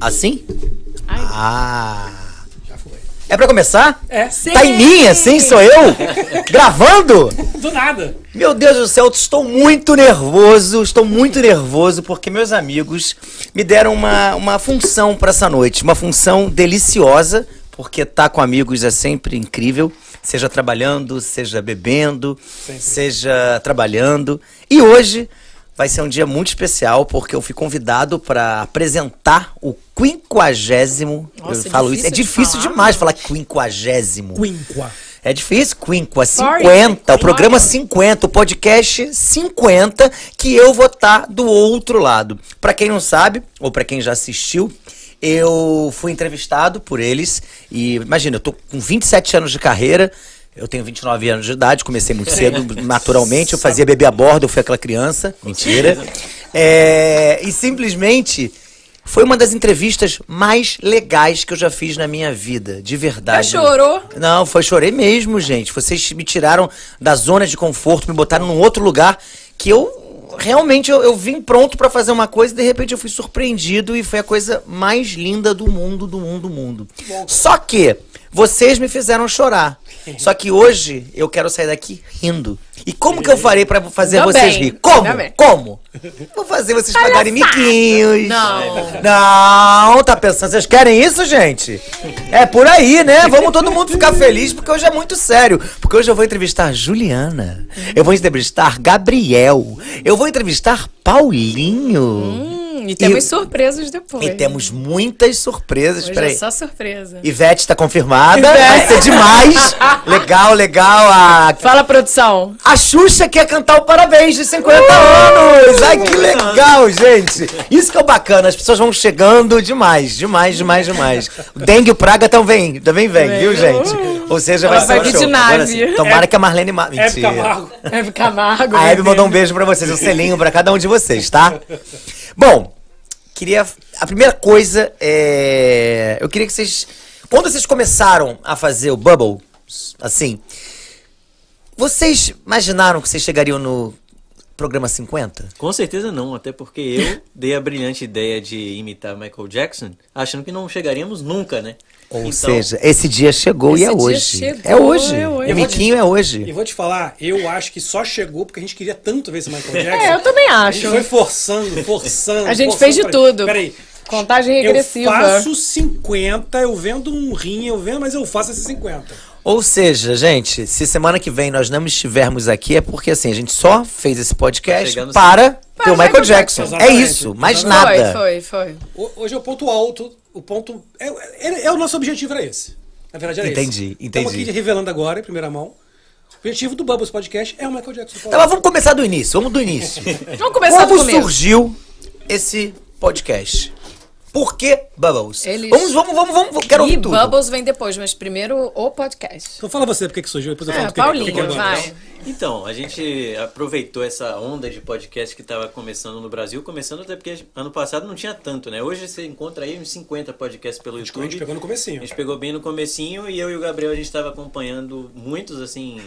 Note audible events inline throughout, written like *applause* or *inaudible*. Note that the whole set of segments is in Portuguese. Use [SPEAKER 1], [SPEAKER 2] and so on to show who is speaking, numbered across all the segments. [SPEAKER 1] assim?
[SPEAKER 2] Ai.
[SPEAKER 1] Ah.
[SPEAKER 3] Já foi.
[SPEAKER 1] É pra começar?
[SPEAKER 3] É,
[SPEAKER 1] Tá em mim, assim sou
[SPEAKER 3] *laughs*
[SPEAKER 1] eu? Gravando?
[SPEAKER 3] do nada.
[SPEAKER 1] Meu Deus do céu, estou muito nervoso, estou muito nervoso porque meus amigos me deram uma, uma função para essa noite, uma função deliciosa, porque estar com amigos é sempre incrível, seja trabalhando, seja bebendo, seja trabalhando. E hoje vai ser um dia muito especial porque eu fui convidado para apresentar o quinquagésimo, eu
[SPEAKER 2] Nossa, é
[SPEAKER 1] falo isso, é
[SPEAKER 2] difícil de
[SPEAKER 1] difícil
[SPEAKER 2] falar,
[SPEAKER 1] demais falar quinquagésimo.
[SPEAKER 3] Quinqua.
[SPEAKER 1] É difícil, Quinqua,
[SPEAKER 2] Sorry,
[SPEAKER 1] 50, o
[SPEAKER 2] Quinqua.
[SPEAKER 1] programa 50, o podcast 50, que eu vou estar do outro lado. Pra quem não sabe, ou pra quem já assistiu, eu fui entrevistado por eles e imagina, eu tô com 27 anos de carreira, eu tenho 29 anos de idade, comecei muito cedo, naturalmente, eu fazia bebê a bordo, eu fui aquela criança, mentira. *laughs* É, e simplesmente foi uma das entrevistas mais legais que eu já fiz na minha vida, de verdade.
[SPEAKER 2] Já chorou?
[SPEAKER 1] Não, foi chorei mesmo, gente. Vocês me tiraram da zona de conforto, me botaram num outro lugar que eu realmente eu, eu vim pronto pra fazer uma coisa e de repente eu fui surpreendido e foi a coisa mais linda do mundo, do mundo, do mundo. Só que vocês me fizeram chorar. Só que hoje eu quero sair daqui rindo. E como que eu farei pra fazer
[SPEAKER 2] Ainda
[SPEAKER 1] vocês
[SPEAKER 2] Tá bem,
[SPEAKER 1] rirem?
[SPEAKER 2] ainda
[SPEAKER 1] Como?
[SPEAKER 2] bem.
[SPEAKER 1] Como? Vou fazer vocês pagarem miquinhos.
[SPEAKER 2] Não.
[SPEAKER 1] Não, tá pensando, vocês querem isso, gente? É por aí, né? Vamos todo mundo ficar feliz, porque hoje é muito sério. Porque hoje eu vou entrevistar Juliana. Eu vou entrevistar Gabriel. Eu vou entrevistar Paulinho.
[SPEAKER 2] Hum, e temos
[SPEAKER 1] E-
[SPEAKER 2] surpresas depois.
[SPEAKER 1] e temos muitas surpresas.
[SPEAKER 2] Hoje é
[SPEAKER 1] Peraí.
[SPEAKER 2] só surpresa.
[SPEAKER 1] Ivete tá confirmada.
[SPEAKER 2] Ivete.
[SPEAKER 1] Vai ser
[SPEAKER 2] *laughs*
[SPEAKER 1] demais. legal, legal. A
[SPEAKER 2] Fala, produção. Uh!
[SPEAKER 1] a Xuxa quer cantar o parabéns de 50 anos! Ai, que legal, gente! Isso que é o bacana, as pessoas vão chegando demais, demais, demais, demais. O dengue e o praga também, também vem, viu, gente? Ou seja,
[SPEAKER 2] Uh! Ela
[SPEAKER 1] vai
[SPEAKER 2] vai
[SPEAKER 1] ser um
[SPEAKER 2] vir
[SPEAKER 1] show.
[SPEAKER 2] de nave.
[SPEAKER 1] Agora sim, tomara que a Marlene...
[SPEAKER 2] É
[SPEAKER 1] Ma...
[SPEAKER 3] Hebe
[SPEAKER 1] Ah, Mentira.
[SPEAKER 3] Camargo.
[SPEAKER 2] *laughs* Hebe Camargo.
[SPEAKER 1] A Hebe
[SPEAKER 2] bebê.
[SPEAKER 1] mandou um beijo pra vocês, um selinho pra cada um de vocês, tá? Bom, queria... A primeira coisa é... Eu queria que vocês... Quando vocês começaram a fazer o Bubble, assim... Vocês imaginaram que vocês chegariam no programa 50?
[SPEAKER 4] Com certeza não, até porque
[SPEAKER 1] *laughs*
[SPEAKER 4] eu dei a brilhante ideia de imitar Michael Jackson, achando que não chegaríamos nunca, né?
[SPEAKER 1] Ou seja, esse dia chegou e
[SPEAKER 2] Esse
[SPEAKER 1] é
[SPEAKER 2] dia
[SPEAKER 1] hoje.
[SPEAKER 2] chegou,
[SPEAKER 1] é hoje.
[SPEAKER 2] é hoje.
[SPEAKER 1] O Miquinho é
[SPEAKER 3] E
[SPEAKER 1] hoje.
[SPEAKER 3] vou te falar, eu acho que só chegou porque a gente queria tanto ver esse Michael Jackson.
[SPEAKER 2] É, eu também
[SPEAKER 3] A
[SPEAKER 2] acho.
[SPEAKER 3] gente foi forçando, forçando.
[SPEAKER 1] um
[SPEAKER 2] A gente
[SPEAKER 3] forçando.
[SPEAKER 2] fez de
[SPEAKER 3] Peraí,
[SPEAKER 2] tudo.
[SPEAKER 3] Peraí.
[SPEAKER 2] Contagem
[SPEAKER 3] Eu
[SPEAKER 2] regressiva.
[SPEAKER 3] faço 50, eu vendo um rim, eu vendo, mas eu faço esses 50.
[SPEAKER 1] Ou seja, gente, se semana que vem nós não estivermos aqui, é porque assim, a gente só fez esse podcast
[SPEAKER 4] Chegando-
[SPEAKER 1] para ter
[SPEAKER 2] Para
[SPEAKER 1] o Michael
[SPEAKER 2] Michael
[SPEAKER 1] Jackson.
[SPEAKER 3] Jackson.
[SPEAKER 1] É
[SPEAKER 3] Exatamente.
[SPEAKER 1] isso, mais
[SPEAKER 3] Foi,
[SPEAKER 1] nada.
[SPEAKER 2] Foi, foi, foi.
[SPEAKER 3] Ho- Hoje é o ponto alto, o ponto. É, é- é o nosso objetivo, era esse. Na verdade, era
[SPEAKER 1] Entendi,
[SPEAKER 3] esse.
[SPEAKER 1] entendi.
[SPEAKER 3] Estamos aqui revelando agora, em primeira mão. O objetivo do Bubbles Podcast é o Michael Jackson.
[SPEAKER 1] Tá, mas vamos começar do início, vamos do início.
[SPEAKER 2] *laughs* Vamos começar
[SPEAKER 1] Como
[SPEAKER 2] do começo.
[SPEAKER 1] surgiu esse podcast? Por que Bubbles?
[SPEAKER 2] Eles-
[SPEAKER 1] Vamos, vamos, vamos, vamos, quero
[SPEAKER 2] E
[SPEAKER 1] ouvir tudo.
[SPEAKER 2] Bubbles vem depois, mas primeiro o podcast.
[SPEAKER 3] Então fala você porque que surgiu, depois eu
[SPEAKER 2] É,
[SPEAKER 3] falo do que-
[SPEAKER 2] Paulinho,
[SPEAKER 3] do que é Bubbles.
[SPEAKER 2] vai.
[SPEAKER 4] Então, a gente aproveitou essa onda de podcast que estava começando no Brasil, começando até porque ano passado não tinha tanto, né? Hoje você encontra aí uns 50 podcasts pelo
[SPEAKER 3] A
[SPEAKER 4] YouTube.
[SPEAKER 3] gente pegou no comecinho.
[SPEAKER 4] A gente pegou bem no comecinho e eu e o Gabriel a gente estava acompanhando muitos assim,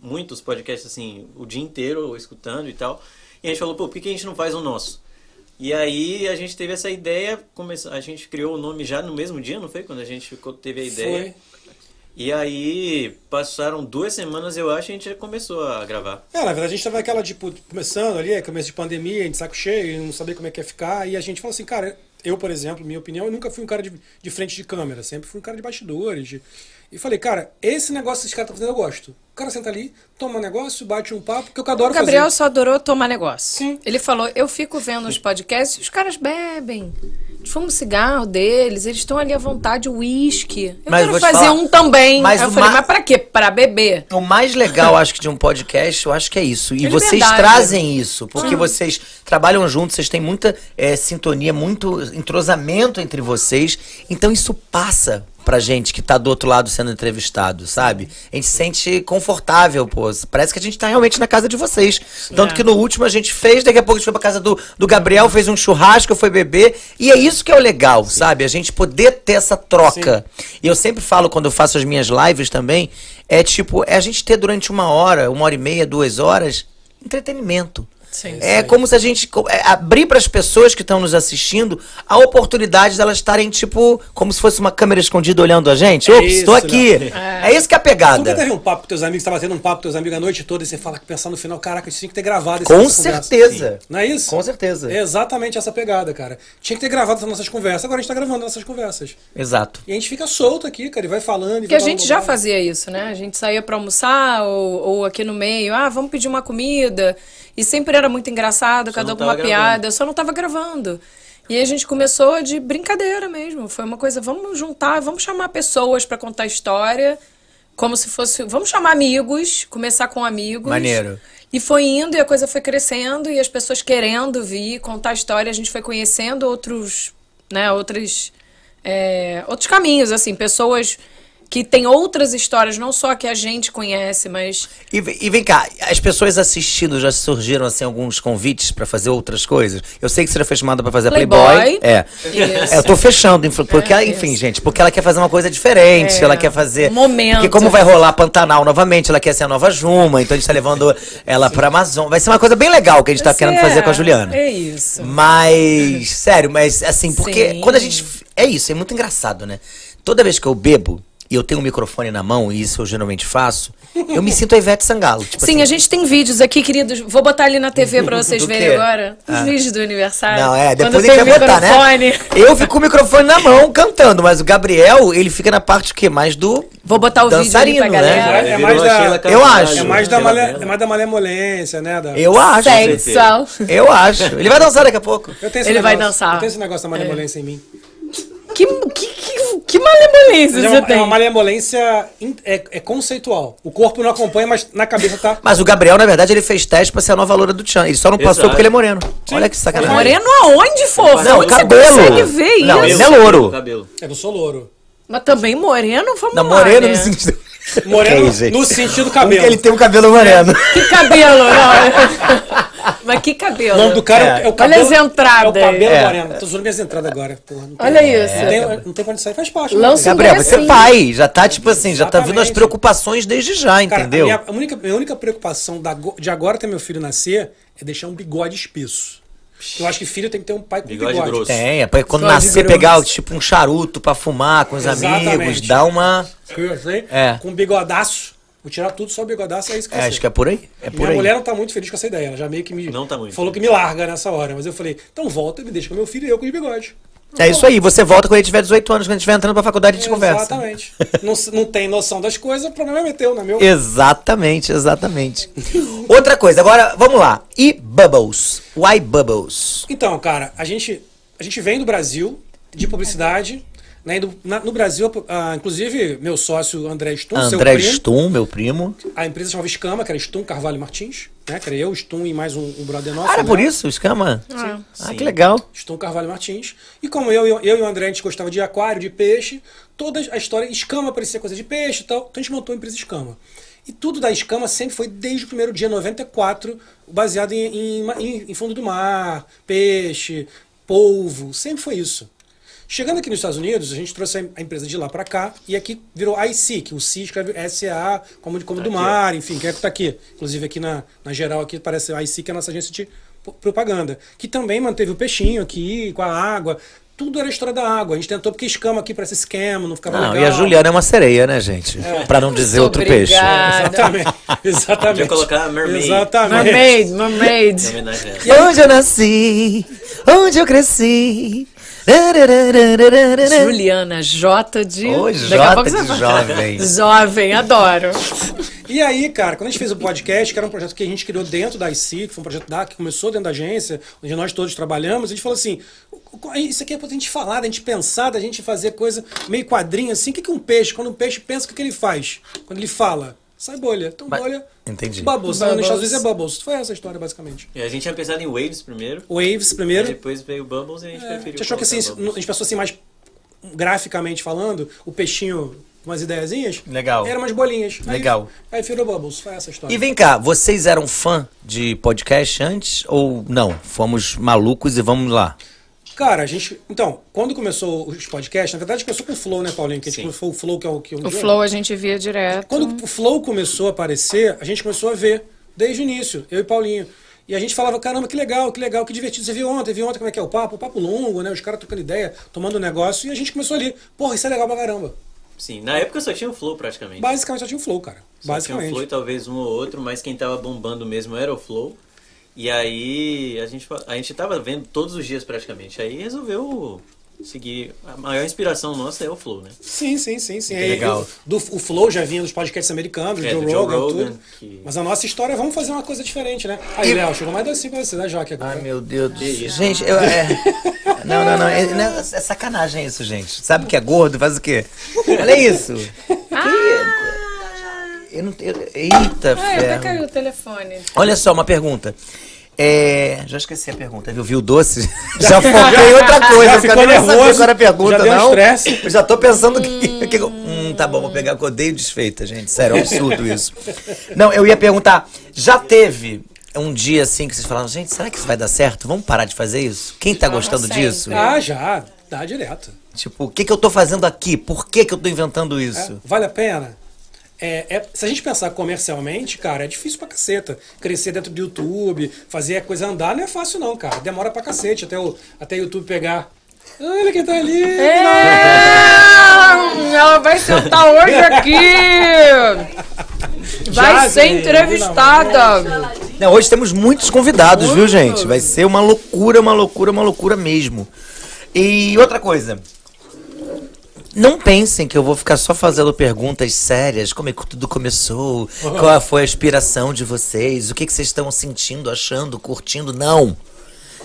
[SPEAKER 4] muitos podcasts assim, o dia inteiro escutando e tal. E a gente falou, pô, por que que a gente não faz o nosso? E aí a gente teve essa ideia, come- a gente criou o nome já no mesmo dia, não foi? Quando a gente ficou- teve a ideia.
[SPEAKER 3] Foi.
[SPEAKER 4] E aí passaram duas semanas, eu acho, e a gente já começou a gravar.
[SPEAKER 3] É, na verdade a gente tava naquela, tipo, começando ali, é começo de pandemia, a gente saco cheio, não sabia como é que ia ficar, e a gente falou assim, cara, eu, por exemplo, minha opinião, eu nunca fui um cara de, de frente de câmera, sempre fui um cara de bastidores. de- E falei, cara, esse negócio que esse cara tá fazendo eu gosto. O cara senta ali, toma um negócio, bate um papo, que eu adoro
[SPEAKER 2] O Gabriel
[SPEAKER 3] fazer.
[SPEAKER 2] só adorou tomar negócio.
[SPEAKER 3] Sim.
[SPEAKER 2] Ele falou: eu fico vendo os podcasts e os caras bebem. Eles fumam cigarro deles, eles estão ali à vontade, uísque. Eu
[SPEAKER 1] Mas vou
[SPEAKER 2] quero
[SPEAKER 1] te
[SPEAKER 2] fazer
[SPEAKER 1] falar,
[SPEAKER 2] um também.
[SPEAKER 1] mas
[SPEAKER 2] Aí eu
[SPEAKER 1] o
[SPEAKER 2] falei,
[SPEAKER 1] ma-
[SPEAKER 2] mas pra quê? Pra beber.
[SPEAKER 1] O mais
[SPEAKER 2] *laughs*
[SPEAKER 1] legal, acho que, de um podcast, eu acho que é isso. E
[SPEAKER 2] É Ah.
[SPEAKER 1] vocês
[SPEAKER 2] liberdade.
[SPEAKER 1] trazem isso, porque vocês trabalham juntos, vocês têm muita eh, sintonia, muito entrosamento entre vocês. Então isso passa pra gente que tá do outro lado sendo entrevistado, sabe? A gente se sente confortável, pô. Parece que a gente tá realmente na casa de vocês. Tanto
[SPEAKER 2] É.
[SPEAKER 1] que no último a gente fez, daqui a pouco a gente foi pra casa do, do Gabriel, fez um churrasco, foi beber. E é isso que é o legal, sabe? A gente poder ter essa troca. E eu sempre falo, quando eu faço as minhas lives também, é tipo, é a gente ter durante uma hora, uma hora e meia, duas horas, entretenimento.
[SPEAKER 2] Sim.
[SPEAKER 1] É como se a gente co- é, abrir para as pessoas que estão nos assistindo a oportunidade delas estarem, tipo, como se fosse uma câmera escondida olhando a gente.
[SPEAKER 3] É
[SPEAKER 1] Ops, estou
[SPEAKER 3] isso, né?
[SPEAKER 1] aqui. É. isso que é a
[SPEAKER 3] Tu nunca
[SPEAKER 1] pegada.
[SPEAKER 3] teve um papo com teus amigos, tá batendo um papo com teus amigos a noite toda e você fala que pensar no final, caraca, isso tinha que ter gravado essa
[SPEAKER 1] Com
[SPEAKER 3] nossa conversa.
[SPEAKER 1] certeza.
[SPEAKER 3] Não é isso?
[SPEAKER 1] Com certeza.
[SPEAKER 3] É exatamente essa pegada, cara. Tinha que ter gravado essas nossas conversas, agora a gente tá gravando nossas conversas.
[SPEAKER 1] Exato.
[SPEAKER 3] E a gente fica solto aqui, cara, e vai falando.
[SPEAKER 2] Porque a gente já fazia isso, né? A gente saía pra almoçar ou, ou aqui no meio, ah, vamos pedir uma comida. E sempre era muito engraçado, cada
[SPEAKER 4] não
[SPEAKER 2] um com uma
[SPEAKER 4] tava gravando.
[SPEAKER 2] piada, eu só não tava gravando. E aí a gente começou de brincadeira mesmo. Foi uma coisa, vamos juntar, vamos chamar pessoas pra contar história, como se fosse, vamos chamar amigos, começar com amigos.
[SPEAKER 1] Maneiro.
[SPEAKER 2] E foi indo e a coisa foi crescendo e as pessoas querendo vir contar história, a gente foi conhecendo outros, né, outros, é, outros caminhos, assim, pessoas que têm outras histórias, não só que a gente conhece, mas
[SPEAKER 1] E, ve- e vem cá, as pessoas assistindo já surgiram assim alguns convites pra fazer outras coisas? Eu sei que você já foi chamada pra fazer a Playboy.
[SPEAKER 2] Playboy.
[SPEAKER 1] É.
[SPEAKER 2] Isso.
[SPEAKER 1] É, Eu tô fechando, influ- porque ela,
[SPEAKER 2] É,
[SPEAKER 1] enfim,
[SPEAKER 2] isso.
[SPEAKER 1] gente, porque ela quer fazer uma coisa diferente,
[SPEAKER 2] É.
[SPEAKER 1] ela quer fazer.
[SPEAKER 2] Momento.
[SPEAKER 1] Porque como vai rolar Pantanal novamente, ela quer ser a nova Juma, então a gente tá levando ela pra Amazon. Vai ser uma coisa bem legal que a gente tá
[SPEAKER 2] Você
[SPEAKER 1] querendo fazer com a Juliana.
[SPEAKER 2] É isso.
[SPEAKER 1] Mas, sério, mas assim, porque
[SPEAKER 2] Sim.
[SPEAKER 1] quando a gente. É isso, é muito engraçado, né? Toda vez que eu bebo e eu tenho um microfone na mão, e isso eu geralmente faço, eu me sinto a Ivete Sangalo. Tipo
[SPEAKER 2] Sim, é.
[SPEAKER 1] assim,
[SPEAKER 2] a gente tem vídeos aqui, queridos. Vou botar ali na TV
[SPEAKER 1] *laughs*
[SPEAKER 2] pra vocês
[SPEAKER 1] Do
[SPEAKER 2] verem
[SPEAKER 1] quê? Ah.
[SPEAKER 2] agora. Os vídeos do aniversário.
[SPEAKER 1] Não, é, depois
[SPEAKER 2] Quando
[SPEAKER 1] a gente
[SPEAKER 2] tem
[SPEAKER 1] vai
[SPEAKER 2] o
[SPEAKER 1] botar, né?
[SPEAKER 2] microfone.
[SPEAKER 1] Eu fico com o microfone na mão cantando, mas o Gabriel, ele fica na parte o quê? Mais do.
[SPEAKER 2] Vou botar o vídeo ali pra
[SPEAKER 1] Dançarino, né?
[SPEAKER 2] galera.
[SPEAKER 3] É
[SPEAKER 4] Virou né?
[SPEAKER 3] mais
[SPEAKER 4] a
[SPEAKER 3] da-
[SPEAKER 4] Sheila
[SPEAKER 3] eu
[SPEAKER 4] Carvalho,
[SPEAKER 1] acho.
[SPEAKER 3] É mais, da
[SPEAKER 4] Sheila
[SPEAKER 3] male...
[SPEAKER 4] Bela.
[SPEAKER 3] é mais da malemolência, né? Da...
[SPEAKER 1] Eu acho.
[SPEAKER 2] Sexual.
[SPEAKER 1] Eu acho. Ele vai dançar daqui a pouco.
[SPEAKER 3] Eu tenho esse
[SPEAKER 2] Ele vai
[SPEAKER 3] negócio-
[SPEAKER 2] dançar. É.
[SPEAKER 3] Eu tenho esse negócio da malemolência em mim.
[SPEAKER 2] Que, que, que, que malemolência
[SPEAKER 3] Mas é
[SPEAKER 2] você
[SPEAKER 3] uma,
[SPEAKER 2] tem.
[SPEAKER 3] é uma malemolência in- é, é conceitual. O corpo não acompanha, mas na cabeça tá.
[SPEAKER 1] Mas o Gabriel, na verdade, ele fez teste pra ser a nova loura do Tchan. Ele só não passou
[SPEAKER 4] Exato.
[SPEAKER 1] porque ele é moreno. Olha que sacanagem.
[SPEAKER 2] É Moreno aonde, fofo?
[SPEAKER 1] Não,
[SPEAKER 2] Onde
[SPEAKER 1] cabelo.
[SPEAKER 2] Você consegue ver
[SPEAKER 1] Não,
[SPEAKER 2] isso?
[SPEAKER 1] ele é louro.
[SPEAKER 4] Cabelo.
[SPEAKER 3] É, eu sou louro.
[SPEAKER 2] Mas também moreno, vamos
[SPEAKER 1] Não,
[SPEAKER 2] lá,
[SPEAKER 1] moreno é
[SPEAKER 2] né?
[SPEAKER 1] no sentido.
[SPEAKER 3] Moreno
[SPEAKER 1] *laughs* Ok, gente.
[SPEAKER 3] no sentido do
[SPEAKER 1] Um que
[SPEAKER 3] cabelo.
[SPEAKER 1] Ele tem um cabelo É. moreno.
[SPEAKER 2] Que cabelo, é. não. *laughs* Mas que cabelo.
[SPEAKER 3] O nome do cara é, o cabelo.
[SPEAKER 2] Olha as entradas.
[SPEAKER 3] É o cabelo
[SPEAKER 1] É.
[SPEAKER 3] moreno. Tô zoando minhas entradas agora. Porra, não tem-
[SPEAKER 2] Olha isso.
[SPEAKER 4] É,
[SPEAKER 3] Não tem, um- não tem quando sair, faz parte. né?
[SPEAKER 2] Lança um
[SPEAKER 1] Gabriel, você
[SPEAKER 2] Sim.
[SPEAKER 1] vai. Já tá, tipo assim, já tá vindo as
[SPEAKER 3] Exatamente.
[SPEAKER 1] preocupações desde já,
[SPEAKER 3] Cara,
[SPEAKER 1] entendeu?
[SPEAKER 3] A, minha, a única, minha única preocupação da go- de agora até meu filho nascer é deixar um bigode espesso. Eu acho que filho tem que ter um pai com
[SPEAKER 4] Bigode
[SPEAKER 3] bigode.
[SPEAKER 4] grosso.
[SPEAKER 1] Tem, é pra quando
[SPEAKER 2] Só de
[SPEAKER 1] nascer,
[SPEAKER 2] grosso.
[SPEAKER 1] pegar tipo um charuto pra fumar com os
[SPEAKER 3] Exatamente.
[SPEAKER 1] amigos, dá uma.
[SPEAKER 3] Que eu sei,
[SPEAKER 1] É.
[SPEAKER 3] Com um bigodaço. Vou tirar tudo, só o bigodaço, é isso que eu
[SPEAKER 1] É,
[SPEAKER 3] sei.
[SPEAKER 1] acho que é por aí. É por
[SPEAKER 3] Minha
[SPEAKER 1] aí.
[SPEAKER 3] mulher não tá muito feliz com essa ideia. Ela já meio que me.
[SPEAKER 4] Não tá muito.
[SPEAKER 3] Falou que me larga nessa hora. Mas eu falei, então volta e me deixa com meu filho e eu com os bigode.
[SPEAKER 1] É isso aí, você volta quando ele tiver 18 anos, quando ele estiver entrando pra faculdade, a gente conversa.
[SPEAKER 3] Exatamente. não, s- não tem noção das coisas, o problema é teu,
[SPEAKER 1] *laughs*
[SPEAKER 3] não é meu?
[SPEAKER 1] Exatamente, exatamente. Outra coisa, agora vamos lá. E Bubbles? Why Bubbles?
[SPEAKER 3] Então, cara, a gente, a gente vem do Brasil, de publicidade. Né, e do- na- no Brasil, ah, inclusive, meu sócio André Stum, seu
[SPEAKER 1] André
[SPEAKER 3] primo,
[SPEAKER 1] Stum, meu primo.
[SPEAKER 3] a empresa chamava Escama, que era Stum Carvalho Martins, né? Que era eu, Stum e mais um, um brother nosso.
[SPEAKER 1] Ah, era
[SPEAKER 3] né?
[SPEAKER 1] por isso, o escama? Ah,
[SPEAKER 4] Sim.
[SPEAKER 1] que legal.
[SPEAKER 3] Stum Carvalho Martins. E como eu, eu, eu e o André, a gente gostava de aquário, de peixe, toda a história, escama parecia coisa de peixe e tal. Então a gente montou a empresa Escama. E tudo da escama sempre foi desde o primeiro dia 94, baseado em, em ma- em- em fundo do mar, peixe, polvo, sempre foi isso. Chegando aqui nos Estados Unidos, a gente trouxe a em- a empresa de lá pra cá e aqui virou IC, que o C escreve SA, como, de- como do mar, enfim, quem é que tá aqui? Inclusive aqui na, na geral aqui parece a IC, que é a nossa agência de p- propaganda, que também manteve o peixinho aqui, com a água, tudo era história da água. A gente tentou porque escama aqui parece esquema, não ficava
[SPEAKER 1] Não,
[SPEAKER 3] legal. É.
[SPEAKER 1] e a Juliana é uma sereia, né, gente? Pra não dizer
[SPEAKER 2] Muito
[SPEAKER 1] outro
[SPEAKER 2] obrigada.
[SPEAKER 3] Exatamente, exatamente.
[SPEAKER 4] Podia colocar mermaid.
[SPEAKER 3] Exatamente.
[SPEAKER 2] Mermaid, mermaid.
[SPEAKER 4] Em homenagem a ela.
[SPEAKER 1] peixe. Onde eu nasci, onde eu cresci. Rararararararara.
[SPEAKER 2] Juliana, J de...
[SPEAKER 1] Ô,
[SPEAKER 2] Daqui a
[SPEAKER 1] J
[SPEAKER 2] pouco você
[SPEAKER 1] de
[SPEAKER 2] vai-
[SPEAKER 1] jovem.
[SPEAKER 2] *laughs* Jovem, Ah, adoro.
[SPEAKER 3] E aí, cara, quando a gente fez o podcast, que era um projeto que a gente criou dentro da IC, que foi um projeto da, que começou dentro da agência, onde nós todos trabalhamos, a gente falou assim: o- o- isso aqui é pra gente falar, da gente pensar, da gente fazer coisa meio quadrinho assim. O que que um peixe, quando um peixe pensa, o que, que ele faz? Quando ele fala, sai bolha. Então
[SPEAKER 1] Mas-
[SPEAKER 3] bolha.
[SPEAKER 1] Entendi.
[SPEAKER 3] Bubbles. né? Nos
[SPEAKER 2] Bubbles.
[SPEAKER 3] Estados Unidos é bubbles. Foi essa a história, basicamente.
[SPEAKER 4] E A gente tinha pensado em Waves primeiro,
[SPEAKER 3] Waves
[SPEAKER 4] aí
[SPEAKER 3] primeiro.
[SPEAKER 4] depois veio o Bubbles e a gente
[SPEAKER 3] É, a
[SPEAKER 4] preferiu.
[SPEAKER 3] gente achou que assim,
[SPEAKER 4] colocar
[SPEAKER 3] a gente pensou assim, mais graficamente falando, o peixinho. Umas ideiazinhas.
[SPEAKER 1] Legal.
[SPEAKER 3] Eram umas bolinhas. Aí-
[SPEAKER 1] Legal.
[SPEAKER 3] Aí, virou Bubbles. Foi essa a história.
[SPEAKER 1] E vem cá, vocês eram fã de podcast antes ou não? Fomos malucos e vamos lá.
[SPEAKER 3] Cara, a gente. Então, quando começou os podcasts, na verdade começou com o Flow, né, Paulinho? Que a gente começou o Flow, que é o que
[SPEAKER 2] O Flow a gente via direto.
[SPEAKER 3] Quando o Flow começou a aparecer, a gente começou a ver desde o início, eu e Paulinho. E a gente falava, caramba, que legal, que legal, que divertido. Você viu ontem, viu ontem como é que é o papo? O papo longo, né? Os caras trocando ideia, tomando um negócio. E a gente começou ali. Porra, isso é legal pra caramba.
[SPEAKER 4] Sim, na época só tinha o Flow praticamente.
[SPEAKER 3] Basicamente só tinha o Flow, cara.
[SPEAKER 4] Só tinha o
[SPEAKER 3] Basicamente.
[SPEAKER 4] Flow e talvez um ou outro, mas quem tava bombando mesmo era o Flow. E aí a gente, fa- a gente tava vendo todos os dias praticamente. Aí resolveu seguir. A maior inspiração nossa é o Flow, né?
[SPEAKER 3] Sim, sim, sim, sim. É,
[SPEAKER 1] legal.
[SPEAKER 3] o- do, o Flow já vinha dos podcasts americanos, do
[SPEAKER 4] É,
[SPEAKER 3] Joe,
[SPEAKER 4] do Joe
[SPEAKER 3] Rogan,
[SPEAKER 4] Rogan,
[SPEAKER 3] tudo.
[SPEAKER 4] que-
[SPEAKER 3] Mas a nossa história, vamos fazer uma coisa diferente, né? Aí,
[SPEAKER 1] E-
[SPEAKER 3] Léo, chegou mais docinho pra você, né, Joque?
[SPEAKER 1] Ai,
[SPEAKER 3] Agora.
[SPEAKER 1] meu Deus do céu. Gente, eu.
[SPEAKER 3] *laughs*
[SPEAKER 1] É... Não, não, não. É, não, é sacanagem isso, gente. Sabe que é gordo, faz o quê? Olha isso. Que... Eu não tenho. Eita,
[SPEAKER 2] Ah, até
[SPEAKER 1] ferro.
[SPEAKER 2] caiu o telefone.
[SPEAKER 1] Olha só, uma pergunta. É, já esqueci a pergunta, viu? Viu o doce? *laughs* Já foquei em outra coisa.
[SPEAKER 3] Já
[SPEAKER 1] eu
[SPEAKER 3] ficou
[SPEAKER 1] quero nem
[SPEAKER 3] nervoso,
[SPEAKER 1] saber qual era a pergunta,
[SPEAKER 3] já deu um
[SPEAKER 1] não.
[SPEAKER 3] estresse.
[SPEAKER 1] Eu já tô pensando que. que eu- hum, tá bom, vou pegar com odeio desfeita, gente. Sério, é um *laughs* absurdo isso. Não, eu ia perguntar. Já teve um dia assim que vocês falaram, gente, será que isso vai dar certo? Vamos parar de fazer isso? Quem tá gostando
[SPEAKER 2] sempre.
[SPEAKER 1] disso?
[SPEAKER 3] Ah, já. Dá direto.
[SPEAKER 1] Tipo, o que, que eu tô fazendo aqui? Por que, que eu tô inventando isso?
[SPEAKER 3] Vale a pena? É, é- se a gente pensar comercialmente, cara, é difícil pra caceta. Crescer dentro do YouTube, fazer a coisa andar, não é fácil não, cara. Demora pra cacete até o até o YouTube pegar. Olha quem tá ali!
[SPEAKER 2] É, ela vai sentar hoje
[SPEAKER 1] *laughs*
[SPEAKER 3] *laughs*
[SPEAKER 2] aqui. Vai
[SPEAKER 3] Já,
[SPEAKER 2] ser
[SPEAKER 3] gente,
[SPEAKER 2] entrevistada.
[SPEAKER 1] Não, hoje temos muitos convidados, viu, gente? Vai ser uma loucura, uma loucura, uma loucura mesmo. E outra coisa. Não pensem que eu vou ficar só fazendo perguntas sérias, como é que tudo começou, qual foi a inspiração de vocês, o que, que vocês estão sentindo, achando, curtindo. Não!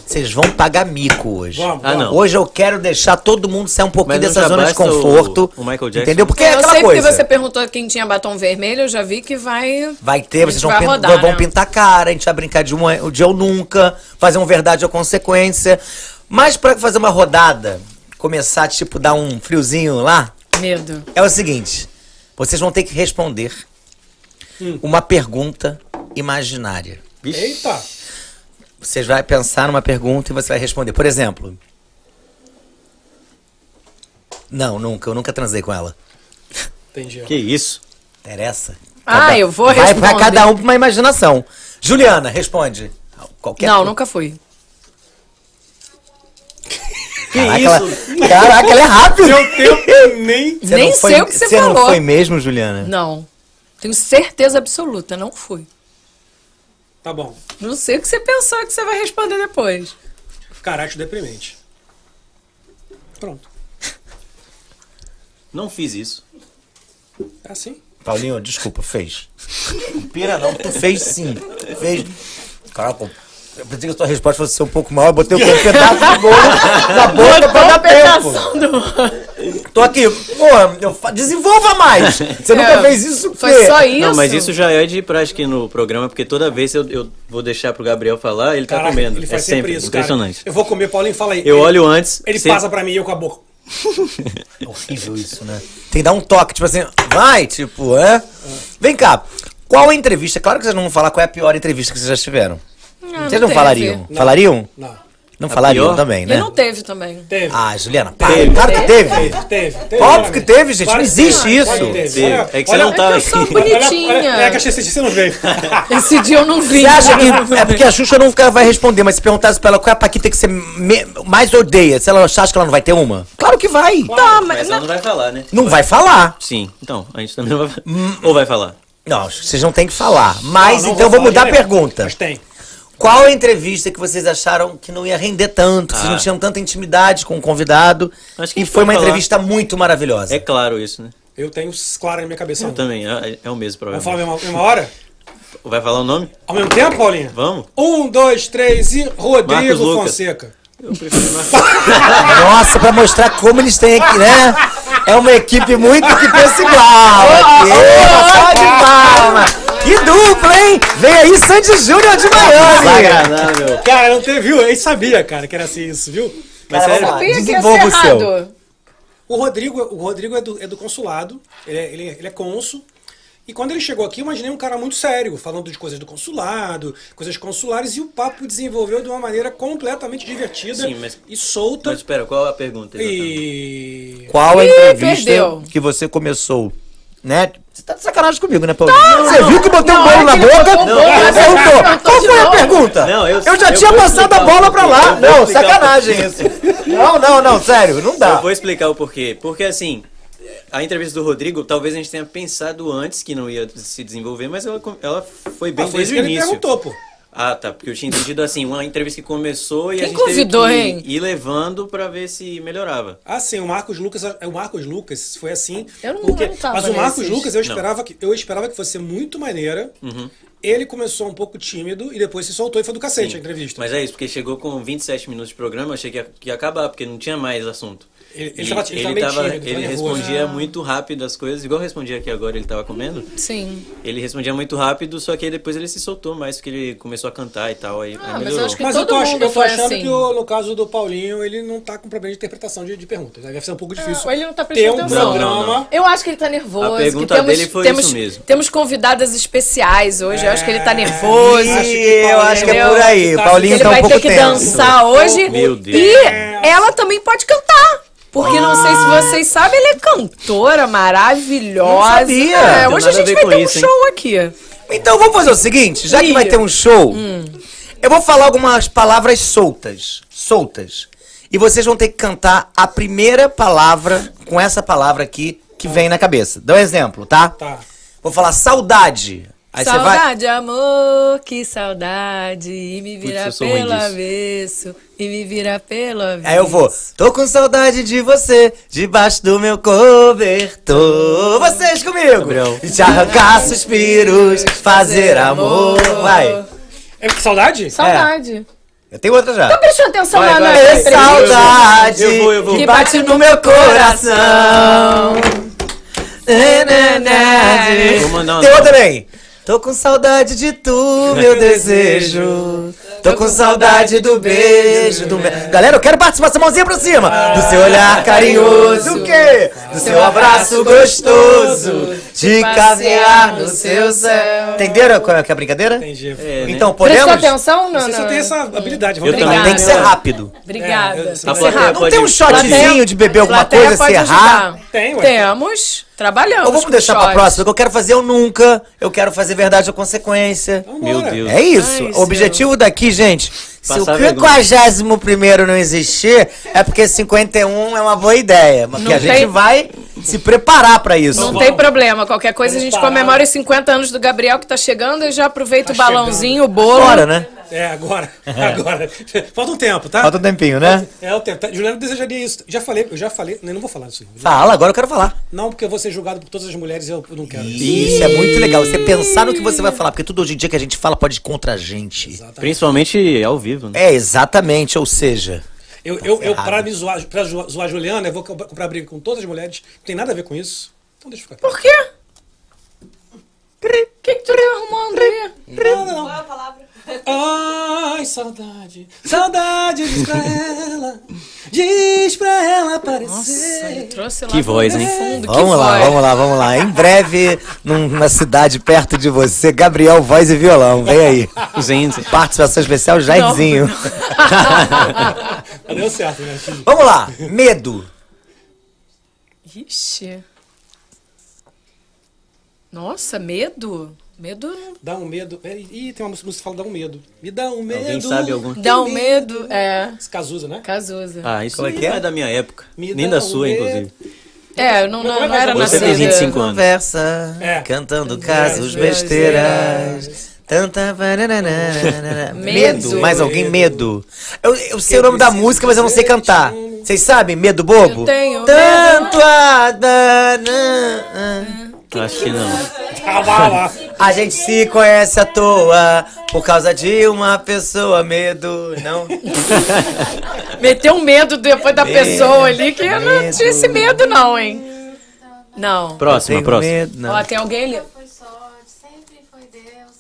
[SPEAKER 1] Vocês vão pagar mico hoje.
[SPEAKER 3] Vamos,
[SPEAKER 4] Ah, não.
[SPEAKER 1] Hoje eu quero deixar todo mundo sair um pouquinho
[SPEAKER 4] Mas não
[SPEAKER 1] dessa
[SPEAKER 4] já
[SPEAKER 1] zona de
[SPEAKER 4] basta o-
[SPEAKER 1] conforto.
[SPEAKER 4] o Michael Jackson?
[SPEAKER 1] Entendeu? Porque é
[SPEAKER 2] Eu
[SPEAKER 1] aquela
[SPEAKER 2] sei porque
[SPEAKER 1] coisa.
[SPEAKER 2] você perguntou quem tinha batom vermelho, eu já vi que vai.
[SPEAKER 1] Vai ter,
[SPEAKER 2] A gente
[SPEAKER 1] vocês vão,
[SPEAKER 2] vai
[SPEAKER 1] pin-
[SPEAKER 2] rodar,
[SPEAKER 1] vão
[SPEAKER 2] né?
[SPEAKER 1] pintar a cara, a gente vai brincar de, uma, de eu nunca, fazer um verdade ou consequência. Mas pra fazer uma rodada, começar, tipo, dar um friozinho lá,
[SPEAKER 2] Medo.
[SPEAKER 1] é o seguinte: vocês vão ter que responder
[SPEAKER 2] Hum.
[SPEAKER 1] uma pergunta imaginária.
[SPEAKER 3] Eita!
[SPEAKER 1] Vocês vai pensar numa pergunta e você vai responder. Por exemplo. Não, nunca, eu nunca transei com ela.
[SPEAKER 3] Entendi.
[SPEAKER 4] Que isso?
[SPEAKER 1] Interessa?
[SPEAKER 2] Ah, eu vou
[SPEAKER 1] Vai pra
[SPEAKER 2] responder.
[SPEAKER 1] cada um pra uma imaginação. Juliana, responde. Qualquer um.
[SPEAKER 2] Não, nunca fui.
[SPEAKER 4] Que
[SPEAKER 1] Caraca,
[SPEAKER 4] isso?
[SPEAKER 1] Ela, caraca, ela é rápida.
[SPEAKER 3] Meu tempo nem.
[SPEAKER 1] Você
[SPEAKER 2] Nem
[SPEAKER 1] não foi-
[SPEAKER 2] sei o que você
[SPEAKER 1] Você não
[SPEAKER 2] falou.
[SPEAKER 1] foi mesmo, Juliana?
[SPEAKER 2] Não. Tenho certeza absoluta, não fui.
[SPEAKER 3] Tá bom.
[SPEAKER 2] Não sei o que você pensou que você vai responder depois.
[SPEAKER 3] Cara, acho deprimente. Pronto.
[SPEAKER 4] Não fiz isso.
[SPEAKER 3] É assim.
[SPEAKER 1] Paulinho, desculpa, fez. Pira não, tu fez sim. Fez. Caraca, eu pensei que a sua resposta fosse ser um pouco maior, eu botei o pedaço de bolo na boca pra dar tempo. Tô aqui, porra, eu fa- desenvolva mais. Você nunca
[SPEAKER 2] É,
[SPEAKER 1] fez isso,
[SPEAKER 2] Foi
[SPEAKER 1] quê?
[SPEAKER 2] só isso?
[SPEAKER 4] Não, mas isso já é de prática no programa, porque toda vez eu, eu vou deixar pro Gabriel falar, ele tá
[SPEAKER 3] Caraca,
[SPEAKER 4] comendo.
[SPEAKER 3] ele
[SPEAKER 4] é
[SPEAKER 3] faz
[SPEAKER 4] sempre
[SPEAKER 3] sempre isso, cara.
[SPEAKER 4] impressionante.
[SPEAKER 3] Eu vou comer, Paulinho, fala aí.
[SPEAKER 4] Eu olho antes.
[SPEAKER 3] Ele
[SPEAKER 4] se-
[SPEAKER 3] passa pra mim e eu com a boca.
[SPEAKER 1] É horrível isso, né? Tem que dar um toque, tipo assim, vai, tipo, é? Vem cá, qual a entrevista? Claro que vocês não vão falar qual é a pior entrevista que vocês já tiveram. vocês não,
[SPEAKER 2] Ah, teve.
[SPEAKER 1] falariam?
[SPEAKER 3] Não.
[SPEAKER 1] Falariam?
[SPEAKER 3] Não.
[SPEAKER 1] Não falariam
[SPEAKER 4] pior?
[SPEAKER 1] também,
[SPEAKER 2] E
[SPEAKER 1] né?
[SPEAKER 2] não teve também.
[SPEAKER 3] Teve.
[SPEAKER 1] Ah, Juliana, para,
[SPEAKER 4] Teve.
[SPEAKER 1] claro que teve.
[SPEAKER 3] Teve, teve, teve. né?
[SPEAKER 1] Óbvio que teve, gente, não
[SPEAKER 3] Claro que
[SPEAKER 1] existe
[SPEAKER 3] teve,
[SPEAKER 1] isso.
[SPEAKER 3] claro que teve.
[SPEAKER 4] Teve.
[SPEAKER 3] Olha-
[SPEAKER 4] É que você
[SPEAKER 3] olha-
[SPEAKER 4] não tá
[SPEAKER 2] eu
[SPEAKER 4] *laughs*
[SPEAKER 1] *laughs*
[SPEAKER 2] sou
[SPEAKER 4] aqui.
[SPEAKER 2] bonitinha.
[SPEAKER 3] Olha, olha, é que a Chessi não veio.
[SPEAKER 2] *laughs* Esse dia eu não vi.
[SPEAKER 1] Você acha
[SPEAKER 2] *laughs*
[SPEAKER 1] que. É porque a Xuxa nunca vai responder, mas se perguntasse pra ela qual é a Paquita que você me- mais odeia, se ela acha que ela não vai ter uma? Claro que vai.
[SPEAKER 2] Tá, mas,
[SPEAKER 4] Mas ela não vai falar, né?
[SPEAKER 1] Não vai falar.
[SPEAKER 4] Sim, então, a gente também não vai
[SPEAKER 3] Hum.
[SPEAKER 4] falar. Ou vai falar?
[SPEAKER 1] Não, vocês não têm que falar. Mas
[SPEAKER 3] Não, não
[SPEAKER 1] então eu vou
[SPEAKER 3] falar
[SPEAKER 1] mudar a
[SPEAKER 3] de nenhum,
[SPEAKER 1] pergunta.
[SPEAKER 3] Mas tem.
[SPEAKER 1] Qual a entrevista que vocês acharam que não ia render tanto, que vocês não
[SPEAKER 4] Ah.
[SPEAKER 1] tinham tanta intimidade com o convidado?
[SPEAKER 4] Acho que
[SPEAKER 1] e
[SPEAKER 4] a gente
[SPEAKER 1] foi
[SPEAKER 4] pode
[SPEAKER 1] uma
[SPEAKER 4] falar.
[SPEAKER 1] entrevista muito maravilhosa.
[SPEAKER 4] É claro isso, né?
[SPEAKER 3] Eu tenho claro na minha cabeça.
[SPEAKER 4] Eu também, é, é o mesmo
[SPEAKER 3] Vamos falar
[SPEAKER 4] problema.
[SPEAKER 3] a mesma, mesma hora?
[SPEAKER 4] Vai falar o nome?
[SPEAKER 3] Ao mesmo tempo, Paulinha?
[SPEAKER 4] Vamos?
[SPEAKER 3] Um, dois, três e Rodrigo
[SPEAKER 4] Marcos Lucas.
[SPEAKER 3] Fonseca.
[SPEAKER 4] Eu prefiro Marcos.
[SPEAKER 1] Nossa, pra mostrar como eles têm aqui, né? É uma equipe muito que pensa igual. aqui. Salva de palma. Que dupla, hein? Vem aí Sandy Júnior de Miami.
[SPEAKER 4] Agradável.
[SPEAKER 3] Cara, não teve, viu? Ele sabia, cara, que era assim isso, viu?
[SPEAKER 4] Mas
[SPEAKER 1] Cara,
[SPEAKER 4] sério,
[SPEAKER 1] vamos lá.
[SPEAKER 2] sabia que ia
[SPEAKER 1] Desenvolva
[SPEAKER 2] ser
[SPEAKER 1] o seu.
[SPEAKER 2] errado.
[SPEAKER 3] O Rodrigo, o Rodrigo é, do, é do consulado, ele é, ele, é- ele é cônsul. E quando ele chegou aqui, eu imaginei um cara muito sério, falando de coisas do consulado, coisas consulares, e o papo desenvolveu de uma maneira completamente divertida
[SPEAKER 4] Sim, mas-
[SPEAKER 3] e solta.
[SPEAKER 4] Mas espera, qual é a pergunta? exatamente?
[SPEAKER 3] E.
[SPEAKER 1] Qual a
[SPEAKER 2] Ih,
[SPEAKER 1] entrevista
[SPEAKER 2] perdeu.
[SPEAKER 1] que você começou né? Você tá de sacanagem comigo, né, Paulinho? Você viu que eu botei
[SPEAKER 2] Não,
[SPEAKER 1] um bolo na
[SPEAKER 2] aquele
[SPEAKER 1] boca?
[SPEAKER 2] botou um
[SPEAKER 4] bolo
[SPEAKER 1] Ela
[SPEAKER 4] na
[SPEAKER 2] boca,
[SPEAKER 1] perguntou.
[SPEAKER 2] perguntou
[SPEAKER 1] Qual
[SPEAKER 2] de
[SPEAKER 1] foi a
[SPEAKER 2] novo.
[SPEAKER 1] pergunta?
[SPEAKER 4] Não, eu-
[SPEAKER 1] já
[SPEAKER 4] eu
[SPEAKER 1] tinha
[SPEAKER 4] vou
[SPEAKER 1] passado a
[SPEAKER 4] explicar
[SPEAKER 1] bola
[SPEAKER 4] um
[SPEAKER 1] pra
[SPEAKER 4] pouquinho,
[SPEAKER 1] lá.
[SPEAKER 4] eu vou
[SPEAKER 1] Não,
[SPEAKER 4] explicar um
[SPEAKER 1] sacanagem.
[SPEAKER 4] pouquinho.
[SPEAKER 1] Não, não, não, sério, não
[SPEAKER 4] Eu
[SPEAKER 1] dá.
[SPEAKER 4] vou explicar o porquê. Porque assim, a entrevista do Rodrigo, talvez a gente tenha pensado antes que não ia se desenvolver, mas ela, ela foi bem
[SPEAKER 3] Ah, foi
[SPEAKER 4] desde
[SPEAKER 3] isso
[SPEAKER 4] o
[SPEAKER 3] que ele
[SPEAKER 4] início.
[SPEAKER 3] perguntou, pô.
[SPEAKER 4] Ah, tá. Porque eu tinha entendido assim, uma entrevista que começou e a
[SPEAKER 2] Quem
[SPEAKER 4] gente
[SPEAKER 2] convidou,
[SPEAKER 4] teve que
[SPEAKER 2] hein?
[SPEAKER 4] ir levando pra ver se melhorava.
[SPEAKER 3] Ah, sim, o Marcos Lucas, é o Marcos Lucas foi assim.
[SPEAKER 2] Eu não-
[SPEAKER 3] porque,
[SPEAKER 2] eu não tava
[SPEAKER 3] mas o Marcos
[SPEAKER 2] nesses.
[SPEAKER 3] Lucas eu esperava que eu esperava que fosse muito maneira.
[SPEAKER 4] Uhum.
[SPEAKER 3] Ele começou um pouco tímido e depois se soltou e foi do cacete
[SPEAKER 4] Sim.
[SPEAKER 3] a entrevista.
[SPEAKER 4] Mas é isso, porque chegou com 27 minutos de programa, eu achei que ia, que ia acabar, porque não tinha mais assunto.
[SPEAKER 3] Ele- ele
[SPEAKER 4] E
[SPEAKER 3] tava- ele né? tava meio tímido,
[SPEAKER 4] ele
[SPEAKER 3] tava nervoso.
[SPEAKER 4] respondia muito rápido as coisas, igual eu respondia aqui agora, ele tava comendo.
[SPEAKER 2] Sim.
[SPEAKER 4] Ele respondia muito rápido, só que aí depois ele se soltou mais, porque ele começou a cantar e tal, aí,
[SPEAKER 2] Ah,
[SPEAKER 4] aí
[SPEAKER 2] mas eu
[SPEAKER 4] melhorou.
[SPEAKER 2] acho que-
[SPEAKER 3] Mas eu
[SPEAKER 2] todo
[SPEAKER 3] tô, ach-
[SPEAKER 2] mundo
[SPEAKER 3] eu tô
[SPEAKER 2] foi
[SPEAKER 3] achando
[SPEAKER 2] assim.
[SPEAKER 3] que o- no caso do Paulinho, ele não tá com problema de interpretação de, de perguntas. Deve ser um pouco difícil.
[SPEAKER 2] ou ele não tá
[SPEAKER 3] ter
[SPEAKER 2] prestando
[SPEAKER 3] um
[SPEAKER 2] atenção.
[SPEAKER 3] programa.
[SPEAKER 4] Não, não, não.
[SPEAKER 2] Eu acho que ele tá nervoso.
[SPEAKER 4] A pergunta
[SPEAKER 2] que temos,
[SPEAKER 4] dele foi
[SPEAKER 2] temos,
[SPEAKER 4] isso mesmo.
[SPEAKER 2] Temos convidadas especiais hoje. Eu acho que ele tá nervoso.
[SPEAKER 1] Oi,
[SPEAKER 3] Acho que
[SPEAKER 1] eu
[SPEAKER 3] Paulinho-
[SPEAKER 1] acho É. que é
[SPEAKER 2] Entendeu?
[SPEAKER 1] por aí. O
[SPEAKER 3] Ele
[SPEAKER 1] Paulinho
[SPEAKER 2] ele
[SPEAKER 1] tá um
[SPEAKER 2] vai
[SPEAKER 1] pouco
[SPEAKER 2] ter que
[SPEAKER 1] tenso.
[SPEAKER 2] dançar hoje.
[SPEAKER 4] Meu Deus.
[SPEAKER 2] E ela também pode cantar. Porque não sei se vocês sabem, ela é cantora maravilhosa.
[SPEAKER 1] Não sabia.
[SPEAKER 2] É,
[SPEAKER 4] Tem nada
[SPEAKER 2] hoje a
[SPEAKER 4] a
[SPEAKER 2] gente
[SPEAKER 4] ver
[SPEAKER 2] vai
[SPEAKER 4] com
[SPEAKER 2] ter
[SPEAKER 4] isso,
[SPEAKER 2] um
[SPEAKER 4] hein?
[SPEAKER 2] show aqui.
[SPEAKER 1] Então vamos fazer o seguinte, já que vai ter um show,
[SPEAKER 2] Hum.
[SPEAKER 1] eu vou falar algumas palavras soltas, soltas. E vocês vão ter que cantar a primeira palavra com essa palavra aqui que vem na cabeça. Dá um exemplo, tá?
[SPEAKER 3] Tá.
[SPEAKER 1] Vou falar saudade. Aí você vai
[SPEAKER 2] saudade, amor, que saudade. E me vira
[SPEAKER 4] eu sou ruim
[SPEAKER 2] pelo
[SPEAKER 4] disso.
[SPEAKER 2] avesso. E me vira pelo avesso.
[SPEAKER 1] Aí eu vou. Tô com saudade de você, debaixo do meu cobertor. Vocês comigo. E te arrancar suspiros, fazer amor. Vai.
[SPEAKER 3] É que saudade?
[SPEAKER 2] Saudade.
[SPEAKER 1] Eu tenho outra já.
[SPEAKER 2] Tá prestando atenção
[SPEAKER 4] Vai,
[SPEAKER 2] lá
[SPEAKER 4] vai,
[SPEAKER 2] na
[SPEAKER 4] vai.
[SPEAKER 1] É
[SPEAKER 2] entrevista?
[SPEAKER 1] saudade
[SPEAKER 4] Eu vou, eu vou.
[SPEAKER 1] que bate no meu coração. Né,
[SPEAKER 4] Vou mandar um uma nova.
[SPEAKER 1] Tem outra também. Tô com saudade de tu,
[SPEAKER 4] *laughs*
[SPEAKER 1] meu desejo. Tô com saudade do beijo. Do... me- Galera, eu quero participar essa mãozinha pra cima. Do seu olhar carinhoso. O quê? Do seu abraço gostoso. De casear no seu céu. Entenderam qual é que é a brincadeira?
[SPEAKER 3] Entendi.
[SPEAKER 4] É, né?
[SPEAKER 1] Então,
[SPEAKER 2] Prestou
[SPEAKER 1] podemos?
[SPEAKER 2] atenção, Nana?
[SPEAKER 3] Você só tem essa habilidade.
[SPEAKER 4] Eu
[SPEAKER 3] Vamos
[SPEAKER 4] também.
[SPEAKER 1] Não, tem que ser rápido.
[SPEAKER 2] Obrigada.
[SPEAKER 3] É, eu-
[SPEAKER 2] Tem
[SPEAKER 4] A
[SPEAKER 2] que ser
[SPEAKER 4] plateia
[SPEAKER 2] rápido.
[SPEAKER 1] Não
[SPEAKER 4] pode-
[SPEAKER 1] tem um shotzinho de beber alguma
[SPEAKER 2] Plateia
[SPEAKER 1] coisa, se
[SPEAKER 2] pode
[SPEAKER 1] errar?
[SPEAKER 2] ajudar.
[SPEAKER 3] Tem, ué.
[SPEAKER 2] Temos. Trabalhamos.
[SPEAKER 1] Ou vamos
[SPEAKER 2] com
[SPEAKER 1] deixar pra
[SPEAKER 2] shot.
[SPEAKER 1] próxima, que eu quero fazer eu nunca, eu quero fazer verdade ou consequência.
[SPEAKER 4] Meu Deus.
[SPEAKER 1] É isso.
[SPEAKER 2] Ai,
[SPEAKER 1] o objetivo daqui, gente, se o
[SPEAKER 4] Passar vergonha.
[SPEAKER 1] 51 não existir, é porque 51 é uma boa ideia. Mas que a
[SPEAKER 2] tem-
[SPEAKER 1] gente vai se preparar pra isso.
[SPEAKER 2] Não tem problema. Qualquer coisa a
[SPEAKER 3] Vamos
[SPEAKER 2] gente
[SPEAKER 3] parar.
[SPEAKER 2] comemora os 50 anos do Gabriel que tá chegando e já aproveita
[SPEAKER 3] Tá
[SPEAKER 2] o balããozinho, o bolo.
[SPEAKER 1] Agora, né? *laughs*
[SPEAKER 3] É, agora. Agora. Falta um tempo, tá?
[SPEAKER 1] Falta um tempinho, né?
[SPEAKER 3] É o tempo. Tá, Juliana desejaria isso. Já falei, eu já falei. Eu não vou falar disso. não.
[SPEAKER 1] Fala, agora eu quero falar.
[SPEAKER 3] Não, porque eu vou ser julgado por todas as mulheres e eu não quero isso.
[SPEAKER 1] Isso é muito legal. Você pensar no que você vai falar, porque tudo hoje em dia que a gente fala pode ir contra a gente.
[SPEAKER 4] Principalmente ao vivo, né?
[SPEAKER 1] É, exatamente, ou seja.
[SPEAKER 3] Eu, eu, eu,
[SPEAKER 1] ferrado.
[SPEAKER 3] pra me zoar, pra zoar zoar a Juliana, eu vou co- comprar briga com todas as mulheres. Não tem nada a ver
[SPEAKER 2] *laughs*
[SPEAKER 3] com isso. *laughs* Então deixa eu ficar.
[SPEAKER 2] Por quê? O que, que tu tá arrumando aí?
[SPEAKER 3] Não, não, não. Ai, saudade. Saudade, diz pra ela. Diz pra ela aparecer.
[SPEAKER 2] Trouxe lá
[SPEAKER 4] Que voz,
[SPEAKER 2] pro
[SPEAKER 4] hein?
[SPEAKER 2] fundo, que
[SPEAKER 1] Vamos lá,
[SPEAKER 2] voz.
[SPEAKER 1] vamos lá, vamos lá. Em breve, numa cidade perto de você, Gabriel Voz e Violão. Vem aí.
[SPEAKER 4] Gente.
[SPEAKER 1] Participação especial, Jairzinho.
[SPEAKER 3] Ah, Deu certo, né? filho?
[SPEAKER 1] *laughs* Vamos lá. Medo.
[SPEAKER 2] Ixi. Nossa, medo? Medo não
[SPEAKER 3] Dá um medo. É, Ih, tem uma música que fala dá um medo. Me dá um medo.
[SPEAKER 4] sabe algum?
[SPEAKER 2] dá um medo. É,
[SPEAKER 3] Esse Cazuza, né?
[SPEAKER 2] Cazuza.
[SPEAKER 4] Ah, isso
[SPEAKER 1] Como é
[SPEAKER 4] nem
[SPEAKER 1] que é?
[SPEAKER 4] é da minha época.
[SPEAKER 3] Me
[SPEAKER 4] nem
[SPEAKER 3] dá
[SPEAKER 4] da
[SPEAKER 3] um
[SPEAKER 4] sua,
[SPEAKER 3] medo.
[SPEAKER 4] inclusive.
[SPEAKER 2] É, eu não, não, não era
[SPEAKER 3] Você
[SPEAKER 4] Você
[SPEAKER 2] nascida.
[SPEAKER 4] tem 25 anos.
[SPEAKER 1] Conversa,
[SPEAKER 3] É.
[SPEAKER 1] cantando casos,
[SPEAKER 2] Besteiras.
[SPEAKER 1] besteiras. Tanta. bananana.
[SPEAKER 2] Medo.
[SPEAKER 1] Medo. Mais alguém? Medo. Eu, eu sei o nome da
[SPEAKER 3] preciso
[SPEAKER 1] música, mas eu não sei
[SPEAKER 3] dizer,
[SPEAKER 1] cantar.
[SPEAKER 3] te amo.
[SPEAKER 1] Vocês sabem? Medo bobo?
[SPEAKER 2] Eu tenho
[SPEAKER 1] Tanto a. banana-
[SPEAKER 4] Acho que não.
[SPEAKER 3] Ah, lá, lá.
[SPEAKER 1] *laughs* A gente se conhece à toa por causa de uma pessoa. Medo, não?
[SPEAKER 2] Meteu um medo depois da pessoa ali que eu não
[SPEAKER 1] medo.
[SPEAKER 2] tinha esse medo, não, hein? Não.
[SPEAKER 4] Próxima,
[SPEAKER 1] Tenho
[SPEAKER 4] próxima.
[SPEAKER 1] medo, não.
[SPEAKER 2] Ó, tem alguém ali.
[SPEAKER 5] Foi sorte, sempre foi Deus.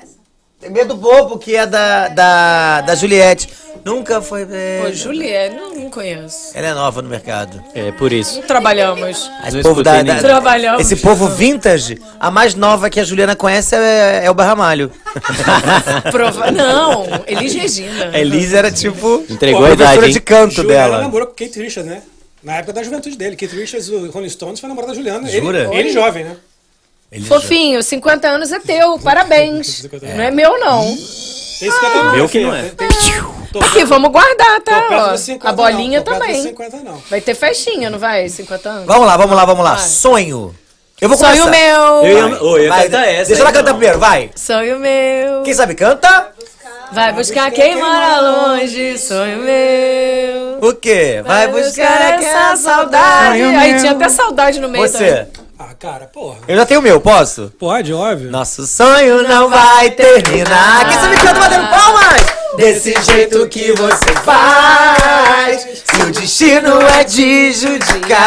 [SPEAKER 5] Essa?
[SPEAKER 1] Tem *laughs* medo bobo que é da, da, da Juliette. Nunca foi
[SPEAKER 2] Pô,
[SPEAKER 1] beijo.
[SPEAKER 2] Juliette, É, não, não conheço.
[SPEAKER 1] Ela é nova no mercado.
[SPEAKER 4] É por isso.
[SPEAKER 2] Não
[SPEAKER 3] Então,
[SPEAKER 2] trabalhamos.
[SPEAKER 1] Esse
[SPEAKER 4] Não
[SPEAKER 1] povo,
[SPEAKER 4] escutei
[SPEAKER 1] da, da-
[SPEAKER 4] ninguém.
[SPEAKER 2] Trabalhamos.
[SPEAKER 1] esse povo vintage, a mais nova que a Juliana conhece é, é o
[SPEAKER 2] *laughs*
[SPEAKER 1] Barramalho.
[SPEAKER 3] *laughs*
[SPEAKER 2] Prova... Não, Elis Regina.
[SPEAKER 1] Elisa era tipo
[SPEAKER 4] Entregou a
[SPEAKER 1] a professora
[SPEAKER 4] idade, hein?
[SPEAKER 1] de canto
[SPEAKER 3] Juliana
[SPEAKER 1] dela.
[SPEAKER 3] namorou com Kate Richards, né? Na época da juventude dele. Keith Richards, o Rolling Stones, foi namorado da Juliana.
[SPEAKER 1] Jura?
[SPEAKER 3] Ele, ele jovem, né?
[SPEAKER 1] Ele já-
[SPEAKER 2] Fofinho, 50 anos é teu, parabéns. Não é meu, não.
[SPEAKER 3] Tem 50 anos.
[SPEAKER 4] Meu que não
[SPEAKER 3] filha.
[SPEAKER 4] é.
[SPEAKER 3] Tem, tem, tô
[SPEAKER 2] Aqui, vamos guardar,
[SPEAKER 3] tô perto
[SPEAKER 2] tá?
[SPEAKER 3] dos
[SPEAKER 2] Ó,
[SPEAKER 3] 50
[SPEAKER 2] a bolinha
[SPEAKER 3] não, tô perto dos
[SPEAKER 2] também.
[SPEAKER 3] 50 não.
[SPEAKER 2] Vai ter festinha, não vai? 50 anos?
[SPEAKER 1] Vamos lá, vamos lá, vamos lá.
[SPEAKER 2] Vai.
[SPEAKER 1] Sonho. Eu vou
[SPEAKER 2] Sonho
[SPEAKER 1] começar.
[SPEAKER 2] meu!
[SPEAKER 4] Eu ia- Ô, eu ia
[SPEAKER 1] Vai,
[SPEAKER 4] cantar essa.
[SPEAKER 1] Deixa ela
[SPEAKER 4] aí,
[SPEAKER 1] cantar
[SPEAKER 4] não.
[SPEAKER 1] primeiro, vai.
[SPEAKER 2] Sonho meu!
[SPEAKER 1] Quem sabe canta?
[SPEAKER 3] Ah,
[SPEAKER 2] Vai buscar quem mora longe, sonho meu!
[SPEAKER 1] O quê? Vai, buscar aquela saudade.
[SPEAKER 2] Aí tinha até saudade no meio também.
[SPEAKER 1] Você.
[SPEAKER 3] Ah, cara, porra.
[SPEAKER 1] Eu já tenho o meu, posso?
[SPEAKER 3] Pode, óbvio.
[SPEAKER 1] Nosso sonho não vai terminar. Quem sabe canta batendo palmas? Desse jeito que você faz, se o destino é de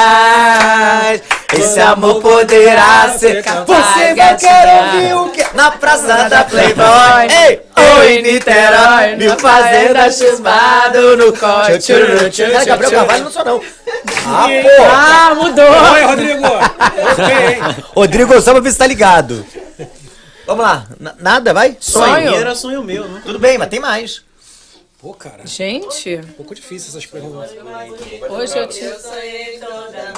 [SPEAKER 1] judicar, esse amor poderá
[SPEAKER 3] é
[SPEAKER 1] ser capaz. um
[SPEAKER 2] Você vai querer ouvir
[SPEAKER 1] o que? Na praça da Playboy, ei, oi Niterói, me fazenda *laughs* chusmado no corte. Cara, Gabriel Carvalho não sou não. Ah, pô.
[SPEAKER 2] Ah, mudou!
[SPEAKER 3] Oi, Rodrigo. Gostei, hein?
[SPEAKER 1] Rodrigo Osama, vê se tá ligado. Vamos lá, N- nada, vai?
[SPEAKER 2] Sonho?
[SPEAKER 4] Sonho era sonho meu, né?
[SPEAKER 1] Tudo bem, mas tem mais.
[SPEAKER 3] Pô, cara, um
[SPEAKER 2] Gente,
[SPEAKER 3] pouco difícil essas coisas.
[SPEAKER 2] hoje eu te.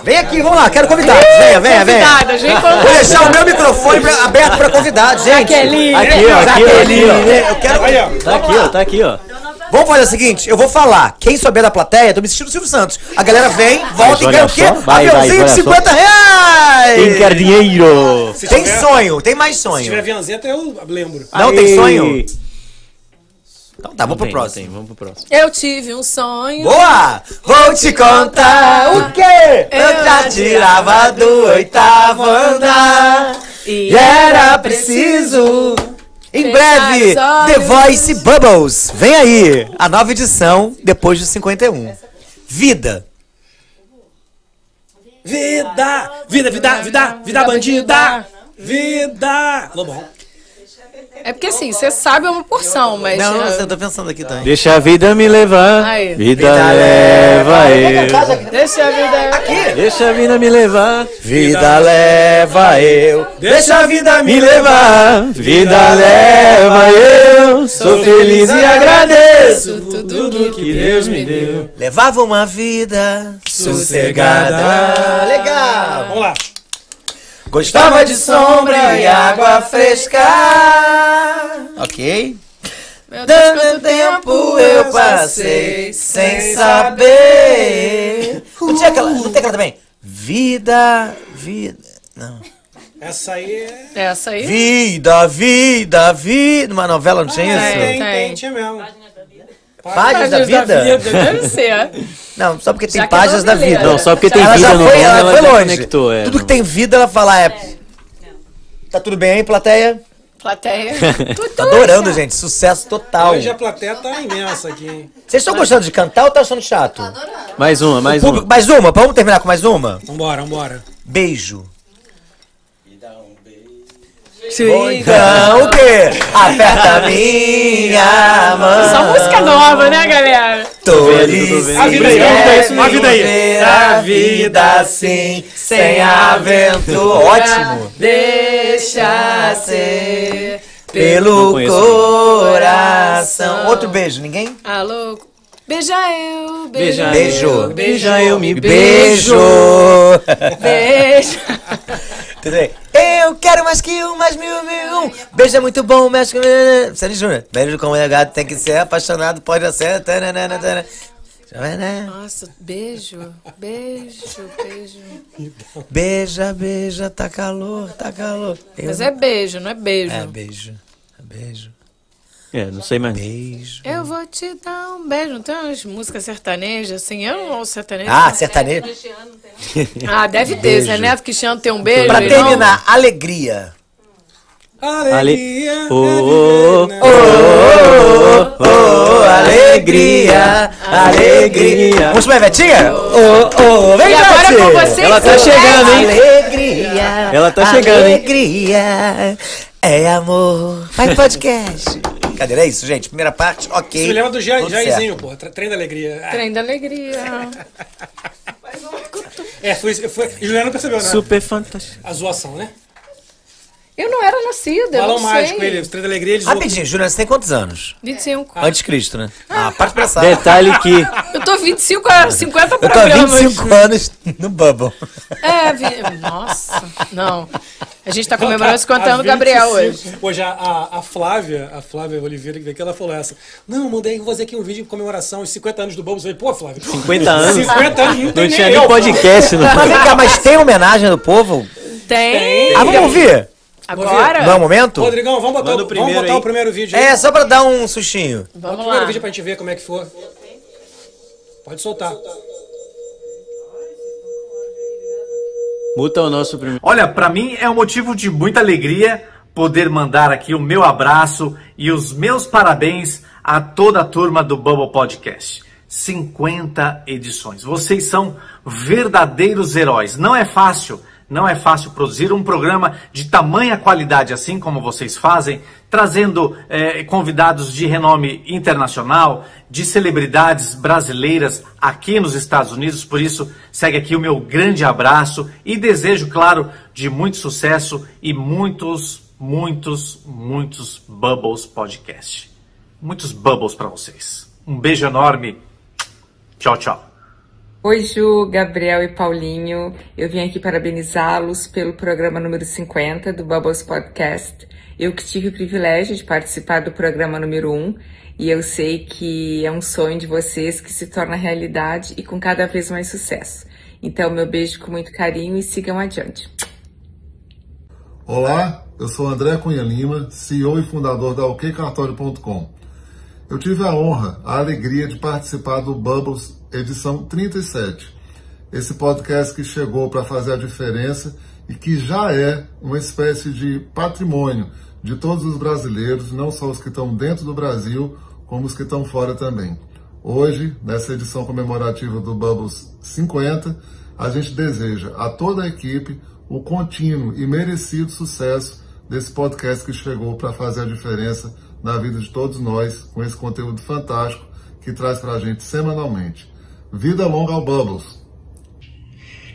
[SPEAKER 1] Vem aqui, vamos lá, quero convidados. Venha, venha, venha.
[SPEAKER 2] Convidadas, vem
[SPEAKER 1] Vou
[SPEAKER 2] convidadas.
[SPEAKER 1] deixar o meu microfone pra- aberto pra convidados, gente.
[SPEAKER 2] Jaqueline.
[SPEAKER 1] Aqui, ó, aqui, ó, aqui, ó. Eu quero...
[SPEAKER 3] Aí, ó.
[SPEAKER 4] Tá aqui, ó, tá aqui, ó.
[SPEAKER 1] Vamos fazer o seguinte, eu vou falar. Quem souber da plateia, tô me assistindo o Silvio Santos. A galera vem, volta e
[SPEAKER 6] olha
[SPEAKER 1] ganha o quê?
[SPEAKER 6] só, vai, vai,
[SPEAKER 1] Aviãozinho de
[SPEAKER 6] olha só.
[SPEAKER 1] 50 reais.
[SPEAKER 6] Quem quer dinheiro?
[SPEAKER 3] Se
[SPEAKER 1] Tem
[SPEAKER 3] tiver-
[SPEAKER 1] sonho, tem mais
[SPEAKER 3] Se tiver
[SPEAKER 1] sonho.
[SPEAKER 3] vianzeta, eu lembro.
[SPEAKER 1] Não tem
[SPEAKER 6] Aí.
[SPEAKER 1] sonho? Então tá, vou
[SPEAKER 4] Não
[SPEAKER 1] pro
[SPEAKER 4] tem,
[SPEAKER 1] próximo.
[SPEAKER 4] não tem, Vamos pro próximo.
[SPEAKER 2] Eu tive um sonho. Ah,
[SPEAKER 1] Boa! Vou te contar
[SPEAKER 2] É.
[SPEAKER 1] o quê? Eu já tirava do oitavo andar e era preciso. Em
[SPEAKER 2] Fechar
[SPEAKER 1] breve,
[SPEAKER 2] os olhos.
[SPEAKER 1] The Voice Bubbles. Vem aí, a nova edição depois do 51. Vida.
[SPEAKER 3] Vida! Vida, vida, vida, vida bandida! Vida! Lobão.
[SPEAKER 2] É porque assim, você sabe uma porção, mas.
[SPEAKER 1] Não,
[SPEAKER 2] ah,
[SPEAKER 1] eu tô pensando aqui também.
[SPEAKER 6] Deixa a vida me levar.
[SPEAKER 2] Aí.
[SPEAKER 6] Vida leva eu.
[SPEAKER 2] Deixa a vida. Aqui!
[SPEAKER 6] Deixa a vida me levar.
[SPEAKER 1] Vida
[SPEAKER 4] É,
[SPEAKER 1] leva eu.
[SPEAKER 3] Deixa a vida
[SPEAKER 6] Ah, Me levar. Vida leva eu. Sou feliz e agradeço.
[SPEAKER 2] Tudo que
[SPEAKER 6] Deus me deu.
[SPEAKER 1] Levava uma vida sossegada. Legal!
[SPEAKER 3] Vamos lá.
[SPEAKER 1] Gostava de sombra e água fresca. Ok.
[SPEAKER 2] Meu Deus,
[SPEAKER 1] Tanto
[SPEAKER 2] quanto
[SPEAKER 1] tempo eu passei sem saber. é Uh! Não tinha aquela, não tem aquela também? Vida, vida. Não.
[SPEAKER 3] Essa aí é.
[SPEAKER 2] Essa aí?
[SPEAKER 1] Vida, vida, vida. Numa novela não tinha
[SPEAKER 2] é.
[SPEAKER 1] isso?
[SPEAKER 3] Tem,
[SPEAKER 2] tem.
[SPEAKER 3] tem, tinha mesmo.
[SPEAKER 1] Páginas da vida?
[SPEAKER 2] Deve ser.
[SPEAKER 1] Não, só porque tem
[SPEAKER 2] Já que é
[SPEAKER 1] páginas da
[SPEAKER 2] brasileira.
[SPEAKER 1] vida.
[SPEAKER 6] Não, só porque tem
[SPEAKER 1] Ela
[SPEAKER 6] vida
[SPEAKER 1] já
[SPEAKER 6] no
[SPEAKER 1] foi,
[SPEAKER 6] nome,
[SPEAKER 1] ela
[SPEAKER 6] já
[SPEAKER 1] foi longe.
[SPEAKER 6] conectou. É,
[SPEAKER 1] Tudo que
[SPEAKER 6] não-
[SPEAKER 1] tem vida, ela fala, é. Tá tudo bem, hein, plateia? *laughs*
[SPEAKER 2] Plateia. Tutu,
[SPEAKER 1] Tá adorando, gente. Sucesso total.
[SPEAKER 3] Hoje a plateia tá imensa aqui, hein?
[SPEAKER 1] Vocês estão gostando de cantar ou tá achando chato?
[SPEAKER 6] Mais uma, mais
[SPEAKER 1] Público,
[SPEAKER 6] uma.
[SPEAKER 1] mais uma, vamos terminar com mais uma?
[SPEAKER 3] Vambora, vambora.
[SPEAKER 1] Beijo. Ou
[SPEAKER 2] Sim.
[SPEAKER 1] então o quê? Aperta a minha mão.
[SPEAKER 2] Só música nova, né, galera?
[SPEAKER 1] Tô
[SPEAKER 6] tudo bem.
[SPEAKER 1] né? A vida aí,
[SPEAKER 3] vamos ver isso, uma vida aí.
[SPEAKER 1] A vida assim, sem aventura. Ótimo.
[SPEAKER 2] Deixa ser.
[SPEAKER 6] Não
[SPEAKER 1] Pelo
[SPEAKER 6] conheço.
[SPEAKER 1] coração. Outro beijo, ninguém?
[SPEAKER 2] Alô? Beija eu, beija,
[SPEAKER 1] Beijo.
[SPEAKER 2] eu, beija eu, me
[SPEAKER 1] Beijo.
[SPEAKER 2] Beijo.
[SPEAKER 1] Tudo bem? Eu quero mais que um, mais mil, mil. um. Beijo é muito bom, mexe com. Sandy Júnior. Beijo com o legado tem que ser apaixonado, pode ser. Tananana, tanana. É, né?
[SPEAKER 2] Nossa, beijo, beijo, beijo.
[SPEAKER 1] Beija, beija, tá calor, tá calor. Eu-
[SPEAKER 2] Mas é beijo, não é beijo.
[SPEAKER 1] É, beijo. Beijo.
[SPEAKER 6] É, não sei mais.
[SPEAKER 1] Beijo.
[SPEAKER 2] Eu vou te dar um beijo. Não tem umas músicas sertanejas assim? Eu não ouço sertanejo.
[SPEAKER 1] Ah, sertanejo.
[SPEAKER 2] Ah, deve ter. Zé Neto Cristiano tem um beijo.
[SPEAKER 1] Pra
[SPEAKER 2] irmão?
[SPEAKER 1] terminar, alegria.
[SPEAKER 3] Alegria.
[SPEAKER 6] Oh, oh,
[SPEAKER 3] é
[SPEAKER 6] oh,
[SPEAKER 3] divina.
[SPEAKER 1] Oh, alegria, alegria. Vamos pra Betinha? Oh, oh, vem
[SPEAKER 2] E agora
[SPEAKER 1] Beth.
[SPEAKER 2] com vocês,
[SPEAKER 6] Ela tá
[SPEAKER 2] o
[SPEAKER 6] chegando, hein?
[SPEAKER 1] Alegria.
[SPEAKER 6] Ela tá chegando, hein?
[SPEAKER 1] Alegria é amor. Vai podcast. Cadê? É isso, gente. Primeira parte, ok.
[SPEAKER 3] Você me lembra do Ja-
[SPEAKER 1] Tudo
[SPEAKER 3] Jairzinho, pô. Tre- Trem da alegria. Ah,
[SPEAKER 2] Trem da alegria.
[SPEAKER 3] É, foi isso. Foi... E Juliana não percebeu, né?
[SPEAKER 6] Super fantástico.
[SPEAKER 3] A zoação, né?
[SPEAKER 2] Eu não era nascida, eu
[SPEAKER 3] Balão
[SPEAKER 2] não
[SPEAKER 3] mágico,
[SPEAKER 2] sei.
[SPEAKER 3] ele, os três da alegria, eles
[SPEAKER 1] Rapidinho, Juliana, você tem quantos anos?
[SPEAKER 2] 25.
[SPEAKER 1] Antes de Cristo, né? Ah, parte pra pensar.
[SPEAKER 6] Detalhe
[SPEAKER 1] *laughs*
[SPEAKER 6] que
[SPEAKER 2] Eu tô 25 a 50
[SPEAKER 1] Eu tô há
[SPEAKER 2] programas.
[SPEAKER 1] 25 anos no Bubble.
[SPEAKER 2] É, vi... nossa, não. A gente tá comemorando
[SPEAKER 3] Tá,
[SPEAKER 2] 50 anos
[SPEAKER 3] às
[SPEAKER 2] do Gabriel
[SPEAKER 3] 25.
[SPEAKER 2] hoje.
[SPEAKER 3] Hoje a, a, a Flávia, a Flávia Oliveira que veio aqui, ela falou essa. Não, mandei fazer aqui um vídeo em comemoração aos 50 anos do Bubbles. Eu falei, pô, Flávia,
[SPEAKER 6] 50 anos.
[SPEAKER 3] 50 anos não, tem
[SPEAKER 6] Não tinha
[SPEAKER 3] eu,
[SPEAKER 6] nem podcast no
[SPEAKER 1] Mas vem cá, mas tem homenagem do povo?
[SPEAKER 2] Tem.
[SPEAKER 1] Ah, vamos ouvir?
[SPEAKER 2] Agora?
[SPEAKER 1] Não é o momento?
[SPEAKER 3] Rodrigão, vamos botar,
[SPEAKER 4] Manda
[SPEAKER 3] o,
[SPEAKER 4] o
[SPEAKER 3] vamos
[SPEAKER 4] primeiro
[SPEAKER 3] botar
[SPEAKER 4] aí.
[SPEAKER 3] o primeiro vídeo aí.
[SPEAKER 1] É, só pra dar um sustinho.
[SPEAKER 3] Bota o
[SPEAKER 2] Vamos
[SPEAKER 3] primeiro
[SPEAKER 2] lá.
[SPEAKER 3] vídeo pra gente ver como é que for. Pode soltar.
[SPEAKER 4] Muta o nosso primeiro.
[SPEAKER 7] Olha, para mim é um motivo de muita alegria poder mandar aqui o meu abraço e os meus parabéns a toda a turma do Bubble Podcast. 50 edições. Vocês são verdadeiros heróis. Não é fácil, não é fácil produzir um programa de tamanha qualidade assim como vocês fazem, trazendo eh, convidados de renome internacional, de celebridades brasileiras aqui nos Estados Unidos. Por isso, segue aqui o meu grande abraço e desejo, claro, de muito sucesso e muitos, muitos, muitos Bubbles Podcast. Muitos Bubbles para vocês. Um beijo enorme. Tchau, tchau.
[SPEAKER 8] Oi, Ju, Gabriel e Paulinho. Eu vim aqui parabenizá-los pelo programa número 50 do Bubbles Podcast. Eu que tive o privilégio de participar do programa número 1 e eu sei que é um sonho de vocês que se torna realidade e com cada vez mais sucesso. Então, meu beijo com muito carinho e sigam adiante.
[SPEAKER 9] Olá, eu sou André Cunha Lima, CEO e fundador da OKCartório.com. Eu tive a honra, a alegria de participar do Bubbles edição 37, esse podcast que chegou para fazer a diferença e que já é uma espécie de patrimônio de todos os brasileiros, não só os que estão dentro do Brasil, como os que estão fora também. Hoje, nessa edição comemorativa do Bubbles 50, a gente deseja a toda a equipe o contínuo e merecido sucesso desse podcast que chegou para fazer a diferença na vida de todos nós com esse conteúdo fantástico que traz para a gente semanalmente. Vida longa ao Bubbles!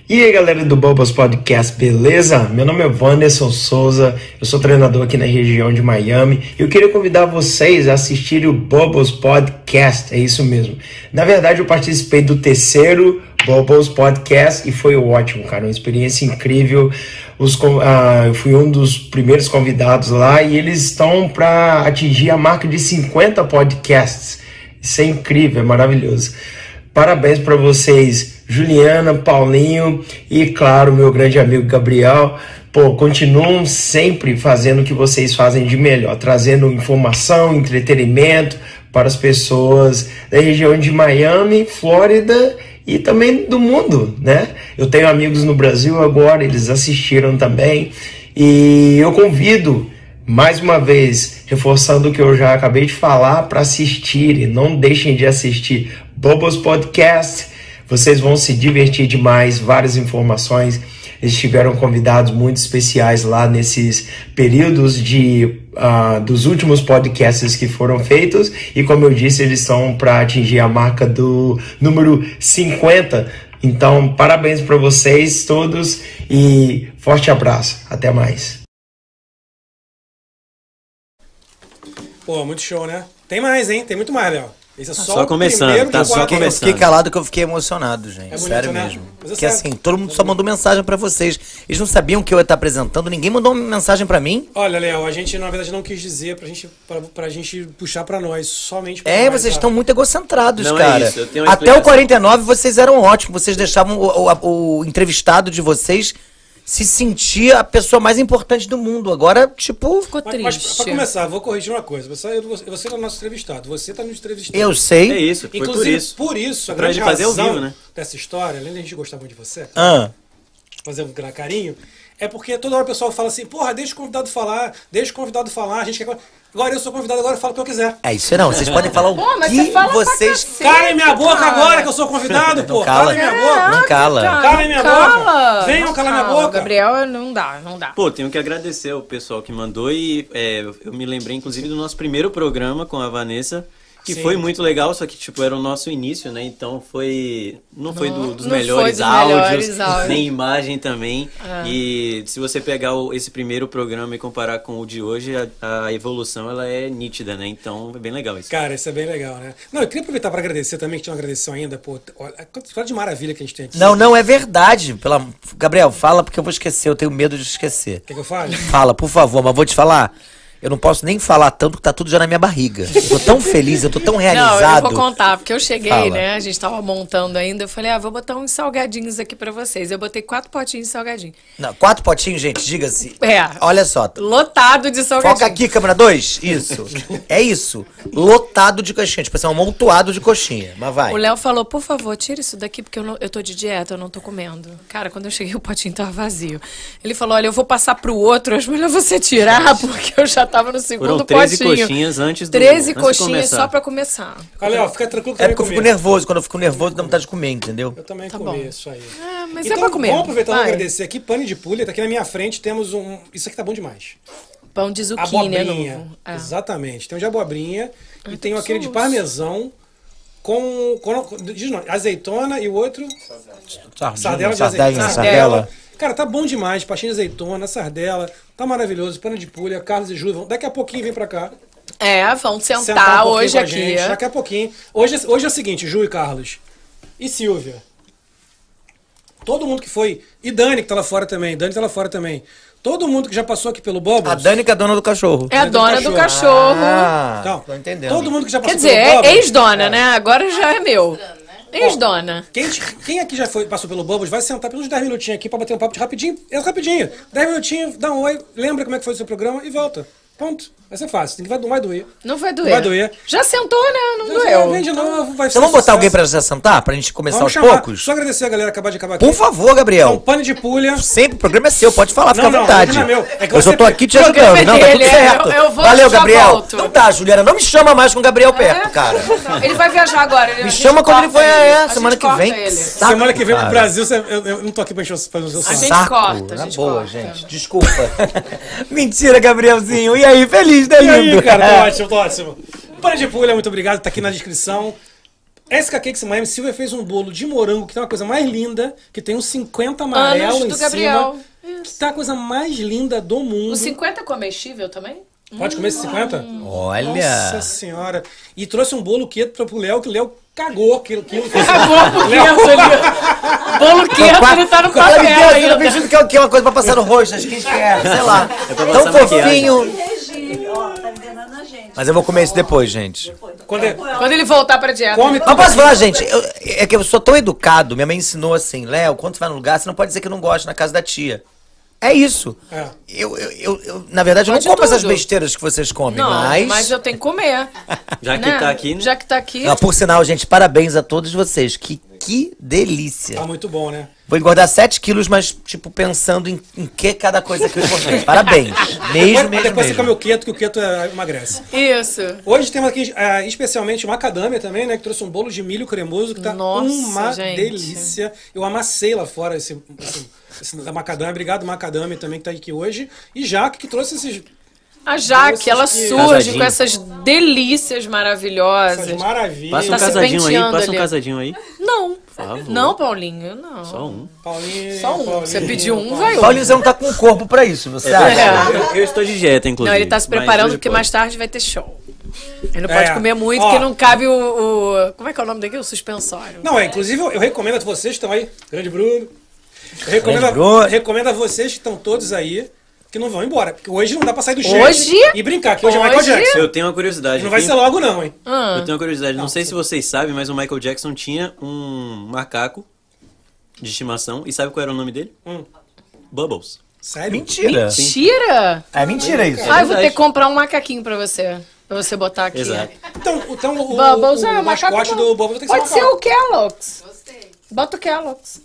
[SPEAKER 10] E aí galera do Bobas Podcast, beleza? Meu nome é Wanderson Souza, eu sou treinador aqui na região de Miami e eu queria convidar vocês a assistirem o Bobos Podcast, é isso mesmo. Na verdade, eu participei do terceiro Bobos Podcast e foi ótimo, cara, uma experiência incrível. Os con- ah, eu fui um dos primeiros convidados lá e eles estão para atingir a marca de 50 podcasts. Isso é incrível, é maravilhoso. Parabéns para vocês, Juliana, Paulinho e, claro, meu grande amigo Gabriel. Pô, continuam sempre fazendo o que vocês fazem de melhor, trazendo informação, entretenimento para as pessoas da região de Miami, Flórida e também do mundo, né? Eu tenho amigos no Brasil agora, eles assistiram também e eu convido mais uma vez, reforçando o que eu já acabei de falar, para assistirem, não deixem de assistir Bobos Podcast. Vocês vão se divertir demais, várias informações. Eles tiveram convidados muito especiais lá nesses períodos de ah, dos últimos podcasts que foram feitos. E como eu disse, eles são para atingir a marca do número 50. Então, parabéns para vocês todos e forte abraço. Até mais.
[SPEAKER 3] Pô, muito show, né? Tem mais, hein? Tem muito mais, Léo. Esse é só,
[SPEAKER 4] só
[SPEAKER 3] o
[SPEAKER 4] começando,
[SPEAKER 3] primeiro
[SPEAKER 4] tá
[SPEAKER 3] de
[SPEAKER 4] só
[SPEAKER 3] quatro.
[SPEAKER 1] Eu
[SPEAKER 4] começando.
[SPEAKER 1] fiquei calado que eu fiquei emocionado, gente.
[SPEAKER 3] É bonito,
[SPEAKER 1] Sério
[SPEAKER 3] né?
[SPEAKER 1] mesmo.
[SPEAKER 3] Mas é
[SPEAKER 1] que
[SPEAKER 3] sério.
[SPEAKER 1] assim, todo mundo só mandou mensagem pra vocês. Eles não sabiam que eu ia estar apresentando, ninguém mandou uma mensagem pra mim.
[SPEAKER 3] Olha, Léo, a gente na verdade não quis dizer pra gente, pra, pra gente puxar pra nós, somente pra
[SPEAKER 1] É,
[SPEAKER 3] nós,
[SPEAKER 1] vocês
[SPEAKER 3] tá?
[SPEAKER 1] estão muito egocentrados,
[SPEAKER 4] Não é
[SPEAKER 1] cara.
[SPEAKER 4] isso, eu tenho uma
[SPEAKER 1] Até o
[SPEAKER 4] explicação.
[SPEAKER 1] 49 vocês eram ótimos, vocês deixavam o, o- o entrevistado de vocês se sentir a pessoa mais importante do mundo. Agora, tipo,
[SPEAKER 2] Ficou
[SPEAKER 3] Mas,
[SPEAKER 2] triste.
[SPEAKER 3] mas pra- pra começar, vou corrigir uma coisa. Você, você é o nosso entrevistado, você tá nos entrevistando.
[SPEAKER 1] eu
[SPEAKER 4] É
[SPEAKER 1] sei.
[SPEAKER 4] isso, foi por
[SPEAKER 3] Inclusive,
[SPEAKER 4] isso.
[SPEAKER 3] por isso, a
[SPEAKER 4] Pra
[SPEAKER 3] grande
[SPEAKER 4] gente fazer ao
[SPEAKER 3] razão
[SPEAKER 4] vivo, né?
[SPEAKER 3] dessa história, além da gente gostar muito de você,
[SPEAKER 1] Ah,
[SPEAKER 3] fazer um gra- carinho, é porque toda hora o pessoal fala assim, porra, deixa o convidado falar, deixa o convidado falar, a gente quer... Agora eu sou convidado, agora eu falo o que eu quiser.
[SPEAKER 1] é isso não, vocês podem falar o
[SPEAKER 2] Pô, mas
[SPEAKER 1] que
[SPEAKER 2] você fala pra
[SPEAKER 1] vocês...
[SPEAKER 2] cacete.
[SPEAKER 3] Calem minha boca
[SPEAKER 2] cara.
[SPEAKER 3] agora que eu sou convidado,
[SPEAKER 1] Não
[SPEAKER 3] pô.
[SPEAKER 1] cala,
[SPEAKER 3] Calem minha boca.
[SPEAKER 1] não cala.
[SPEAKER 3] Calem minha boca. Venham
[SPEAKER 2] Não
[SPEAKER 3] calar minha
[SPEAKER 2] cala.
[SPEAKER 3] boca.
[SPEAKER 2] Gabriel, não dá, não dá.
[SPEAKER 4] Pô, tenho que agradecer ao pessoal que mandou e é, eu me lembrei inclusive do nosso primeiro programa com a Vanessa, Que
[SPEAKER 3] Sim.
[SPEAKER 4] foi muito legal, só que, tipo, era o nosso início, né? Então foi. Não foi do- dos
[SPEAKER 2] não foi
[SPEAKER 4] melhores
[SPEAKER 2] dos
[SPEAKER 4] áudios,
[SPEAKER 2] melhores áudios.
[SPEAKER 4] nem imagem também.
[SPEAKER 2] É.
[SPEAKER 4] E se você pegar o- esse primeiro programa e comparar com o de hoje, a, a evolução ela é nítida, né? Então é bem legal isso.
[SPEAKER 3] Cara, isso é bem legal, né? Não, eu queria aproveitar para agradecer também, que tinha uma agradeceu ainda, pô. Olha, quanta história de maravilha que a gente tem aqui.
[SPEAKER 1] Não, não, é verdade. Pela... Gabriel, fala porque eu vou esquecer, eu tenho medo de esquecer.
[SPEAKER 3] Quer que eu fale?
[SPEAKER 1] Fala, por favor, mas vou te falar. Eu não posso nem falar tanto que tá tudo já na minha barriga. Eu tô tão feliz, eu tô tão
[SPEAKER 2] *laughs* Não, eu
[SPEAKER 1] um realizado.
[SPEAKER 2] vou contar, porque eu cheguei,
[SPEAKER 1] Fala.
[SPEAKER 2] né? A gente tava montando ainda. Eu falei, ah, vou botar uns salgadinhos aqui pra vocês. Eu botei quatro potinhos de salgadinho.
[SPEAKER 1] Não, quatro potinhos, gente, diga-se.
[SPEAKER 2] É.
[SPEAKER 1] Olha só.
[SPEAKER 2] Lotado de salgadinho.
[SPEAKER 1] Foca aqui, câmera 2. Isso. É isso. Lotado de coxinha. Tipo assim, um amontoado de coxinha. Mas vai.
[SPEAKER 2] O Léo falou, por favor, tira isso daqui, porque eu, não- eu tô de dieta, eu não tô comendo. Cara, quando eu cheguei, o potinho tava vazio. Ele falou, olha, eu vou passar pro outro, acho melhor você tirar, porque eu já tava no segundo
[SPEAKER 4] Foram 13
[SPEAKER 2] potinho.
[SPEAKER 4] coxinhas antes do
[SPEAKER 2] 13
[SPEAKER 4] antes de
[SPEAKER 2] coxinhas
[SPEAKER 4] começar.
[SPEAKER 2] só pra começar.
[SPEAKER 3] Olha, ó, Ah, fica tranquilo que
[SPEAKER 1] É
[SPEAKER 3] eu também
[SPEAKER 1] porque eu fico
[SPEAKER 3] comer.
[SPEAKER 1] nervoso. Quando eu fico nervoso, dá vontade de comer, entendeu?
[SPEAKER 3] Eu também
[SPEAKER 2] Tá
[SPEAKER 3] comi
[SPEAKER 2] bom.
[SPEAKER 3] isso aí.
[SPEAKER 2] Ah, mas
[SPEAKER 3] então,
[SPEAKER 2] é pra comer.
[SPEAKER 3] Vamos aproveitar e
[SPEAKER 2] Vai.
[SPEAKER 3] agradecer aqui. Pane de pulha, tá aqui na minha frente. Temos um. Isso aqui tá bom demais.
[SPEAKER 2] Pão de zucchini é
[SPEAKER 3] abobrinha.
[SPEAKER 2] novo. É.
[SPEAKER 3] Exatamente. Tem o de abobrinha e tem aquele de
[SPEAKER 2] gostoso.
[SPEAKER 3] parmesão com, com, com- diz não, azeitona e o outro sardela,
[SPEAKER 1] Sardinha,
[SPEAKER 3] de azeitona.
[SPEAKER 1] sardinha, sardela.
[SPEAKER 3] Cara, tá bom demais. Pastinha de azeitona, sardela. Tá maravilhoso. Pane de pulha, Carlos e Júlio. vão- Daqui a pouquinho vem pra cá.
[SPEAKER 2] É, vão sentar,
[SPEAKER 3] sentar um pouquinho
[SPEAKER 2] hoje
[SPEAKER 3] com a
[SPEAKER 2] aqui.
[SPEAKER 3] gente. Daqui a pouquinho. Hoje, é- hoje é o seguinte, Ju e Carlos. E Silvia. Todo mundo que foi. E Dani, que tá lá fora também. Dani tá lá fora também. Todo mundo que já passou aqui pelo Bubbles.
[SPEAKER 1] A Dani que é a dona do cachorro.
[SPEAKER 2] É a dona do cachorro.
[SPEAKER 1] Ah,
[SPEAKER 3] Então,
[SPEAKER 1] tô entendendo.
[SPEAKER 3] todo mundo que já
[SPEAKER 2] Quer
[SPEAKER 3] passou
[SPEAKER 2] dizer,
[SPEAKER 3] pelo
[SPEAKER 2] é
[SPEAKER 3] Bubbles.
[SPEAKER 2] ex-dona, né? Agora já é meu. Ex-dona.
[SPEAKER 3] Quem, te- quem aqui já foi, passou pelo Bubbles, vai sentar pelos 10 minutinhos aqui pra bater um papo de rapidinho. É rapidinho. 10 minutinhos, dá um oi, lembra como é que foi o seu programa e volta. Ponto. Vai ser fácil. Não vai, não vai doer.
[SPEAKER 2] Não vai doer.
[SPEAKER 3] Vai doer.
[SPEAKER 2] Já sentou, né? Não doeu.
[SPEAKER 3] Vem de novo, vai ser
[SPEAKER 1] Então vamos botar
[SPEAKER 3] sucesso.
[SPEAKER 1] alguém pra já sentar? Pra gente começar
[SPEAKER 3] Vamos
[SPEAKER 1] aos
[SPEAKER 3] chamar.
[SPEAKER 1] poucos?
[SPEAKER 3] Só agradecer a galera acabar de acabar aqui.
[SPEAKER 1] Por favor,
[SPEAKER 3] Então,
[SPEAKER 1] Gabriel.
[SPEAKER 3] pane de pulha.
[SPEAKER 1] Sempre o programa é seu, pode falar, fica
[SPEAKER 3] Não, não,
[SPEAKER 1] à vontade.
[SPEAKER 3] não é meu. É que
[SPEAKER 1] eu só
[SPEAKER 3] você-
[SPEAKER 1] tô aqui te
[SPEAKER 2] O programa
[SPEAKER 1] ajudando.
[SPEAKER 2] é
[SPEAKER 1] Não, tá tudo
[SPEAKER 2] dele,
[SPEAKER 1] certo.
[SPEAKER 2] eu- eu vou,
[SPEAKER 1] Valeu,
[SPEAKER 2] já
[SPEAKER 1] Gabriel.
[SPEAKER 2] volto.
[SPEAKER 1] Então tá, Juliana, não me chama mais com o
[SPEAKER 2] É?
[SPEAKER 1] Gabriel perto, cara. *laughs*
[SPEAKER 2] *laughs* Ele vai viajar agora. ele- a
[SPEAKER 1] Me
[SPEAKER 2] gente
[SPEAKER 1] chama quando ele
[SPEAKER 2] corta
[SPEAKER 1] for. É,
[SPEAKER 2] A gente
[SPEAKER 1] semana que
[SPEAKER 2] corta
[SPEAKER 1] vem. Tá
[SPEAKER 2] ele. Tá,
[SPEAKER 1] Saco,
[SPEAKER 3] Semana que vem
[SPEAKER 1] cara.
[SPEAKER 3] pro Brasil, você- eu, eu não tô aqui pra encher o seu
[SPEAKER 2] A gente
[SPEAKER 1] Saco,
[SPEAKER 2] corta, a
[SPEAKER 1] na
[SPEAKER 2] gente
[SPEAKER 1] boa,
[SPEAKER 2] corta.
[SPEAKER 1] gente. Desculpa. Mentira, Gabrielzinho. E aí, feliz, né,
[SPEAKER 3] E
[SPEAKER 1] lindo? *laughs*
[SPEAKER 3] aí, cara, tô ótimo, tô ótimo. Pane de pulha, muito obrigado, tá aqui na descrição. SK Cakes Miami, Silvia fez um bolo de morango, que tá uma coisa mais linda, que tem uns 50 amarelo
[SPEAKER 2] Anos
[SPEAKER 3] em
[SPEAKER 2] do
[SPEAKER 3] cima.
[SPEAKER 2] Gabriel.
[SPEAKER 3] Que tá a coisa mais linda do mundo.
[SPEAKER 2] O 50 é comestível também?
[SPEAKER 3] Pode comer esse 50?
[SPEAKER 1] Olha.
[SPEAKER 3] Nossa senhora. E trouxe um bolo quieto pra- pro Léo, que o Léo cagou aquilo.
[SPEAKER 2] *laughs*
[SPEAKER 3] aquilo
[SPEAKER 2] Acabou por dentro ali. O bolo quieto, ele tá no
[SPEAKER 1] Ela me deu,
[SPEAKER 2] papel
[SPEAKER 1] ela me
[SPEAKER 2] ainda.
[SPEAKER 1] pedindo que é o quê? Uma coisa pra passar no rosto, acho que a gente quer, sei lá.
[SPEAKER 4] É pra
[SPEAKER 1] Tão
[SPEAKER 4] passar
[SPEAKER 2] Hum.
[SPEAKER 1] fofinho.
[SPEAKER 5] Ó, tá enganando a gente.
[SPEAKER 1] Mas eu vou comer isso depois, gente.
[SPEAKER 3] Quando é-
[SPEAKER 2] Quando ele voltar pra dieta.
[SPEAKER 3] come
[SPEAKER 1] Mas posso falar, gente? Eu- é que eu sou tão educado. Minha mãe ensinou assim: Léo, quando você vai num lugar, você não pode dizer que não gosta na casa da tia. É isso.
[SPEAKER 3] É.
[SPEAKER 1] Eu, eu- eu- eu- na verdade, eu não
[SPEAKER 2] Pode
[SPEAKER 1] como essas
[SPEAKER 2] tudo.
[SPEAKER 1] besteiras que vocês comem,
[SPEAKER 2] Não,
[SPEAKER 1] mas.
[SPEAKER 2] mas eu tenho que comer.
[SPEAKER 4] Já que
[SPEAKER 2] né?
[SPEAKER 4] tá aqui, né?
[SPEAKER 2] Já que tá aqui.
[SPEAKER 1] Ah, por sinal, gente, parabéns a todos vocês. Que, que delícia.
[SPEAKER 3] Tá muito bom, né?
[SPEAKER 1] Vou engordar 7 quilos, mas, tipo, pensando em, em que cada coisa que eu
[SPEAKER 3] *laughs*
[SPEAKER 1] engordei. Parabéns. Mesmo,
[SPEAKER 3] Depois,
[SPEAKER 1] mesmo,
[SPEAKER 3] depois você come
[SPEAKER 1] mesmo.
[SPEAKER 3] o quieto, que o quieto é- emagrece.
[SPEAKER 2] Isso.
[SPEAKER 3] Hoje temos aqui ah, especialmente macadâmia também, né? Que trouxe um bolo de milho cremoso que tá
[SPEAKER 2] Nossa,
[SPEAKER 3] uma
[SPEAKER 2] gente.
[SPEAKER 3] delícia. Eu amassei lá fora esse, esse- esse da macadâmia. Obrigado, macadâmia também que tá aqui hoje. E Jaque que trouxe esses,
[SPEAKER 2] A Jaque, ela
[SPEAKER 3] Doces que-
[SPEAKER 2] surge com
[SPEAKER 4] Casadinho.
[SPEAKER 2] essas delícias maravilhosas.
[SPEAKER 3] essas maravilhas.
[SPEAKER 4] Passa um
[SPEAKER 2] Tá se
[SPEAKER 4] casadinho aí,
[SPEAKER 2] penteando
[SPEAKER 4] passa um
[SPEAKER 2] ali.
[SPEAKER 4] casadinho aí.
[SPEAKER 2] Não.
[SPEAKER 4] favor.
[SPEAKER 2] Não, Paulinho, não.
[SPEAKER 4] Só um.
[SPEAKER 3] Paulinho,
[SPEAKER 2] Só um.
[SPEAKER 3] Paulinho,
[SPEAKER 2] Você pediu um,
[SPEAKER 3] Paulinho.
[SPEAKER 2] vai outro.
[SPEAKER 1] Paulinho, você não tá com corpo pra isso, você acha?
[SPEAKER 2] É.
[SPEAKER 4] Eu, eu estou de dieta, inclusive.
[SPEAKER 2] Não, ele tá se
[SPEAKER 4] mas
[SPEAKER 2] preparando
[SPEAKER 4] hoje
[SPEAKER 2] porque
[SPEAKER 4] pode.
[SPEAKER 2] mais tarde vai ter show. Ele não
[SPEAKER 3] É.
[SPEAKER 2] pode comer muito,
[SPEAKER 3] Ó.
[SPEAKER 2] que não cabe o, o- Como é que é o nome daqui? O suspensório.
[SPEAKER 3] Não, é, inclusive eu, eu recomendo a vocês que estão aí. Grande Bruno. Eu recomendo, a-
[SPEAKER 1] Bruno.
[SPEAKER 3] recomendo a vocês que estão todos aí que não vão embora. Porque hoje não dá pra sair do jeito
[SPEAKER 2] Hoje?
[SPEAKER 3] e brincar, que hoje, é Michael
[SPEAKER 2] Hoje?
[SPEAKER 3] Jackson.
[SPEAKER 4] Eu tenho uma curiosidade.
[SPEAKER 3] Não vai
[SPEAKER 4] Tem-
[SPEAKER 3] ser logo, não, hein?
[SPEAKER 1] Ah.
[SPEAKER 4] Eu tenho uma curiosidade, não, sei se vocês sabem, mas o Michael Jackson tinha um macaco de estimação. E sabe qual era o nome dele?
[SPEAKER 3] Hum. é
[SPEAKER 4] Bubbles.
[SPEAKER 3] Sério?
[SPEAKER 1] Mentira.
[SPEAKER 2] Tira!
[SPEAKER 1] É mentira isso.
[SPEAKER 2] ah, eu vou
[SPEAKER 4] verdade.
[SPEAKER 2] ter que comprar um macaquinho pra você. Pra você botar aqui.
[SPEAKER 4] Exato.
[SPEAKER 3] Então, então o,
[SPEAKER 2] Bubbles
[SPEAKER 3] o,
[SPEAKER 2] é
[SPEAKER 3] o
[SPEAKER 2] o macaco.
[SPEAKER 3] mascote
[SPEAKER 2] bom.
[SPEAKER 3] do Bubbles tem que
[SPEAKER 2] Pode
[SPEAKER 3] ser
[SPEAKER 2] ser
[SPEAKER 3] macaco.
[SPEAKER 2] o Kellogg's.
[SPEAKER 5] Gostei.
[SPEAKER 2] Bota o Kellogg's.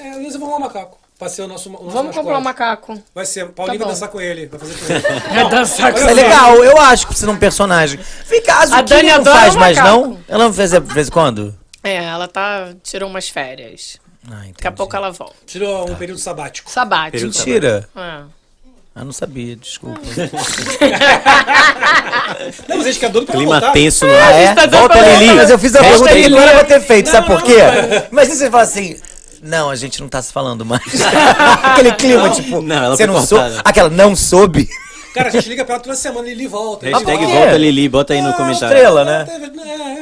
[SPEAKER 3] É, às vezes eu vou lá o macaco. Passei o nosso, o nosso
[SPEAKER 2] Vamos
[SPEAKER 3] mascote.
[SPEAKER 2] comprar um macaco.
[SPEAKER 3] Vai ser, Paulinho
[SPEAKER 2] Tá
[SPEAKER 3] vai
[SPEAKER 2] bom.
[SPEAKER 3] dançar com ele. Vai fazer com ele.
[SPEAKER 2] Vai dançar com
[SPEAKER 1] Isso é legal, eu acho que precisa de um personagem. Fica, a Zucchini
[SPEAKER 2] Dani
[SPEAKER 1] não
[SPEAKER 2] adora
[SPEAKER 1] faz
[SPEAKER 2] um
[SPEAKER 1] mais,
[SPEAKER 2] macaco.
[SPEAKER 1] não? Ela não fez de vez em quando?
[SPEAKER 2] É, ela tá. Tirou umas férias.
[SPEAKER 1] Ah,
[SPEAKER 2] Daqui a pouco ela volta.
[SPEAKER 3] Tirou um período sabático.
[SPEAKER 2] Sabático.
[SPEAKER 1] Mentira.
[SPEAKER 2] É.
[SPEAKER 1] Ah, não sabia, desculpa.
[SPEAKER 3] Não, mas a gente fica doido pra ela
[SPEAKER 6] Clima
[SPEAKER 3] voltar.
[SPEAKER 6] tenso no
[SPEAKER 1] Ah,
[SPEAKER 6] ar.
[SPEAKER 1] é?
[SPEAKER 2] tá dando
[SPEAKER 1] Volta,
[SPEAKER 2] pra-
[SPEAKER 1] Lili. Mas eu fiz a
[SPEAKER 6] Volta,
[SPEAKER 1] pergunta que
[SPEAKER 6] Lili.
[SPEAKER 1] não era pra ter feito, sabe É, por quê? Mas se você fala assim... Não, a gente não tá se falando mais. *laughs* Aquele clima, tipo...
[SPEAKER 4] não, ela
[SPEAKER 1] você
[SPEAKER 4] foi
[SPEAKER 1] não soube.
[SPEAKER 4] cortada.
[SPEAKER 1] Aquela, não soube.
[SPEAKER 3] Cara, a gente liga pra ela toda semana e ele volta.
[SPEAKER 2] Tá
[SPEAKER 1] por
[SPEAKER 4] Hashtag
[SPEAKER 1] quê?
[SPEAKER 4] volta Lili, bota aí no comentário.
[SPEAKER 1] Estrela, né?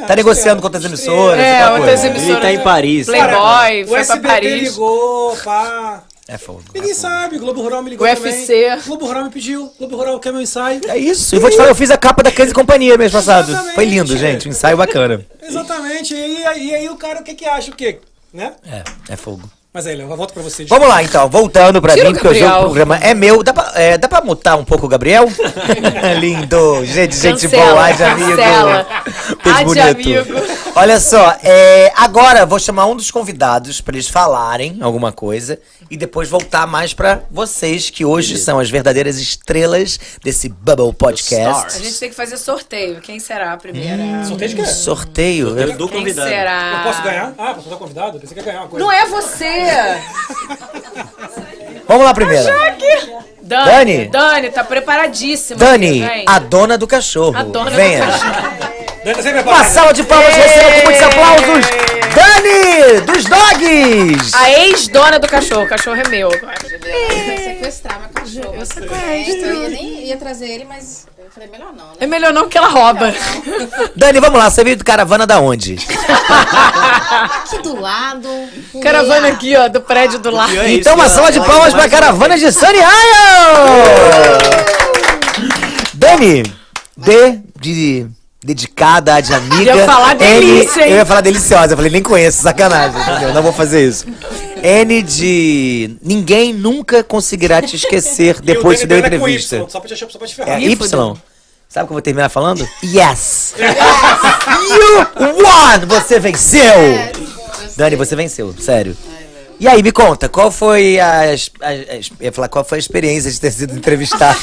[SPEAKER 3] É,
[SPEAKER 1] Tá
[SPEAKER 3] é,
[SPEAKER 1] negociando
[SPEAKER 3] é,
[SPEAKER 1] com outras
[SPEAKER 3] é,
[SPEAKER 1] emissoras.
[SPEAKER 2] É,
[SPEAKER 1] aquela
[SPEAKER 2] outras
[SPEAKER 1] coisa.
[SPEAKER 2] emissoras.
[SPEAKER 4] Ele tá em Paris.
[SPEAKER 2] Playboy.
[SPEAKER 3] Cara,
[SPEAKER 2] foi
[SPEAKER 3] o
[SPEAKER 2] pra
[SPEAKER 3] SBT
[SPEAKER 2] Paris.
[SPEAKER 3] ligou, pá.
[SPEAKER 1] É fogo.
[SPEAKER 3] Ninguém sabe, Globo Rural me ligou
[SPEAKER 2] UFC.
[SPEAKER 3] também. Globo Rural me pediu, Globo Rural quer meu ensaio.
[SPEAKER 1] É isso. E vou te falar, eu fiz a capa da Cães e Companhia mês passado.
[SPEAKER 3] Exatamente.
[SPEAKER 1] Foi lindo, gente. Um ensaio bacana.
[SPEAKER 3] Exatamente, e aí, e aí o cara o que que acha, o quê? Né?
[SPEAKER 1] É, é fogo.
[SPEAKER 3] Mas aí, Léo, eu volto pra você.
[SPEAKER 1] Vamos lá, então. Voltando pra
[SPEAKER 2] Tira
[SPEAKER 1] mim,
[SPEAKER 2] o
[SPEAKER 1] porque hoje o
[SPEAKER 2] Gabriel.
[SPEAKER 1] programa é meu. Dá pra, é, dá pra mutar um pouco o
[SPEAKER 2] *laughs*
[SPEAKER 1] Gabriel? Lindo. Gente, gente
[SPEAKER 2] Cancela,
[SPEAKER 1] boa. Haja amigo. *laughs*
[SPEAKER 2] cancela. é
[SPEAKER 1] Fez
[SPEAKER 2] Haja
[SPEAKER 1] bonito.
[SPEAKER 2] amigo.
[SPEAKER 1] Olha só. é, agora vou chamar um dos convidados pra eles falarem alguma coisa e depois voltar mais pra vocês, que hoje são as verdadeiras estrelas desse Bubble
[SPEAKER 2] A
[SPEAKER 1] Podcast.
[SPEAKER 2] gente tem que fazer sorteio. Quem será a primeira?
[SPEAKER 3] Hum. Sorteio de quê?
[SPEAKER 1] Sorteio.
[SPEAKER 4] Eu dou
[SPEAKER 2] Quem
[SPEAKER 4] convidado.
[SPEAKER 2] será?
[SPEAKER 3] Eu posso ganhar? Ah, você tá convidado? Eu pensei que ia ganhar uma coisa.
[SPEAKER 2] Não é
[SPEAKER 1] *laughs*
[SPEAKER 2] você!
[SPEAKER 1] Vamos lá primeiro. Dani.
[SPEAKER 2] Dani! Dani, tá preparadíssima.
[SPEAKER 1] Dani,
[SPEAKER 2] Vem.
[SPEAKER 1] a dona do cachorro.
[SPEAKER 2] A dona do
[SPEAKER 1] Venha.
[SPEAKER 2] cachorro.
[SPEAKER 3] Deve ser
[SPEAKER 1] Uma
[SPEAKER 3] preparado.
[SPEAKER 1] salva de palmas receba com muitos aplausos. Dani, dos dogs.
[SPEAKER 2] A ex-dona do cachorro. O cachorro é meu agora.
[SPEAKER 11] Eu
[SPEAKER 1] É.
[SPEAKER 11] sequestrar meu cachorro. Eu sequestro. Eu ia, nem, ia trazer ele, mas eu falei, melhor não, né?
[SPEAKER 2] É melhor não que ela rouba.
[SPEAKER 1] Dani, vamos lá. Você veio do caravana da onde?
[SPEAKER 11] Aqui do lado. com ele,
[SPEAKER 2] Caravana
[SPEAKER 11] ah,
[SPEAKER 2] aqui, ó, do prédio do lado.
[SPEAKER 4] Pior é isso,
[SPEAKER 1] Então uma
[SPEAKER 4] ela
[SPEAKER 1] salva de
[SPEAKER 4] fala
[SPEAKER 1] palmas pra
[SPEAKER 4] demais,
[SPEAKER 1] caravana de Sunny Isle. Dani, D de dedicada, A de amiga.
[SPEAKER 2] Ia falar delícia,
[SPEAKER 1] N,
[SPEAKER 2] hein?
[SPEAKER 1] Eu ia falar deliciosa. Eu falei, nem conheço, sacanagem. entendeu? Não vou fazer isso. N de ninguém nunca conseguirá te esquecer
[SPEAKER 3] E o
[SPEAKER 1] depois que
[SPEAKER 3] Dani
[SPEAKER 1] deu
[SPEAKER 3] Dana é com
[SPEAKER 1] entrevista.
[SPEAKER 3] Y, Só pra te, só pra te
[SPEAKER 1] É
[SPEAKER 3] ferrar.
[SPEAKER 1] Y. Sabe o que eu vou terminar falando? Yes! yes. You won! Você venceu!
[SPEAKER 11] eu sei.
[SPEAKER 1] Dani, você venceu, sério. E aí, me conta, qual foi a, es- a- a es- eu ia falar, qual foi a experiência de ter sido entrevistada?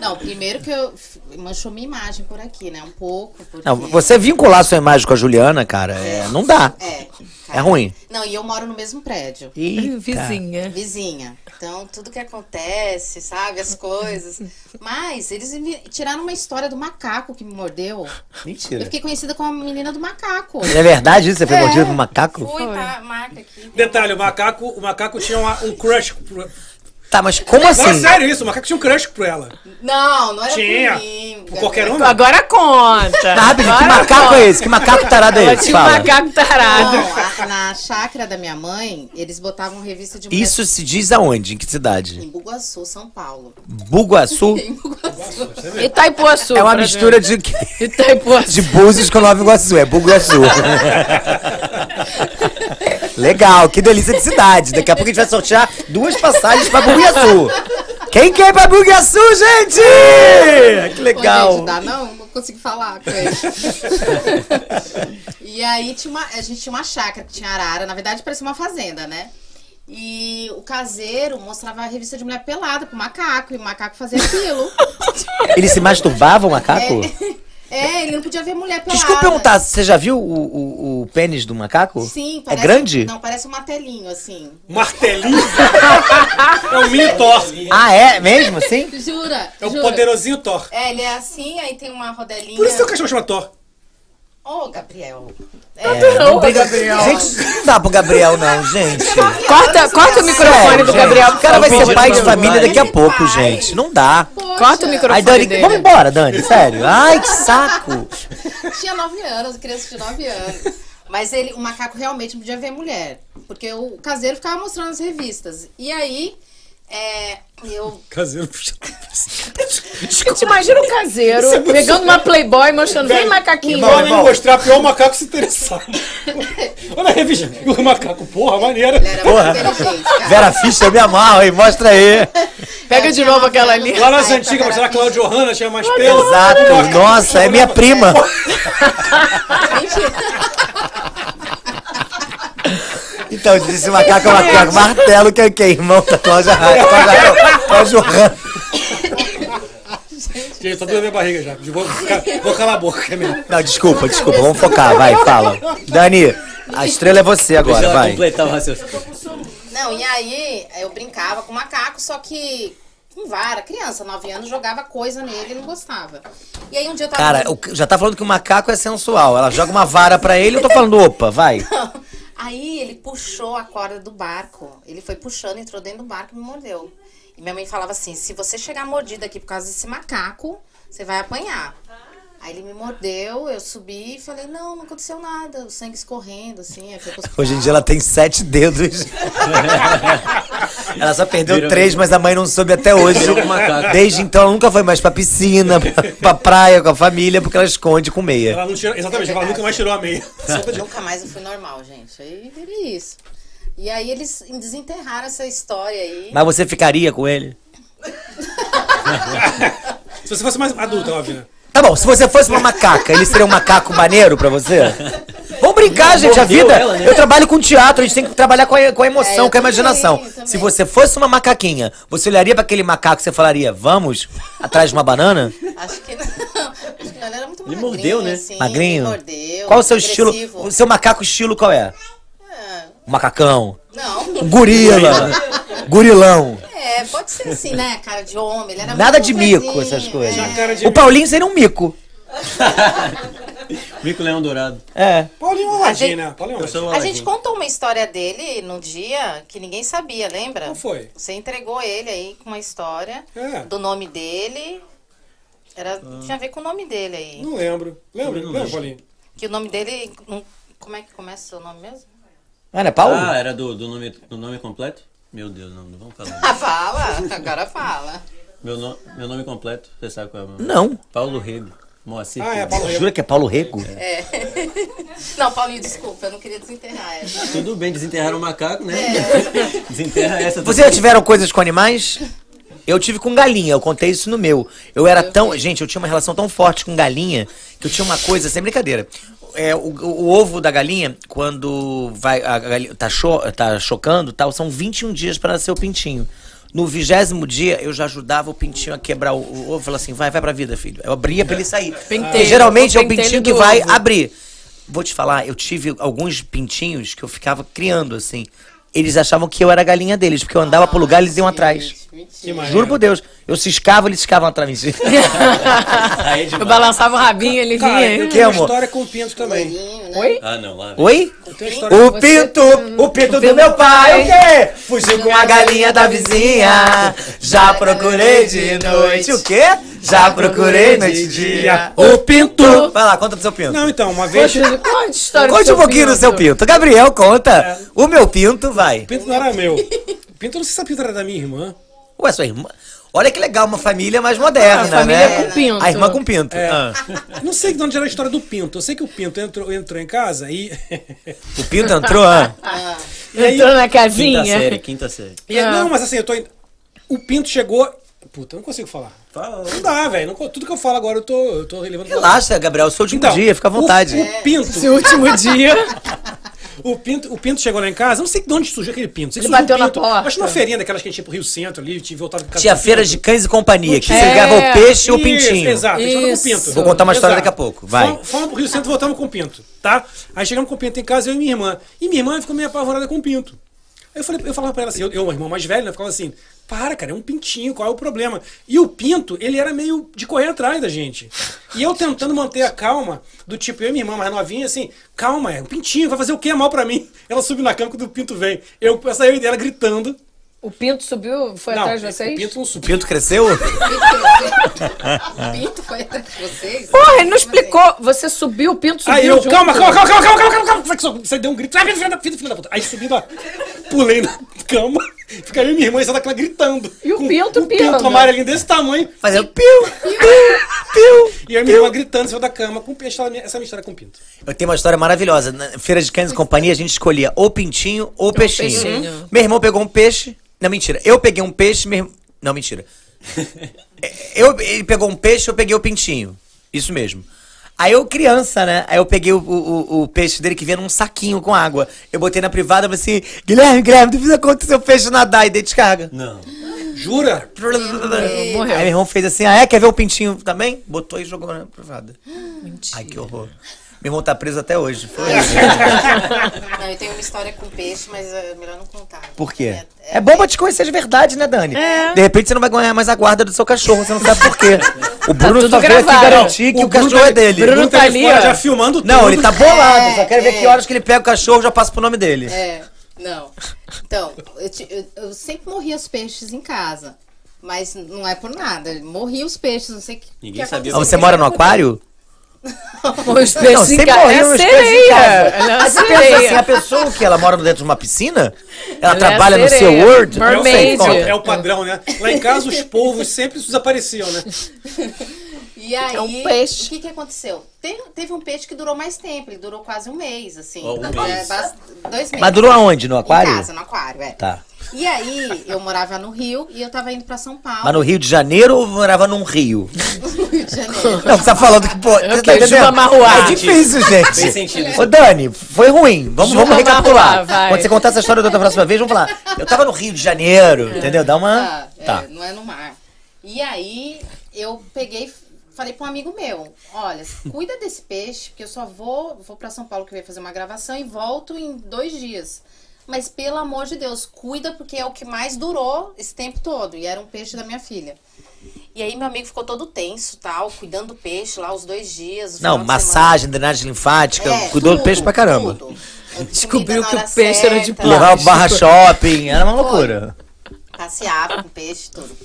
[SPEAKER 11] Não, primeiro que eu f- manchou minha imagem por aqui, né? Um pouco. Porque...
[SPEAKER 1] Não, você vincular sua imagem com a Juliana, cara, é, não dá.
[SPEAKER 11] É.
[SPEAKER 1] É ruim.
[SPEAKER 11] Não, e eu moro no mesmo prédio.
[SPEAKER 1] Ih,
[SPEAKER 2] Vizinha.
[SPEAKER 11] Vizinha. Então, tudo que acontece, sabe? As coisas. Mas eles invi- tiraram uma história do macaco que me mordeu. Eu
[SPEAKER 1] mentira.
[SPEAKER 11] fiquei conhecida como a menina do macaco.
[SPEAKER 1] É verdade isso? Você foi
[SPEAKER 11] É.
[SPEAKER 1] mordido por um macaco?
[SPEAKER 11] Fui, tá? Marca aqui.
[SPEAKER 3] Detalhe, o macaco, o macaco tinha uma- um crush. Pro...
[SPEAKER 1] Tá, mas como
[SPEAKER 3] Não, é
[SPEAKER 1] assim?
[SPEAKER 3] sério isso, o macaco tinha um crush por ela.
[SPEAKER 11] Não, não era
[SPEAKER 3] Tinha.
[SPEAKER 11] por mim.
[SPEAKER 3] Por qualquer um. não.
[SPEAKER 2] Agora conta.
[SPEAKER 1] Tá, Rápido, que
[SPEAKER 2] Agora
[SPEAKER 1] macaco
[SPEAKER 2] conta.
[SPEAKER 1] é esse? Que macaco tarado é
[SPEAKER 2] Ela
[SPEAKER 1] esse?
[SPEAKER 2] tinha um
[SPEAKER 1] Fala.
[SPEAKER 2] macaco tarado.
[SPEAKER 11] Não, a- na chácara da minha mãe, eles botavam revista de mulher
[SPEAKER 1] Isso se diz aonde? Em que cidade?
[SPEAKER 11] em Bugaçu, São Paulo.
[SPEAKER 1] Bugaçu?
[SPEAKER 11] *laughs* Em Bugaçu.
[SPEAKER 2] Itaipuaçu.
[SPEAKER 1] É uma
[SPEAKER 2] por
[SPEAKER 1] mistura
[SPEAKER 11] né?
[SPEAKER 2] exemplo.
[SPEAKER 1] de *laughs* quê?
[SPEAKER 2] Itaipuaçu.
[SPEAKER 1] De Búzios com Nova Iguaçu, é Bugaçu. Legal, que delícia de cidade. Daqui a pouco a gente vai sortear duas passagens pra Bugaçu. Quem quer ir pra Bugaçu, gente? É, Que
[SPEAKER 11] Ô,
[SPEAKER 1] legal.
[SPEAKER 11] gente, dá é, não? Não consigo falar com
[SPEAKER 1] *laughs*
[SPEAKER 11] ele. e aí tinha uma, a gente tinha uma chácara que tinha arara. Na verdade, parecia uma fazenda, né? E o caseiro mostrava a revista de mulher pelada pro macaco. E o macaco fazia aquilo.
[SPEAKER 1] *laughs* Ele se masturbava, o macaco?
[SPEAKER 11] é, *laughs* ele não podia ver mulher pelada.
[SPEAKER 1] Desculpa perguntar, você já viu o, o- o pênis do macaco?
[SPEAKER 11] Sim,
[SPEAKER 1] É
[SPEAKER 11] parece...
[SPEAKER 1] grande?
[SPEAKER 11] Não, parece um martelinho, assim.
[SPEAKER 3] Martelinho. é o mini Thor.
[SPEAKER 1] Ah, é? Mesmo assim?
[SPEAKER 11] *laughs* Jura?
[SPEAKER 2] Ah,
[SPEAKER 3] É o
[SPEAKER 11] jura.
[SPEAKER 3] poderosinho Thor.
[SPEAKER 11] É, ele é assim, aí tem uma rodelinha.
[SPEAKER 3] Por isso Tá teu cachorro chama Thor.
[SPEAKER 11] Ô, Gabriel. É.
[SPEAKER 1] Não briga- Gente, isso não dá pro Gabriel, não, gente.
[SPEAKER 2] Corta, corta o microfone do
[SPEAKER 1] Gente,
[SPEAKER 2] Gabriel.
[SPEAKER 1] O cara vai
[SPEAKER 2] por favor.
[SPEAKER 1] ser pai de
[SPEAKER 4] Vai.
[SPEAKER 1] família daqui a
[SPEAKER 11] Vai.
[SPEAKER 1] pouco, gente. Não dá.
[SPEAKER 2] Corta o microfone
[SPEAKER 1] Aí, Dani,
[SPEAKER 2] dele.
[SPEAKER 1] vamos embora, Dani, sério. Ai, que saco.
[SPEAKER 11] Tinha 9 anos, criança de 9 anos. Mas ele, o macaco realmente não podia ver mulher. Porque o caseiro ficava mostrando as revistas. E aí, é, eu.
[SPEAKER 3] Caseiro.
[SPEAKER 2] Eu
[SPEAKER 8] Tipo,
[SPEAKER 2] te imagino um caseiro
[SPEAKER 1] é
[SPEAKER 3] é
[SPEAKER 2] pegando uma Playboy, mostrando bem macaquinho.
[SPEAKER 3] Não, nem mostrar, pior o macaco se interessar. Olha a revista. E o macaco, porra, maneira.
[SPEAKER 11] Ele era
[SPEAKER 1] Porra.
[SPEAKER 11] muito inteligente, cara.
[SPEAKER 1] Vera Fischer, me amarra, hein? Mostra aí.
[SPEAKER 2] Pega de novo aquela ali.
[SPEAKER 3] Lá nas
[SPEAKER 11] Ai,
[SPEAKER 3] antigas, mas
[SPEAKER 11] cara,
[SPEAKER 3] será que Cláudia Johanna tinha mais pelo?
[SPEAKER 1] Exato. Nossa, é minha prima. Então, disse macaco é macaco. Martelo que é quem? Irmão da Cláudia Raia. Cláudia Raia.
[SPEAKER 3] Gente, tá doendo minha barriga já. Vou, ficar- vou calar a boca, que é melhor.
[SPEAKER 1] Não, desculpa, desculpa. Vamos focar, vai, fala. Dani, a estrela é você agora,
[SPEAKER 4] Deixa ela
[SPEAKER 1] vai.
[SPEAKER 4] completar o raciocínio.
[SPEAKER 11] Não, e aí eu brincava com o macaco, só que com vara. Criança, 9 anos, jogava coisa nele e não gostava. E aí um dia eu tava.
[SPEAKER 1] Cara, o- já tá falando que o macaco é sensual. Ela joga uma vara pra ele, eu tô falando, opa, vai.
[SPEAKER 11] *laughs* Aí ele puxou a corda do barco. Ele foi puxando, entrou dentro do barco e me mordeu. E minha mãe falava assim: se você chegar mordida aqui por causa desse macaco, você vai apanhar. Aí ele me mordeu, eu subi e falei: não, não aconteceu nada. O sangue escorrendo, assim. aí foi pro
[SPEAKER 1] *laughs*
[SPEAKER 11] hospital.
[SPEAKER 1] Hoje em dia ela tem sete dedos. *laughs* ela só perdeu
[SPEAKER 4] Virou-
[SPEAKER 1] três, mas a mãe não soube até hoje.
[SPEAKER 4] Virou um macaco.
[SPEAKER 1] Desde então ela nunca foi mais pra piscina, pra, pra praia com a família, porque ela esconde com meia.
[SPEAKER 3] Ela não tirou, exatamente,
[SPEAKER 11] É
[SPEAKER 3] ela
[SPEAKER 11] verdade.
[SPEAKER 3] nunca mais tirou
[SPEAKER 2] *laughs*
[SPEAKER 3] a meia. Só *laughs* pra
[SPEAKER 2] um
[SPEAKER 3] dizer.
[SPEAKER 11] Nunca mais eu fui normal, gente. Aí teve isso. E aí eles desenterraram essa história aí.
[SPEAKER 1] Mas você ficaria com ele?
[SPEAKER 3] Se você fosse mais adulta, óbvio, né?
[SPEAKER 1] Tá bom, se você fosse uma macaca, ele seria um macaco maneiro pra você? Vamos brincar, gente, a vida.
[SPEAKER 4] ela, né?
[SPEAKER 1] Eu trabalho com teatro, a gente tem que trabalhar com a, com a
[SPEAKER 11] É,
[SPEAKER 1] emoção,
[SPEAKER 11] eu
[SPEAKER 1] com a
[SPEAKER 11] também,
[SPEAKER 1] imaginação.
[SPEAKER 11] também.
[SPEAKER 1] Se você fosse uma macaquinha, você olharia pra aquele macaco e você falaria, vamos, atrás de uma banana?
[SPEAKER 11] Acho que não. Acho que não, ele era muito
[SPEAKER 4] Ele
[SPEAKER 11] magrinho,
[SPEAKER 4] mordeu, né?
[SPEAKER 11] assim,
[SPEAKER 1] Magrinho?
[SPEAKER 11] ele mordeu.
[SPEAKER 1] Qual o seu
[SPEAKER 11] agressivo.
[SPEAKER 1] estilo? O seu macaco estilo qual é? Um
[SPEAKER 11] Ah,
[SPEAKER 1] Macacão.
[SPEAKER 11] Não.
[SPEAKER 1] Gorila. Gorilão.
[SPEAKER 11] É, pode ser assim, né? Cara de homem. Ele era
[SPEAKER 1] Nada
[SPEAKER 11] muito
[SPEAKER 1] de mico,
[SPEAKER 11] gordinho,
[SPEAKER 1] essas coisas.
[SPEAKER 11] é.
[SPEAKER 3] Cara de
[SPEAKER 1] O Paulinho seria um mico.
[SPEAKER 4] *laughs* Mico Leão Dourado.
[SPEAKER 1] É.
[SPEAKER 3] Paulinho é um ladinho, né? Paulinho é um
[SPEAKER 4] Eu sou
[SPEAKER 3] ladinho.
[SPEAKER 4] o
[SPEAKER 11] A gente
[SPEAKER 4] Aladim.
[SPEAKER 11] contou uma história dele num dia que ninguém sabia, lembra?
[SPEAKER 3] Não foi.
[SPEAKER 11] Você entregou ele aí com uma história
[SPEAKER 3] É.
[SPEAKER 11] do nome dele. Era, Tinha a ver com o nome dele aí.
[SPEAKER 3] Não lembro. Lembra?
[SPEAKER 4] não
[SPEAKER 3] Lembra,
[SPEAKER 4] lembro.
[SPEAKER 2] *laughs*
[SPEAKER 3] Paulinho?
[SPEAKER 11] Que o nome dele. não- Como é que começa o seu nome mesmo?
[SPEAKER 1] Ah, não é Paulo?
[SPEAKER 4] Ah, era do, do, nome, do nome completo? Meu Deus, não, não vamos falar.
[SPEAKER 11] Ah, fala! Agora fala.
[SPEAKER 4] Meu, no- meu nome completo, você sabe qual é o meu nome?
[SPEAKER 1] Não.
[SPEAKER 4] Paulo Rego. Moacir.
[SPEAKER 3] Ah, é,
[SPEAKER 4] Rego.
[SPEAKER 3] Paulo Rego.
[SPEAKER 1] Jura que é Paulo Rego?
[SPEAKER 11] É. Não, Paulinho, desculpa, eu não queria desenterrar essa.
[SPEAKER 4] Ah, Tudo bem, desenterraram o macaco, né? *laughs* Desenterra essa
[SPEAKER 1] Vocês É. já tiveram coisas com animais? Eu tive com galinha, eu contei isso no meu. Eu era tão. Gente, eu tinha uma relação tão forte com galinha que eu tinha uma coisa, sem brincadeira. É, o, o- o ovo da galinha, quando vai a galinha tá, cho- tá chocando tal, são 21 dias pra nascer o pintinho. No vigésimo dia, eu já ajudava o pintinho a quebrar o, o ovo. Falava assim, vai, vai pra vida, filho. Eu abria pra ele sair.
[SPEAKER 2] Pentelho,
[SPEAKER 1] Porque geralmente é o
[SPEAKER 2] o pentelho
[SPEAKER 1] pintinho que
[SPEAKER 2] do
[SPEAKER 1] vai
[SPEAKER 2] ovo.
[SPEAKER 1] abrir. Vou te falar, eu tive alguns pintinhos que eu ficava criando, assim. Eles achavam que eu era a galinha deles, porque eu andava pro lugar e eles iam atrás.
[SPEAKER 3] Que maneiro.
[SPEAKER 1] Juro por Deus. Eu ciscava, eles ciscavam atrás de mim. *laughs*
[SPEAKER 4] Aí é
[SPEAKER 2] Eu
[SPEAKER 4] demais.
[SPEAKER 2] balançava o rabinho, ele vinha.
[SPEAKER 3] Cara, eu
[SPEAKER 2] hein?
[SPEAKER 1] Que
[SPEAKER 3] tenho uma
[SPEAKER 1] amor?
[SPEAKER 3] história com o Pinto também.
[SPEAKER 11] Loirinho, né?
[SPEAKER 2] Oi?
[SPEAKER 4] Ah, não, lá. vem.
[SPEAKER 1] Oi?
[SPEAKER 3] Eu tenho uma história
[SPEAKER 1] O
[SPEAKER 2] Você-
[SPEAKER 1] pinto, o pinto do meu pai, o quê? Fugiu com a galinha da vizinha. Já procurei de noite. O quê? Já procurei de dia. O pinto. Vai lá, conta do seu pinto.
[SPEAKER 3] Não, então, uma vez.
[SPEAKER 2] Conte, conte a história do
[SPEAKER 1] Conte
[SPEAKER 2] seu
[SPEAKER 1] um pouquinho do seu pinto. Gabriel, conta.
[SPEAKER 3] É.
[SPEAKER 1] O meu pinto, vai.
[SPEAKER 3] O Pinto não era meu. O Pinto, eu não sei se a Pinto era da minha irmã.
[SPEAKER 1] Ué, sua irmã. Olha que legal, uma família mais moderna,
[SPEAKER 2] Ah, família
[SPEAKER 1] né?
[SPEAKER 2] com pinto.
[SPEAKER 1] A irmã com pinto.
[SPEAKER 3] É.
[SPEAKER 1] Ah.
[SPEAKER 3] Eu *laughs* Não sei de onde era a história do Pinto. Eu sei que o Pinto entrou, entrou em casa e.
[SPEAKER 1] O pinto entrou, ah.
[SPEAKER 3] *laughs*
[SPEAKER 2] Entrou na
[SPEAKER 4] Quinta
[SPEAKER 2] casinha.
[SPEAKER 4] série, quinta série.
[SPEAKER 3] e
[SPEAKER 2] Ah.
[SPEAKER 3] Não, mas assim, eu tô. em- O Pinto chegou. Puta, eu não consigo falar.
[SPEAKER 4] Fala.
[SPEAKER 3] Não dá, velho. Não co- Tudo que eu falo agora eu tô, eu tô relevando.
[SPEAKER 1] Relaxa, Gabriel. Seu último
[SPEAKER 3] Então,
[SPEAKER 1] dia, fica à vontade.
[SPEAKER 3] O, o Pinto.
[SPEAKER 2] Esse último dia.
[SPEAKER 3] O Pinto, o Pinto chegou lá em casa, não sei de onde surgiu aquele Pinto. Sei que
[SPEAKER 2] Ele
[SPEAKER 3] surgiu
[SPEAKER 2] bateu
[SPEAKER 3] um
[SPEAKER 2] na
[SPEAKER 3] pinto,
[SPEAKER 2] porta.
[SPEAKER 3] Acho uma feirinha daquelas que a gente ia pro Rio Centro ali, tinha voltado pra
[SPEAKER 1] *laughs*
[SPEAKER 3] casa.
[SPEAKER 1] Tinha
[SPEAKER 3] do
[SPEAKER 1] feiras de
[SPEAKER 3] Pinto.
[SPEAKER 1] cães e companhia, que se
[SPEAKER 2] É.
[SPEAKER 1] ligava o peixe ou o
[SPEAKER 3] Isso,
[SPEAKER 1] pintinho.
[SPEAKER 3] Exato, a gente voltava com o
[SPEAKER 2] Isso.
[SPEAKER 3] Pinto.
[SPEAKER 1] Vou contar uma história
[SPEAKER 3] Exato.
[SPEAKER 1] daqui a pouco, vai.
[SPEAKER 3] Fomos, fomos pro Rio Centro e voltamos com o Pinto, tá? Aí chegamos com o Pinto em casa, eu e minha irmã. E minha irmã ficou meio apavorada com o Pinto. Aí eu, falei, eu falava pra ela assim, eu, eu, uma irmã mais velha, né, eu falava assim, para, cara, é um pintinho, qual é o problema? E o Pinto, ele era meio de correr atrás da gente. E eu tentando manter a calma, do tipo, eu e minha irmã mais novinha, assim, calma, é um pintinho, vai fazer o que é mal pra mim? Ela subiu na cama quando o Pinto vem. Eu, essa eu e dela gritando.
[SPEAKER 2] O pinto subiu, foi
[SPEAKER 3] não,
[SPEAKER 2] atrás de
[SPEAKER 3] o
[SPEAKER 2] vocês?
[SPEAKER 3] Pinto não
[SPEAKER 1] O
[SPEAKER 3] subiu.
[SPEAKER 1] pinto um
[SPEAKER 3] *laughs*
[SPEAKER 1] cresceu?
[SPEAKER 11] O Pinto foi atrás de vocês?
[SPEAKER 2] Porra, ele não explicou. Você subiu, o pinto subiu.
[SPEAKER 3] Aí eu,
[SPEAKER 2] junto.
[SPEAKER 3] calma, calma, calma, calma, calma, calma, calma. Falei que só- Você deu um grito. Ah, filho da, filho, filho da puta. Aí subi lá, pulei né? na cama. Fica eu e minha irmã e ela daquela gritando.
[SPEAKER 2] E o
[SPEAKER 3] Com
[SPEAKER 2] pinto
[SPEAKER 3] um pinto
[SPEAKER 2] piando.
[SPEAKER 3] amarelinho desse tamanho.
[SPEAKER 1] Fazendo piu, piu, piu.
[SPEAKER 3] E eu e minha irmã gritando em cima da cama com o peixe. Ela- Essa é a minha história com o pinto.
[SPEAKER 1] Eu tenho uma história maravilhosa. Na feira de cães e companhia, a gente escolhia ou pintinho ou peixinho.
[SPEAKER 2] peixinho.
[SPEAKER 1] Meu irmão pegou um peixe. Não, mentira. Eu peguei um peixe, meu irmão... Não, mentira. eu, ele pegou um peixe, eu peguei o pintinho. Isso mesmo. Aí eu, criança, né? Aí eu peguei o, o- o- o peixe dele que vinha num saquinho com água. Eu botei na privada e falei assim: Guilherme, Guilherme, não precisa acontecer o peixe nadar e dei descarga.
[SPEAKER 4] Não.
[SPEAKER 3] Jura?
[SPEAKER 1] Aí meu irmão fez assim: ah, é? Quer ver o pintinho também? Botou e jogou na privada. Ai, que horror. Meu irmão tá preso até hoje. Foi.
[SPEAKER 11] Não, eu tenho uma história com peixe, mas é melhor não contar.
[SPEAKER 1] Por quê? É bom pra te conhecer de verdade, né, Dani?
[SPEAKER 11] É.
[SPEAKER 1] De repente você não vai ganhar mais a guarda do seu cachorro, você não sabe por quê. O Bruno
[SPEAKER 3] Tá tudo
[SPEAKER 1] só veio aqui
[SPEAKER 3] gravado.
[SPEAKER 1] garantir que o,
[SPEAKER 3] O Bruno
[SPEAKER 1] cachorro
[SPEAKER 3] tá-
[SPEAKER 1] é dele.
[SPEAKER 3] Bruno Bruno tá tá ali, fora, ó. já filmando
[SPEAKER 1] Não,
[SPEAKER 3] tudo.
[SPEAKER 1] ele tá bolado. Só quero
[SPEAKER 11] É,
[SPEAKER 1] ver que
[SPEAKER 11] é.
[SPEAKER 1] horas que ele pega o cachorro, já passa pro nome dele.
[SPEAKER 11] É, não. Então, eu, ti- eu- eu sempre morri os peixes em casa. Mas não é por nada. Morri os peixes, não sei o que.
[SPEAKER 1] Ninguém
[SPEAKER 11] que
[SPEAKER 1] sabia.
[SPEAKER 11] aconteceu.
[SPEAKER 1] você mora no aquário?
[SPEAKER 2] Os peixes
[SPEAKER 1] não,
[SPEAKER 2] em
[SPEAKER 1] sempre
[SPEAKER 2] casa.
[SPEAKER 1] morreu
[SPEAKER 2] É
[SPEAKER 1] os peixes em
[SPEAKER 2] sereia.
[SPEAKER 1] casa.
[SPEAKER 2] Ela é
[SPEAKER 1] Aí você
[SPEAKER 2] sereia.
[SPEAKER 1] pensa assim, a pessoa que ela mora dentro de uma piscina? Ela,
[SPEAKER 3] Ela é
[SPEAKER 1] trabalha no seu
[SPEAKER 3] sereia.
[SPEAKER 1] Word? Não sei,
[SPEAKER 3] Mermaid.
[SPEAKER 1] conta.
[SPEAKER 3] É o padrão, né? Lá em casa os povos sempre desapareciam, né?
[SPEAKER 11] E aí,
[SPEAKER 2] É um peixe.
[SPEAKER 11] o que, que aconteceu? Teve, teve um peixe que durou mais tempo, ele durou quase um mês, assim.
[SPEAKER 1] Ó, um
[SPEAKER 11] É,
[SPEAKER 1] mês.
[SPEAKER 11] bas- dois meses.
[SPEAKER 1] Mas durou aonde? No aquário?
[SPEAKER 11] Em casa, no aquário, é.
[SPEAKER 1] Tá.
[SPEAKER 11] E aí, eu morava no Rio e eu tava indo pra São Paulo.
[SPEAKER 1] Mas no Rio de Janeiro ou morava num rio?
[SPEAKER 11] no Rio de Janeiro.
[SPEAKER 1] Não, você tá falando que, pô, você tá
[SPEAKER 11] Ok, Juba
[SPEAKER 1] entendendo?
[SPEAKER 11] Marruá.
[SPEAKER 1] É difícil, gente.
[SPEAKER 11] Fez sentido.
[SPEAKER 1] Ô, Dani, foi ruim. Vamos,
[SPEAKER 11] Juba
[SPEAKER 1] vamos recapitular.
[SPEAKER 11] Marruá, vai.
[SPEAKER 1] Quando você contar essa história da outra próxima vez, vamos falar. Eu tava no Rio de Janeiro, entendeu? Dá uma.
[SPEAKER 11] Tá, é,
[SPEAKER 1] Tá.
[SPEAKER 11] não é no mar. E aí eu peguei, falei pra um amigo meu, olha, cuida desse peixe, porque eu só vou, vou para São Paulo que eu ia fazer uma gravação e volto em dois dias. Mas pelo amor de Deus, cuida porque é o que mais durou esse tempo todo e era um peixe da minha filha. E aí meu amigo ficou todo tenso, tal, cuidando do peixe lá os dois dias. o
[SPEAKER 1] Não,
[SPEAKER 11] final de semana.
[SPEAKER 1] massagem, drenagem linfática,
[SPEAKER 11] É,
[SPEAKER 1] cuidou do
[SPEAKER 11] tudo,
[SPEAKER 1] peixe pra caramba.
[SPEAKER 11] Descobriu que
[SPEAKER 2] o peixe era de
[SPEAKER 1] Levar o barra shopping, era uma
[SPEAKER 11] Foi.
[SPEAKER 1] loucura.
[SPEAKER 11] Passeava com peixe, tudo.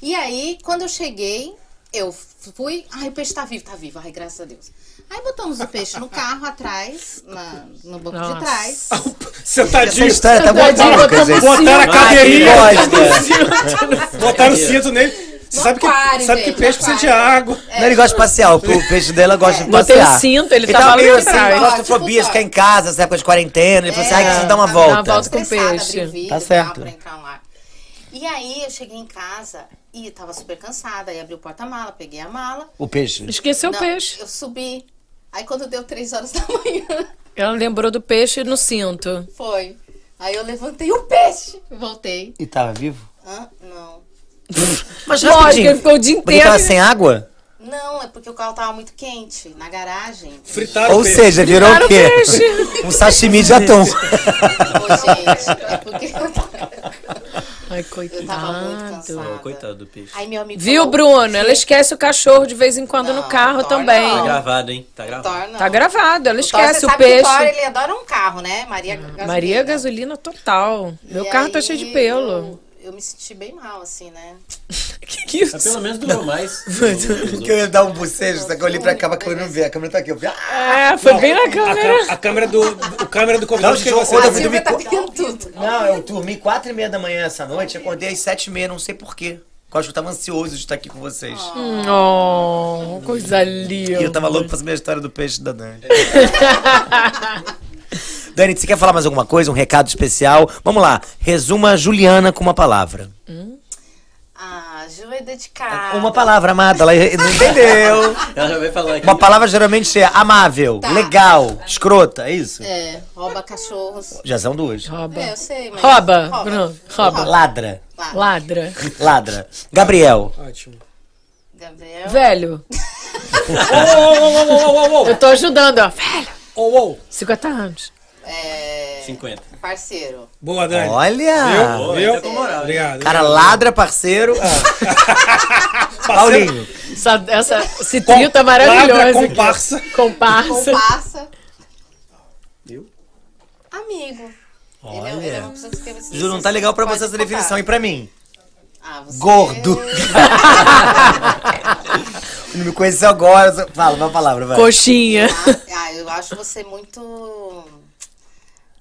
[SPEAKER 11] E aí, quando eu cheguei, eu fui. Ai, o peixe tá vivo, tá vivo. Ai, graças a Deus. Aí botamos o peixe no carro atrás, na- no banco
[SPEAKER 3] Nossa.
[SPEAKER 11] de trás.
[SPEAKER 3] Sentadinho.
[SPEAKER 1] Essa história tá muito
[SPEAKER 3] Sentadinho,
[SPEAKER 1] maluca,
[SPEAKER 3] botamos
[SPEAKER 1] gente.
[SPEAKER 3] Botaram a
[SPEAKER 1] Ah,
[SPEAKER 3] cadeirinha.
[SPEAKER 1] quem gosta?
[SPEAKER 3] Botaram o cinto nele. Você sabe que,
[SPEAKER 11] aquário,
[SPEAKER 3] sabe que
[SPEAKER 11] gente,
[SPEAKER 3] peixe precisa de água.
[SPEAKER 11] É,
[SPEAKER 1] Não, ele gosta de passear, o peixe dela gosta de
[SPEAKER 3] Botei
[SPEAKER 1] passear.
[SPEAKER 3] o
[SPEAKER 2] cinto, ele
[SPEAKER 1] tava,
[SPEAKER 2] tava
[SPEAKER 1] meio
[SPEAKER 2] lá
[SPEAKER 1] assim,
[SPEAKER 2] atrás.
[SPEAKER 1] claustrofobia, ficar em casa, essa época de quarentena. Ele falou assim, ai,
[SPEAKER 11] É,
[SPEAKER 1] preciso dar uma
[SPEAKER 11] tá-
[SPEAKER 1] volta.
[SPEAKER 2] Dá uma volta com o
[SPEAKER 11] estressada, abri o
[SPEAKER 2] peixe.
[SPEAKER 11] vidro
[SPEAKER 1] Tá
[SPEAKER 11] e tal,
[SPEAKER 1] certo.
[SPEAKER 11] pra entrar lá. E aí eu cheguei em casa e tava super cansada. Aí abri o porta-mala, peguei a mala.
[SPEAKER 1] O peixe.
[SPEAKER 2] Esqueceu o
[SPEAKER 11] Não,
[SPEAKER 2] peixe.
[SPEAKER 11] Eu subi. Aí quando deu três horas *laughs* da manhã,
[SPEAKER 2] Ela lembrou do peixe no cinto.
[SPEAKER 11] foi. Aí eu levantei o peixe. Voltei.
[SPEAKER 1] E tava vivo?
[SPEAKER 11] Hã? não.
[SPEAKER 1] *laughs* Mas
[SPEAKER 2] Lógico,
[SPEAKER 1] rapidinho.
[SPEAKER 2] ele ficou o dia
[SPEAKER 1] Porque
[SPEAKER 2] inteiro.
[SPEAKER 1] tava sem água?
[SPEAKER 11] Não, é porque o carro tava muito quente na garagem.
[SPEAKER 1] Ou seja, virou o quê? *laughs* Um sashimi de atum.
[SPEAKER 3] É,
[SPEAKER 2] Ai, coitado.
[SPEAKER 4] Ô, coitado do peixe.
[SPEAKER 11] Aí meu amigo
[SPEAKER 2] Viu,
[SPEAKER 11] falou,
[SPEAKER 2] Bruno? Ela esquece o cachorro de vez em quando no carro também.
[SPEAKER 4] Tá gravado, hein? Tá gravado.
[SPEAKER 2] Tá gravado, ela
[SPEAKER 11] O Thor,
[SPEAKER 2] esquece
[SPEAKER 11] você
[SPEAKER 2] o,
[SPEAKER 11] sabe que
[SPEAKER 2] peixe. Hum.
[SPEAKER 11] Thor, ele adora um carro, né? Maria Gasolina.
[SPEAKER 2] Maria é gasolina total. Meu
[SPEAKER 11] E
[SPEAKER 2] carro tá
[SPEAKER 11] aí,
[SPEAKER 2] cheio de pelo.
[SPEAKER 11] Eu, eu me senti bem mal, assim, né?
[SPEAKER 2] Que
[SPEAKER 3] É
[SPEAKER 2] isso?
[SPEAKER 4] pelo menos durou
[SPEAKER 2] *laughs*
[SPEAKER 4] mais.
[SPEAKER 1] Porque eu ia dar um bocejo, só que eu olhei pra cá, mas eu não vi. A câmera tá aqui. Eu vi, ah!
[SPEAKER 2] É, foi
[SPEAKER 3] Não,
[SPEAKER 2] bem na
[SPEAKER 3] a
[SPEAKER 2] câmera.
[SPEAKER 3] cam- A, câmera do, o câmera do convidado
[SPEAKER 1] Não, gente,
[SPEAKER 3] chegou
[SPEAKER 1] eu- eu dormi
[SPEAKER 3] assim.
[SPEAKER 1] co-
[SPEAKER 11] tudo.
[SPEAKER 1] Não, eu dormi quatro e meia da manhã essa noite, acordei às sete e meia, não sei porquê. Eu acho que eu tava ansioso de estar aqui com vocês.
[SPEAKER 2] Ah. Hum, Oh, coisa linda.
[SPEAKER 1] E eu tava louco pra saber a história do peixe da Dani. Dani, você quer falar mais alguma coisa? Um recado especial? Vamos lá, resuma a Juliana com uma palavra.
[SPEAKER 11] Hum? Ah, Ju é dedicada.
[SPEAKER 1] Uma palavra, amada, ela *laughs* não entendeu.
[SPEAKER 4] Ela já vai falar aqui.
[SPEAKER 1] Uma palavra geralmente é amável,
[SPEAKER 11] Tá.
[SPEAKER 1] legal, escrota, é isso?
[SPEAKER 11] É, rouba cachorros.
[SPEAKER 1] Já são duas.
[SPEAKER 2] Rouba.
[SPEAKER 11] É, eu sei, mas...
[SPEAKER 2] Rouba, Bruno, rouba.
[SPEAKER 1] Ladra,
[SPEAKER 2] Ladra.
[SPEAKER 1] ladra. Gabriel,
[SPEAKER 3] Ótimo.
[SPEAKER 11] Gabriel.
[SPEAKER 2] Velho. Eu tô ajudando, ó. Velho. 50
[SPEAKER 3] *laughs*
[SPEAKER 2] anos.
[SPEAKER 11] É...
[SPEAKER 4] 50.
[SPEAKER 11] Parceiro.
[SPEAKER 3] Boa, Dani.
[SPEAKER 1] Olha!
[SPEAKER 3] Viu?
[SPEAKER 1] Boa,
[SPEAKER 3] Viu?
[SPEAKER 1] tá
[SPEAKER 4] com moral, hein?
[SPEAKER 11] *laughs*
[SPEAKER 3] Obrigado.
[SPEAKER 1] cara ladra, parceiro.
[SPEAKER 11] Ah.
[SPEAKER 1] Paulinho,
[SPEAKER 2] Essa, essa, esse trio tá
[SPEAKER 3] Ladra,
[SPEAKER 2] maravilhoso. aqui.
[SPEAKER 3] comparsa.
[SPEAKER 2] Comparsa.
[SPEAKER 11] Comparsa.
[SPEAKER 4] Eu?
[SPEAKER 11] Amigo. Ele é, ele é uma
[SPEAKER 1] olha.
[SPEAKER 11] pessoa que escreve assim.
[SPEAKER 1] Ju, não tá legal pra
[SPEAKER 11] Pode
[SPEAKER 1] você essa
[SPEAKER 11] contar.
[SPEAKER 1] definição e pra mim?
[SPEAKER 11] Ah, você... *laughs*
[SPEAKER 1] Gordo. Não me conheceu agora. só- Fala uma palavra, vai.
[SPEAKER 2] Coxinha.
[SPEAKER 11] Ah, eu acho você muito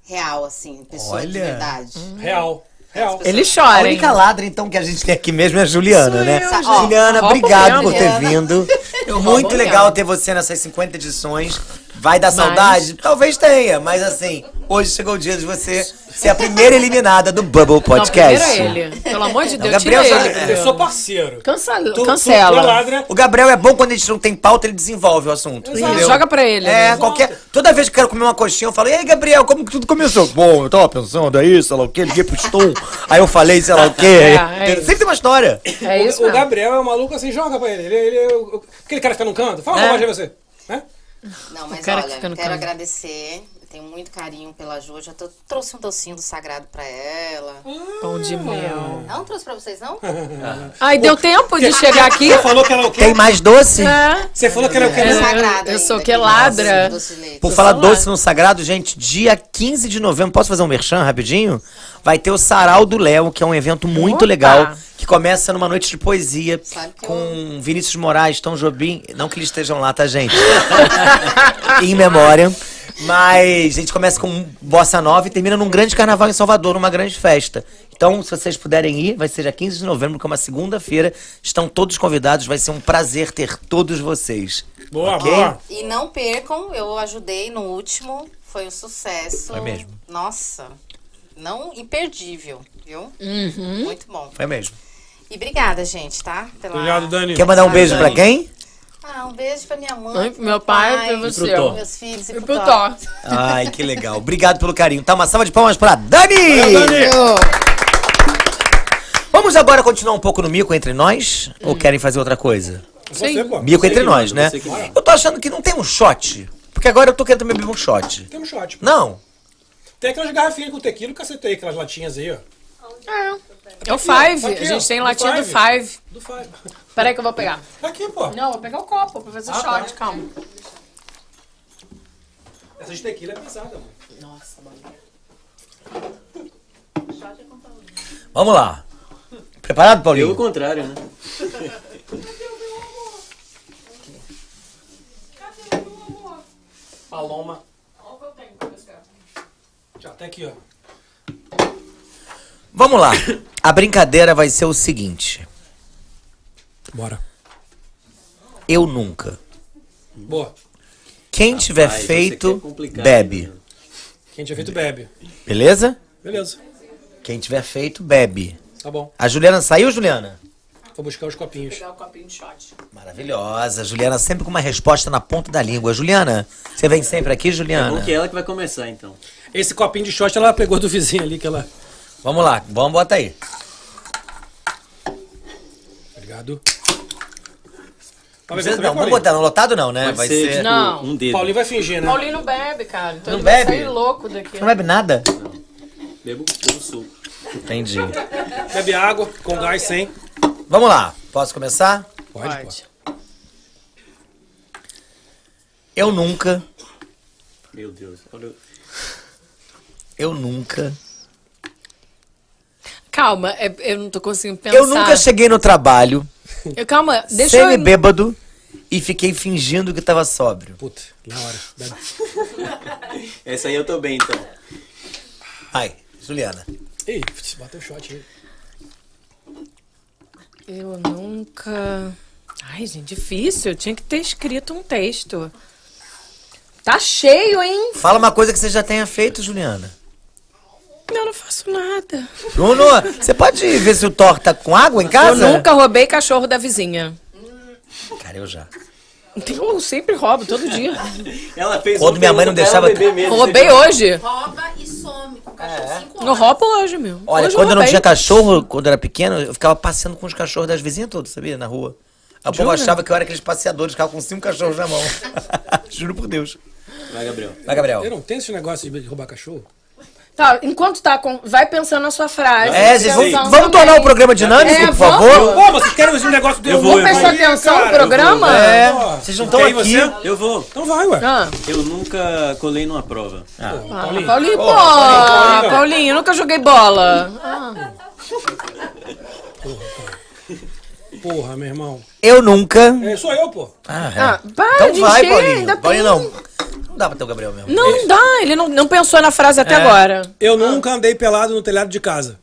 [SPEAKER 11] real, assim, pessoa de
[SPEAKER 1] Olha.
[SPEAKER 11] verdade.
[SPEAKER 3] Real. Real.
[SPEAKER 2] Hum. Ele
[SPEAKER 1] A
[SPEAKER 2] chora, hein?
[SPEAKER 1] única ladra, então, que a gente tem aqui mesmo é a Juliana, né?
[SPEAKER 11] eu, gente.
[SPEAKER 1] Juliana,
[SPEAKER 2] Roubo
[SPEAKER 1] obrigado por ter
[SPEAKER 11] mesmo.
[SPEAKER 1] vindo.
[SPEAKER 2] roubo
[SPEAKER 1] *laughs* Muito
[SPEAKER 2] mesmo.
[SPEAKER 1] legal ter você nessas 50 edições. Vai dar saudade? Talvez tenha, mas assim, hoje chegou o dia de você ser a primeira eliminada do Bubble
[SPEAKER 2] Não, primeiro
[SPEAKER 1] Podcast.
[SPEAKER 2] é ele. Pelo amor de
[SPEAKER 1] Não,
[SPEAKER 2] Deus,
[SPEAKER 1] Gabriel
[SPEAKER 2] tira
[SPEAKER 1] só-
[SPEAKER 2] ele.
[SPEAKER 1] é,
[SPEAKER 3] Eu
[SPEAKER 2] Gabriel.
[SPEAKER 3] sou parceiro.
[SPEAKER 2] Cancela.
[SPEAKER 3] Tu- tu-
[SPEAKER 2] cancela.
[SPEAKER 3] tu é ladra.
[SPEAKER 1] O Gabriel é bom quando a gente não tem pauta, ele desenvolve o assunto.
[SPEAKER 2] Sim,
[SPEAKER 1] entendeu?
[SPEAKER 2] joga pra ele.
[SPEAKER 1] É,
[SPEAKER 2] né?
[SPEAKER 1] qualquer. Toda vez que eu quero comer uma coxinha, eu falo, e aí, Gabriel, como que tudo começou? Bom, eu tava pensando, aí, sei lá o quê, liguei pro Stum, aí eu falei, sei lá o quê.
[SPEAKER 2] É, é isso.
[SPEAKER 1] Sempre tem uma história.
[SPEAKER 2] É isso
[SPEAKER 3] o, o
[SPEAKER 2] mesmo.
[SPEAKER 3] Gabriel é um maluco assim, joga pra ele. ele, ele- o- o- aquele cara que tá no canto, fala uma
[SPEAKER 1] É.
[SPEAKER 3] bobagem aí você. Né?
[SPEAKER 11] Não, mas
[SPEAKER 2] cara que
[SPEAKER 11] olha,
[SPEAKER 2] fica no
[SPEAKER 11] quero
[SPEAKER 2] caminho.
[SPEAKER 11] agradecer. Eu tenho muito carinho pela Jô. Já tô- trouxe um docinho do sagrado pra ela.
[SPEAKER 2] Pão de mel.
[SPEAKER 11] Não trouxe pra vocês,
[SPEAKER 2] *laughs*
[SPEAKER 11] não?
[SPEAKER 2] Ai, deu tempo de chegar aqui?
[SPEAKER 3] Você falou que ela é o quê?
[SPEAKER 1] Tem mais doce?
[SPEAKER 2] É.
[SPEAKER 3] Você falou que ela é o quê?
[SPEAKER 2] É,
[SPEAKER 11] Sou sagrada
[SPEAKER 2] eu sou
[SPEAKER 11] ainda,
[SPEAKER 2] que
[SPEAKER 11] que
[SPEAKER 2] ladra.
[SPEAKER 11] doce de leite.
[SPEAKER 1] Por
[SPEAKER 2] Tô
[SPEAKER 1] falar
[SPEAKER 2] falando.
[SPEAKER 1] doce no sagrado, gente, dia 15 de novembro, posso fazer um merchan rapidinho? Vai ter o Sarau do Léo, que é um evento muito
[SPEAKER 2] Opa!
[SPEAKER 1] legal, que começa numa noite de poesia
[SPEAKER 11] Sabe que
[SPEAKER 1] com Vinícius Moraes, Tom Jobim, não que eles estejam lá, tá, gente? *laughs* em memória. Mas a gente começa com Bossa Nova e termina num grande carnaval em Salvador, numa grande festa. Então, se vocês puderem ir, vai ser dia 15 de novembro, que é uma segunda-feira. Estão todos convidados, vai ser um prazer ter todos vocês.
[SPEAKER 3] Boa,
[SPEAKER 1] Ok?
[SPEAKER 3] boa.
[SPEAKER 11] E não percam, eu ajudei no último. Foi um sucesso.
[SPEAKER 1] Foi mesmo.
[SPEAKER 11] Nossa, não imperdível, viu?
[SPEAKER 2] Uhum.
[SPEAKER 11] Muito bom.
[SPEAKER 1] Foi mesmo.
[SPEAKER 11] E obrigada, gente, tá? Pela...
[SPEAKER 3] Obrigado, Dani.
[SPEAKER 1] Quer mandar um beijo pra quem?
[SPEAKER 11] Ah, um beijo pra minha mãe,
[SPEAKER 2] Ai,
[SPEAKER 11] pro
[SPEAKER 2] Meu pai, pra você.
[SPEAKER 4] Pro Thor.
[SPEAKER 11] meus filhos e
[SPEAKER 2] E
[SPEAKER 11] pro,
[SPEAKER 2] pro
[SPEAKER 11] Thor.
[SPEAKER 2] Thor.
[SPEAKER 1] Ai, que legal. Obrigado pelo carinho. Tá uma salva de palmas pra Dani! Vamos agora continuar um pouco no mico entre nós? Ou querem fazer outra coisa?
[SPEAKER 3] Tá Você, assim, pô.
[SPEAKER 1] Mico entre
[SPEAKER 4] que
[SPEAKER 1] nós,
[SPEAKER 4] manda,
[SPEAKER 1] né?
[SPEAKER 4] você que manda.
[SPEAKER 1] Eu tô achando que não tem um shot. Porque agora eu tô querendo também beber um shot.
[SPEAKER 3] Tem um shot. pô.
[SPEAKER 1] Não.
[SPEAKER 3] Tem aquelas garrafinhas com tequila que cacetei, aquelas latinhas aí, ó.
[SPEAKER 2] É o Five.
[SPEAKER 3] Aqui,
[SPEAKER 2] A
[SPEAKER 3] ó,
[SPEAKER 2] gente tem
[SPEAKER 3] do
[SPEAKER 2] latinha do
[SPEAKER 3] Five.
[SPEAKER 2] Five.
[SPEAKER 3] Do Fire.
[SPEAKER 2] Peraí que eu vou pegar.
[SPEAKER 3] Aqui, Ah, tá. pô.
[SPEAKER 2] Não, vou pegar
[SPEAKER 1] *laughs*
[SPEAKER 2] o copo pra fazer shot, calma.
[SPEAKER 3] Essa de tequila é pesada, mano.
[SPEAKER 2] Nossa, mano.
[SPEAKER 1] Vamos lá. Preparado,
[SPEAKER 4] Eu o
[SPEAKER 1] Paulinho?
[SPEAKER 4] contrário, né?
[SPEAKER 3] Paloma. Já, até aqui, ó.
[SPEAKER 1] Vamos lá. A brincadeira vai ser o seguinte.
[SPEAKER 3] Bora.
[SPEAKER 1] Eu nunca.
[SPEAKER 3] Boa.
[SPEAKER 1] Quem tiver
[SPEAKER 4] você
[SPEAKER 1] feito,
[SPEAKER 4] quer complicar,
[SPEAKER 1] bebe.
[SPEAKER 4] né?
[SPEAKER 3] Quem tinha feito bebe.
[SPEAKER 1] Beleza?
[SPEAKER 3] Beleza.
[SPEAKER 1] Quem tiver feito, bebe.
[SPEAKER 3] Tá bom.
[SPEAKER 1] A Juliana saiu, Juliana?
[SPEAKER 3] Vou buscar os copinhos.
[SPEAKER 2] Pegar o copinho de shot.
[SPEAKER 1] Maravilhosa, Juliana, sempre com uma resposta na ponta da língua. Juliana, você vem sempre aqui,
[SPEAKER 4] Bom
[SPEAKER 1] Juliana?
[SPEAKER 4] que é ela que vai começar, então.
[SPEAKER 3] Esse copinho de shot ela pegou do vizinho ali que ela.
[SPEAKER 1] Vamos lá, vamos bota aí.
[SPEAKER 3] Obrigado. Tá
[SPEAKER 1] Não, precisa- não,
[SPEAKER 3] bebendo também,
[SPEAKER 1] vamos
[SPEAKER 3] Paulinho?
[SPEAKER 1] botar, não lotado não, né? Vai ser.
[SPEAKER 4] tipo,
[SPEAKER 2] Não.
[SPEAKER 4] um dedo.
[SPEAKER 3] Paulinho vai fingir, né?
[SPEAKER 2] Paulinho não bebe, cara. Então
[SPEAKER 1] Não
[SPEAKER 2] ele vai
[SPEAKER 1] bebe?
[SPEAKER 2] sair louco daqui.
[SPEAKER 1] Não bebe nada?
[SPEAKER 4] Bebo, bebo suco.
[SPEAKER 1] Entendi.
[SPEAKER 3] Bebe água, com gás, sem.
[SPEAKER 1] vamos lá, posso começar?
[SPEAKER 3] Pode, pô.
[SPEAKER 1] Eu nunca,
[SPEAKER 4] Meu Deus. Olha, o-
[SPEAKER 1] eu nunca.
[SPEAKER 2] Calma, é- eu não tô conseguindo pensar.
[SPEAKER 1] Eu nunca cheguei no trabalho,
[SPEAKER 2] Eu- calma, deixa eu.
[SPEAKER 1] semi-bêbado, e fiquei fingindo que tava sóbrio.
[SPEAKER 3] Puta, na hora. Bebe.
[SPEAKER 4] essa aí eu tô bem, então.
[SPEAKER 1] Ai, Juliana.
[SPEAKER 3] Ei, putz, bateu o shot aí.
[SPEAKER 2] Eu nunca. Ai, gente, difícil. Eu tinha que ter escrito um texto. Tá cheio, hein?
[SPEAKER 1] Fala uma coisa que você já tenha feito, Juliana.
[SPEAKER 2] Eu não faço nada.
[SPEAKER 1] Bruno, você pode ver se o Thor tá com água em
[SPEAKER 2] Eu
[SPEAKER 1] casa?
[SPEAKER 2] nunca roubei cachorro da vizinha.
[SPEAKER 1] Cara, eu já.
[SPEAKER 2] Eu sempre roubo, todo dia.
[SPEAKER 4] *laughs* Ela fez um
[SPEAKER 1] Quando
[SPEAKER 4] ontem
[SPEAKER 1] minha mãe não
[SPEAKER 4] uma pra
[SPEAKER 1] deixava-
[SPEAKER 4] ela beber mesmo, É.
[SPEAKER 2] roubei
[SPEAKER 4] você
[SPEAKER 2] hoje.
[SPEAKER 11] Rouba e some com o cachorro cinco
[SPEAKER 2] Não roubo hoje, meu.
[SPEAKER 1] Olha,
[SPEAKER 2] hoje
[SPEAKER 1] quando eu não
[SPEAKER 2] roubei.
[SPEAKER 1] tinha cachorro, quando eu era pequeno, eu ficava passeando com os cachorros das vizinhas todas, sabia? Na rua. Aí o povo achava que eu era aqueles passeadores, ficava com cinco cachorros na mão. Juro por Deus.
[SPEAKER 4] já- Vai, Gabriel.
[SPEAKER 1] Vai, Gabriel.
[SPEAKER 3] Eu não tenho esse negócio de roubar cachorro.
[SPEAKER 2] Tá, enquanto tá com. Vai pensando na sua frase.
[SPEAKER 1] É, gente, vamos,
[SPEAKER 2] Atenção
[SPEAKER 1] vamos tornar
[SPEAKER 2] também.
[SPEAKER 1] o programa dinâmico,
[SPEAKER 2] É,
[SPEAKER 1] por
[SPEAKER 2] vamos.
[SPEAKER 1] favor?
[SPEAKER 3] Pô, vocês querem esse negócio do eu
[SPEAKER 4] vou, eu
[SPEAKER 2] Vamos prestar atenção no programa?
[SPEAKER 1] É, vocês não estão
[SPEAKER 3] Quem
[SPEAKER 1] aqui.
[SPEAKER 3] você?
[SPEAKER 4] Eu vou.
[SPEAKER 3] Então vai, ué.
[SPEAKER 2] Ah,
[SPEAKER 4] Eu nunca colei numa prova.
[SPEAKER 2] ah, Paulinho, pô, Paulinho, eu nunca joguei bola.
[SPEAKER 3] Porra, meu irmão.
[SPEAKER 1] Eu nunca.
[SPEAKER 3] É, sou eu, pô.
[SPEAKER 1] Ah, é.
[SPEAKER 2] Ah, para
[SPEAKER 1] então
[SPEAKER 2] de
[SPEAKER 1] vai,
[SPEAKER 2] encher, ainda
[SPEAKER 1] Paulinho. Paulinho,
[SPEAKER 2] tem.
[SPEAKER 1] não. Não dá pra ter o Gabriel mesmo. É.
[SPEAKER 2] Não dá, ele não, não pensou na frase Tá até agora.
[SPEAKER 3] Eu nunca andei pelado no telhado de casa.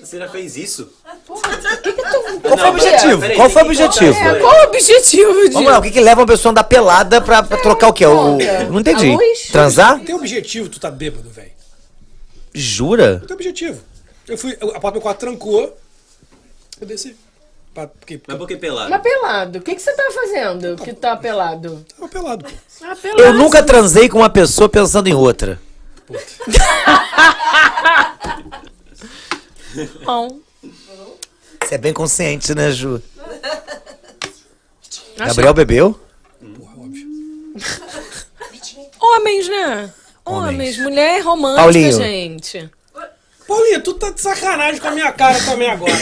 [SPEAKER 4] Você já fez isso?
[SPEAKER 1] Qual foi o
[SPEAKER 4] Não, peraí,
[SPEAKER 1] objetivo?
[SPEAKER 4] peraí,
[SPEAKER 1] Qual foi o
[SPEAKER 4] tem que contar
[SPEAKER 1] objetivo?
[SPEAKER 4] essa
[SPEAKER 2] Qual o objetivo
[SPEAKER 1] Vamos lá, o
[SPEAKER 2] disso?
[SPEAKER 1] que, que leva uma pessoa a andar pelada pra, pra trocar o quê? O, não entendi.
[SPEAKER 2] A luz?
[SPEAKER 1] Transar?
[SPEAKER 3] Tem objetivo, tu tá bêbado, velho.
[SPEAKER 1] Jura?
[SPEAKER 3] Tem objetivo. Eu fui, a porta do meu quarto trancou. Eu desci. Pra- Porque
[SPEAKER 4] Mas
[SPEAKER 3] porque
[SPEAKER 4] por que pelado?
[SPEAKER 2] Mas pelado, o que, que você tá fazendo que tá pelado?
[SPEAKER 3] eu tava pelado, pô.
[SPEAKER 2] Ah, pelado.
[SPEAKER 1] Eu nunca
[SPEAKER 2] *laughs*
[SPEAKER 1] transei com uma pessoa pensando em outra.
[SPEAKER 2] Não.
[SPEAKER 1] Você é bem consciente, né, Ju? Gabriel bebeu?
[SPEAKER 3] Porra, óbvio.
[SPEAKER 2] Homens, né? Homens. Mulher é romântica,
[SPEAKER 1] Paulinho.
[SPEAKER 2] gente.
[SPEAKER 3] Paulinho, tu tá de sacanagem com a minha cara também agora.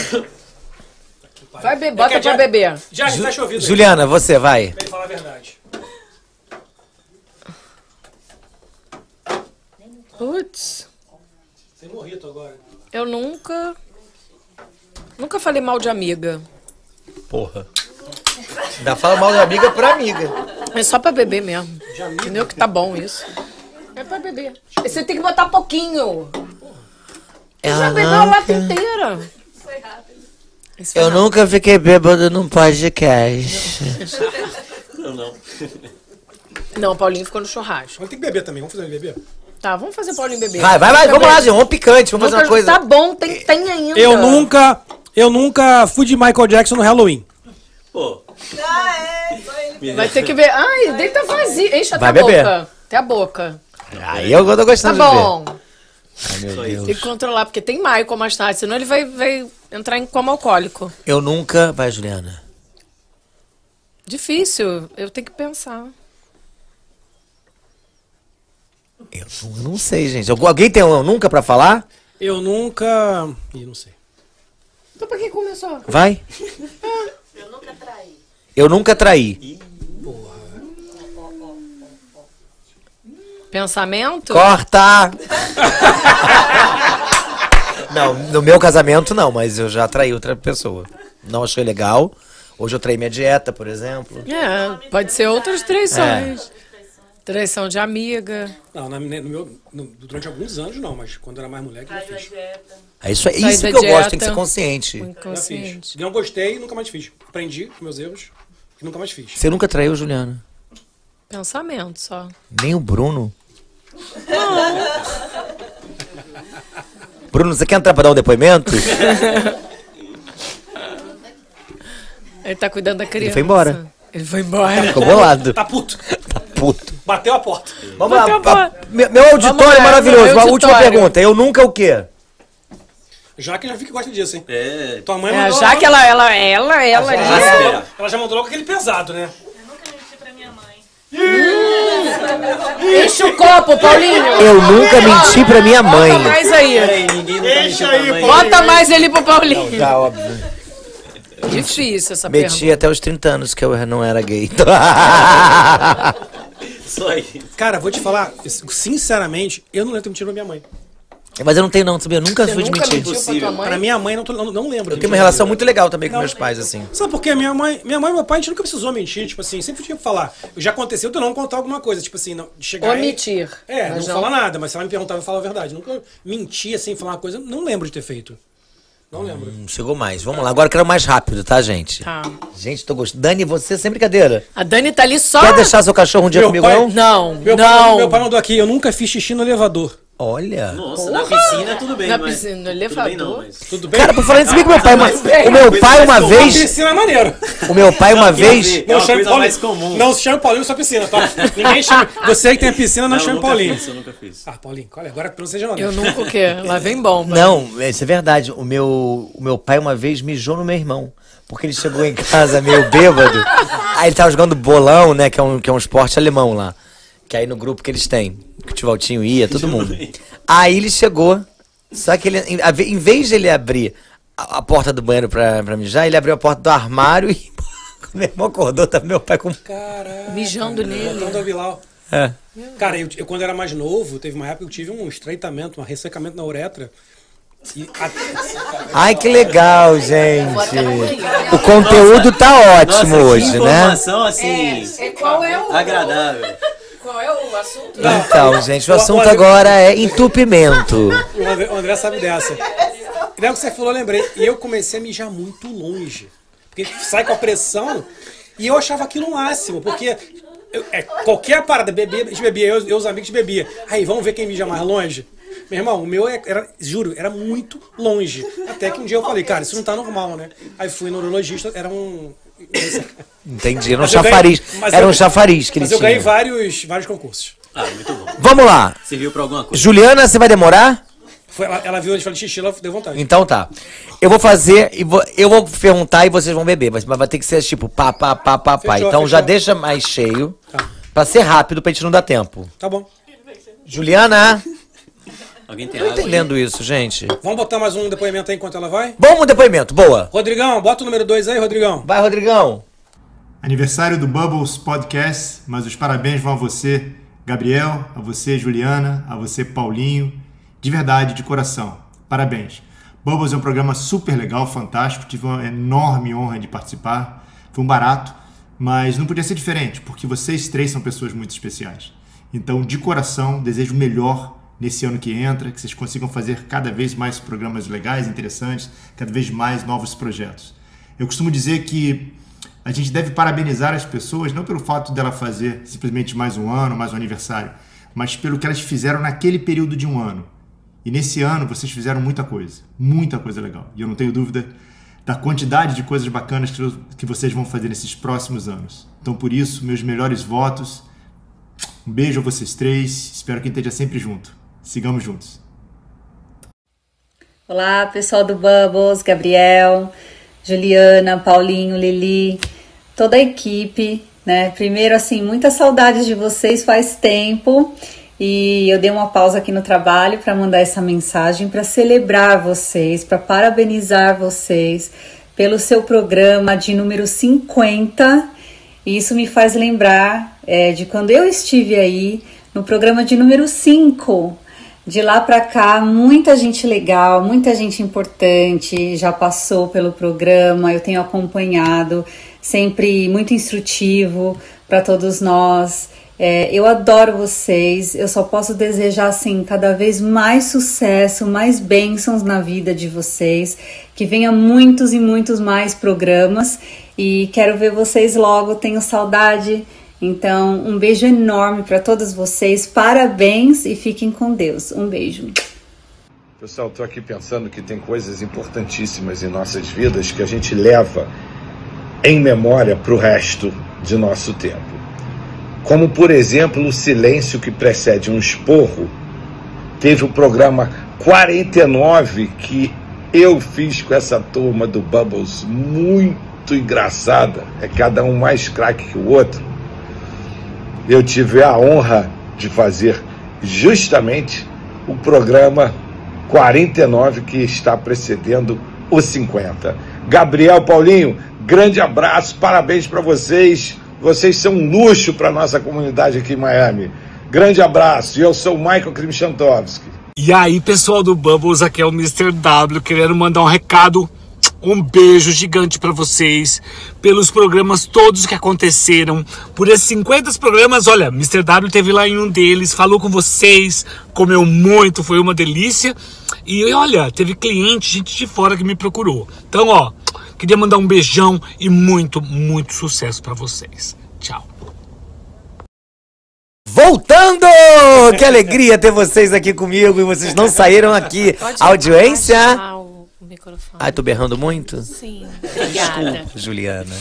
[SPEAKER 2] Vai be bota pra beber.
[SPEAKER 3] Já, já tá chovido. aí.
[SPEAKER 1] Juliana, você vai.
[SPEAKER 3] Pra ele falar a verdade.
[SPEAKER 2] Putz,
[SPEAKER 3] Tem é morrito agora.
[SPEAKER 2] eu nunca. Nunca falei mal de amiga.
[SPEAKER 1] Porra. Ainda fala mal da amiga pra amiga.
[SPEAKER 2] É só pra beber mesmo. Entendeu que tá bom isso. É pra beber. Você tem que botar pouquinho.
[SPEAKER 1] Ah,
[SPEAKER 2] Já bebeu a lata inteira. Isso foi
[SPEAKER 1] Eu nunca fiquei bêbado num podcast.
[SPEAKER 4] Não, não.
[SPEAKER 2] Não, Paulinho ficou no churrasco.
[SPEAKER 3] Mas tem que beber também, vamos fazer um bebê?
[SPEAKER 2] Tá, vamos fazer Paulinho beber.
[SPEAKER 1] Vai, vai, vai,
[SPEAKER 2] Nunca
[SPEAKER 1] vamos lá,
[SPEAKER 2] bebe.
[SPEAKER 1] gente. Vamos picante, vamos fazer
[SPEAKER 2] Nunca-
[SPEAKER 1] uma coisa.
[SPEAKER 2] Tá bom, tem, tem ainda.
[SPEAKER 3] Eu nunca. Eu nunca fui de Michael Jackson no Halloween.
[SPEAKER 4] Pô.
[SPEAKER 2] Vai ter que ver. Ai, deita vazio. Enche até
[SPEAKER 1] Vai
[SPEAKER 2] a
[SPEAKER 1] beber.
[SPEAKER 2] boca. Até a boca.
[SPEAKER 1] Aí eu tô
[SPEAKER 2] Tá
[SPEAKER 1] gostando de ver.
[SPEAKER 2] bom.
[SPEAKER 1] Ai, meu
[SPEAKER 4] Só
[SPEAKER 1] Deus.
[SPEAKER 2] Tem que controlar, porque tem Michael mais tarde, senão ele vai, vai entrar em coma alcoólico.
[SPEAKER 1] Eu nunca. Vai, Juliana.
[SPEAKER 2] Difícil, eu tenho que pensar.
[SPEAKER 1] Eu não, eu não sei, gente. Algu- Alguém tem um eu nunca pra falar?
[SPEAKER 3] Eu nunca. Ih, não sei.
[SPEAKER 2] Então pra que começou?
[SPEAKER 1] Vai. Eu nunca traí.
[SPEAKER 2] Pensamento?
[SPEAKER 1] Corta! não, no meu casamento não, mas eu já traí outra pessoa. Não achei legal. Hoje eu traí minha dieta, por exemplo.
[SPEAKER 2] *laughs* É, pode ser outras
[SPEAKER 1] É.
[SPEAKER 2] traições. Traição de amiga.
[SPEAKER 3] Não, na- no meu, no- durante alguns anos não, mas quando era mais moleque eu já fiz.
[SPEAKER 1] É isso, é
[SPEAKER 2] Sai
[SPEAKER 1] isso
[SPEAKER 2] da
[SPEAKER 1] que eu gosto,
[SPEAKER 2] dieta.
[SPEAKER 1] tem que ser consciente.
[SPEAKER 2] O
[SPEAKER 3] Já fiz.
[SPEAKER 2] inconsciente.
[SPEAKER 3] Não gostei e nunca mais fiz. Aprendi com meus erros e nunca mais fiz.
[SPEAKER 1] Você nunca traiu, Juliana? *laughs*
[SPEAKER 2] Pensamento só.
[SPEAKER 1] Nem o Bruno? Bruno, você quer entrar pra dar um
[SPEAKER 2] *laughs*
[SPEAKER 1] depoimento?
[SPEAKER 2] Ele tá cuidando da criança.
[SPEAKER 1] foi embora.
[SPEAKER 2] Ele foi embora.
[SPEAKER 1] Ficou bolado.
[SPEAKER 3] Tá puto.
[SPEAKER 1] Tá puto.
[SPEAKER 3] Bateu a porta.
[SPEAKER 1] Vamos lá.
[SPEAKER 2] Bateu a
[SPEAKER 1] pa-
[SPEAKER 2] bola.
[SPEAKER 1] Meu, meu auditório
[SPEAKER 2] Então
[SPEAKER 1] é
[SPEAKER 2] Vamos lá,
[SPEAKER 1] maravilhoso.
[SPEAKER 2] meu
[SPEAKER 1] a última
[SPEAKER 2] auditório.
[SPEAKER 1] pergunta. Eu nunca o quê?
[SPEAKER 3] Já que já vi que gosta disso, hein?
[SPEAKER 4] É.
[SPEAKER 3] Tua mãe
[SPEAKER 2] É,
[SPEAKER 3] mandou.
[SPEAKER 2] já que ela, ela, ela, ela disse.
[SPEAKER 4] Áspera.
[SPEAKER 3] Ela já mandou logo aquele pesado, né?
[SPEAKER 2] Enche o copo, Paulinho.
[SPEAKER 1] Eu nunca menti pra minha mãe.
[SPEAKER 2] Bota mais aí.
[SPEAKER 4] Peraí, ninguém não tá mexendo pra mãe.
[SPEAKER 2] Bota mais ele pro Paulinho.
[SPEAKER 1] Tá óbvio.
[SPEAKER 2] Difícil essa
[SPEAKER 1] Meti
[SPEAKER 2] pergunta.
[SPEAKER 1] até os 30 anos que eu não era
[SPEAKER 2] *laughs*
[SPEAKER 1] gay.
[SPEAKER 4] Só isso.
[SPEAKER 3] Cara, vou te falar, sinceramente, eu não lembro de ter mentido pra minha mãe.
[SPEAKER 1] Mas eu não tenho não, sabia? Eu nunca fui de
[SPEAKER 2] Nunca
[SPEAKER 1] mentir.
[SPEAKER 2] mentiu pra
[SPEAKER 4] Impossível.
[SPEAKER 2] tua
[SPEAKER 3] Pra
[SPEAKER 2] mãe? né?
[SPEAKER 3] minha mãe, não, tô- não, não lembro.
[SPEAKER 1] Eu tenho uma relação muito legal também com meus pais, assim.
[SPEAKER 3] Sabe por quê? Minha mãe, minha mãe e meu pai, a gente nunca precisou mentir, tipo assim, sempre tinha que falar. Já aconteceu de eu não contar alguma coisa, tipo assim, não, de chegar e-
[SPEAKER 2] Omitir.
[SPEAKER 3] É,
[SPEAKER 2] Mas
[SPEAKER 3] não, falar nada, mas se ela me perguntava, eu falava a verdade. Nunca menti, assim, falar uma coisa, não lembro de ter feito. Não lembro.
[SPEAKER 1] Não chegou mais. Vamos lá. Agora eu quero mais rápido, tá, gente?
[SPEAKER 2] Tá.
[SPEAKER 1] Gente, tô gostando. Dani, você sem brincadeira.
[SPEAKER 2] A Dani tá ali só.
[SPEAKER 1] Quer deixar seu cachorro um dia
[SPEAKER 3] Meu
[SPEAKER 1] comigo,
[SPEAKER 3] pai-
[SPEAKER 1] não?
[SPEAKER 2] Não,
[SPEAKER 3] Meu, Pai,
[SPEAKER 2] não.
[SPEAKER 3] meu pai mandou aqui, eu nunca fiz xixi no elevador.
[SPEAKER 1] Olha.
[SPEAKER 4] Nossa, na piscina tudo bem,
[SPEAKER 2] Na
[SPEAKER 4] mas...
[SPEAKER 2] piscina, no
[SPEAKER 4] Tudo bem não,
[SPEAKER 2] elevador.
[SPEAKER 4] mas...
[SPEAKER 3] Tudo bem?
[SPEAKER 1] Cara, por falar isso bem que meu pai uma, o meu pai uma
[SPEAKER 3] Uma
[SPEAKER 1] vez,
[SPEAKER 3] piscina é maneiro.
[SPEAKER 1] o meu pai uma vez,
[SPEAKER 4] É uma
[SPEAKER 3] chame
[SPEAKER 4] coisa mais comum.
[SPEAKER 3] Não se chame Paulinho sua piscina,
[SPEAKER 4] *laughs*
[SPEAKER 3] tá? Ninguém chama. Você aí que tem a piscina, não,
[SPEAKER 4] eu
[SPEAKER 3] chame
[SPEAKER 4] nunca
[SPEAKER 3] Paulinho.
[SPEAKER 4] fiz, eu nunca fiz.
[SPEAKER 3] Ah, Paulinho, olha, agora não seja honesto.
[SPEAKER 2] Eu nunca o quê?
[SPEAKER 3] *laughs*
[SPEAKER 2] Lá vem bomba. né?
[SPEAKER 1] Não, isso é verdade. O meu, o meu pai uma vez mijou no meu irmão. Porque ele chegou em casa meio bêbado. Aí ele tava jogando bolão, né? Que é um, que é um esporte alemão lá. Que aí no grupo que eles têm. Que o Tivaltinho ia, todo mundo. Aí ele chegou. Só que ele, em, a ve- em vez de ele abrir a, a porta do banheiro pra, pra mijar, ele abriu a porta do armário *laughs* e. quando Meu irmão acordou, tava meu pai com.
[SPEAKER 3] Caraca.
[SPEAKER 2] Mijando nele.
[SPEAKER 3] Voltando ao Bilal.
[SPEAKER 1] É.
[SPEAKER 3] Cara, eu, eu quando era mais novo, teve uma época que eu tive um estreitamento, um ressecamento na uretra. E a-
[SPEAKER 1] Ai, que legal, gente.
[SPEAKER 2] né?
[SPEAKER 1] O conteúdo tá ótimo
[SPEAKER 4] Nossa, que
[SPEAKER 1] hoje, né?
[SPEAKER 4] informação, assim,
[SPEAKER 2] Qual é o,
[SPEAKER 4] agradável.
[SPEAKER 2] qual é o assunto?
[SPEAKER 1] Então, gente, o
[SPEAKER 3] O- o
[SPEAKER 1] assunto
[SPEAKER 3] Ale-
[SPEAKER 1] agora é entupimento.
[SPEAKER 3] o, André, o André sabe dessa. E daí o que você falou, eu lembrei. E eu comecei a mijar muito longe. Porque sai com a pressão. E eu achava aquilo o máximo, porque eu- é, qualquer parada, bebia, a gente bebia, eu, eu os amigos bebia. Aí, vamos ver quem mija mais longe? Meu irmão, o meu é- era, juro, era muito longe. Até que um dia eu falei, cara, isso não tá normal, né? Aí fui no urologista, era um.
[SPEAKER 1] *laughs* Entendi, era um
[SPEAKER 3] Mas eu
[SPEAKER 1] chafariz.
[SPEAKER 3] ganhei- mas
[SPEAKER 1] Era
[SPEAKER 3] eu-
[SPEAKER 1] um chafariz que ele
[SPEAKER 3] Mas eu ganhei
[SPEAKER 1] tinha.
[SPEAKER 3] vários, vários concursos.
[SPEAKER 4] Ah, muito bom.
[SPEAKER 1] Vamos lá.
[SPEAKER 4] Serviu pra alguma coisa.
[SPEAKER 1] Juliana, você vai demorar?
[SPEAKER 3] Foi, ela, ela viu onde eu falei xixi, ela deu vontade.
[SPEAKER 1] Então tá. Eu vou fazer, e vou- eu vou perguntar e vocês vão beber, mas mas vai ter que ser tipo pá, pá, pá, pá, pá.
[SPEAKER 3] Fechou, Tá.
[SPEAKER 1] Então já
[SPEAKER 3] fechou.
[SPEAKER 1] deixa mais cheio. Pra ser rápido, pra gente não dar tempo.
[SPEAKER 3] Tá bom.
[SPEAKER 1] Juliana!
[SPEAKER 3] Tá.
[SPEAKER 8] Alguém tem
[SPEAKER 1] Tô
[SPEAKER 8] água? aí?
[SPEAKER 1] entendendo isso, gente.
[SPEAKER 3] Vamos botar mais um depoimento aí enquanto ela vai?
[SPEAKER 1] Bom depoimento, boa.
[SPEAKER 3] Rodrigão, bota o número 2 aí, Rodrigão.
[SPEAKER 1] Vai, Rodrigão.
[SPEAKER 12] Aniversário do Bubbles Podcast, mas os parabéns vão a você, Gabriel, a você, Juliana, a você, Paulinho. De verdade, de coração, parabéns. Bubbles é um programa super legal, fantástico. Tive uma enorme honra de participar. Foi um barato, mas não podia ser diferente, porque vocês três são pessoas muito especiais. Então, de coração, desejo o melhor nesse ano que entra, que vocês consigam fazer cada vez mais programas legais, interessantes, cada vez mais novos projetos. Eu costumo dizer que a gente deve parabenizar as pessoas não pelo fato dela fazer simplesmente mais um ano, mais um aniversário, mas pelo que elas fizeram naquele período de um ano. E nesse ano vocês fizeram muita coisa, muita coisa legal. E eu não tenho dúvida da quantidade de coisas bacanas que, que vocês vão fazer nesses próximos anos. Então, por isso, meus melhores votos. Um beijo a vocês três. Espero que esteja sempre junto. Sigamos juntos.
[SPEAKER 13] Olá, pessoal do Bubbles, Gabriel, Juliana, Paulinho, Lili, toda a equipe, né? Primeiro, assim, muita saudade de vocês faz tempo e eu dei uma pausa aqui no trabalho para mandar essa mensagem para celebrar vocês, para parabenizar vocês pelo seu programa de número 50. E isso me faz lembrar é, de quando eu estive aí no programa de número 5, de lá pra cá, muita gente legal, muita gente importante já passou pelo programa, eu tenho acompanhado, sempre muito instrutivo para todos nós. É, eu adoro vocês, eu só posso desejar assim cada vez mais sucesso, mais bênçãos na vida de vocês, que venha muitos e muitos mais programas e quero ver vocês logo, tenho saudade. Então, um beijo enorme para todos vocês, parabéns e fiquem com Deus. Um beijo.
[SPEAKER 14] Pessoal, estou aqui pensando que tem coisas importantíssimas em nossas vidas que a gente leva em memória para o resto de nosso tempo. Como, por exemplo, o silêncio que precede um esporro. Teve o programa 49 que eu fiz com essa turma do Bubbles, muito engraçada. É cada um mais craque que o outro eu tive a honra de fazer justamente o programa 49 que está precedendo o 50. Gabriel Paulinho, grande abraço, parabéns para vocês. Vocês são um luxo para nossa comunidade aqui em Miami. Grande abraço. E eu sou o Michael Krimichantowski.
[SPEAKER 15] E aí, pessoal do Bubbles, aqui é o Mr. W, querendo mandar um recado. Um beijo gigante para vocês, pelos programas todos que aconteceram, por esses 50 programas. Olha, Mr. W teve lá em um deles, falou com vocês, comeu muito, foi uma delícia. E olha, teve cliente, gente de fora que me procurou. Então, ó, queria mandar um beijão e muito, muito sucesso para vocês. Tchau.
[SPEAKER 1] Voltando! Que alegria ter vocês aqui comigo e vocês não saíram aqui. Audiência? Ai, tô berrando muito?
[SPEAKER 16] Sim.
[SPEAKER 1] Desculpa, Juliana.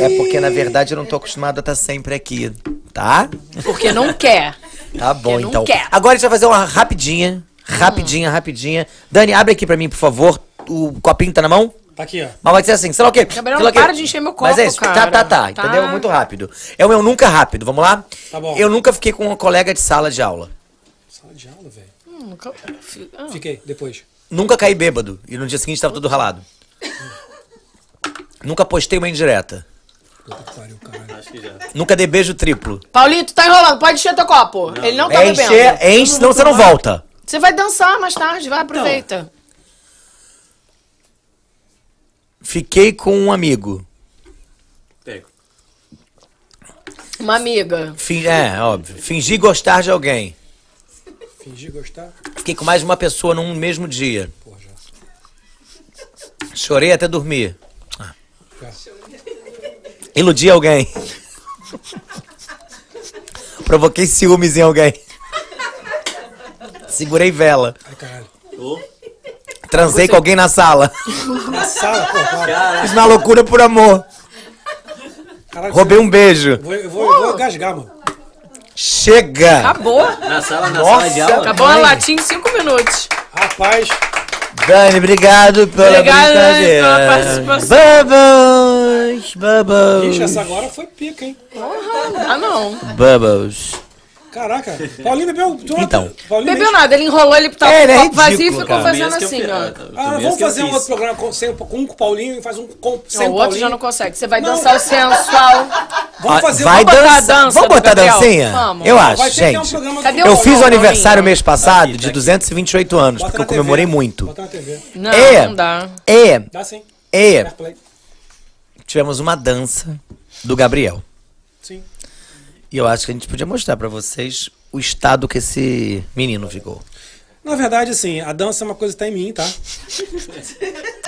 [SPEAKER 1] É porque, na verdade, eu não tô acostumada a estar sempre aqui, tá?
[SPEAKER 2] Porque não quer.
[SPEAKER 1] Tá bom,
[SPEAKER 2] Porque não
[SPEAKER 1] então.
[SPEAKER 2] quer.
[SPEAKER 1] Agora a gente vai fazer uma rapidinha. Rapidinha, rapidinha. Dani, abre aqui pra mim, por favor. O copinho tá na mão?
[SPEAKER 3] Tá aqui, ó.
[SPEAKER 1] Mas vai ser assim, sei lá o quê?
[SPEAKER 2] Gabriel,
[SPEAKER 1] sei lá
[SPEAKER 2] não
[SPEAKER 1] o quê.
[SPEAKER 2] para de encher meu copo,
[SPEAKER 1] Mas é isso,
[SPEAKER 2] cara.
[SPEAKER 1] tá, tá, tá, entendeu? Muito rápido. É o meu nunca rápido, vamos lá?
[SPEAKER 3] Tá bom.
[SPEAKER 1] Eu nunca fiquei com uma colega de sala de aula.
[SPEAKER 3] Sala de aula, velho.
[SPEAKER 2] Hum, nunca- fi- ah.
[SPEAKER 3] Fiquei, depois.
[SPEAKER 1] Nunca caí bêbado e no dia seguinte tava tudo ralado. nunca postei uma indireta.
[SPEAKER 8] Acho que já.
[SPEAKER 1] Nunca dei beijo triplo.
[SPEAKER 2] Paulinho, tu tá enrolando, pode encher teu copo. Ele não tá
[SPEAKER 1] é encher, é-
[SPEAKER 2] bebendo.
[SPEAKER 1] enche, senão você não volta.
[SPEAKER 2] Você vai dançar mais tarde, vai, aproveita.
[SPEAKER 1] Fiquei com um amigo.
[SPEAKER 2] Uma amiga.
[SPEAKER 1] Fin- é, óbvio. Fingi gostar de alguém.
[SPEAKER 3] Fingi gostar.
[SPEAKER 1] Fiquei com mais de uma pessoa num mesmo dia. Chorei até dormir. Ah. Iludi alguém. *laughs* Provoquei ciúmes em alguém. Segurei vela.
[SPEAKER 8] Ô,
[SPEAKER 1] Transei com alguém na sala.
[SPEAKER 3] Na sala, pô. cara.
[SPEAKER 1] Fiz uma loucura por amor.
[SPEAKER 3] Caralho,
[SPEAKER 1] Roubei um beijo.
[SPEAKER 3] Eu vou, eu vou, eu vou gasgar, mano.
[SPEAKER 1] Chega!
[SPEAKER 2] Acabou.
[SPEAKER 8] Na sala, na
[SPEAKER 1] Nossa,
[SPEAKER 8] sala de aula.
[SPEAKER 2] Acabou a latinha em cinco minutos.
[SPEAKER 3] Rapaz,
[SPEAKER 1] Dani, obrigado pela
[SPEAKER 2] Obrigada, Dani,
[SPEAKER 1] brincadeira.
[SPEAKER 2] pela participação.
[SPEAKER 1] Bubbles, Bubbles.
[SPEAKER 3] Ixi, essa agora foi pica, hein?
[SPEAKER 2] Ah, não.
[SPEAKER 1] Bubbles.
[SPEAKER 3] Caraca, Paulinho bebeu. tu-
[SPEAKER 1] Então.
[SPEAKER 3] Paulinho
[SPEAKER 2] Bebeu
[SPEAKER 3] nem-
[SPEAKER 2] nada, ele enrolou, ele tava
[SPEAKER 1] É,
[SPEAKER 2] com
[SPEAKER 1] ele
[SPEAKER 2] o
[SPEAKER 1] é
[SPEAKER 2] copo vazio e
[SPEAKER 1] ridículo,
[SPEAKER 2] ficou
[SPEAKER 1] cara.
[SPEAKER 8] é
[SPEAKER 2] fazendo
[SPEAKER 1] Mesmo que
[SPEAKER 2] assim,
[SPEAKER 1] eu-
[SPEAKER 2] ó.
[SPEAKER 3] Ah,
[SPEAKER 4] Mesmo
[SPEAKER 3] vamos
[SPEAKER 4] tá, que eu
[SPEAKER 3] fazer um
[SPEAKER 4] fiz.
[SPEAKER 3] outro programa com, sem, com um com o Paulinho e faz um com, sem
[SPEAKER 2] Não, o
[SPEAKER 3] o
[SPEAKER 2] outro
[SPEAKER 3] Paulinho.
[SPEAKER 2] já não consegue. Você vai
[SPEAKER 3] Não.
[SPEAKER 2] dançar o sensual.
[SPEAKER 1] Ah, vai
[SPEAKER 2] Vamos botar a
[SPEAKER 1] dançar.
[SPEAKER 2] dança
[SPEAKER 1] Vamos
[SPEAKER 2] do
[SPEAKER 1] botar a
[SPEAKER 2] Gabriel?
[SPEAKER 1] dancinha?
[SPEAKER 2] Vamos.
[SPEAKER 1] Eu acho,
[SPEAKER 2] Vai ter que ter um
[SPEAKER 1] gente.
[SPEAKER 2] programa do
[SPEAKER 1] Eu,
[SPEAKER 2] Cadê o
[SPEAKER 1] fiz o
[SPEAKER 2] Paulinho?
[SPEAKER 1] aniversário mês passado de 228 anos, porque eu
[SPEAKER 3] na TV,
[SPEAKER 1] comemorei muito.
[SPEAKER 3] Bota na TV.
[SPEAKER 2] Não,
[SPEAKER 1] É.
[SPEAKER 2] não dá.
[SPEAKER 1] E,
[SPEAKER 3] Dá sim.
[SPEAKER 1] e
[SPEAKER 3] Airplay.
[SPEAKER 1] tivemos uma dança do Gabriel.
[SPEAKER 3] Sim.
[SPEAKER 1] E eu acho que a gente podia mostrar pra vocês o estado que esse menino ficou.
[SPEAKER 3] Na verdade, assim, a dança é uma coisa que tá em mim, tá?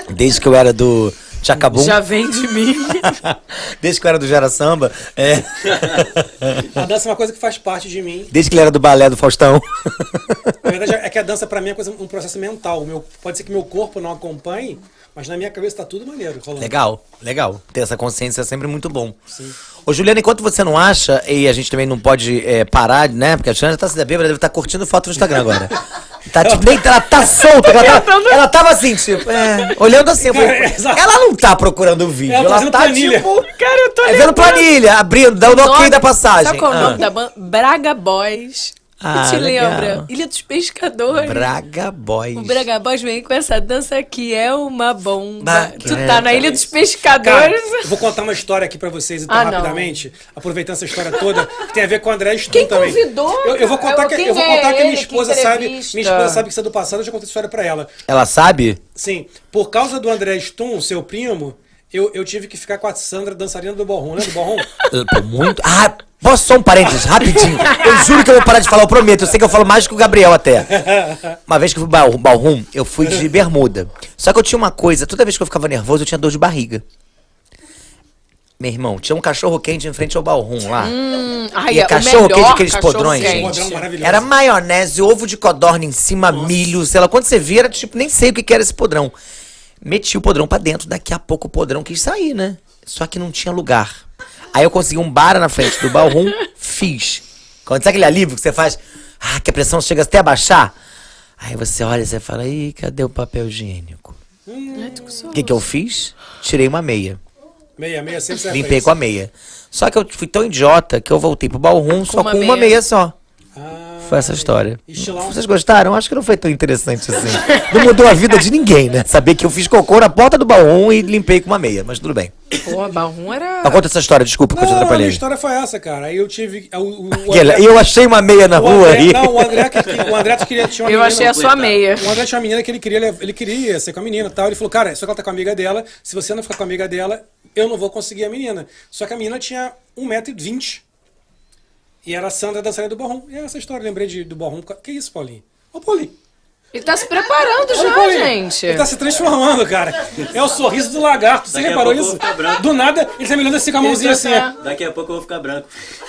[SPEAKER 1] Desde que eu era do Chacabum.
[SPEAKER 2] Já vem de mim.
[SPEAKER 1] *laughs* Desde que eu era do Jara Samba.
[SPEAKER 2] *laughs*
[SPEAKER 1] É.
[SPEAKER 3] A dança é uma coisa que faz parte de mim.
[SPEAKER 1] Desde que ele era do balé do Faustão.
[SPEAKER 3] Na verdade, é que a dança pra mim é coisa- um processo mental. O Meu, pode ser que meu corpo não acompanhe, mas na minha cabeça tá tudo maneiro. Rolando.
[SPEAKER 1] Legal, legal. Ter essa consciência é sempre muito bom. Ô, Juliana, enquanto você não acha, e a gente também não pode é, parar, né? Porque a Juliana tá se bêbada, deve estar curtindo foto no Instagram agora. Tá, tipo, nem, ela tá solta, ela, tá, ela tava assim, tipo, é, olhando assim. eu falei, ela não tá procurando o vídeo,
[SPEAKER 3] Ela tá
[SPEAKER 1] ela,
[SPEAKER 3] fazendo
[SPEAKER 1] tá
[SPEAKER 3] planilha.
[SPEAKER 1] tipo.
[SPEAKER 2] Cara, eu tô
[SPEAKER 1] É vendo planilha, abrindo, dando ok É da passagem.
[SPEAKER 2] Sabe qual é o
[SPEAKER 1] Ah.
[SPEAKER 2] nome da banda? Braga Boys.
[SPEAKER 1] Ah,
[SPEAKER 2] que te
[SPEAKER 1] legal.
[SPEAKER 2] lembra? Ilha dos Pescadores.
[SPEAKER 1] Braga Boys.
[SPEAKER 2] O Braga Boys vem com essa dança que é uma bomba.
[SPEAKER 1] Ba-
[SPEAKER 2] tu tá na Ilha dos Pescadores.
[SPEAKER 3] Cara, eu vou contar uma história aqui pra vocês então,
[SPEAKER 2] Ah, não.
[SPEAKER 3] rapidamente, aproveitando essa história toda, que tem a ver com o André Stur
[SPEAKER 2] Quem
[SPEAKER 3] também.
[SPEAKER 2] convidou?
[SPEAKER 3] Eu, eu vou contar, que,
[SPEAKER 2] Quem
[SPEAKER 3] eu vou
[SPEAKER 2] é
[SPEAKER 3] contar que a minha
[SPEAKER 2] ele? Que
[SPEAKER 3] esposa sabe. Minha
[SPEAKER 2] entrevista?
[SPEAKER 3] esposa sabe que isso é do passado, eu já contei essa história pra ela.
[SPEAKER 1] Ela sabe?
[SPEAKER 3] Sim, por causa do André Stum, seu primo, eu, eu tive que ficar com a Sandra, dançarina do Borrom, né? Do
[SPEAKER 2] *laughs*
[SPEAKER 3] Borrom?
[SPEAKER 1] Eu tô muito. Ah, posso só um parênteses, rapidinho. Eu juro que eu vou parar de falar, eu prometo. Eu sei que eu falo mais que o Gabriel até. Uma vez que eu fui bal ballroom, eu fui de bermuda. Só que eu tinha uma coisa, toda vez que eu ficava nervoso, eu tinha dor de barriga. Meu irmão, tinha um cachorro quente em frente ao ballroom lá.
[SPEAKER 2] Hum, ai,
[SPEAKER 1] e
[SPEAKER 2] é o
[SPEAKER 1] cachorro quente,
[SPEAKER 2] melhor
[SPEAKER 1] aqueles
[SPEAKER 2] cachorro
[SPEAKER 1] podrões,
[SPEAKER 2] quente.
[SPEAKER 1] gente. Era maionese, ovo de codorna em cima, milho, sei lá. Quando você vira, tipo, nem sei o que que era esse podrão. Meti o podrão pra dentro, daqui a pouco o podrão quis sair, né? Só que não tinha lugar. Aí eu consegui um bar na frente do ballroom, *laughs* fiz. Quando sabe aquele alívio que você faz? Ah, que a pressão chega até a baixar. Aí você olha e você fala, ih, cadê o papel higiênico?
[SPEAKER 2] Hum.
[SPEAKER 3] Hum.
[SPEAKER 1] O que, que eu fiz? Tirei uma meia.
[SPEAKER 3] Meia, meia, sempre serve pra
[SPEAKER 1] Limpei
[SPEAKER 3] é isso.
[SPEAKER 1] com a meia. Só que eu fui tão idiota que eu voltei pro ballroom só
[SPEAKER 3] uma
[SPEAKER 1] com uma
[SPEAKER 3] meia.
[SPEAKER 1] meia só.
[SPEAKER 3] Ah,
[SPEAKER 1] foi essa história.
[SPEAKER 3] Estilão.
[SPEAKER 1] Vocês gostaram? Acho que não foi tão interessante assim. não mudou a vida de ninguém, né? Saber que eu fiz cocô na porta do ballroom e limpei com uma meia, mas tudo bem.
[SPEAKER 2] Pô, Barrum era.
[SPEAKER 1] Mas conta essa história, desculpa que eu te
[SPEAKER 3] Ah. Não, não, a minha
[SPEAKER 1] atrapalhei.
[SPEAKER 3] história foi essa, cara. Aí eu tive. O, o- o
[SPEAKER 1] E ela-
[SPEAKER 3] André-
[SPEAKER 1] eu achei uma meia na
[SPEAKER 3] o
[SPEAKER 1] rua
[SPEAKER 3] André-
[SPEAKER 1] aí.
[SPEAKER 3] Não,
[SPEAKER 1] *laughs*
[SPEAKER 3] o André, que, que- o André queria tinha uma
[SPEAKER 2] Eu
[SPEAKER 3] menina-
[SPEAKER 2] achei a sua meia.
[SPEAKER 3] O André tinha uma menina que ele queria, lev- ele queria ser com a menina e tal. Ele falou, cara, só que ela tá com a amiga dela. Se você não ficar com a amiga dela, eu não vou conseguir a menina. Só que a menina tinha 1,20m. E era a Sandra dançarina do Borrom. E é essa história, lembrei de, do Borrom. Que isso, Paulinho? Ô, Paulinho.
[SPEAKER 2] Ele tá se preparando
[SPEAKER 3] Olha o
[SPEAKER 2] já,
[SPEAKER 3] Paulinho.
[SPEAKER 2] gente.
[SPEAKER 3] Ele tá se transformando, cara. É o sorriso do lagarto. Você
[SPEAKER 4] Daqui a
[SPEAKER 3] reparou
[SPEAKER 4] pouco eu
[SPEAKER 3] isso?
[SPEAKER 4] vou ficar branco.
[SPEAKER 3] Do nada, ele tá me olhando assim com a mãozinha assim. ó.
[SPEAKER 2] é.
[SPEAKER 4] Daqui a pouco eu vou ficar branco. *laughs*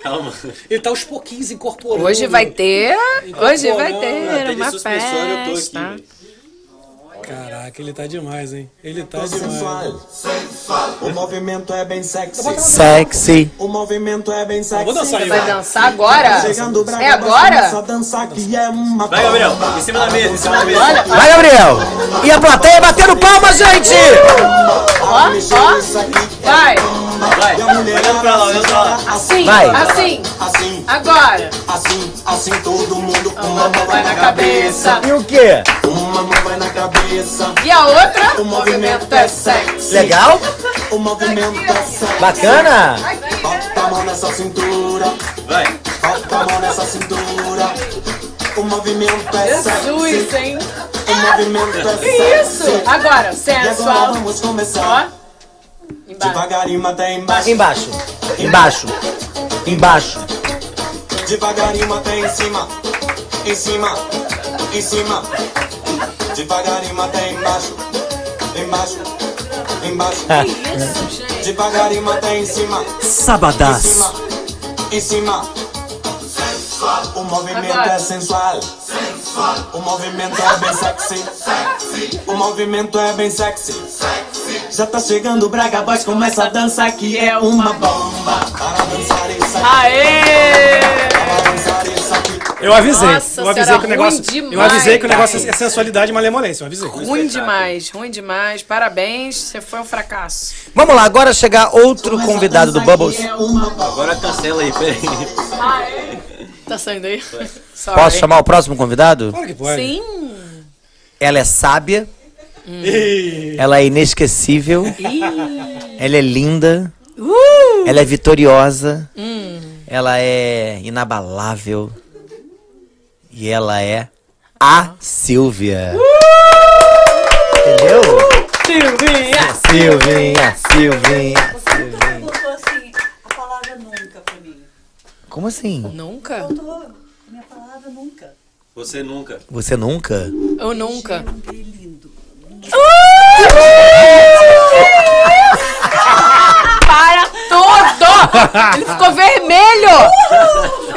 [SPEAKER 4] Calma.
[SPEAKER 3] Ele tá aos pouquinhos incorporando.
[SPEAKER 2] Hoje vai ter. Hoje
[SPEAKER 3] Incorporando.
[SPEAKER 2] vai ter uma
[SPEAKER 4] aqui,
[SPEAKER 2] festa.
[SPEAKER 3] Caraca, ele tá demais, hein? Ele tá demais.
[SPEAKER 8] O movimento é bem sexy.
[SPEAKER 1] Sexy.
[SPEAKER 8] O movimento é bem sexy.
[SPEAKER 3] Vou dançar aí,
[SPEAKER 2] Vai
[SPEAKER 3] vai.
[SPEAKER 2] dançar agora?
[SPEAKER 8] Chegando pra
[SPEAKER 2] É
[SPEAKER 8] cá, começa a
[SPEAKER 2] agora?
[SPEAKER 8] dançar que é uma
[SPEAKER 4] Vai, Gabriel. Em cima da mesa, em cima da mesa.
[SPEAKER 2] Olha,
[SPEAKER 1] Vai, Gabriel! E a plateia batendo palma, gente!
[SPEAKER 2] Ó, ó. Vai.
[SPEAKER 4] Vai,
[SPEAKER 8] é
[SPEAKER 4] olhando pra lá, olhando pra lá.
[SPEAKER 2] Assim,
[SPEAKER 1] Vai.
[SPEAKER 2] assim.
[SPEAKER 8] Assim,
[SPEAKER 2] Agora.
[SPEAKER 8] assim, assim todo mundo com uma
[SPEAKER 2] Vai
[SPEAKER 8] mão vai
[SPEAKER 2] na
[SPEAKER 8] na
[SPEAKER 2] cabeça.
[SPEAKER 8] cabeça.
[SPEAKER 1] E o quê?
[SPEAKER 8] Uma mão vai na cabeça.
[SPEAKER 2] E a outra?
[SPEAKER 8] O movimento é sexy.
[SPEAKER 1] Legal?
[SPEAKER 8] O movimento é sexy.
[SPEAKER 1] Bacana?
[SPEAKER 8] Bota a mão nessa cintura.
[SPEAKER 4] Vai.
[SPEAKER 8] Bota a mão nessa cintura. O movimento é sexy.
[SPEAKER 2] Jesus, hein?
[SPEAKER 8] O movimento é
[SPEAKER 2] Que
[SPEAKER 8] sexy.
[SPEAKER 2] isso? Agora,
[SPEAKER 8] E agora
[SPEAKER 2] sensual.
[SPEAKER 8] vamos começar. Devagarinho até embaixo.
[SPEAKER 1] Embaixo. Embaixo. Embaixo.
[SPEAKER 8] Devagarinho até em cima. Em cima. Em cima. Devagarinho até embaixo. Embaixo. Embaixo. Devagarinho até em cima.
[SPEAKER 1] Sabadás.
[SPEAKER 8] Em cima. O movimento
[SPEAKER 2] Agora.
[SPEAKER 8] é sensual. O movimento é bem sexy. O movimento é bem sexy. Já tá chegando o Braga Boys, começa a dança que é
[SPEAKER 15] Ah.
[SPEAKER 8] uma bomba. Para dançar isso aqui.
[SPEAKER 2] Aê!
[SPEAKER 8] Para dançar isso aqui.
[SPEAKER 3] Eu avisei.
[SPEAKER 2] Nossa
[SPEAKER 3] eu avisei
[SPEAKER 2] senhora,
[SPEAKER 3] que o negócio.
[SPEAKER 2] ruim demais,
[SPEAKER 3] eu avisei que o negócio
[SPEAKER 2] cara.
[SPEAKER 3] é sensualidade e malemolência. Eu avisei. é
[SPEAKER 2] Ruim demais, ruim demais. Parabéns, você foi um fracasso.
[SPEAKER 1] Vamos lá, agora chegar outro convidado do Bubbles.
[SPEAKER 4] Agora cancela aí, peraí.
[SPEAKER 2] *laughs* Tá saindo aí? Sorry.
[SPEAKER 1] Posso chamar o próximo convidado?
[SPEAKER 2] Sim.
[SPEAKER 1] Ela é sábia,
[SPEAKER 3] Ih.
[SPEAKER 1] ela é inesquecível, ela é linda,
[SPEAKER 2] Uh!
[SPEAKER 1] ela é vitoriosa,
[SPEAKER 2] Hum.
[SPEAKER 1] ela é inabalável e ela é a Silvia. Entendeu?
[SPEAKER 2] Silvinha!
[SPEAKER 1] Silvinha, Silvinha.
[SPEAKER 5] Perguntou assim, a palavra nunca pra mim.
[SPEAKER 1] Como assim?
[SPEAKER 2] Nunca?
[SPEAKER 5] Eu tô, minha palavra nunca.
[SPEAKER 4] Você nunca.
[SPEAKER 1] Você nunca?
[SPEAKER 2] Eu nunca. Para tudo! Ele ficou vermelho!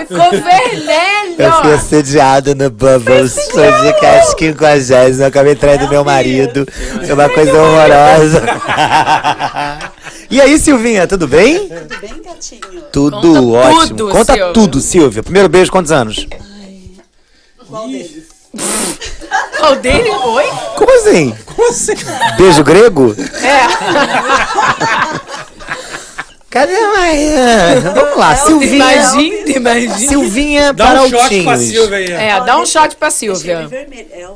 [SPEAKER 2] Ficou vermelho!
[SPEAKER 1] Eu fui assediado no Bubbles Podcast 50. Eu acabei traindo meu marido. Foi uma coisa horrorosa. E aí, Silvinha, tudo bem?
[SPEAKER 5] Tudo bem, gatinho?
[SPEAKER 1] Tudo
[SPEAKER 5] Conta
[SPEAKER 1] ótimo.
[SPEAKER 5] tudo,
[SPEAKER 1] Conta
[SPEAKER 5] Silvia.
[SPEAKER 1] tudo, Silvia. Primeiro beijo, quantos anos?
[SPEAKER 5] Qual deles?
[SPEAKER 2] Qual dele? Oi?
[SPEAKER 1] Como assim?
[SPEAKER 3] Como assim?
[SPEAKER 1] Beijo grego?
[SPEAKER 2] É.
[SPEAKER 1] Cadê a Mariana? *laughs* Vamos lá, Silvinha.
[SPEAKER 2] Imagina, imagina.
[SPEAKER 1] assim, Silvinha para o
[SPEAKER 2] É, dá um shot pra Silvia.
[SPEAKER 5] É,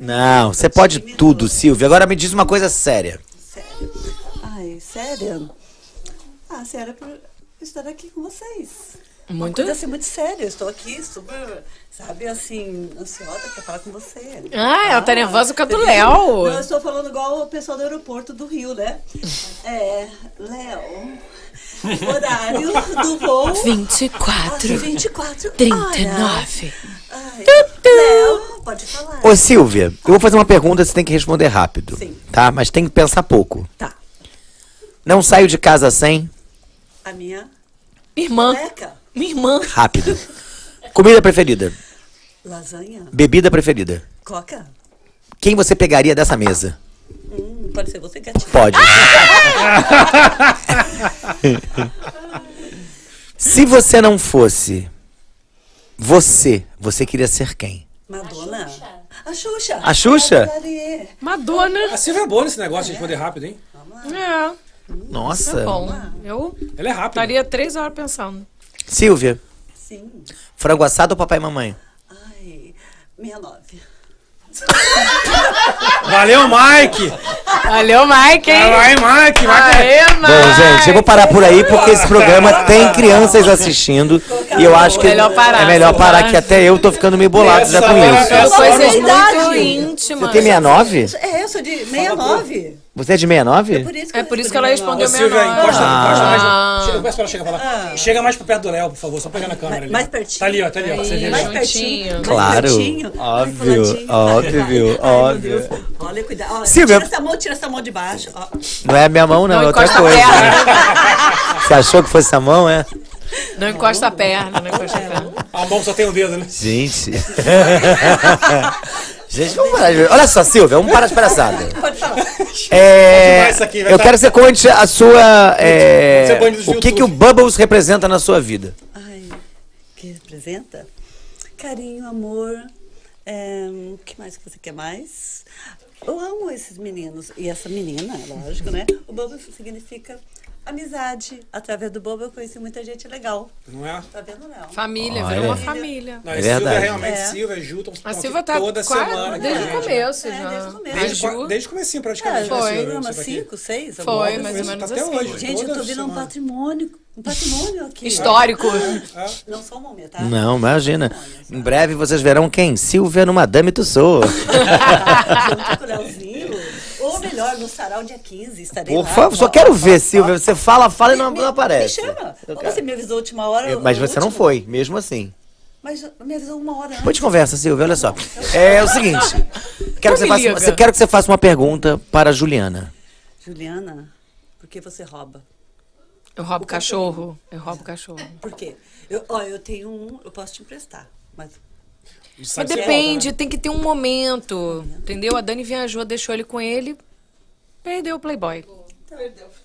[SPEAKER 1] Não, você pode tudo, Silvia. Agora me diz uma coisa séria.
[SPEAKER 5] Ai, sério? Ah, sério, por estar aqui com vocês. Uma
[SPEAKER 2] Muito.
[SPEAKER 5] coisa assim, muito séria. Eu estou aqui super, sabe, assim, ansiosa pra falar com você.
[SPEAKER 2] Ah, ela tá nervosa por causa do
[SPEAKER 5] entendeu?
[SPEAKER 2] Léo.
[SPEAKER 5] Não, eu estou falando igual o pessoal do aeroporto do Rio, né? É, Léo, horário do voo...
[SPEAKER 2] 24.
[SPEAKER 5] às 24 horas.
[SPEAKER 2] 39.
[SPEAKER 5] Ai, Léo, pode falar.
[SPEAKER 1] Ô, Silvia, eu vou fazer uma pergunta, você tem que responder rápido. Tá? Mas tem que pensar pouco.
[SPEAKER 5] Tá.
[SPEAKER 1] Não saio de casa sem.
[SPEAKER 5] A minha
[SPEAKER 2] irmã.
[SPEAKER 5] Minha
[SPEAKER 2] irmã.
[SPEAKER 1] Rápido. Comida preferida.
[SPEAKER 5] Lasanha?
[SPEAKER 1] Bebida preferida.
[SPEAKER 5] Coca?
[SPEAKER 1] Quem você pegaria dessa mesa?
[SPEAKER 5] Hum, pode ser você,
[SPEAKER 1] *laughs*
[SPEAKER 5] gatinho.
[SPEAKER 1] Pode. Se você não fosse você, você queria ser quem?
[SPEAKER 5] Madonna? A Xuxa.
[SPEAKER 1] A Xuxa?
[SPEAKER 2] Madonna.
[SPEAKER 3] A Silvia é boa nesse negócio de responder rápido, hein?
[SPEAKER 2] É.
[SPEAKER 1] Nossa.
[SPEAKER 2] Isso é bom. Eu
[SPEAKER 3] Ela é rápida.
[SPEAKER 2] estaria três horas pensando.
[SPEAKER 1] Silvia,
[SPEAKER 5] Sim.
[SPEAKER 1] frango assado ou papai e mamãe?
[SPEAKER 5] 69.
[SPEAKER 3] Valeu, Mike!
[SPEAKER 2] Valeu, Mike, hein?
[SPEAKER 3] Vai, Mike! Vai,
[SPEAKER 2] Aê,
[SPEAKER 1] Bom, gente, eu vou parar por aí porque esse programa tem crianças assistindo e eu acho que
[SPEAKER 2] Melhor parar,
[SPEAKER 1] é melhor parar
[SPEAKER 2] Silvia.
[SPEAKER 1] que até eu tô ficando meio bolado já com
[SPEAKER 2] São
[SPEAKER 1] isso.
[SPEAKER 8] é
[SPEAKER 2] coisas muito
[SPEAKER 5] Idade.
[SPEAKER 2] íntimas.
[SPEAKER 1] Você tem 69?
[SPEAKER 5] É, eu sou de 69.
[SPEAKER 1] Você é de 69?
[SPEAKER 2] É por isso que ela respondeu
[SPEAKER 3] Ô, Silvia,
[SPEAKER 2] menor.
[SPEAKER 3] encosta, encosta
[SPEAKER 2] Ah.
[SPEAKER 3] mais. Chega, eu peço pra ela chegar pra lá. Chega mais pra perto do Léo, por favor, só pegar na câmera. ali.
[SPEAKER 5] Ah. Mais pertinho.
[SPEAKER 3] Tá ali, ó, tá ali, ó. Você vê.
[SPEAKER 5] Mais
[SPEAKER 3] já.
[SPEAKER 5] pertinho.
[SPEAKER 3] É
[SPEAKER 5] mais
[SPEAKER 1] Claro.
[SPEAKER 5] pertinho.
[SPEAKER 1] Óbvio, óbvio, óbvio.
[SPEAKER 5] Olha, cuidado. Olha,
[SPEAKER 1] Silvia-
[SPEAKER 5] Tira essa mão, tira essa mão de baixo. ó.
[SPEAKER 1] Não é a minha mão, não, é outra coisa. né? Você achou que fosse a mão, é?
[SPEAKER 2] Não encosta a perna, não encosta a perna.
[SPEAKER 3] A mão só tem um dedo, né?
[SPEAKER 1] Gente. *laughs* Gente, vamos parar. de- Olha só, Silvia, vamos parar de palhaçada.
[SPEAKER 3] *laughs* É
[SPEAKER 1] É,
[SPEAKER 3] demais isso aqui, vai
[SPEAKER 1] eu
[SPEAKER 3] tá-
[SPEAKER 1] quero que você conte a sua. é,
[SPEAKER 5] Você é banido do
[SPEAKER 1] o que, que o Bubbles representa na sua vida?
[SPEAKER 5] Que representa? Carinho, amor. é, O que mais que você quer mais? Eu amo esses meninos. E essa menina, lógico, né? O bobo significa amizade. Através do bobo eu conheci muita gente legal.
[SPEAKER 3] Não é?
[SPEAKER 5] Tá vendo, não?
[SPEAKER 2] Família,
[SPEAKER 1] Olha.
[SPEAKER 2] virou uma família.
[SPEAKER 3] Não,
[SPEAKER 1] Ah, É
[SPEAKER 3] e Silvia
[SPEAKER 1] verdade.
[SPEAKER 3] realmente,
[SPEAKER 2] É.
[SPEAKER 3] Silvia, Ju, estão
[SPEAKER 2] A Silvia tá
[SPEAKER 3] toda
[SPEAKER 2] quase-
[SPEAKER 3] semana. com
[SPEAKER 2] desde
[SPEAKER 3] a
[SPEAKER 2] o
[SPEAKER 3] gente.
[SPEAKER 2] começo
[SPEAKER 5] É,
[SPEAKER 2] já.
[SPEAKER 5] desde o começo. É,
[SPEAKER 3] Desde,
[SPEAKER 2] A Ju-
[SPEAKER 3] qua- desde o comecinho, praticamente.
[SPEAKER 5] Foi.
[SPEAKER 3] né, Silvia?
[SPEAKER 5] Programa
[SPEAKER 3] Você tá aqui.
[SPEAKER 5] cinco, seis,
[SPEAKER 3] Foi,
[SPEAKER 5] alguma
[SPEAKER 3] mais ou menos
[SPEAKER 5] assim.
[SPEAKER 3] tá até hoje.
[SPEAKER 5] Gente, eu
[SPEAKER 3] toda
[SPEAKER 5] tô vendo um
[SPEAKER 3] semana.
[SPEAKER 5] patrimônio, um patrimônio aqui.
[SPEAKER 2] Histórico.
[SPEAKER 3] É,
[SPEAKER 5] Não só um momento, tá?
[SPEAKER 1] Não, imagina. Em breve vocês verão quem? Silvia no
[SPEAKER 5] *laughs*
[SPEAKER 1] Madame Tussauds.
[SPEAKER 5] Junto com o Leozinho. Ou melhor, no sarau dia 15, estarei
[SPEAKER 1] *laughs* Por
[SPEAKER 5] lá.
[SPEAKER 1] favor, só quero ver, Silvia. Você fala, fala e não, não aparece.
[SPEAKER 5] Me chama. Ou você me avisou a última hora.
[SPEAKER 1] Eu-
[SPEAKER 5] ou
[SPEAKER 1] Mas
[SPEAKER 5] no
[SPEAKER 1] você não
[SPEAKER 5] último.
[SPEAKER 1] foi, mesmo assim.
[SPEAKER 5] Mas me avisou uma hora antes.
[SPEAKER 1] Depois de conversa, Silvia, olha só. É
[SPEAKER 5] *laughs*
[SPEAKER 1] o seguinte. Quero que você
[SPEAKER 5] me
[SPEAKER 1] faça,
[SPEAKER 5] liga.
[SPEAKER 1] você- quero que você faça uma pergunta para a Juliana.
[SPEAKER 5] Juliana, por que você rouba?
[SPEAKER 2] Eu roubo cachorro. Eu roubo cachorro.
[SPEAKER 5] Por quê? Eu, ó, eu tenho um, eu posso te emprestar. Mas, é
[SPEAKER 2] Mas
[SPEAKER 5] que
[SPEAKER 2] depende,
[SPEAKER 5] volta,
[SPEAKER 2] tem que ter um momento. Entendeu? A Dani viajou, deixou ele com ele. Perdeu o Playboy.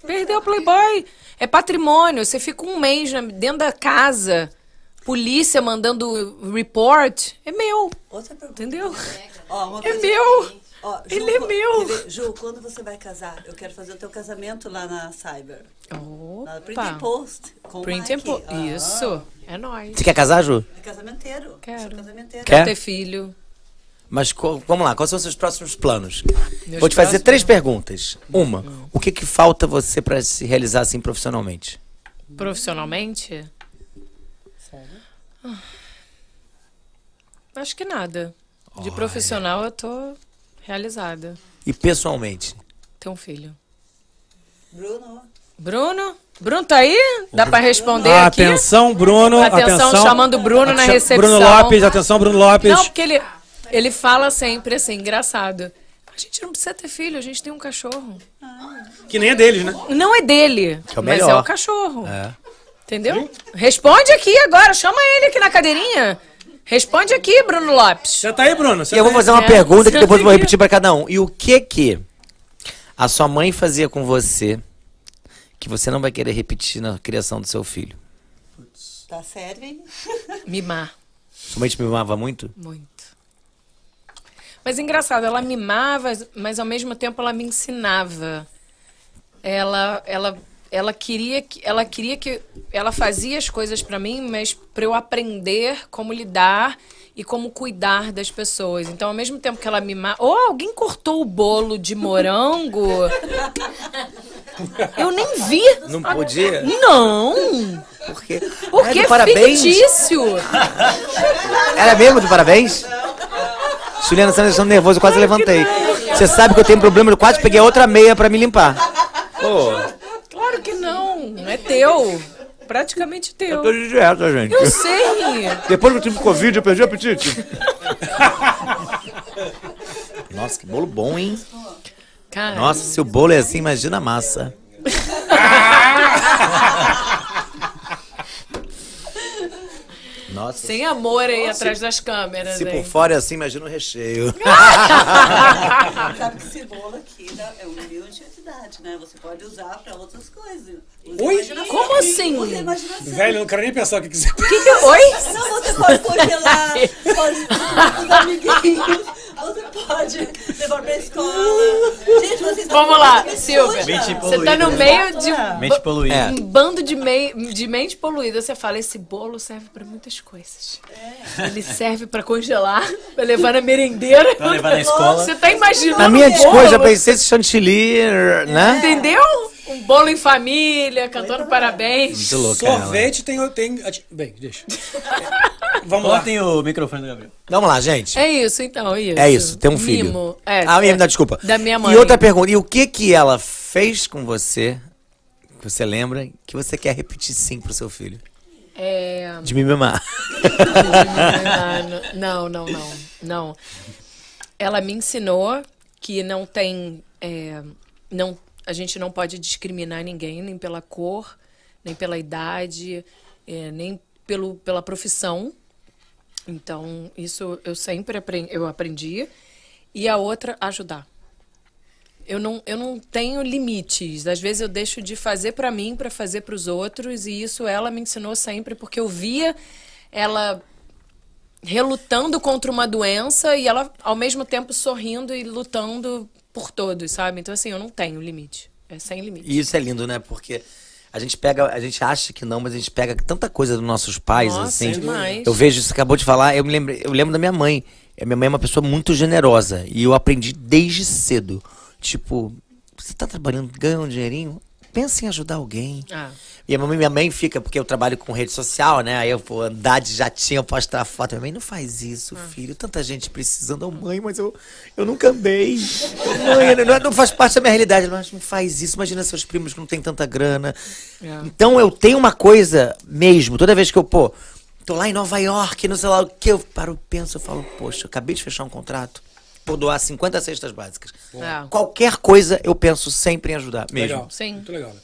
[SPEAKER 2] Perdeu o Playboy. É patrimônio. Você fica um mês na- dentro da casa polícia mandando report, é meu.
[SPEAKER 5] Outra pergunta.
[SPEAKER 2] Entendeu?
[SPEAKER 5] Ó, uma
[SPEAKER 2] É
[SPEAKER 5] coisa
[SPEAKER 2] meu.
[SPEAKER 5] que eu vi. Ó,
[SPEAKER 2] Ele é
[SPEAKER 5] quan-
[SPEAKER 2] meu.
[SPEAKER 5] quer ver? Ju, quando você vai casar? Eu quero fazer o teu casamento lá na Cyber. Na Print
[SPEAKER 2] Opa.
[SPEAKER 5] and Post. Com o
[SPEAKER 2] Print and
[SPEAKER 5] Mike.
[SPEAKER 2] po-
[SPEAKER 5] Ah.
[SPEAKER 2] Isso. É nóis.
[SPEAKER 1] Você quer casar, Ju?
[SPEAKER 5] É casamenteiro. Quero. Casamenteiro.
[SPEAKER 1] Quer?
[SPEAKER 2] ter filho.
[SPEAKER 1] Mas co- vamos lá, quais são os seus próximos planos?
[SPEAKER 2] Meus
[SPEAKER 1] Vou te fazer
[SPEAKER 2] próximos-
[SPEAKER 1] três perguntas. Uma, o que que falta você para se realizar assim profissionalmente?
[SPEAKER 2] Profissionalmente? Ah. Acho que nada. De profissional eu tô realizada.
[SPEAKER 1] E pessoalmente?
[SPEAKER 2] Ter um filho.
[SPEAKER 5] Bruno.
[SPEAKER 2] Bruno? Bruno tá aí? Dá pra responder aqui?
[SPEAKER 17] Atenção, Bruno.
[SPEAKER 2] Atenção, chamando o Bruno na
[SPEAKER 17] Atenção,
[SPEAKER 2] recepção.
[SPEAKER 17] Bruno Lopes, atenção, Bruno Lopes.
[SPEAKER 2] Não, porque ele, ele fala sempre assim, engraçado. A gente não precisa ter filho, a gente tem um cachorro.
[SPEAKER 3] Que nem é deles, né?
[SPEAKER 2] Não é dele,
[SPEAKER 3] Que é o
[SPEAKER 2] mas é
[SPEAKER 3] melhor.
[SPEAKER 2] o cachorro.
[SPEAKER 3] É.
[SPEAKER 2] Entendeu? Responde aqui agora, chama ele aqui na cadeirinha. Responde aqui, Bruno Lopes. É. Você
[SPEAKER 3] tá aí, Bruno?
[SPEAKER 1] E eu vou fazer uma pergunta que depois eu vou repetir para cada um. E o que que a sua mãe fazia com você que você não vai querer repetir na criação do seu filho?
[SPEAKER 5] Tá sério,
[SPEAKER 2] *laughs*
[SPEAKER 5] hein?
[SPEAKER 2] Mimar.
[SPEAKER 1] Sua mãe te mimava muito?
[SPEAKER 2] Muito. Mas é engraçado, ela mimava, mas ao mesmo tempo ela me ensinava. Ela, ela, ela queria que, ela queria que, ela fazia as coisas pra mim, mas pra eu aprender como lidar e como cuidar das pessoas. Então, ao mesmo tempo que ela mimava, oh, alguém cortou o bolo de morango?
[SPEAKER 1] *laughs*
[SPEAKER 2] Eu nem vi.
[SPEAKER 1] Não podia?
[SPEAKER 2] Não.
[SPEAKER 1] Por quê?
[SPEAKER 2] Porque
[SPEAKER 1] É
[SPEAKER 2] é
[SPEAKER 1] do parabéns.
[SPEAKER 2] fictício.
[SPEAKER 1] Era é mesmo do parabéns? Juliana, você tá me deixando nervoso, eu quase levantei. Você sabe que eu tenho um problema, eu quase peguei outra meia para me limpar.
[SPEAKER 2] Claro que não. Não é teu. Praticamente teu.
[SPEAKER 1] Eu tô de dieta, Tá, gente.
[SPEAKER 2] Eu sei.
[SPEAKER 1] Depois que eu tive Covid, eu perdi o apetite. Nossa, que bolo bom, hein?
[SPEAKER 2] Cara,
[SPEAKER 1] Nossa, se o bolo é assim, imagina a massa. *laughs* Nossa,
[SPEAKER 2] sem amor aí
[SPEAKER 1] Nossa,
[SPEAKER 2] atrás
[SPEAKER 1] se-
[SPEAKER 2] das câmeras.
[SPEAKER 1] se
[SPEAKER 2] hein?
[SPEAKER 1] por fora é assim, imagina o
[SPEAKER 2] *laughs*
[SPEAKER 1] recheio.
[SPEAKER 5] *laughs* Sabe que cebola aqui né, é um milhão de utilidade, né? Você pode usar pra outras coisas. Usa
[SPEAKER 3] Oi?
[SPEAKER 5] imaginação. *laughs*
[SPEAKER 3] Como assim?
[SPEAKER 5] Usa a imaginação.
[SPEAKER 3] Velho, eu não quero nem pensar o que quiser.
[SPEAKER 5] Não, você pode congelar, pode congelar com os amiguinhos, você pode levar pra escola. Gente, vocês estão é
[SPEAKER 2] Vamos lá,
[SPEAKER 5] completamente
[SPEAKER 2] Silvia.
[SPEAKER 5] sujas.
[SPEAKER 2] Você tá no meio de um
[SPEAKER 4] Mente
[SPEAKER 2] ba-
[SPEAKER 4] poluída.
[SPEAKER 2] um bando de, mei- de mente poluída. Você fala, esse bolo serve pra muitas coisas.
[SPEAKER 3] É.
[SPEAKER 2] Ele serve pra congelar, pra levar na merendeira.
[SPEAKER 4] Pra levar na escola.
[SPEAKER 2] Você tá imaginando
[SPEAKER 1] Na minha
[SPEAKER 2] um
[SPEAKER 1] desculpa, eu já
[SPEAKER 2] bolo?
[SPEAKER 1] pensei assim, esse chantilly, né?
[SPEAKER 2] Entendeu? Um bolo em família, cantando parabéns.
[SPEAKER 1] Muito louca ela.
[SPEAKER 3] Sorvete tem, tem. Bem, deixa. Vamos lá.
[SPEAKER 4] Ontem o microfone do Gabriel.
[SPEAKER 1] Vamos lá, gente.
[SPEAKER 2] É isso, então, isso.
[SPEAKER 1] É isso, tem um filho.
[SPEAKER 2] Mimo. É,
[SPEAKER 1] ah,
[SPEAKER 2] é.
[SPEAKER 1] minha, não, desculpa.
[SPEAKER 2] Da minha mãe.
[SPEAKER 1] E outra pergunta, e o que que ela fez com você, que você lembra, que você quer repetir sim pro seu filho?
[SPEAKER 2] É...
[SPEAKER 1] De me
[SPEAKER 2] *laughs*
[SPEAKER 1] mimar.
[SPEAKER 2] Ah, *laughs* não, não, não, não. Ela me ensinou que não tem, é, não, a gente não pode discriminar ninguém nem pela cor, nem pela idade, é, nem pelo, pela profissão. Então isso eu sempre aprendi, eu aprendi. E a outra ajudar. Eu não, eu não tenho limites. Às vezes eu deixo de fazer pra mim pra fazer pros outros e isso ela me ensinou sempre porque eu via ela relutando contra uma doença e ela ao mesmo tempo sorrindo e lutando por todos, sabe? Então assim, eu não tenho limite. É sem limite.
[SPEAKER 1] E isso é lindo, né? Porque a gente pega, a gente acha que não, mas a gente pega tanta coisa dos nossos pais,
[SPEAKER 2] Nossa, é
[SPEAKER 1] assim.
[SPEAKER 2] demais.
[SPEAKER 1] Eu vejo, você acabou de falar, eu me lembro, eu lembro da minha mãe. A minha mãe é uma pessoa muito generosa e eu aprendi desde cedo. Tipo, você tá trabalhando, ganha um dinheirinho, pensa em ajudar alguém.
[SPEAKER 2] Ah.
[SPEAKER 1] E a mamãe, minha mãe fica, porque eu trabalho com rede social, né? Aí eu vou andar de jatinho, eu postar foto. Minha mãe, não faz isso, filho. Tanta gente precisando. Oh, mãe, mas eu, eu nunca andei. mãe, não, não faz parte da minha realidade. Ela, Mas não faz isso. Imagina seus primos que não tem tanta grana. Então eu tenho uma coisa mesmo. Toda vez que eu, pô, tô lá em Nova York, não sei lá o que, eu paro, penso, eu falo, poxa, eu acabei de fechar um contrato. Vou doar 50 cestas básicas.
[SPEAKER 2] É.
[SPEAKER 1] Qualquer coisa, eu penso sempre em ajudar. Mesmo.
[SPEAKER 3] Legal.
[SPEAKER 2] Ah, Sim.
[SPEAKER 3] Muito legal. né?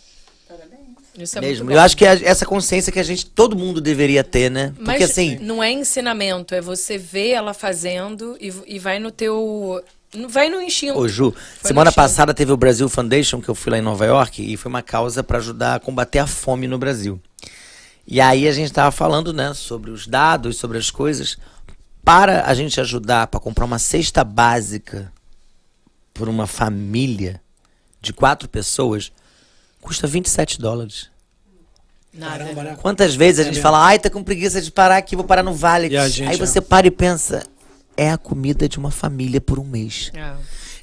[SPEAKER 2] Isso é
[SPEAKER 1] Mesmo.
[SPEAKER 2] muito
[SPEAKER 1] Eu
[SPEAKER 2] bom.
[SPEAKER 1] acho que é essa consciência que a gente, todo mundo deveria ter, né? Porque
[SPEAKER 2] Mas
[SPEAKER 1] assim,
[SPEAKER 2] não é ensinamento, é você ver ela fazendo e, e vai no teu vai no instinto.
[SPEAKER 1] ô Ju,
[SPEAKER 2] Foi
[SPEAKER 1] semana
[SPEAKER 2] no instinto.
[SPEAKER 1] passada teve o Brasil Foundation, que eu fui lá em Nova York, e foi uma causa para ajudar a combater a fome no Brasil. E aí a gente estava falando, né, sobre os dados, sobre as coisas. Para a gente ajudar para comprar uma cesta básica por uma família de quatro pessoas, custa 27 dólares.
[SPEAKER 2] Caramba, né?
[SPEAKER 1] Quantas vezes a
[SPEAKER 2] É
[SPEAKER 1] gente
[SPEAKER 2] mesmo.
[SPEAKER 1] fala, ai, tá com preguiça de parar aqui, vou parar no Vale.
[SPEAKER 2] E a gente,
[SPEAKER 1] Aí
[SPEAKER 2] é.
[SPEAKER 1] você para e pensa, é a comida de uma família por um mês.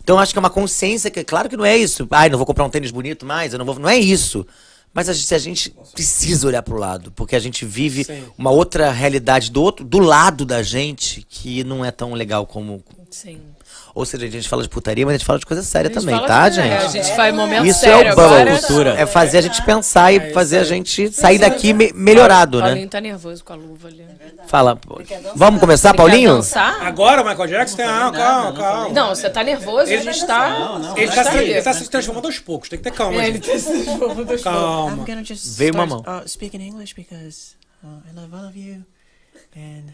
[SPEAKER 1] Então acho que é uma consciência que, claro que não é isso. Ai, não vou comprar um tênis bonito mais, eu não vou. Não é isso. Mas a gente, a gente precisa olhar pro lado, porque a gente vive
[SPEAKER 3] Sim.
[SPEAKER 1] uma outra realidade do outro, do lado da gente, que não é tão legal como.
[SPEAKER 2] Sim.
[SPEAKER 1] Ou seja, a gente fala de putaria, mas a gente fala de coisa séria
[SPEAKER 2] A gente
[SPEAKER 1] também,
[SPEAKER 2] fala
[SPEAKER 1] tá,
[SPEAKER 2] de-
[SPEAKER 1] gente?
[SPEAKER 2] é, a gente faz momento
[SPEAKER 1] Isso
[SPEAKER 2] sério
[SPEAKER 1] é o bubble.
[SPEAKER 2] agora. É,
[SPEAKER 1] Cultura. É fazer a gente pensar e fazer a gente sair daqui me-
[SPEAKER 2] O
[SPEAKER 1] melhorado, né?
[SPEAKER 2] Paulinho tá nervoso com a luva ali.
[SPEAKER 1] Fala. pô. Vamos começar,
[SPEAKER 2] Quer
[SPEAKER 1] Paulinho?
[SPEAKER 2] dançar?
[SPEAKER 3] Agora, Michael Jackson, tem... ah, calma, calma.
[SPEAKER 2] Não, você tá nervoso, a gente tá...
[SPEAKER 3] ele, tá se,
[SPEAKER 2] ali.
[SPEAKER 3] ele tá se transformando aos poucos, tem que ter calma.
[SPEAKER 2] É,
[SPEAKER 3] gente.
[SPEAKER 2] ele tá se transformando aos
[SPEAKER 8] É
[SPEAKER 3] Calma.
[SPEAKER 2] poucos.
[SPEAKER 18] I'm gonna just
[SPEAKER 3] Veio uma
[SPEAKER 18] start,
[SPEAKER 3] mão.
[SPEAKER 18] Uh, speak in English because uh, I love all of you, and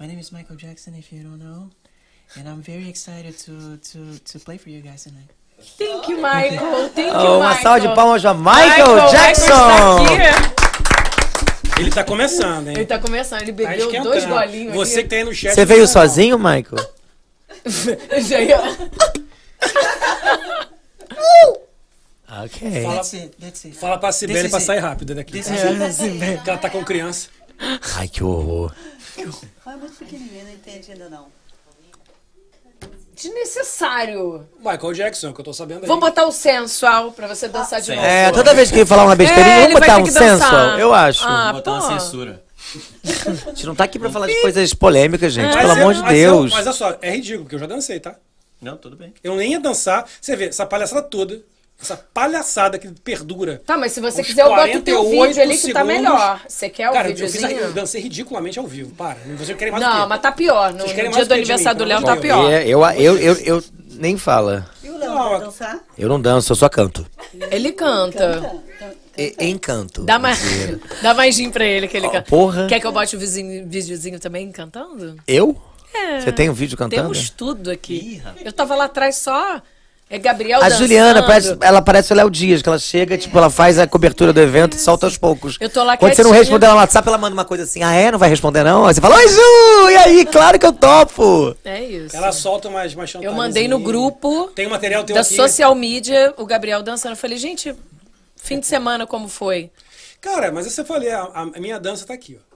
[SPEAKER 18] my name is Michael Jackson. If you don't know, and I'm very excited to to to play for you guys tonight.
[SPEAKER 2] Thank you, Michael. Thank you,
[SPEAKER 1] Oh, uma
[SPEAKER 2] Michael.
[SPEAKER 1] salva de palmas pra Michael Jackson.
[SPEAKER 2] Michael está
[SPEAKER 3] Ele tá
[SPEAKER 2] aqui.
[SPEAKER 3] começando, hein?
[SPEAKER 2] tá Ele tá começando, ele
[SPEAKER 3] Tá
[SPEAKER 2] bebeu
[SPEAKER 3] esquentando.
[SPEAKER 2] dois golinhos
[SPEAKER 3] Você
[SPEAKER 2] *laughs*
[SPEAKER 3] que
[SPEAKER 2] ali.
[SPEAKER 3] tá aí no chat.
[SPEAKER 1] Você veio sozinho, Michael?
[SPEAKER 2] Já ia-
[SPEAKER 1] Ok.
[SPEAKER 3] Fala,
[SPEAKER 18] That's it, that's it.
[SPEAKER 3] fala pra
[SPEAKER 18] This
[SPEAKER 3] Sibeli
[SPEAKER 18] is
[SPEAKER 3] pra
[SPEAKER 18] it.
[SPEAKER 3] sair rápido daqui.
[SPEAKER 18] This
[SPEAKER 2] É.
[SPEAKER 18] is it.
[SPEAKER 3] Porque *laughs* ela tá com criança.
[SPEAKER 1] Ai, que horror.
[SPEAKER 5] Mas é muito pequenininha, não entende ainda não.
[SPEAKER 2] Desnecessário.
[SPEAKER 3] Michael Jackson, é que eu tô sabendo aí.
[SPEAKER 2] Vamos botar o sensual pra você dançar de novo.
[SPEAKER 1] É, toda vez que ele falar uma besteira,
[SPEAKER 2] É,
[SPEAKER 1] vamos
[SPEAKER 2] ele vai
[SPEAKER 1] botar
[SPEAKER 2] ter
[SPEAKER 1] um
[SPEAKER 2] que dançar.
[SPEAKER 1] sensual, eu acho.
[SPEAKER 2] Ah,
[SPEAKER 1] Vamos
[SPEAKER 2] pô.
[SPEAKER 1] A gente não tá aqui pra falar de coisas polêmicas, gente.
[SPEAKER 3] Mas
[SPEAKER 1] Pelo
[SPEAKER 3] é-
[SPEAKER 1] amor de
[SPEAKER 3] mas
[SPEAKER 1] Deus.
[SPEAKER 3] Eu, mas olha só, é ridículo, porque eu já dancei, tá?
[SPEAKER 4] Não, tudo bem.
[SPEAKER 3] Eu nem ia dançar. Você vê, essa palhaçada toda, essa palhaçada que perdura.
[SPEAKER 2] Tá, mas se você
[SPEAKER 3] Uns
[SPEAKER 2] quiser, eu boto o teu
[SPEAKER 3] 48
[SPEAKER 2] vídeo ali que tá
[SPEAKER 3] segundos.
[SPEAKER 2] melhor. Você quer o
[SPEAKER 3] Cara, eu, fiz,
[SPEAKER 2] videozinho?
[SPEAKER 3] eu dancei ridiculamente ao vivo, para. Vocês querem mais o
[SPEAKER 2] Não,
[SPEAKER 3] quê?
[SPEAKER 2] mas tá pior. No,
[SPEAKER 3] Vocês
[SPEAKER 2] no
[SPEAKER 3] querem
[SPEAKER 2] dia
[SPEAKER 3] mais
[SPEAKER 2] do
[SPEAKER 3] o quê de
[SPEAKER 2] aniversário
[SPEAKER 3] mim,
[SPEAKER 2] do Léo
[SPEAKER 3] pelo
[SPEAKER 2] tá
[SPEAKER 3] amor de
[SPEAKER 2] pior.
[SPEAKER 1] É, eu, eu, eu, eu nem fala.
[SPEAKER 5] E o Léo vai dançar?
[SPEAKER 1] Eu não danço, eu só canto.
[SPEAKER 2] Ele canta.
[SPEAKER 1] E- encanto.
[SPEAKER 2] Dá mais, *laughs* dá mais gin pra ele que ele canta.
[SPEAKER 1] porra.
[SPEAKER 2] Quer que eu bote o vizinho- videozinho também cantando?
[SPEAKER 1] Eu?
[SPEAKER 2] É.
[SPEAKER 1] Você tem um vídeo cantando?
[SPEAKER 2] Temos tudo aqui. Eu tava lá atrás só. É Gabriel
[SPEAKER 1] A
[SPEAKER 2] dançando.
[SPEAKER 1] Juliana, parece, ela parece o Léo Dias, que ela chega, tipo, ela faz a cobertura do evento e solta aos poucos.
[SPEAKER 2] Eu tô lá
[SPEAKER 1] Quando você não
[SPEAKER 2] quietinha.
[SPEAKER 1] responde ela no WhatsApp, ela manda uma coisa assim, ah é? Não vai responder não? Aí você fala, oi Ju, e aí? Claro que eu topo!
[SPEAKER 2] É isso.
[SPEAKER 3] Ela solta mais, mais
[SPEAKER 2] Eu mandei no grupo
[SPEAKER 3] Tem um material teu
[SPEAKER 2] da
[SPEAKER 3] aqui.
[SPEAKER 2] social media o Gabriel dançando. Eu falei, gente, fim de semana como foi?
[SPEAKER 3] Cara, mas isso eu falei, a, a minha dança tá aqui, ó.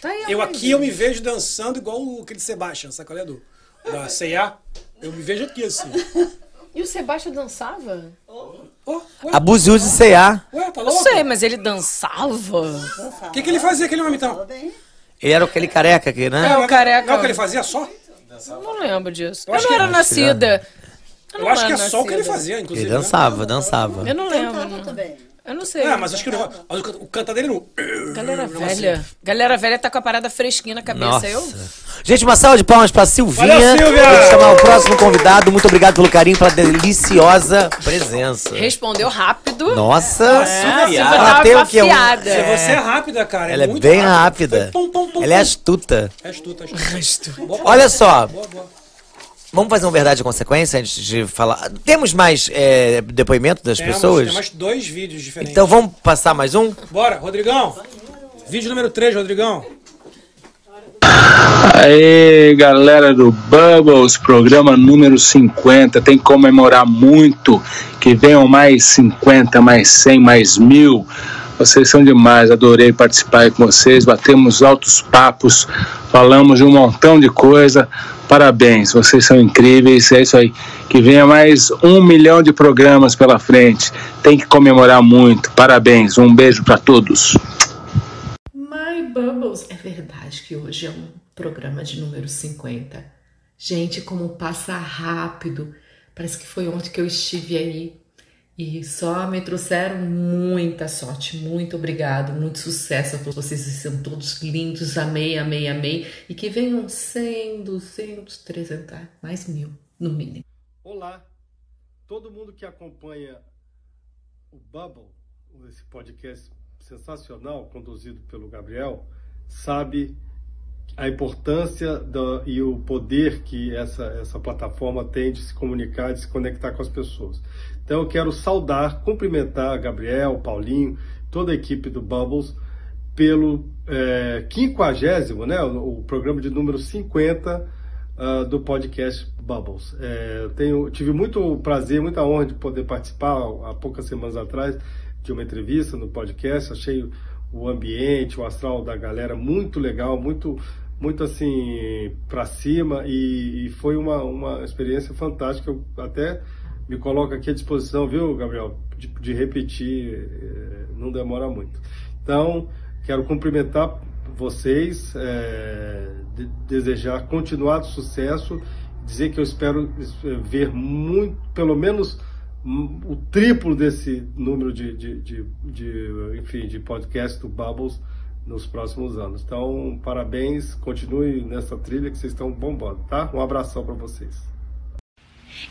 [SPEAKER 2] Tá aí,
[SPEAKER 3] Eu
[SPEAKER 2] ó,
[SPEAKER 3] aqui, eu me vejo dançando igual o- aquele Sebastian, sabe qual é do? Da C&A. Eu me vejo aqui, assim.
[SPEAKER 2] E o Sebastião dançava?
[SPEAKER 1] Abuse use CA.
[SPEAKER 3] Ué, tá
[SPEAKER 2] Eu sei, mas ele dançava?
[SPEAKER 3] O que, que ele fazia, aquele homem, então?
[SPEAKER 1] Ele era aquele careca aqui, né?
[SPEAKER 2] É, o careca.
[SPEAKER 3] Não, que ele fazia só?
[SPEAKER 2] Eu não lembro disso. Eu,
[SPEAKER 3] Eu acho
[SPEAKER 2] não
[SPEAKER 3] que-
[SPEAKER 2] era nascida.
[SPEAKER 3] Eu
[SPEAKER 2] não
[SPEAKER 3] acho que é
[SPEAKER 2] era
[SPEAKER 3] só o que ele
[SPEAKER 2] nascida.
[SPEAKER 3] fazia, inclusive.
[SPEAKER 1] Ele dançava, dançava.
[SPEAKER 2] Eu não lembro. não. Eu não sei.
[SPEAKER 3] Ah, mas acho que o negócio- mas o can- o é cantar dele não.
[SPEAKER 2] Galera
[SPEAKER 3] Não, assim.
[SPEAKER 2] velha. Galera velha tá com a parada fresquinha na cabeça.
[SPEAKER 1] Nossa.
[SPEAKER 2] Eu
[SPEAKER 1] Gente, uma salva de palmas pra Silvinha.
[SPEAKER 2] Valeu, Silvia!
[SPEAKER 1] Vou chamar o próximo convidado. Muito obrigado pelo carinho, pela deliciosa presença.
[SPEAKER 2] respondeu rápido.
[SPEAKER 1] Nossa!
[SPEAKER 2] É, a Silvia
[SPEAKER 1] Ela
[SPEAKER 2] tava
[SPEAKER 1] tem o quê? Um-
[SPEAKER 2] afiada.
[SPEAKER 1] É.
[SPEAKER 3] Você é rápida, cara.
[SPEAKER 1] Ela é
[SPEAKER 3] muito
[SPEAKER 1] bem rápida. Ela é astuta.
[SPEAKER 3] É astuta, astuta. Boa,
[SPEAKER 1] Olha só.
[SPEAKER 3] boa, boa.
[SPEAKER 1] Vamos fazer um verdade e consequência antes de falar. Temos mais é, depoimento das
[SPEAKER 3] Temos-
[SPEAKER 1] pessoas?
[SPEAKER 3] Temos dois vídeos diferentes.
[SPEAKER 1] Então vamos passar mais um?
[SPEAKER 3] Bora, Rodrigão. Vídeo número 3, Rodrigão.
[SPEAKER 19] Aê, galera do Bubbles, programa número 50. Tem que comemorar muito. Que venham mais 50, mais 100, mais mil. Vocês são demais, adorei participar aí com vocês. Batemos altos papos, falamos de um montão de coisa. Parabéns, vocês são incríveis. É isso aí. Que venha mais um milhão de programas pela frente. Tem que comemorar muito. Parabéns, um beijo para todos.
[SPEAKER 20] My Bubbles, é verdade que hoje é um programa de número 50. Gente, como passa rápido. Parece que foi ontem que eu estive aí e só me trouxeram muita sorte. Muito obrigado, muito sucesso a todos vocês. Vocês são todos lindos. Amei, amei, amei. E que venham 100, 200, 300, mais mil, no mínimo.
[SPEAKER 21] Olá, todo mundo que acompanha o Bubble, esse podcast sensacional conduzido pelo Gabriel, sabe a importância da- e o poder que essa, essa plataforma tem de se comunicar, de se conectar com as pessoas. Então eu quero saudar, cumprimentar Gabriel, Paulinho, toda a equipe do Bubbles pelo é, quinquagésimo, né, o, o programa de número 50 ah, do podcast Bubbles. É, eu tenho, tive muito prazer, muita honra de poder participar há poucas semanas atrás de uma entrevista no podcast. Achei o- o ambiente, o astral da galera muito legal, muito muito assim para cima e, e foi uma, uma experiência fantástica. Eu até me coloco aqui à disposição, viu, Gabriel, de, de repetir, eh, não demora muito. Então, quero cumprimentar vocês, eh, de- desejar continuado sucesso, dizer que eu espero eh, ver muito, pelo menos hum, o triplo desse número de, de, de, de, enfim, de podcast do Bubbles nos próximos anos. Então, parabéns, continue nessa trilha que vocês estão bombando, tá? Um abração para vocês.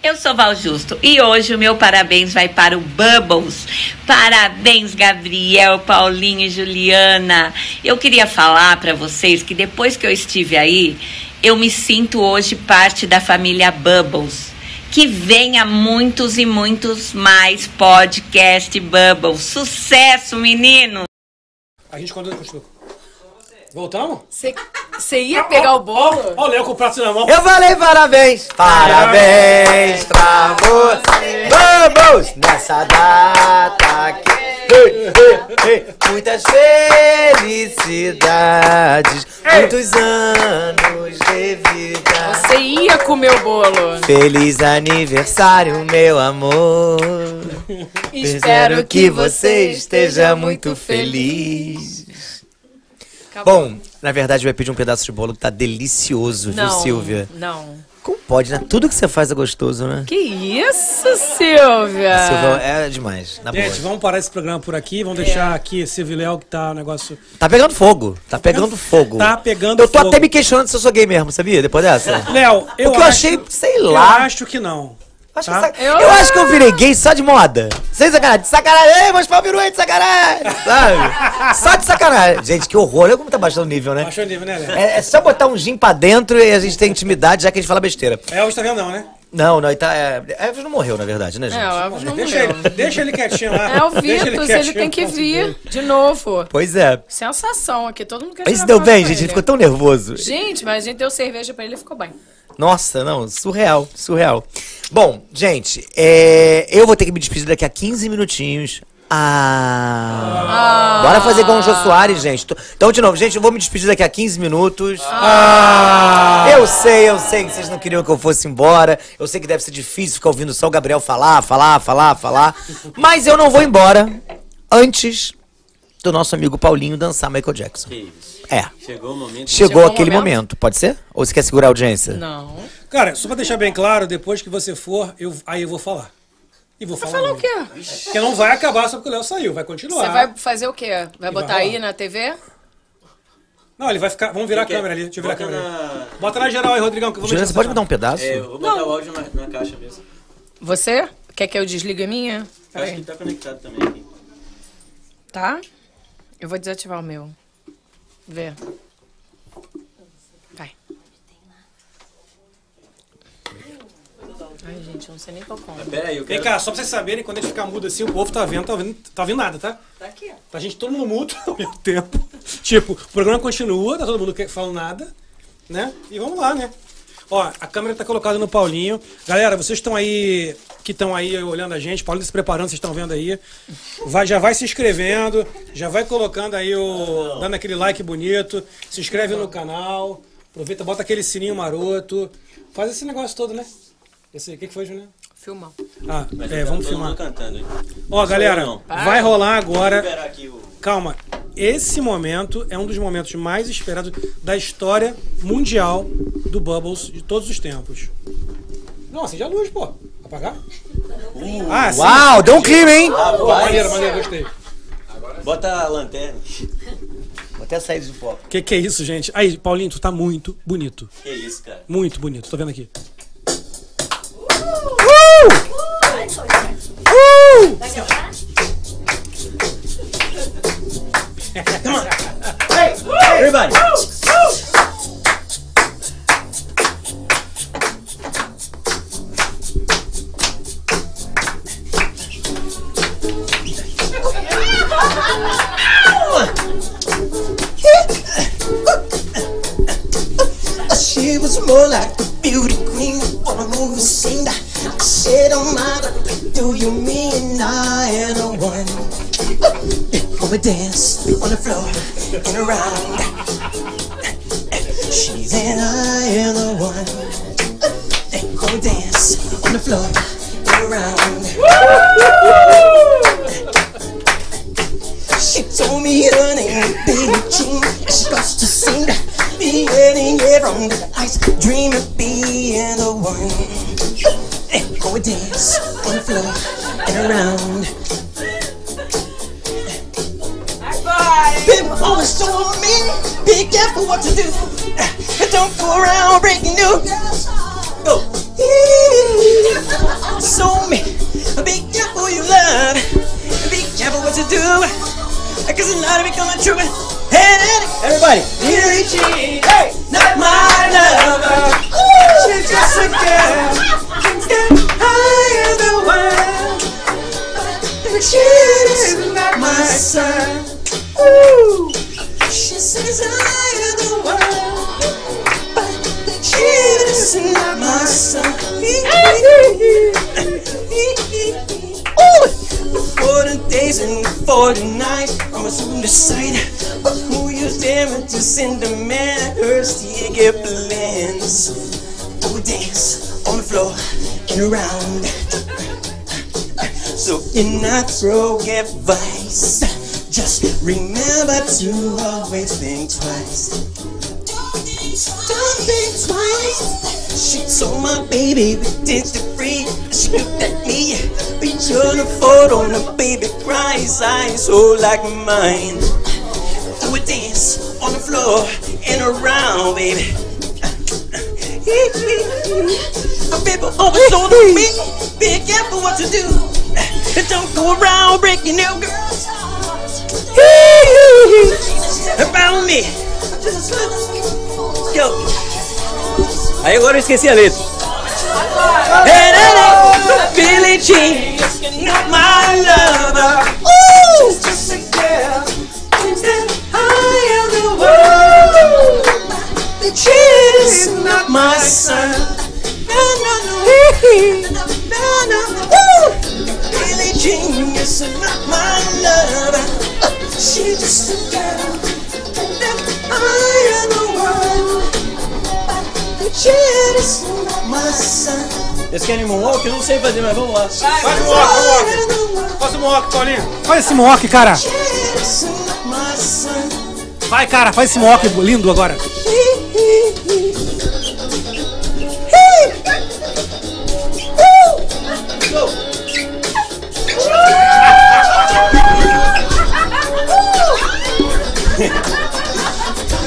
[SPEAKER 7] Eu sou Val Justo e hoje o meu parabéns vai para o Bubbles. Parabéns, Gabriel, Paulinho e Juliana. Eu queria falar para vocês que depois que eu estive aí, eu me sinto hoje parte da família Bubbles. Que venha muitos e muitos mais podcast Bubbles. Sucesso, menino!
[SPEAKER 3] A gente quando continua. Voltamos?
[SPEAKER 2] Você ia pegar o bolo?
[SPEAKER 3] Olha o Léo com o prato na mão.
[SPEAKER 1] Eu falei parabéns, parabéns pra você. Vamos nessa data que ei, ei, ei, muitas felicidades, muitos anos de vida.
[SPEAKER 2] Você ia comer o bolo.
[SPEAKER 1] Feliz aniversário, meu amor. Espero que você esteja muito feliz. Bom, na verdade, eu ia pedir um pedaço de bolo que tá delicioso, viu,
[SPEAKER 2] Não,
[SPEAKER 1] Silvia?
[SPEAKER 2] Não.
[SPEAKER 1] Pode, né? Tudo que você faz é gostoso, né?
[SPEAKER 2] Que isso, Silvia?
[SPEAKER 1] A Silvia é demais, na
[SPEAKER 3] Gente,
[SPEAKER 1] boa.
[SPEAKER 3] vamos parar esse programa por aqui, vamos deixar aqui esse Viléo que tá um negócio.
[SPEAKER 1] Tá pegando fogo. Tá pegando fogo.
[SPEAKER 3] Tá pegando
[SPEAKER 1] Eu tô
[SPEAKER 3] fogo.
[SPEAKER 1] até me questionando se eu sou gay mesmo, sabia? Depois dessa.
[SPEAKER 3] *laughs* Léo,
[SPEAKER 1] Porque
[SPEAKER 3] eu
[SPEAKER 1] eu
[SPEAKER 3] acho-
[SPEAKER 1] achei, sei lá.
[SPEAKER 3] Eu acho que não. Tá?
[SPEAKER 1] Acho que sa- Eu acho que eu virei gay só de moda. Sem sacanagem. De sacanagem. Ei, mas pau virou aí de sacanagem. Sabe? só de sacanagem. Gente, que horror. Olha como tá baixando o nível, né?
[SPEAKER 3] Baixou o nível, né, Léo?
[SPEAKER 1] É, é só botar um gin pra dentro e a gente tem intimidade, já que a gente fala besteira.
[SPEAKER 3] É o Instagram, não, né?
[SPEAKER 1] Não, não, ele tá. É, Elvis não morreu, na verdade, né, gente?
[SPEAKER 2] É, o Elvis não
[SPEAKER 3] Deixa
[SPEAKER 2] morreu.
[SPEAKER 3] ele- deixa ele quietinho lá.
[SPEAKER 2] É o
[SPEAKER 3] Deixa ele
[SPEAKER 2] Vitus, ele,
[SPEAKER 3] quietinho,
[SPEAKER 2] tem que
[SPEAKER 3] pelo
[SPEAKER 2] vir de novo.
[SPEAKER 1] Pois é.
[SPEAKER 2] Sensação aqui, todo mundo quer
[SPEAKER 1] Mas
[SPEAKER 2] tirar
[SPEAKER 1] deu
[SPEAKER 2] foto
[SPEAKER 1] bem,
[SPEAKER 2] com
[SPEAKER 1] gente. Ele
[SPEAKER 2] ele.
[SPEAKER 1] ficou tão nervoso.
[SPEAKER 2] Gente, mas a gente deu cerveja pra ele, ele ficou bem.
[SPEAKER 1] Nossa, não, surreal, surreal. Bom, gente, é, eu vou ter que me despedir daqui a 15 minutinhos. Ah. Bora fazer igual o Jô Soares, gente. Tô- Então, de novo, gente, eu vou me despedir daqui a 15 minutos. Eu sei, eu sei que vocês não queriam que eu fosse embora. Eu sei que deve ser difícil ficar ouvindo só o Gabriel falar, falar, falar, falar. Mas eu não vou embora antes do nosso amigo Paulinho dançar Michael Jackson.
[SPEAKER 4] Que isso.
[SPEAKER 1] É.
[SPEAKER 4] Chegou o momento.
[SPEAKER 1] Chegou, aquele momento. pode ser? Ou você quer segurar a audiência?
[SPEAKER 2] Não.
[SPEAKER 3] Cara, só pra deixar bem claro, depois que você for, eu, aí eu vou falar. E
[SPEAKER 1] Tá
[SPEAKER 3] vou falar.
[SPEAKER 2] Falar o
[SPEAKER 3] muito.
[SPEAKER 2] quê?
[SPEAKER 3] Porque não vai acabar só porque o Léo saiu, vai continuar.
[SPEAKER 2] Você vai fazer o quê? Vai
[SPEAKER 3] E
[SPEAKER 2] botar
[SPEAKER 3] vai
[SPEAKER 2] aí na TV?
[SPEAKER 3] Não, ele vai ficar. Vamos virar a
[SPEAKER 4] Quem é? quer?
[SPEAKER 3] câmera ali. Deixa eu virar a
[SPEAKER 4] Bota
[SPEAKER 3] câmera ali. Bota na geral aí, Rodrigão, que eu vou
[SPEAKER 1] Juliana, você
[SPEAKER 3] mexer
[SPEAKER 1] pode me
[SPEAKER 3] nessa
[SPEAKER 1] dar um pedaço?
[SPEAKER 4] É, eu vou botar o áudio na, na caixa mesmo.
[SPEAKER 2] Você? Quer que eu desligue a minha?
[SPEAKER 4] Acho que tá conectado também aqui.
[SPEAKER 2] Tá? Eu vou desativar o meu. Vê. Vai. Ai, gente, eu não sei nem qual como.
[SPEAKER 4] Pera aí, eu
[SPEAKER 3] Vem
[SPEAKER 4] quero-
[SPEAKER 3] cá, só pra vocês saberem, quando a gente ficar mudo assim, o povo tá vendo, tá vendo, tá vendo nada, tá? Tá aqui, ó. Tá gente todo mundo mudo *laughs* ao mesmo tempo. Tipo, o programa continua, tá todo mundo que- falando nada, né? E vamos lá, né? Ó, a câmera tá colocada no Paulinho. Galera, vocês estão aí, que estão aí olhando a gente, Paulinho tá se preparando, vocês estão vendo aí. Vai, já vai se inscrevendo, já vai colocando aí o. dando aquele like bonito, se inscreve no canal, aproveita, bota aquele sininho maroto, faz esse negócio todo, né? Esse, o que, que foi, Juliano?
[SPEAKER 2] Filmar.
[SPEAKER 3] Ah,
[SPEAKER 4] Mas
[SPEAKER 3] é,
[SPEAKER 4] eu
[SPEAKER 3] vamos
[SPEAKER 4] tô
[SPEAKER 3] filmar.
[SPEAKER 4] Tá cantando aí.
[SPEAKER 3] Ó, galera,
[SPEAKER 4] Não sou eu, não.
[SPEAKER 3] vai rolar
[SPEAKER 4] Vou liberar
[SPEAKER 3] agora.
[SPEAKER 4] aqui o-
[SPEAKER 3] Calma, esse momento é um dos momentos mais esperados da história mundial do Bubbles de todos os tempos. Não, acende a luz, pô. Apagar? ah, sim. Ah,
[SPEAKER 1] Uau, deu um clima, hein?
[SPEAKER 3] Pô, maneiro, maneiro, gostei.
[SPEAKER 4] Bota a lanterna.
[SPEAKER 1] Vou até sair do foco.
[SPEAKER 3] Que que é isso, gente? Aí, Paulinho, tu tá muito bonito.
[SPEAKER 4] Que isso, cara.
[SPEAKER 3] Muito bonito, tô vendo aqui.
[SPEAKER 1] Uh!
[SPEAKER 4] Everybody!
[SPEAKER 8] more like the beauty queen. I wanna move and sing that. I said, oh my, do you mean I am the one? Oh, we dance on the floor and around. She's and I am the one. Oh, we dance on the floor and around. She told me her name was Billie Jean. and She loves to sing that. Be waiting here on the ice, dream of being the one. And go dance on the floor and around. People always told me, be careful what you do. But don't go around breaking news. *laughs* Go. So me, be careful you love. Be careful what you do. Cause it's not becoming true. Hey, everybody. Billie Jean, hey, not my lover. She's just a girl. I am the one. She is not my son. Ooh. She says I am the one, but she is not my son. *laughs* Ooh. For the days and for the nights, I'm soon decide uh, who you damn to send the man thirsty and get plans. Oh, dance on the floor and around. So in I throw advice. Just remember to always think twice. Don't think twice. She told my baby we did the free. She looked at me. We turned a photo on the baby cries. Eyes so like mine. Do a dance on the floor and around, baby. *laughs* People always told me, be careful what you do. Don't go around breaking new girls' hearts. Around me. Yo.
[SPEAKER 22] Aí agora eu esqueci a letra.
[SPEAKER 8] Hey, no, no, Billie Jean, not my lover. Ooh, she's just a girl. Thinks that I am the world. But she is not my son. No, no, no, no, no, no. Ooh, Billie Jean is not my lover. She's just a girl. Thinks that I am the world. But she is not my son.
[SPEAKER 22] Esse aqui é Moonwalk, eu não sei fazer, mas vamos lá.
[SPEAKER 3] Faz um walk, Faz um walk, Paulinho.
[SPEAKER 17] Faz esse mock, cara.
[SPEAKER 8] Maçã.
[SPEAKER 17] Vai, cara, faz esse mock lindo agora.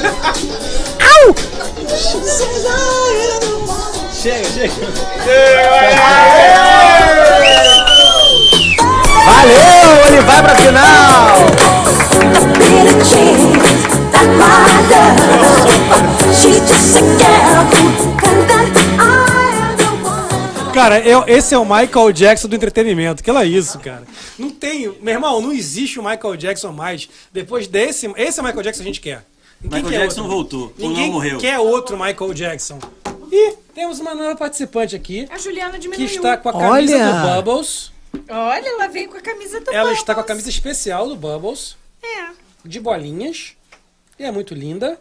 [SPEAKER 8] Au! Chega, chega.
[SPEAKER 1] Valeu, ele vai pra
[SPEAKER 8] *laughs*
[SPEAKER 1] final!
[SPEAKER 17] Cara, eu- esse é o Michael Jackson do entretenimento. Que lá é isso, cara.
[SPEAKER 3] Não tem, meu irmão, não existe o Michael Jackson mais. Depois desse, esse é o Michael Jackson que a gente quer.
[SPEAKER 4] Michael Jackson voltou, ou
[SPEAKER 3] Ninguém
[SPEAKER 4] não morreu.
[SPEAKER 3] quer outro Michael Jackson. E temos uma nova participante aqui
[SPEAKER 2] A Juliana
[SPEAKER 3] que
[SPEAKER 2] diminuiu.
[SPEAKER 3] está com a camisa
[SPEAKER 17] Olha!
[SPEAKER 3] do Bubbles.
[SPEAKER 2] Olha, ela veio com a camisa do
[SPEAKER 3] Ela
[SPEAKER 2] Bubbles.
[SPEAKER 3] está com a camisa especial do Bubbles. É. De bolinhas. E é muito linda.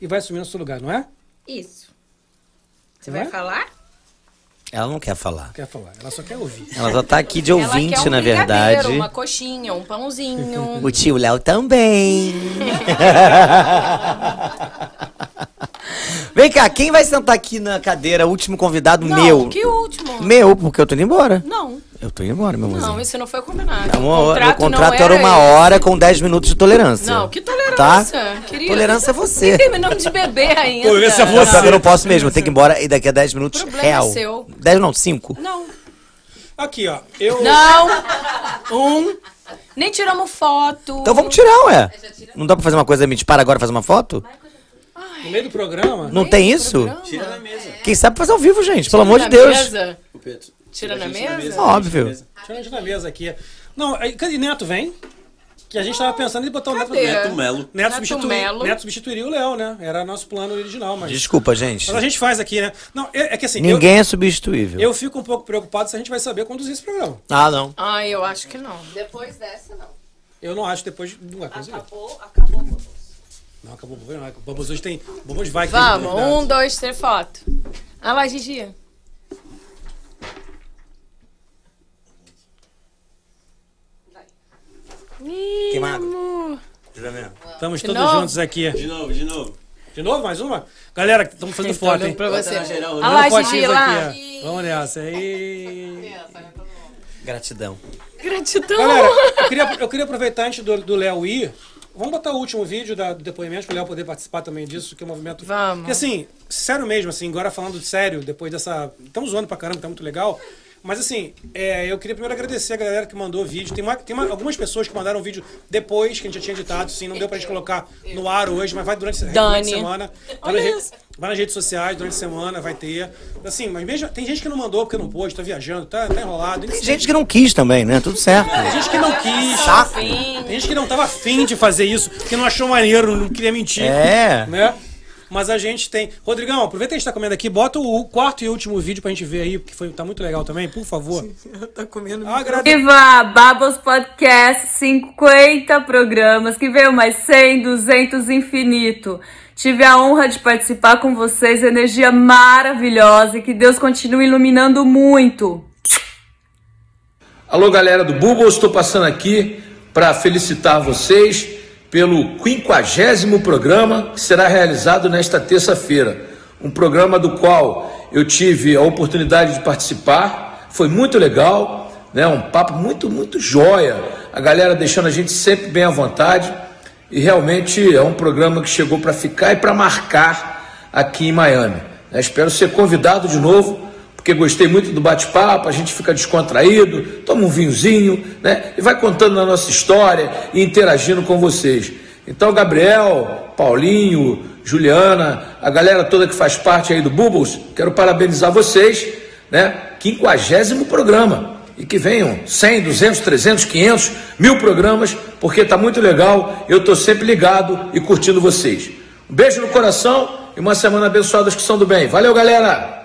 [SPEAKER 3] E vai assumir no seu lugar, não é?
[SPEAKER 2] Isso. Você
[SPEAKER 3] Não
[SPEAKER 2] vai
[SPEAKER 3] é?
[SPEAKER 2] falar?
[SPEAKER 1] Ela não quer falar.
[SPEAKER 3] Quer falar, ela só quer ouvir.
[SPEAKER 1] Ela só tá aqui de
[SPEAKER 2] Ela
[SPEAKER 1] ouvinte,
[SPEAKER 2] quer um
[SPEAKER 1] na
[SPEAKER 2] brigadeiro,
[SPEAKER 1] verdade.
[SPEAKER 2] Uma coxinha,
[SPEAKER 1] *laughs*
[SPEAKER 2] um pãozinho.
[SPEAKER 1] O tio Léo também.
[SPEAKER 2] *laughs*
[SPEAKER 1] Vem cá, quem vai sentar aqui na cadeira? Último convidado
[SPEAKER 2] Não,
[SPEAKER 1] meu.
[SPEAKER 2] que último?
[SPEAKER 1] Meu, porque eu tô indo embora.
[SPEAKER 2] Não,
[SPEAKER 1] Eu tô indo embora, meu mozinho.
[SPEAKER 2] não, isso não foi combinado.
[SPEAKER 1] Uma hora-
[SPEAKER 2] não
[SPEAKER 1] o contrato era, uma
[SPEAKER 2] esse.
[SPEAKER 1] hora com 10 minutos de tolerância.
[SPEAKER 2] Não, que tolerância,
[SPEAKER 1] Tá?
[SPEAKER 2] querido.
[SPEAKER 1] Tolerância é
[SPEAKER 2] *laughs*
[SPEAKER 1] você.
[SPEAKER 2] Ninguém me nome de bebê ainda.
[SPEAKER 3] é
[SPEAKER 1] Não, pior que eu não posso mesmo, eu tenho que ir embora e daqui a 10 minutos
[SPEAKER 2] Problema é
[SPEAKER 1] real.
[SPEAKER 2] seu.
[SPEAKER 1] 10 não, 5.
[SPEAKER 2] Não.
[SPEAKER 3] Aqui, ó. Eu.
[SPEAKER 2] Não.
[SPEAKER 3] Um.
[SPEAKER 2] Nem tiramos foto.
[SPEAKER 1] Então vamos tirar, ué.
[SPEAKER 2] É,
[SPEAKER 1] Não dá pra fazer uma coisa, me dispara agora e fazer uma foto?
[SPEAKER 3] No meio do programa.
[SPEAKER 1] Não tem isso?
[SPEAKER 4] Tira na mesa.
[SPEAKER 1] Quem sabe faz ao vivo, gente, pelo
[SPEAKER 3] Tira
[SPEAKER 1] amor de
[SPEAKER 3] na
[SPEAKER 1] Deus.
[SPEAKER 3] mesa?
[SPEAKER 4] O Pedro.
[SPEAKER 2] Tira na
[SPEAKER 3] gente
[SPEAKER 2] mesa?
[SPEAKER 1] Óbvio.
[SPEAKER 3] Deixa eu na mesa aqui. Não, aí, cadê Neto vem? Que a gente tava pensando em botar o Neto
[SPEAKER 2] Cadê?
[SPEAKER 3] Neto
[SPEAKER 2] Melo.
[SPEAKER 3] Neto,
[SPEAKER 2] Neto
[SPEAKER 3] substitui-
[SPEAKER 2] Melo.
[SPEAKER 3] Neto substituiria o Léo, né? Era nosso plano original, mas.
[SPEAKER 1] Desculpa, gente.
[SPEAKER 3] Mas a gente faz aqui, né? Não, é, é que assim.
[SPEAKER 1] Ninguém
[SPEAKER 3] eu,
[SPEAKER 1] é substituível.
[SPEAKER 3] Eu fico um pouco preocupado se a gente vai saber conduzir esse programa.
[SPEAKER 1] Ah, não.
[SPEAKER 2] Ah, eu acho que não.
[SPEAKER 23] Depois dessa, não.
[SPEAKER 3] Eu não acho depois. Não
[SPEAKER 2] Ah,
[SPEAKER 3] vai conseguir.
[SPEAKER 2] tá.
[SPEAKER 23] Acabou, acabou.
[SPEAKER 3] Não, acabou o Bobos. não. O Bobos hoje tem. O Bobos vai que tem né?
[SPEAKER 2] Vamos,
[SPEAKER 3] novidades.
[SPEAKER 2] um, dois, três, foto. Ah lá, Gigi. Ih,
[SPEAKER 3] Queimado.
[SPEAKER 2] amor.
[SPEAKER 3] Estamos
[SPEAKER 2] De
[SPEAKER 3] todos
[SPEAKER 2] novo?
[SPEAKER 3] juntos aqui.
[SPEAKER 2] De
[SPEAKER 24] novo, de novo.
[SPEAKER 3] De novo, mais uma? Galera, estamos fazendo
[SPEAKER 2] Ele tá
[SPEAKER 3] foto,
[SPEAKER 2] olhando
[SPEAKER 3] hein?
[SPEAKER 2] pra você. Bota na geral,
[SPEAKER 24] né?
[SPEAKER 2] Olha
[SPEAKER 3] Olha
[SPEAKER 2] lá,
[SPEAKER 3] lá,
[SPEAKER 2] Gigi, lá.
[SPEAKER 3] Aqui, ó. Vamos nessa. Aí.
[SPEAKER 1] Gratidão.
[SPEAKER 2] Gratidão.
[SPEAKER 3] Galera, eu queria, eu queria aproveitar antes do do Léo ir. Vamos botar o último vídeo da- do depoimento, para o Léo poder participar também disso, que é um movimento. Vamos. Porque assim, sério mesmo, assim, agora falando de sério, depois dessa. Estamos zoando pra caramba, tá muito legal. Mas assim, é, eu queria primeiro agradecer a galera que mandou vídeo. Tem, uma- tem uma- algumas pessoas que mandaram vídeo depois que a gente já tinha editado, sim, não deu pra gente colocar no ar hoje, mas vai durante durante
[SPEAKER 2] Dani.
[SPEAKER 3] a semana. Vai,
[SPEAKER 2] Olha
[SPEAKER 3] nas re-
[SPEAKER 2] isso.
[SPEAKER 3] vai nas redes sociais, durante a semana, vai ter. Assim, mas mesmo. Tem gente que não mandou porque não pôde, tá viajando, tá, tá enrolado.
[SPEAKER 1] Tem gente que não quis também, né? Tudo certo.
[SPEAKER 3] Tem gente que não quis.
[SPEAKER 1] Saco.
[SPEAKER 3] Tem gente que não tava afim de fazer isso, porque não achou maneiro, não queria mentir.
[SPEAKER 1] É.
[SPEAKER 3] Né? Mas a gente tem. Rodrigão, aproveita que a gente tá comendo aqui, bota o quarto e último vídeo pra gente ver aí, porque foi, tá muito legal também, por favor. Ah,
[SPEAKER 2] Tá comendo
[SPEAKER 25] Viva Babos Podcast 50 programas que veio mais 100, 200 infinito. Tive a honra de participar com vocês, energia maravilhosa e que Deus continue iluminando muito.
[SPEAKER 17] Alô, galera do Bubble, estou passando aqui para felicitar vocês pelo 50 programa que será realizado nesta terça-feira. Um programa do qual eu tive a oportunidade de participar, foi muito legal, né? um papo muito, muito joia. A galera deixando a gente sempre bem à vontade e realmente é um programa que chegou para ficar e para marcar aqui em Miami. né? Espero ser convidado de novo porque gostei muito do bate-papo, a gente fica descontraído, toma um vinhozinho, né? E vai contando a nossa história e interagindo com vocês. Então, Gabriel, Paulinho, Juliana, a galera toda que faz parte aí do Bubbles, quero parabenizar vocês, né? Quinquagésimo programa. E que venham 100, 200, 300, 500, mil programas, porque tá muito legal. Eu tô sempre ligado e curtindo vocês. Um beijo no coração e uma semana abençoada aos que são do bem. Valeu, galera!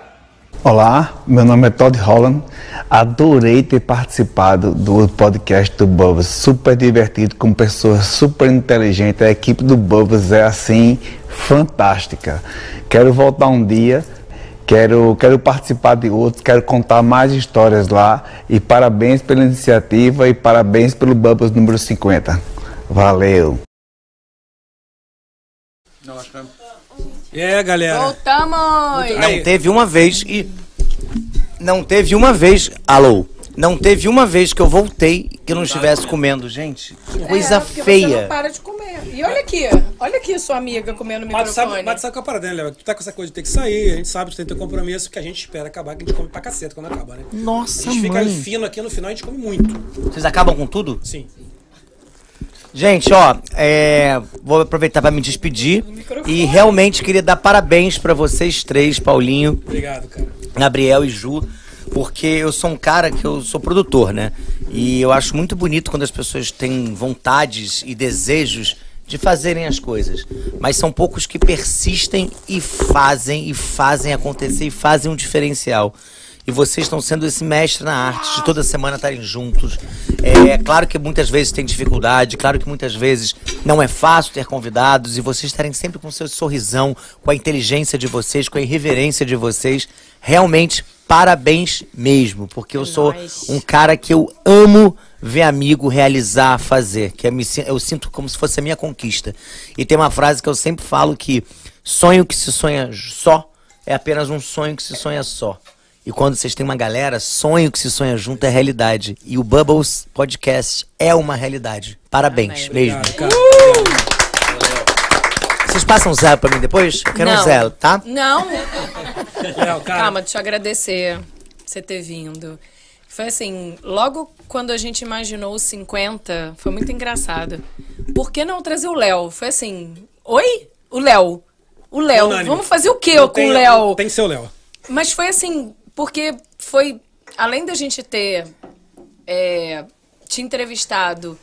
[SPEAKER 26] Olá, meu nome é Todd Holland. Adorei ter participado do podcast do Bubbles. Super divertido, com pessoas super inteligentes. A equipe do Bubbles é assim fantástica. Quero voltar um dia. Quero, quero participar de outros, quero contar mais histórias lá. E parabéns pela iniciativa e parabéns pelo Bubbles número 50. Valeu!
[SPEAKER 3] É, galera.
[SPEAKER 2] Voltamos!
[SPEAKER 1] Não teve uma vez e. Não teve uma vez. Alô? Não teve uma vez que eu voltei que eu não estivesse comendo, gente. Que coisa
[SPEAKER 2] É, porque Você não
[SPEAKER 1] feia.
[SPEAKER 2] para de comer. E olha aqui, olha aqui sua amiga comendo
[SPEAKER 3] Mas tu
[SPEAKER 2] microfone.
[SPEAKER 3] sabe, mas tu sabe qual é a parada, né, Léo? Tu tá com essa coisa de ter que sair, a gente sabe que tu tem que ter compromisso, que a gente espera acabar, que a gente come pra caceta quando acaba, né?
[SPEAKER 1] Nossa,
[SPEAKER 3] A gente
[SPEAKER 1] mãe.
[SPEAKER 3] fica fino aqui no final, a gente come muito.
[SPEAKER 1] Vocês acabam com tudo?
[SPEAKER 3] Sim.
[SPEAKER 1] Gente, ó, é, vou aproveitar para me despedir e realmente queria dar parabéns para vocês três, Paulinho,
[SPEAKER 3] Obrigado, cara.
[SPEAKER 1] Gabriel e Ju, porque eu sou um cara que eu sou produtor, né? E eu acho muito bonito quando as pessoas têm vontades e desejos de fazerem as coisas, mas são poucos que persistem e fazem e fazem acontecer e fazem um diferencial. E vocês estão sendo esse mestre na arte, de toda semana estarem juntos. É claro que muitas vezes tem dificuldade, claro que muitas vezes não é fácil ter convidados e vocês estarem sempre com seu sorrisão, com a inteligência de vocês, com a irreverência de vocês. Realmente, parabéns mesmo, porque
[SPEAKER 2] É
[SPEAKER 1] eu sou um cara que eu amo ver amigo realizar, fazer, que eu, me, sin- eu sinto como se fosse a minha conquista. E tem uma frase que eu sempre falo que sonho que se sonha só é apenas um sonho que se sonha só. E quando vocês têm uma galera, sonho que se sonha junto é realidade. E o Bubbles Podcast é uma realidade. Parabéns,
[SPEAKER 2] Ah, é,
[SPEAKER 1] mesmo. Vocês passam zero pra mim depois? Eu quero um
[SPEAKER 2] Não.
[SPEAKER 1] zero, tá?
[SPEAKER 2] Não.
[SPEAKER 3] Léo, cara.
[SPEAKER 2] Calma, deixa eu agradecer você ter vindo. Foi assim, logo quando a gente imaginou os 50, foi muito engraçado. Por que não trazer o Léo? Foi assim, oi? O Léo. O Léo.
[SPEAKER 3] Unânime.
[SPEAKER 2] Vamos fazer o quê
[SPEAKER 3] Não
[SPEAKER 2] com
[SPEAKER 3] tem-
[SPEAKER 2] o Léo?
[SPEAKER 3] Tem que ser o Léo.
[SPEAKER 2] Mas foi assim, porque foi. Além da gente ter é, te entrevistado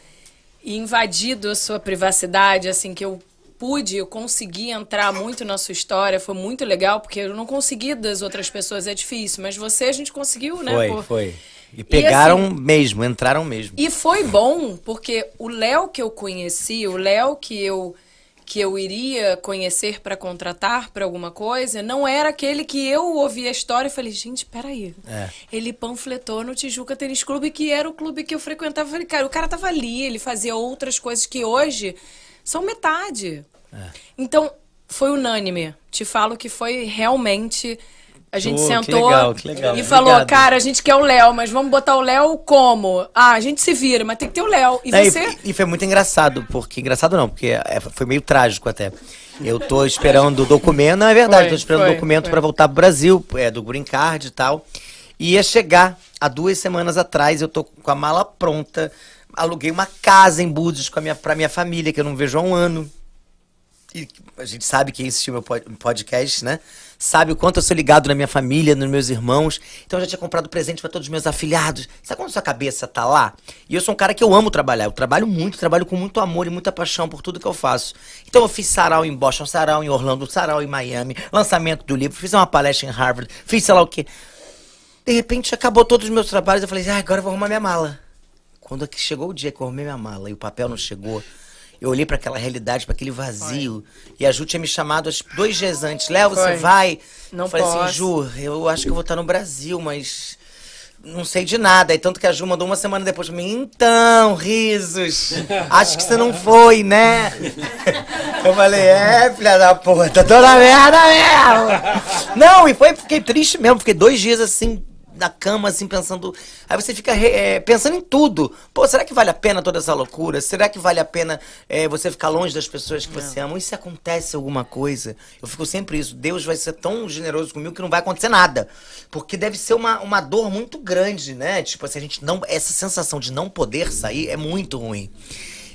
[SPEAKER 2] e invadido a sua privacidade, assim, que eu pude, eu consegui entrar muito na sua história, foi muito legal, porque eu não consegui das outras pessoas, é difícil, mas você a gente conseguiu, né?
[SPEAKER 1] Foi,
[SPEAKER 2] pô?
[SPEAKER 1] foi. E pegaram
[SPEAKER 2] assim-
[SPEAKER 1] mesmo, entraram mesmo.
[SPEAKER 2] E foi bom, porque o Léo que eu conheci, o Léo que eu que eu iria conhecer para contratar para alguma coisa, não era aquele que eu ouvi a história e falei, gente, peraí.
[SPEAKER 1] É.
[SPEAKER 2] Ele panfletou no Tijuca Tênis Clube, que era o clube que eu frequentava. Eu Falei, cara, o cara tava ali, ele fazia outras coisas que hoje são metade.
[SPEAKER 1] É.
[SPEAKER 2] Então, foi unânime. Te falo que foi realmente. A gente
[SPEAKER 8] Pô, que
[SPEAKER 2] sentou
[SPEAKER 8] legal, que legal.
[SPEAKER 2] e falou,
[SPEAKER 8] Obrigado.
[SPEAKER 2] cara, a gente quer o Léo, mas vamos botar o Léo como? Ah, a gente se vira, mas tem que ter o Léo. E
[SPEAKER 1] Não,
[SPEAKER 2] você?
[SPEAKER 1] e foi muito engraçado, porque. Engraçado não, porque é, foi meio trágico até. Eu tô esperando o documento. Não, é verdade,
[SPEAKER 2] Foi,
[SPEAKER 1] tô esperando o
[SPEAKER 2] foi,
[SPEAKER 1] documento
[SPEAKER 2] foi.
[SPEAKER 1] para voltar pro Brasil, é, do Green Card e tal. E ia chegar há duas semanas atrás, eu tô com a mala pronta. Aluguei uma casa em Búzios com a minha, pra minha família, que eu não vejo há um ano. E a gente sabe quem assistiu meu pod- podcast, né? Sabe o quanto eu sou ligado na minha família, nos meus irmãos. Então eu já tinha comprado presente para todos os meus afilhados. Sabe quando sua cabeça tá lá? E eu sou um cara que eu amo trabalhar. Eu trabalho muito, trabalho com muito amor e muita paixão por tudo que eu faço. Então eu fiz sarau em Boston, sarau em Orlando, sarau em Miami, lançamento do livro, fiz uma palestra em Harvard, fiz sei lá o quê. De repente acabou todos os meus trabalhos. Eu falei, ah, agora eu vou arrumar minha mala. Quando é que chegou o dia que eu arrumei minha mala e o papel não chegou, eu olhei pra aquela realidade, pra aquele vazio. E a Ju tinha me chamado acho, dois dias antes. Léo, você
[SPEAKER 2] Foi.
[SPEAKER 1] vai?
[SPEAKER 2] Não
[SPEAKER 1] eu falei
[SPEAKER 2] posso.
[SPEAKER 1] assim, Ju, eu acho que eu vou estar no Brasil, mas não sei de nada. E tanto que a Ju mandou uma semana depois pra mim, então, risos, acho que você não foi, né? Eu falei, é, filha da puta, tô na merda mesmo! Não, e foi, fiquei triste mesmo, fiquei dois dias assim, na cama, assim, pensando. Aí você fica re- eh, pensando em tudo. Pô, será que vale a pena toda essa loucura? Será que vale a pena eh, você ficar longe das pessoas que você ama? E se acontece alguma coisa? Eu fico sempre isso. Deus vai ser tão generoso comigo que não vai acontecer nada. Porque deve ser uma, uma dor muito grande, né? Tipo assim, a gente não. Essa sensação de não poder sair é muito ruim.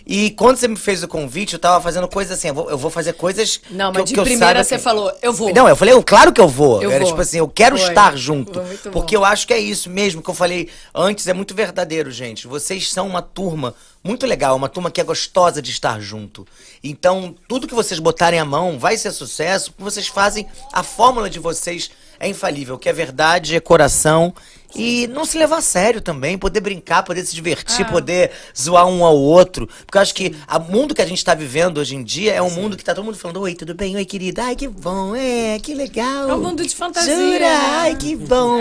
[SPEAKER 1] E quando você me fez o convite, eu tava fazendo coisas assim, eu vou, eu vou fazer coisas.
[SPEAKER 2] Não,
[SPEAKER 1] que eu-
[SPEAKER 2] mas de
[SPEAKER 1] que eu
[SPEAKER 2] primeira
[SPEAKER 1] saiba
[SPEAKER 2] você
[SPEAKER 1] que-
[SPEAKER 2] falou, eu vou.
[SPEAKER 1] Não, eu falei, eu, claro que eu vou.
[SPEAKER 2] Eu
[SPEAKER 1] Era
[SPEAKER 2] vou.
[SPEAKER 1] tipo assim, eu quero
[SPEAKER 2] Foi.
[SPEAKER 1] estar junto.
[SPEAKER 2] Foi muito bom.
[SPEAKER 1] Porque eu acho que é isso mesmo que eu falei antes, é muito verdadeiro, gente. Vocês são uma turma muito legal, uma turma que é gostosa de estar junto. Então, tudo que vocês botarem a mão vai ser sucesso, porque vocês fazem a fórmula de vocês é infalível, que é verdade, é coração e não se levar a sério também, poder brincar, poder se
[SPEAKER 2] Ah.
[SPEAKER 1] divertir, poder zoar um ao outro. Porque eu acho que o mundo que a gente está vivendo hoje em dia é um mundo que tá todo mundo falando: Oi, tudo bem? Oi, querida. Ai, que bom. É, que legal.
[SPEAKER 2] É um mundo de fantasia,
[SPEAKER 1] Jura?
[SPEAKER 2] né? É.
[SPEAKER 1] Ai, que bom.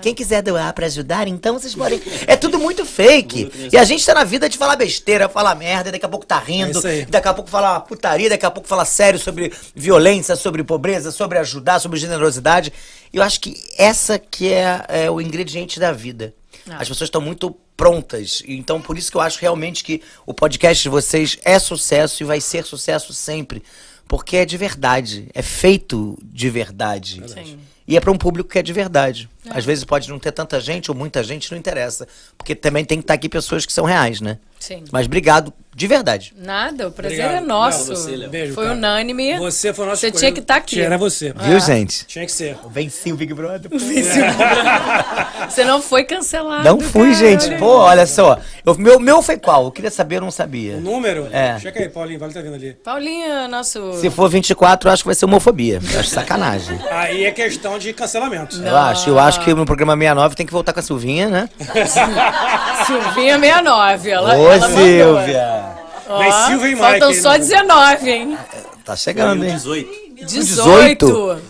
[SPEAKER 1] Quem quiser doar pra ajudar, então vocês podem. É tudo muito fake. E a gente tá na vida de falar besteira, falar merda, daqui a pouco tá rindo, daqui a pouco falar uma putaria, daqui a pouco falar sério sobre violência, sobre pobreza, sobre ajudar, sobre generosidade. E eu acho que essa que é, é o ingrediente da vida.
[SPEAKER 2] Ah.
[SPEAKER 1] As pessoas estão muito prontas. Então, por isso que eu acho realmente que o podcast de vocês é sucesso e vai ser sucesso sempre. Porque é de verdade. É feito de verdade. E é para um público que é de verdade. Às vezes pode não ter tanta gente ou muita gente, não interessa. Porque também tem que estar aqui pessoas que são reais, né?
[SPEAKER 2] Sim.
[SPEAKER 1] Mas obrigado, de verdade.
[SPEAKER 2] Nada, o prazer
[SPEAKER 3] Obrigado.
[SPEAKER 2] é nosso.
[SPEAKER 3] Não, você, Léo. Beijo,
[SPEAKER 2] foi
[SPEAKER 3] cara.
[SPEAKER 2] unânime.
[SPEAKER 3] Você foi nosso
[SPEAKER 2] Você tinha que Ah. estar aqui.
[SPEAKER 3] Era você.
[SPEAKER 1] Viu, gente?
[SPEAKER 3] Tinha que ser.
[SPEAKER 1] Venci o Big Brother.
[SPEAKER 2] Você não foi cancelado.
[SPEAKER 1] Não fui,
[SPEAKER 2] cara,
[SPEAKER 1] gente.
[SPEAKER 2] olha
[SPEAKER 1] Pô, olha só. Eu, meu, meu foi qual? Eu queria saber, eu não sabia.
[SPEAKER 3] O número?
[SPEAKER 1] É.
[SPEAKER 3] Checa aí, Paulinho, vale tá vendo ali.
[SPEAKER 2] Paulinha, nosso.
[SPEAKER 1] Se for 24, eu acho que vai ser homofobia. Eu acho sacanagem.
[SPEAKER 3] Aí é questão de cancelamento.
[SPEAKER 1] Eu
[SPEAKER 2] Ah.
[SPEAKER 1] acho. Eu acho que no programa 69 tem que voltar com a Silvinha, né? *laughs*
[SPEAKER 2] Silvinha 69. Ela,
[SPEAKER 1] Ô,
[SPEAKER 2] ela mandou. é.
[SPEAKER 1] Silvia.
[SPEAKER 2] Ó,
[SPEAKER 3] Vem Silvia e
[SPEAKER 2] Faltam
[SPEAKER 3] Mike,
[SPEAKER 2] só
[SPEAKER 3] hein?
[SPEAKER 2] 19, hein?
[SPEAKER 1] Tá chegando, hein?
[SPEAKER 4] 18.
[SPEAKER 1] 18.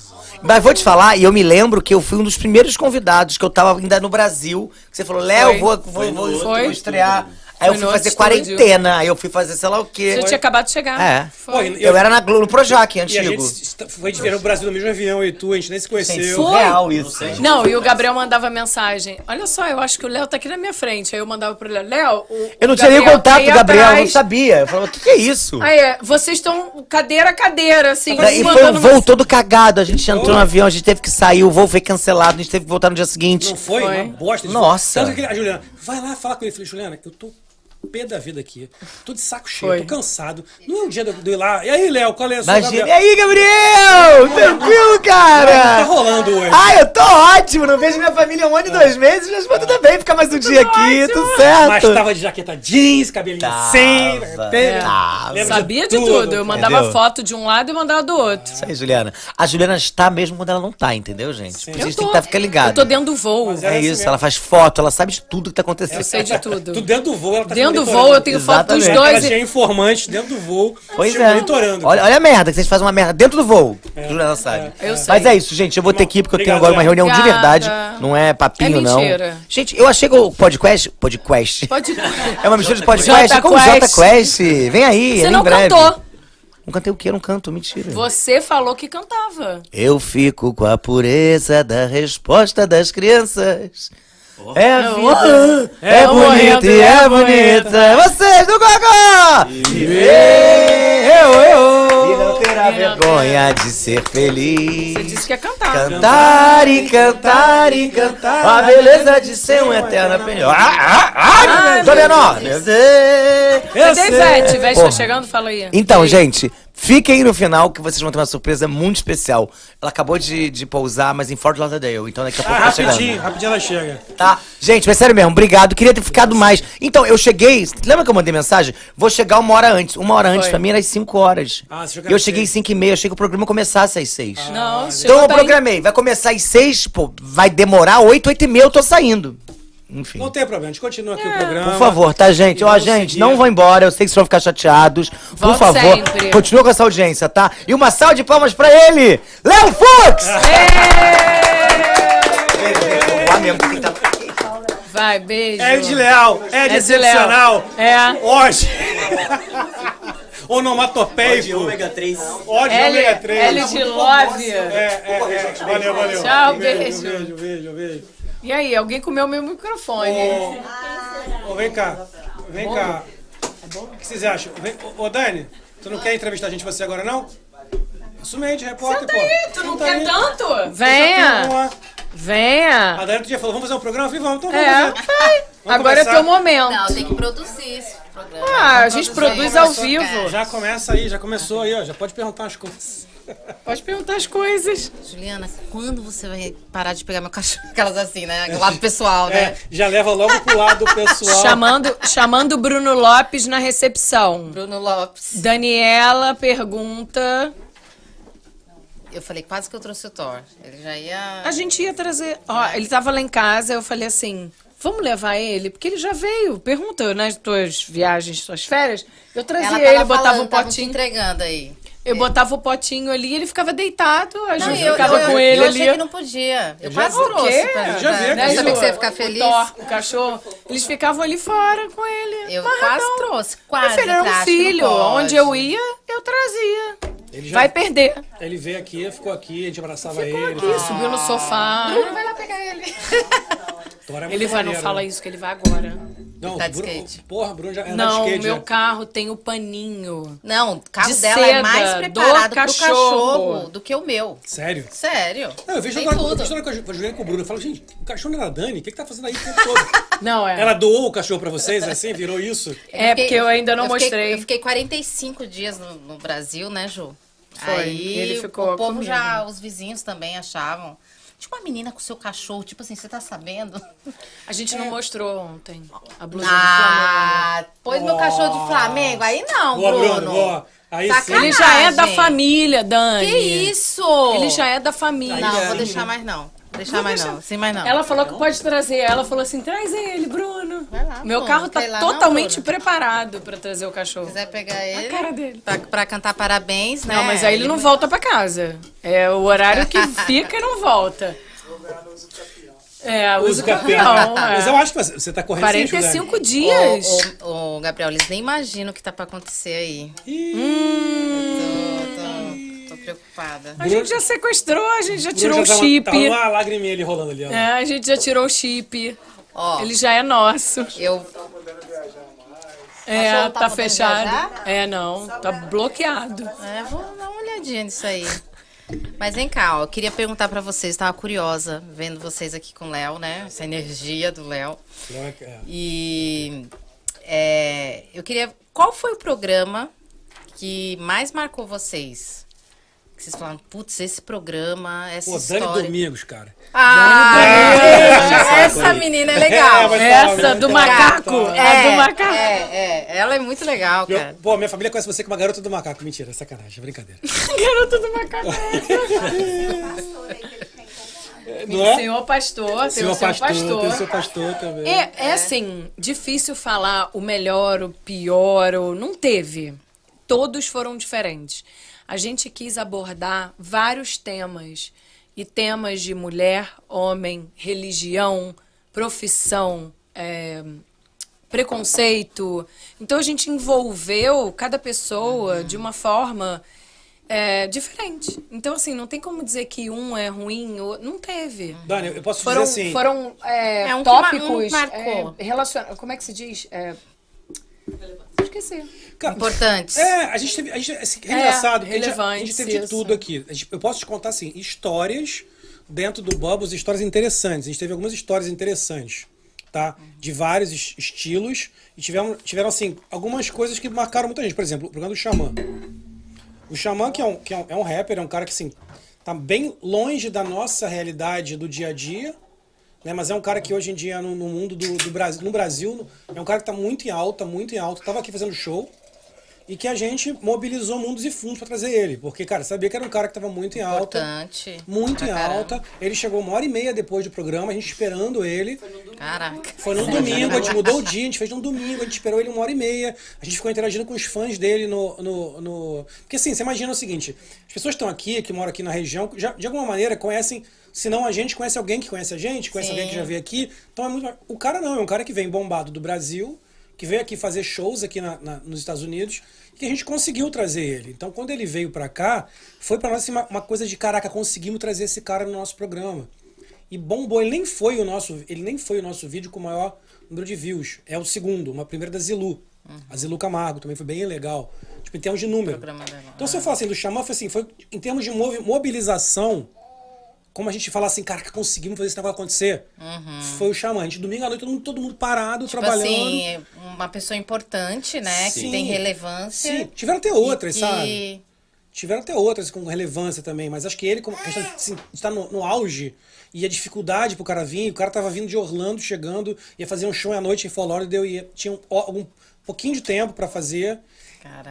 [SPEAKER 1] Mas vou te falar, e eu me lembro que eu fui um dos primeiros convidados, que eu tava ainda no Brasil. Que você falou, Léo,
[SPEAKER 2] Foi.
[SPEAKER 1] vou, vou,
[SPEAKER 2] Foi no
[SPEAKER 1] vou,
[SPEAKER 2] outro
[SPEAKER 1] vou
[SPEAKER 2] estúdio.
[SPEAKER 1] estrear. Aí
[SPEAKER 2] Foi
[SPEAKER 1] eu
[SPEAKER 2] no
[SPEAKER 1] fui
[SPEAKER 2] outro
[SPEAKER 1] fazer
[SPEAKER 2] estúdio.
[SPEAKER 1] quarentena, aí eu fui fazer sei lá o quê.
[SPEAKER 2] Você tinha acabado de chegar.
[SPEAKER 1] É.
[SPEAKER 2] Foi.
[SPEAKER 3] Pô, e
[SPEAKER 1] Eu, era na Globo, no Projac, é antigo.
[SPEAKER 3] E a gente est- foi de ver no Brasil no mesmo avião, eu e tu, a gente nem se conheceu.
[SPEAKER 1] Gente, surreal isso.
[SPEAKER 2] Não, e o Gabriel mandava mensagem. Olha só, eu acho que o Léo tá aqui na minha frente. Aí eu mandava pro Léo. Léo, o-
[SPEAKER 1] Eu não
[SPEAKER 2] o
[SPEAKER 1] tinha nem
[SPEAKER 2] Gabriel
[SPEAKER 1] contato
[SPEAKER 2] veio
[SPEAKER 1] com o Gabriel, eu não
[SPEAKER 2] atrás.
[SPEAKER 1] sabia. Eu falava, o que, que é isso?
[SPEAKER 2] Aí, é, vocês estão cadeira a cadeira, assim.
[SPEAKER 1] Daí
[SPEAKER 2] um
[SPEAKER 1] foi um
[SPEAKER 2] mandando
[SPEAKER 1] voo todo cagado. A gente entrou no avião, a gente teve que sair, o voo foi cancelado, a gente teve que voltar no dia seguinte.
[SPEAKER 3] Não foi? Uma bosta. de-
[SPEAKER 1] Nossa.
[SPEAKER 3] Tanto que a Juliana, vai lá falar com ele. Eu falei, Juliana, eu tô pé da vida aqui. Tô de saco cheio, tô cansado. Não é o dia de de ir lá. E aí, Léo, qual é a sua
[SPEAKER 1] Imagina. E aí, Gabriel? Tranquilo,
[SPEAKER 3] Tá
[SPEAKER 1] cara?
[SPEAKER 3] rolando hoje.
[SPEAKER 1] Ai, eu tô ótimo. Não vejo minha família há um ano e dois meses, mas pô, tudo bem. Ficar mais um dia aqui, tudo certo. Tá.
[SPEAKER 3] Mas tava de jaqueta jeans, cabelinho assim. sem.
[SPEAKER 2] É.
[SPEAKER 1] Lembra
[SPEAKER 2] Sabia
[SPEAKER 1] de
[SPEAKER 2] de tudo.
[SPEAKER 1] tudo.
[SPEAKER 2] Eu mandava
[SPEAKER 1] Entendeu?
[SPEAKER 2] foto de um lado e mandava do outro.
[SPEAKER 1] Isso é aí, Juliana. A Juliana está mesmo quando ela não tá, entendeu, gente? Por isso a
[SPEAKER 2] Eu
[SPEAKER 1] gente
[SPEAKER 2] tô-
[SPEAKER 1] tem que tá, ficar
[SPEAKER 2] Eu tô
[SPEAKER 1] ligado.
[SPEAKER 2] dentro do voo.
[SPEAKER 1] É
[SPEAKER 3] assim
[SPEAKER 1] isso, ela faz foto, ela sabe de tudo que tá acontecendo.
[SPEAKER 2] Eu sei de tudo.
[SPEAKER 3] Tu dentro do voo, ela tá te
[SPEAKER 2] Dentro do
[SPEAKER 3] monitorando.
[SPEAKER 2] voo, eu tenho foto dos
[SPEAKER 1] né? Exatamente.
[SPEAKER 2] dois.
[SPEAKER 1] Ela
[SPEAKER 3] Tinha informante dentro do voo, Tipo,
[SPEAKER 1] Pois
[SPEAKER 3] te
[SPEAKER 1] é.
[SPEAKER 3] monitorando.
[SPEAKER 1] Olha, olha a merda, que vocês fazem uma merda dentro do voo. Juliana sabe.
[SPEAKER 3] é. Eu
[SPEAKER 1] Mas
[SPEAKER 3] sei.
[SPEAKER 1] é isso, gente. Eu vou ter que ir porque eu tenho
[SPEAKER 3] Obrigado,
[SPEAKER 1] agora uma
[SPEAKER 3] Juliana.
[SPEAKER 1] reunião de verdade.
[SPEAKER 2] Obrigada.
[SPEAKER 1] Não é papinho,
[SPEAKER 2] É
[SPEAKER 1] não.
[SPEAKER 2] mentira.
[SPEAKER 1] Gente, eu achei que o podcast. Podcast. *laughs*
[SPEAKER 2] Pode...
[SPEAKER 1] É uma mistura de podcast
[SPEAKER 2] Jota
[SPEAKER 1] com o
[SPEAKER 2] Quest.
[SPEAKER 1] Jota Quest. Vem aí,
[SPEAKER 2] Você
[SPEAKER 1] é
[SPEAKER 2] não
[SPEAKER 1] em breve.
[SPEAKER 2] cantou.
[SPEAKER 1] Não cantei o quê? Eu não canto, mentira.
[SPEAKER 2] Você falou que cantava.
[SPEAKER 1] Eu fico com a pureza da resposta das crianças. É a vida,
[SPEAKER 8] Oh.
[SPEAKER 1] é,
[SPEAKER 8] É
[SPEAKER 1] bonita
[SPEAKER 8] bonito,
[SPEAKER 1] e
[SPEAKER 8] é
[SPEAKER 1] é
[SPEAKER 8] bonito.
[SPEAKER 1] bonita. Vocês do Gogó! Eu, eu! E não terá vergonha de ser feliz. Você
[SPEAKER 2] disse que ia cantar.
[SPEAKER 1] Cantar e cantar e cantar. A beleza de ser um eterno aprendiz. Ah, ah, ah! Dona Leonor! Meu Deus!
[SPEAKER 2] Cadê Ivete? Ivete tá
[SPEAKER 1] Porra.
[SPEAKER 2] chegando, fala aí.
[SPEAKER 1] É, Então, gente, fiquem no final que vocês vão ter uma surpresa muito especial. Ela acabou de, de pousar, mas em Fort Lauderdale, então daqui a pouco
[SPEAKER 3] Ah,
[SPEAKER 1] tá chegando.
[SPEAKER 3] rapidinho, rapidinho ela chega.
[SPEAKER 1] Tá? Gente, mas sério mesmo, obrigado. Queria ter ficado mais. Então, eu cheguei. Lembra que eu mandei mensagem? Vou chegar uma hora antes. Uma hora antes,
[SPEAKER 3] Foi.
[SPEAKER 1] pra mim era às 5 horas.
[SPEAKER 3] Ah, você chegou Ah,
[SPEAKER 1] E eu
[SPEAKER 3] às
[SPEAKER 1] cheguei às 5 e meia, achei que o programa começasse às 6.
[SPEAKER 2] Não,
[SPEAKER 1] então
[SPEAKER 2] tá
[SPEAKER 1] eu
[SPEAKER 2] chegou bem.
[SPEAKER 1] programei. Vai começar às 6, pô, vai demorar 8, 8 e meia, eu tô saindo. Enfim.
[SPEAKER 3] Não tem problema, a gente continua aqui
[SPEAKER 2] É.
[SPEAKER 3] o programa.
[SPEAKER 1] Por favor, tá, gente? Ó, gente, não vão embora. Eu sei que vocês vão ficar chateados. Por
[SPEAKER 3] Volte
[SPEAKER 1] favor,
[SPEAKER 3] sempre.
[SPEAKER 1] continua com essa audiência, tá? E uma salva de palmas pra ele, Léo Fux!
[SPEAKER 2] Vai, beijo.
[SPEAKER 3] É de leal, é, de excepcional.
[SPEAKER 2] É.
[SPEAKER 3] Hoje. Onomatopeia. de
[SPEAKER 4] ômega 3.
[SPEAKER 3] Ódio de
[SPEAKER 2] L-
[SPEAKER 3] ômega 3.
[SPEAKER 2] L de love.
[SPEAKER 3] É, é, é. Valeu, valeu.
[SPEAKER 2] Tchau,
[SPEAKER 3] Um beijo.
[SPEAKER 2] beijo.
[SPEAKER 3] Beijo, beijo, um beijo.
[SPEAKER 2] E aí, alguém comeu meu microfone. Ah,
[SPEAKER 3] Ô, vem cá. Vem cá. O que vocês acham? Vem, ô, ô, Dani, tu não quer entrevistar a gente você agora, não? Assumente, repórter,
[SPEAKER 2] Senta
[SPEAKER 3] pô.
[SPEAKER 2] aí, tá tu não
[SPEAKER 3] Senta
[SPEAKER 2] quer
[SPEAKER 3] aí.
[SPEAKER 2] tanto?
[SPEAKER 3] Eu já tenho um,
[SPEAKER 2] Venha.
[SPEAKER 3] uma.
[SPEAKER 2] Venha.
[SPEAKER 3] A Dani outro dia falou, vamos fazer um programa? Eu falei, vamos, então vamos
[SPEAKER 2] É,
[SPEAKER 3] fazer.
[SPEAKER 2] vai. Agora é
[SPEAKER 3] começar.
[SPEAKER 2] teu momento.
[SPEAKER 11] Não, tem que produzir esse programa.
[SPEAKER 2] Ah, a gente produz ao vivo.
[SPEAKER 3] Já começa aí, já começou aí, ó. Já pode perguntar as coisas.
[SPEAKER 2] Pode perguntar as coisas.
[SPEAKER 11] Juliana, quando você vai parar de pegar meu cachorro? *laughs* Aquelas assim, né? Do lado pessoal, né?
[SPEAKER 3] É, já leva logo pro lado pessoal.
[SPEAKER 2] Chamando, chamando o Bruno Lopes na recepção.
[SPEAKER 11] Bruno Lopes.
[SPEAKER 2] Daniela pergunta.
[SPEAKER 11] Eu falei, quase que eu trouxe o Thor. Ele já ia.
[SPEAKER 2] A gente ia trazer. Ó, ele tava lá em casa, eu falei assim: vamos levar ele? Porque ele já veio. Pergunta nas tuas viagens, suas férias. Eu trazia
[SPEAKER 11] Ela
[SPEAKER 2] ele,
[SPEAKER 11] tava
[SPEAKER 2] botava
[SPEAKER 11] falando,
[SPEAKER 2] um
[SPEAKER 11] tava te
[SPEAKER 2] potinho.
[SPEAKER 11] entregando aí.
[SPEAKER 2] Eu botava o potinho ali e ele ficava deitado. A
[SPEAKER 11] Não,
[SPEAKER 2] gente
[SPEAKER 11] eu,
[SPEAKER 2] ficava
[SPEAKER 11] eu-
[SPEAKER 2] com
[SPEAKER 11] eu
[SPEAKER 2] ele
[SPEAKER 11] achei
[SPEAKER 2] ali.
[SPEAKER 11] que não podia. Eu
[SPEAKER 2] Já
[SPEAKER 11] quase
[SPEAKER 2] vi.
[SPEAKER 11] trouxe.
[SPEAKER 2] O quê?
[SPEAKER 11] pra-
[SPEAKER 2] Já
[SPEAKER 11] pra-
[SPEAKER 2] vi,
[SPEAKER 11] né?
[SPEAKER 2] Ju.
[SPEAKER 11] Saber que você ia ficar
[SPEAKER 2] O
[SPEAKER 11] feliz.
[SPEAKER 2] Thor, o cachorro. Eles ficavam ali fora com ele.
[SPEAKER 11] Eu
[SPEAKER 2] amarradão.
[SPEAKER 11] quase trouxe, quase,
[SPEAKER 2] Meu filho, era um
[SPEAKER 11] atrás,
[SPEAKER 2] filho.
[SPEAKER 11] não pode.
[SPEAKER 2] Onde eu ia, eu trazia.
[SPEAKER 3] Ele
[SPEAKER 2] Vai perder.
[SPEAKER 3] Ele veio aqui, ficou aqui, a gente abraçava ele. "Ah,
[SPEAKER 2] aqui, subiu no sofá.
[SPEAKER 11] Bruno, vai lá pegar ele.
[SPEAKER 3] Agora é muito
[SPEAKER 2] Ele vai, não
[SPEAKER 3] maneiro,
[SPEAKER 2] fala
[SPEAKER 3] né?
[SPEAKER 2] isso, que ele vai agora.
[SPEAKER 3] Não,
[SPEAKER 11] Tá de
[SPEAKER 3] Bruno-
[SPEAKER 11] skate.
[SPEAKER 3] Porra, Bruno já anda
[SPEAKER 2] Não,
[SPEAKER 3] de skate.
[SPEAKER 2] meu
[SPEAKER 3] né?
[SPEAKER 2] carro tem o paninho.
[SPEAKER 11] Não, o carro
[SPEAKER 2] De
[SPEAKER 11] dela é
[SPEAKER 2] seda,
[SPEAKER 11] mais
[SPEAKER 2] do
[SPEAKER 11] preparado pro
[SPEAKER 2] cachorro.
[SPEAKER 11] cachorro do que o meu.
[SPEAKER 3] Sério?
[SPEAKER 11] Sério.
[SPEAKER 3] Não, É, eu vejo
[SPEAKER 11] Tem
[SPEAKER 3] agora eu
[SPEAKER 11] tudo.
[SPEAKER 3] vejo agora com a Ju- com a Juliana e com o Bruno. Eu falo, gente, o cachorro não era da Dani? O que, que tá fazendo aí o tempo todo?
[SPEAKER 2] Não, *laughs* é.
[SPEAKER 3] Ela doou o cachorro pra vocês, assim? Virou isso?
[SPEAKER 2] É, porque eu ainda não
[SPEAKER 11] fiquei-
[SPEAKER 2] mostrei.
[SPEAKER 11] eu fiquei 45 dias no, no Brasil, né, Ju?
[SPEAKER 2] Foi,
[SPEAKER 11] Aí
[SPEAKER 2] e ele ficou
[SPEAKER 11] o povo
[SPEAKER 2] comigo.
[SPEAKER 11] já, os vizinhos também achavam. Tipo uma menina com seu cachorro, tipo assim, você tá sabendo? É.
[SPEAKER 2] A gente não mostrou ontem a blusa
[SPEAKER 11] Ah,
[SPEAKER 2] do Flamengo.
[SPEAKER 11] pôs meu cachorro de Flamengo? Aí não,
[SPEAKER 2] Boa,
[SPEAKER 11] é um Bruno.
[SPEAKER 2] Bruno,
[SPEAKER 3] boa. um, Aí sim.
[SPEAKER 11] Sacanagem.
[SPEAKER 2] Ele já é da família, Dani.
[SPEAKER 11] Que isso?
[SPEAKER 2] Ele já é da família.
[SPEAKER 11] Não, vou deixar mais não. Vou deixar
[SPEAKER 2] Vou
[SPEAKER 11] mais
[SPEAKER 2] deixar.
[SPEAKER 11] não. Sim, mais não.
[SPEAKER 2] Ela falou que pode trazer. Ela falou assim: traz ele, Bruno. Meu
[SPEAKER 11] Bruno,
[SPEAKER 2] carro tá
[SPEAKER 11] quer ir lá não,
[SPEAKER 2] totalmente
[SPEAKER 11] Bruno?
[SPEAKER 2] preparado pra trazer o cachorro.
[SPEAKER 11] quiser pegar ele.
[SPEAKER 2] cara dele.
[SPEAKER 11] Pra, pra cantar parabéns, né?
[SPEAKER 2] Não, mas aí ele não volta pra casa. É o horário que fica e não volta. É, usa
[SPEAKER 11] *laughs*
[SPEAKER 2] o campeão. é.
[SPEAKER 3] Mas eu acho que você você tá correndo sem ajudar.
[SPEAKER 2] 45 dias.
[SPEAKER 11] Ô, ô, ô, Gabriel, eles nem imaginam o que tá pra acontecer aí. Eu tô, tô- tô preocupada.
[SPEAKER 2] A gente já sequestrou, a gente já
[SPEAKER 3] Bruno
[SPEAKER 2] tirou o
[SPEAKER 3] tava-
[SPEAKER 2] chip.
[SPEAKER 3] Tava uma lagriminha ali rolando ali, ó.
[SPEAKER 2] É, a gente já tirou o chip.
[SPEAKER 11] Ó.
[SPEAKER 2] Ele já é nosso.
[SPEAKER 11] Eu.
[SPEAKER 2] É,
[SPEAKER 11] Achou que
[SPEAKER 2] tá,
[SPEAKER 11] tá podendo
[SPEAKER 2] fechado.
[SPEAKER 11] viajar?
[SPEAKER 2] É, não. Tá bloqueado.
[SPEAKER 11] É, vou dar uma olhadinha nisso aí. Mas vem cá, ó, eu queria perguntar pra vocês, tava curiosa vendo vocês aqui com o Léo, né? Essa energia do Léo.
[SPEAKER 3] Não é que- é.
[SPEAKER 11] E É, eu queria. Qual foi o programa que mais marcou vocês? Que vocês falaram, putz, esse programa, essa
[SPEAKER 3] Pô,
[SPEAKER 11] história.
[SPEAKER 3] Dani Domingos, cara.
[SPEAKER 11] Ah,
[SPEAKER 3] Dani Domingos.
[SPEAKER 11] é, essa menina é legal.
[SPEAKER 3] vai falar,
[SPEAKER 11] essa
[SPEAKER 3] né?
[SPEAKER 11] do
[SPEAKER 3] Tá,
[SPEAKER 11] macaco.
[SPEAKER 3] tá.
[SPEAKER 11] É, É, é, ela é muito legal,
[SPEAKER 3] Eu-
[SPEAKER 11] cara.
[SPEAKER 3] pô, minha família conhece você como a garota do macaco. Mentira, é sacanagem,
[SPEAKER 2] *laughs*
[SPEAKER 3] brincadeira.
[SPEAKER 2] Garota do macaco. é
[SPEAKER 3] Não *laughs* é?
[SPEAKER 2] Senhor pastor, tem o
[SPEAKER 3] Senhor pastor, tem o seu
[SPEAKER 2] pastor.
[SPEAKER 3] pastor
[SPEAKER 8] né?
[SPEAKER 3] também.
[SPEAKER 2] É, é assim, difícil falar o melhor, o pior, ou não teve. Todos foram diferentes. A gente quis abordar vários temas e temas de mulher, homem, religião, profissão, é, preconceito. Então a gente envolveu cada pessoa de uma forma é, diferente. Então assim, não tem como dizer que um é ruim, ou... não teve.
[SPEAKER 3] Dani, eu posso
[SPEAKER 2] Foram,
[SPEAKER 3] dizer assim.
[SPEAKER 2] foram é,
[SPEAKER 11] É um que ma- um
[SPEAKER 2] tópicos
[SPEAKER 11] marcou.
[SPEAKER 2] é, relaciona- Como é que se diz? É... Esqueci.
[SPEAKER 11] Importantes.
[SPEAKER 3] É, a gente teve. A gente, assim, é,
[SPEAKER 2] É,
[SPEAKER 3] engraçado, porque a gente, a gente
[SPEAKER 2] relevantes,
[SPEAKER 3] teve de
[SPEAKER 2] isso.
[SPEAKER 3] tudo aqui. A gente- Eu posso te contar, assim, histórias dentro do Bubbles, histórias interessantes. A gente teve algumas histórias interessantes, tá? De vários es- estilos. E tiveram, tiveram, assim, algumas coisas que marcaram muita gente. Por exemplo, o programa do Xamã. O Xamã, que é um, que é um, é um rapper, é um cara que, assim, tá bem longe da nossa realidade do dia a dia. né? Mas é um cara que hoje em dia no, no mundo do, do Brasil, no Brasil, é um cara que tá muito em alta, muito em alta. Tava aqui fazendo show e que a gente mobilizou mundos e fundos pra trazer ele, porque cara, sabia que era um cara que tava muito em alta.
[SPEAKER 11] Importante.
[SPEAKER 3] Muito
[SPEAKER 11] pra
[SPEAKER 3] em
[SPEAKER 11] caramba.
[SPEAKER 3] alta. Ele chegou uma hora e meia depois do programa, a gente esperando ele.
[SPEAKER 11] Caraca.
[SPEAKER 3] Foi num domingo, a gente mudou o dia, a gente fez num domingo, a gente esperou ele uma hora e meia, a gente ficou interagindo com os fãs dele no. no, no- Porque assim, você imagina o seguinte: as pessoas estão aqui, que moram aqui na região, já, de alguma maneira conhecem, se não a gente, conhece alguém que conhece a gente, conhece
[SPEAKER 11] Sim.
[SPEAKER 3] alguém que já veio aqui. Então é muito. O cara não, é um cara que vem bombado do Brasil, que veio aqui fazer shows aqui na- na- nos Estados Unidos, e que a gente conseguiu trazer ele. Então quando ele veio pra cá, foi pra nós assim, uma, uma coisa de caraca, conseguimos trazer esse cara no nosso programa e bombou. Ele nem foi o nosso, ele nem foi o nosso vídeo com o maior número de views. É o segundo, uma primeira da Zilu. A Zilu Camargo também foi bem legal. Tipo, em termos de número. Então, se eu falar assim, do Xamã, foi assim, foi em termos de movi- mobilização, como a gente fala assim, cara, conseguimos fazer esse negócio acontecer.
[SPEAKER 11] Uhum.
[SPEAKER 3] Foi o Xamã. A gente, domingo à noite, todo mundo, todo mundo parado,
[SPEAKER 11] Tipo
[SPEAKER 3] trabalhando.
[SPEAKER 11] assim, uma pessoa importante, né?
[SPEAKER 3] Sim.
[SPEAKER 11] Que tem relevância.
[SPEAKER 3] Sim, tiveram até outras,
[SPEAKER 11] que-
[SPEAKER 3] sabe? Tiveram até outras com relevância também, mas acho que ele, como a questão de assim, estar no, no auge e a dificuldade pro cara vir, o cara tava vindo de Orlando, chegando, ia fazer um show à noite em Fort Lauderdale, e tinha um, ó, um pouquinho de tempo para fazer.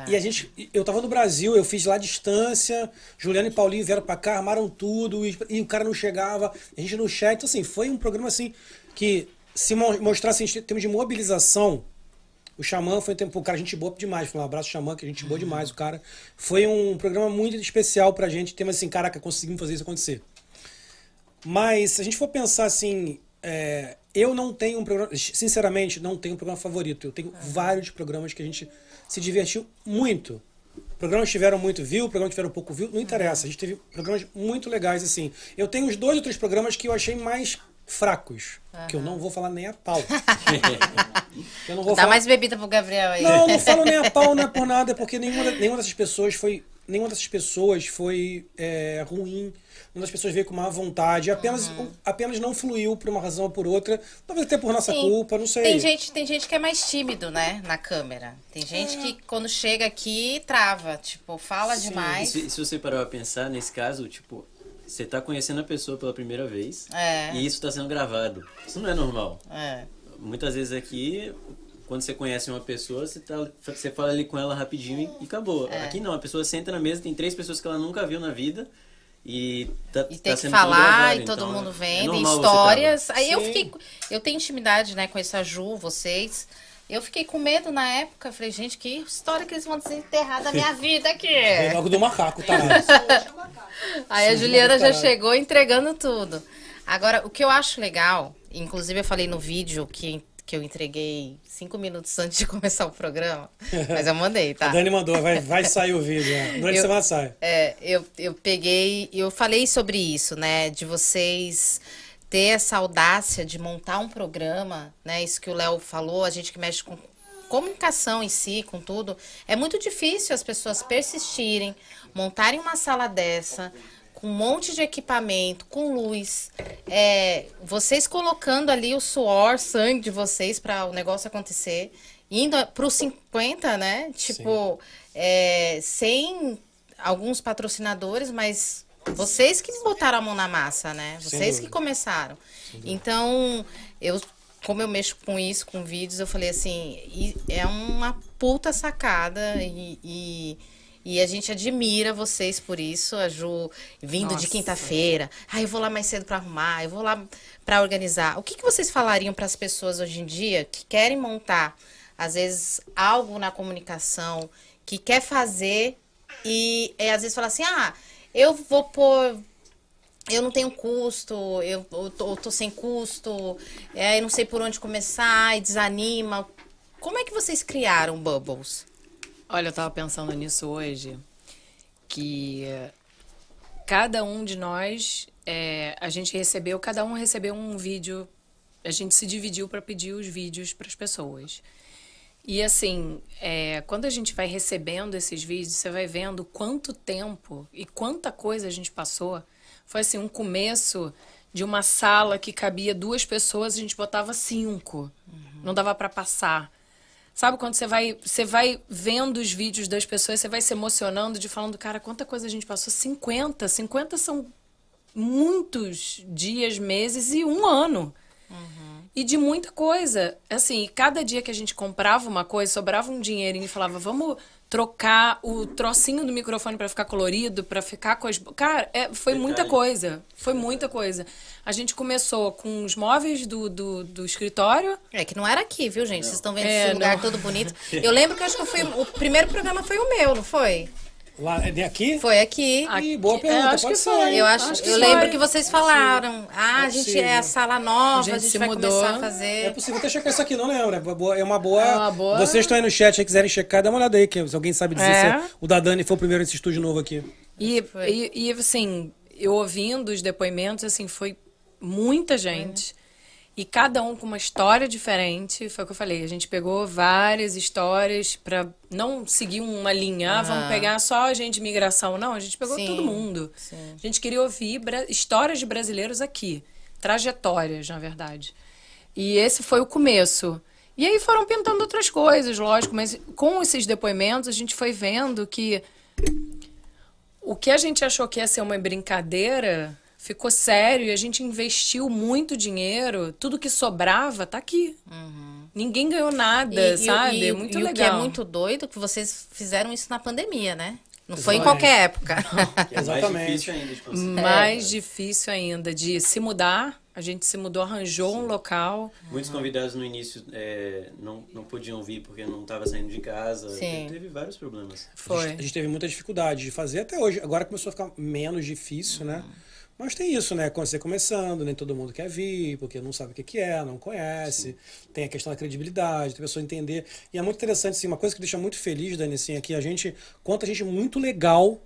[SPEAKER 3] E a gente, eu tava no Brasil, eu fiz lá à distância, Juliano e Paulinho vieram pra cá, armaram tudo, e, e o cara não chegava, a gente não chega. Então, assim, foi um programa assim que se mo- mostrasse em termos um de mobilização, o Xamã foi um tempo, cara, gente boa demais. Foi um abraço, Xamã, que a gente boa demais, o cara. Foi um programa muito especial pra gente. Tema assim, caraca, conseguimos fazer isso acontecer. Mas se a gente for pensar assim, é, eu não tenho um programa, sinceramente, não tenho um programa favorito. Eu tenho vários programas que a gente se divertiu muito. Programas tiveram muito view, programas tiveram pouco view, não interessa. A gente teve programas muito legais, assim. Eu tenho os dois ou três programas que eu achei mais fracos, que eu não vou falar nem a pau. eu não vou
[SPEAKER 11] Dá Tá
[SPEAKER 3] falar...
[SPEAKER 11] mais bebida pro Gabriel aí.
[SPEAKER 3] Não, não
[SPEAKER 11] *laughs*
[SPEAKER 3] falo nem a pau, não é por nada, porque nenhuma, nenhuma dessas pessoas foi. Nenhuma dessas pessoas foi é, ruim, nenhuma das pessoas veio com má vontade, apenas,
[SPEAKER 11] Ah.
[SPEAKER 3] apenas não fluiu por uma razão ou por outra, talvez até por nossa
[SPEAKER 11] Sim.
[SPEAKER 3] culpa, não sei.
[SPEAKER 11] Tem gente, tem gente que é mais tímido, né? Na câmera. Tem gente que quando chega aqui trava. Tipo, fala
[SPEAKER 4] É. Sim.
[SPEAKER 11] demais.
[SPEAKER 4] E se, se você parar pra pensar, nesse caso, tipo, você tá conhecendo a pessoa pela primeira vez
[SPEAKER 11] É.
[SPEAKER 4] e isso tá sendo gravado. Isso não é normal.
[SPEAKER 11] É.
[SPEAKER 4] Muitas vezes aqui, quando você conhece uma pessoa, você, tá, você fala ali com ela rapidinho e, e acabou.
[SPEAKER 11] É.
[SPEAKER 4] Aqui não, a pessoa senta na mesa, tem três pessoas que ela nunca viu na vida e tá,
[SPEAKER 11] Tem
[SPEAKER 4] tá
[SPEAKER 11] que
[SPEAKER 4] sendo
[SPEAKER 11] falar
[SPEAKER 4] tudo gravado,
[SPEAKER 11] e todo
[SPEAKER 4] então,
[SPEAKER 11] mundo
[SPEAKER 4] é
[SPEAKER 11] vem, tem
[SPEAKER 4] normal você
[SPEAKER 11] histórias. Aí eu
[SPEAKER 4] Sim.
[SPEAKER 11] fiquei. Eu tenho intimidade, né, com essa Ju, vocês. Eu fiquei com medo na época. Falei, gente, que história que eles vão desenterrar da
[SPEAKER 4] *laughs*
[SPEAKER 11] minha vida aqui.
[SPEAKER 3] Vem logo do macaco,
[SPEAKER 11] *laughs*
[SPEAKER 3] tá?
[SPEAKER 11] Aí a
[SPEAKER 3] Sim,
[SPEAKER 11] Juliana já
[SPEAKER 3] caralho.
[SPEAKER 11] chegou entregando tudo. Agora, o que eu acho legal, inclusive eu falei no vídeo que, que eu entreguei cinco minutos antes de *laughs* começar o programa, mas eu mandei, tá?
[SPEAKER 3] A Dani mandou, vai, vai sair o vídeo. Né? Durante a
[SPEAKER 11] Eu-
[SPEAKER 3] semana sai.
[SPEAKER 11] É, eu, eu peguei, eu falei sobre isso, né? De vocês ter essa audácia de montar um programa, né? Isso que o Léo falou, a gente que mexe com comunicação em si, com tudo, é muito difícil as pessoas persistirem, montarem uma sala dessa, com um monte de equipamento, com luz, é, vocês colocando ali o suor, sangue de vocês para o negócio acontecer. indo para os 50, né? Tipo, é, sem alguns patrocinadores, mas vocês que botaram a mão na massa, né?
[SPEAKER 6] Sem
[SPEAKER 11] Vocês que
[SPEAKER 6] dúvida.
[SPEAKER 11] começaram. Então, eu, como eu mexo com isso, com vídeos, eu falei assim, e- é uma puta sacada e, e, e a gente admira vocês por isso, a Ju vindo de
[SPEAKER 6] Nossa.
[SPEAKER 11] quinta-feira. Ah, eu vou lá mais cedo para arrumar, eu vou lá para organizar. O que, que vocês falariam para as pessoas hoje em dia que querem montar, às vezes, algo na comunicação, que quer fazer e é, às vezes fala assim, ah, eu vou pôr eu não tenho custo, eu, eu tô, eu tô sem custo, é, eu não sei por onde começar, e desanima. Como é que vocês criaram o Bubbles?
[SPEAKER 2] Olha, eu tava pensando nisso hoje, que cada um de nós, é, a gente recebeu, cada um recebeu um vídeo, a gente se dividiu para pedir os vídeos para as pessoas. E assim, é, quando a gente vai recebendo esses vídeos, você vai vendo quanto tempo e quanta coisa a gente passou. Foi assim, um começo de uma sala que cabia duas pessoas, a gente botava cinco. Não dava para passar. Sabe quando você vai, você vai vendo os vídeos das pessoas, você vai se emocionando de falando, cara, quanta coisa a gente passou? 50, 50 são muitos dias, meses e um ano. E de muita coisa. Assim, e cada dia que a gente comprava uma coisa, sobrava um dinheirinho e falava, vamos trocar o trocinho do microfone pra ficar colorido, pra ficar com as. Cara, é, foi muita
[SPEAKER 11] Detalhe.
[SPEAKER 2] coisa. Foi muita coisa. A gente começou com os móveis do, do, do escritório.
[SPEAKER 11] É que não era aqui, viu, gente? Vocês estão vendo
[SPEAKER 2] É,
[SPEAKER 11] esse lugar
[SPEAKER 2] não.
[SPEAKER 11] todo bonito.
[SPEAKER 2] *laughs*
[SPEAKER 11] Eu lembro que eu acho que eu fui. O primeiro programa foi o meu, não foi?
[SPEAKER 3] Lá, é aqui?
[SPEAKER 11] Foi aqui.
[SPEAKER 3] Ih, boa pergunta,
[SPEAKER 2] acho
[SPEAKER 3] pode
[SPEAKER 2] que
[SPEAKER 3] ser.
[SPEAKER 2] foi.
[SPEAKER 11] Eu, acho,
[SPEAKER 2] Acho que
[SPEAKER 11] eu
[SPEAKER 2] foi.
[SPEAKER 11] lembro que vocês
[SPEAKER 2] É
[SPEAKER 11] falaram.
[SPEAKER 2] possível.
[SPEAKER 11] Ah,
[SPEAKER 2] É
[SPEAKER 11] a gente
[SPEAKER 2] possível.
[SPEAKER 11] é a sala nova,
[SPEAKER 2] A
[SPEAKER 11] a
[SPEAKER 2] gente
[SPEAKER 11] gente,
[SPEAKER 2] se
[SPEAKER 11] vai
[SPEAKER 2] mudou.
[SPEAKER 11] começar a fazer.
[SPEAKER 3] É possível até checar isso aqui, não lembra? É uma boa- É uma boa.
[SPEAKER 11] É
[SPEAKER 2] Ah,
[SPEAKER 11] uma boa-
[SPEAKER 3] Vocês estão aí no chat aí, quiserem checar, dá uma olhada aí, que se alguém sabe dizer
[SPEAKER 2] É.
[SPEAKER 3] se o da Dani foi o primeiro nesse estúdio novo aqui.
[SPEAKER 2] E, e, e, assim, eu ouvindo os depoimentos, assim, foi muita gente. E cada um com uma história diferente. Foi o que eu falei. A gente pegou várias histórias para não seguir uma linha. Ah, vamos
[SPEAKER 11] Ah.
[SPEAKER 2] pegar só a gente de imigração. Não, a gente pegou
[SPEAKER 11] Sim,
[SPEAKER 2] todo mundo. A gente queria ouvir bra- histórias de brasileiros aqui. Trajetórias, na verdade. E esse foi o começo. E aí foram pintando outras coisas, lógico, mas com esses depoimentos a gente foi vendo que o que a gente achou que ia ser uma brincadeira ficou sério e a gente investiu muito dinheiro. Tudo que sobrava tá aqui. Ninguém ganhou nada,
[SPEAKER 11] Uhum. E- e-
[SPEAKER 2] sabe?
[SPEAKER 11] e-
[SPEAKER 2] muito
[SPEAKER 11] e
[SPEAKER 2] legal.
[SPEAKER 11] o que é muito doido é que vocês fizeram isso na pandemia,
[SPEAKER 2] *laughs*
[SPEAKER 11] né? Não foi em
[SPEAKER 2] Exatamente.
[SPEAKER 11] qualquer época. É.
[SPEAKER 4] Que é mais difícil ainda de conseguir.
[SPEAKER 2] *laughs* Mais difícil ainda de se mudar. A gente se mudou, arranjou um local.
[SPEAKER 4] Muitos convidados no início é, não, não podiam vir porque não estava saindo de casa.
[SPEAKER 2] Sim.
[SPEAKER 4] Teve vários problemas.
[SPEAKER 3] A gente, a gente teve muita dificuldade de fazer até hoje. Agora começou a ficar menos difícil,
[SPEAKER 2] Uhum.
[SPEAKER 3] né? Mas tem isso, né? Quando você começando, nem todo mundo quer vir, porque não sabe o que que é, não conhece. Tem a questão da credibilidade, da pessoa entender. E é muito interessante, assim, uma coisa que deixa muito feliz, Dani, assim, é que a gente, quanta gente muito legal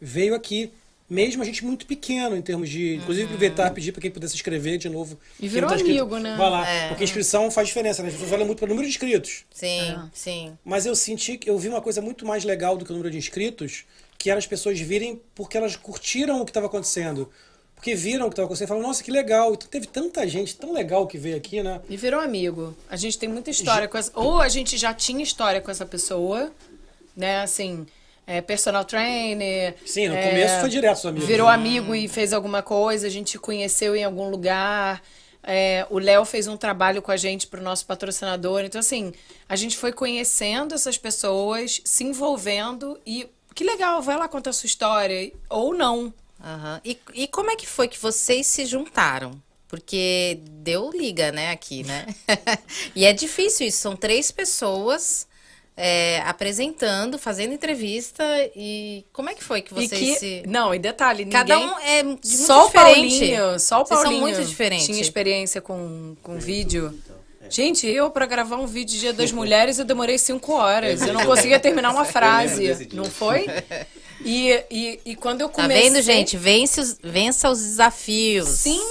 [SPEAKER 3] veio aqui. Mesmo a gente muito pequeno em termos de. Inclusive, aproveitar e pedir para quem puder se inscrever de novo.
[SPEAKER 2] Uhum. E
[SPEAKER 3] Quem
[SPEAKER 2] virou
[SPEAKER 3] não inscrito,
[SPEAKER 2] amigo, né?
[SPEAKER 3] Vai lá,
[SPEAKER 2] É.
[SPEAKER 3] porque a inscrição faz diferença, né? As pessoas olham muito para o número de inscritos.
[SPEAKER 11] Sim,
[SPEAKER 2] É.
[SPEAKER 11] sim.
[SPEAKER 3] Mas eu senti que eu vi uma coisa muito mais legal do que o número de inscritos, que era as pessoas virem porque elas curtiram o que estava acontecendo. Porque viram o que estava acontecendo e falaram, nossa, que legal. Então, teve tanta gente tão legal que veio aqui, né?
[SPEAKER 2] E virou amigo. A gente tem muita história com essa. Ou a gente já tinha história com essa pessoa, né? Assim, é, personal trainer.
[SPEAKER 3] Sim, no
[SPEAKER 2] é,
[SPEAKER 3] começo foi direto os amigos.
[SPEAKER 2] Virou
[SPEAKER 3] Hum.
[SPEAKER 2] amigo e fez alguma coisa, a gente conheceu em algum lugar. é, o Léo fez um trabalho com a gente para o nosso patrocinador. Então, assim, a gente foi conhecendo essas pessoas, se envolvendo e que legal, vai lá contar a sua história. Ou não.
[SPEAKER 11] Aham. E, e como é que foi que vocês se juntaram? Porque deu liga, né, aqui, né? *laughs* E é difícil isso, são três pessoas é, apresentando, fazendo entrevista. E como é que foi que
[SPEAKER 2] E
[SPEAKER 11] vocês
[SPEAKER 2] que,
[SPEAKER 11] se.
[SPEAKER 2] não, e detalhe, ninguém...
[SPEAKER 11] Cada um é de muito
[SPEAKER 2] só o
[SPEAKER 11] diferente.
[SPEAKER 2] Paulinho, só
[SPEAKER 11] Vocês são
[SPEAKER 2] o Paulinho
[SPEAKER 11] muito diferentes. *laughs*
[SPEAKER 2] tinha experiência com, com vídeo. Gente, eu pra gravar um vídeo de Dia das Mulheres eu demorei cinco horas. Eu não conseguia terminar
[SPEAKER 11] Eu
[SPEAKER 2] uma
[SPEAKER 11] lembro
[SPEAKER 2] frase.
[SPEAKER 11] desse dia.
[SPEAKER 2] Não foi? E, e, e quando eu
[SPEAKER 11] Tá
[SPEAKER 2] comecei...
[SPEAKER 11] vendo, gente? Vence os- vença os desafios.
[SPEAKER 2] Sim,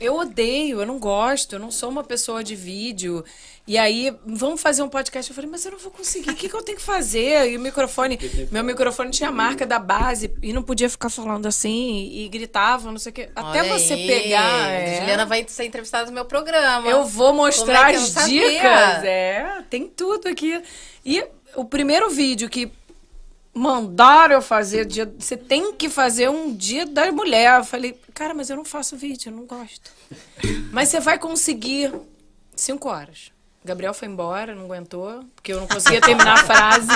[SPEAKER 2] eu odeio, eu não gosto, eu não sou uma pessoa de vídeo. E aí, vamos fazer um podcast. Eu falei, mas eu não vou conseguir, o que, que eu tenho que fazer? E o microfone, meu microfone tinha a marca da base e não podia ficar falando assim e gritava, não sei o quê. Até
[SPEAKER 11] Olha
[SPEAKER 2] você
[SPEAKER 11] aí,
[SPEAKER 2] pegar.
[SPEAKER 11] a
[SPEAKER 2] é.
[SPEAKER 11] Juliana vai ser entrevistada no meu programa.
[SPEAKER 2] Eu vou mostrar
[SPEAKER 11] Como é que eu
[SPEAKER 2] as
[SPEAKER 11] não sabia?
[SPEAKER 2] dicas. É, tem tudo aqui. E o primeiro vídeo que mandaram eu fazer, dia- você tem que fazer um dia da mulher. Eu falei, cara, mas eu não faço vídeo, eu não gosto. mas você vai conseguir. Cinco horas. Gabriel foi embora, não aguentou, porque eu não conseguia terminar a frase.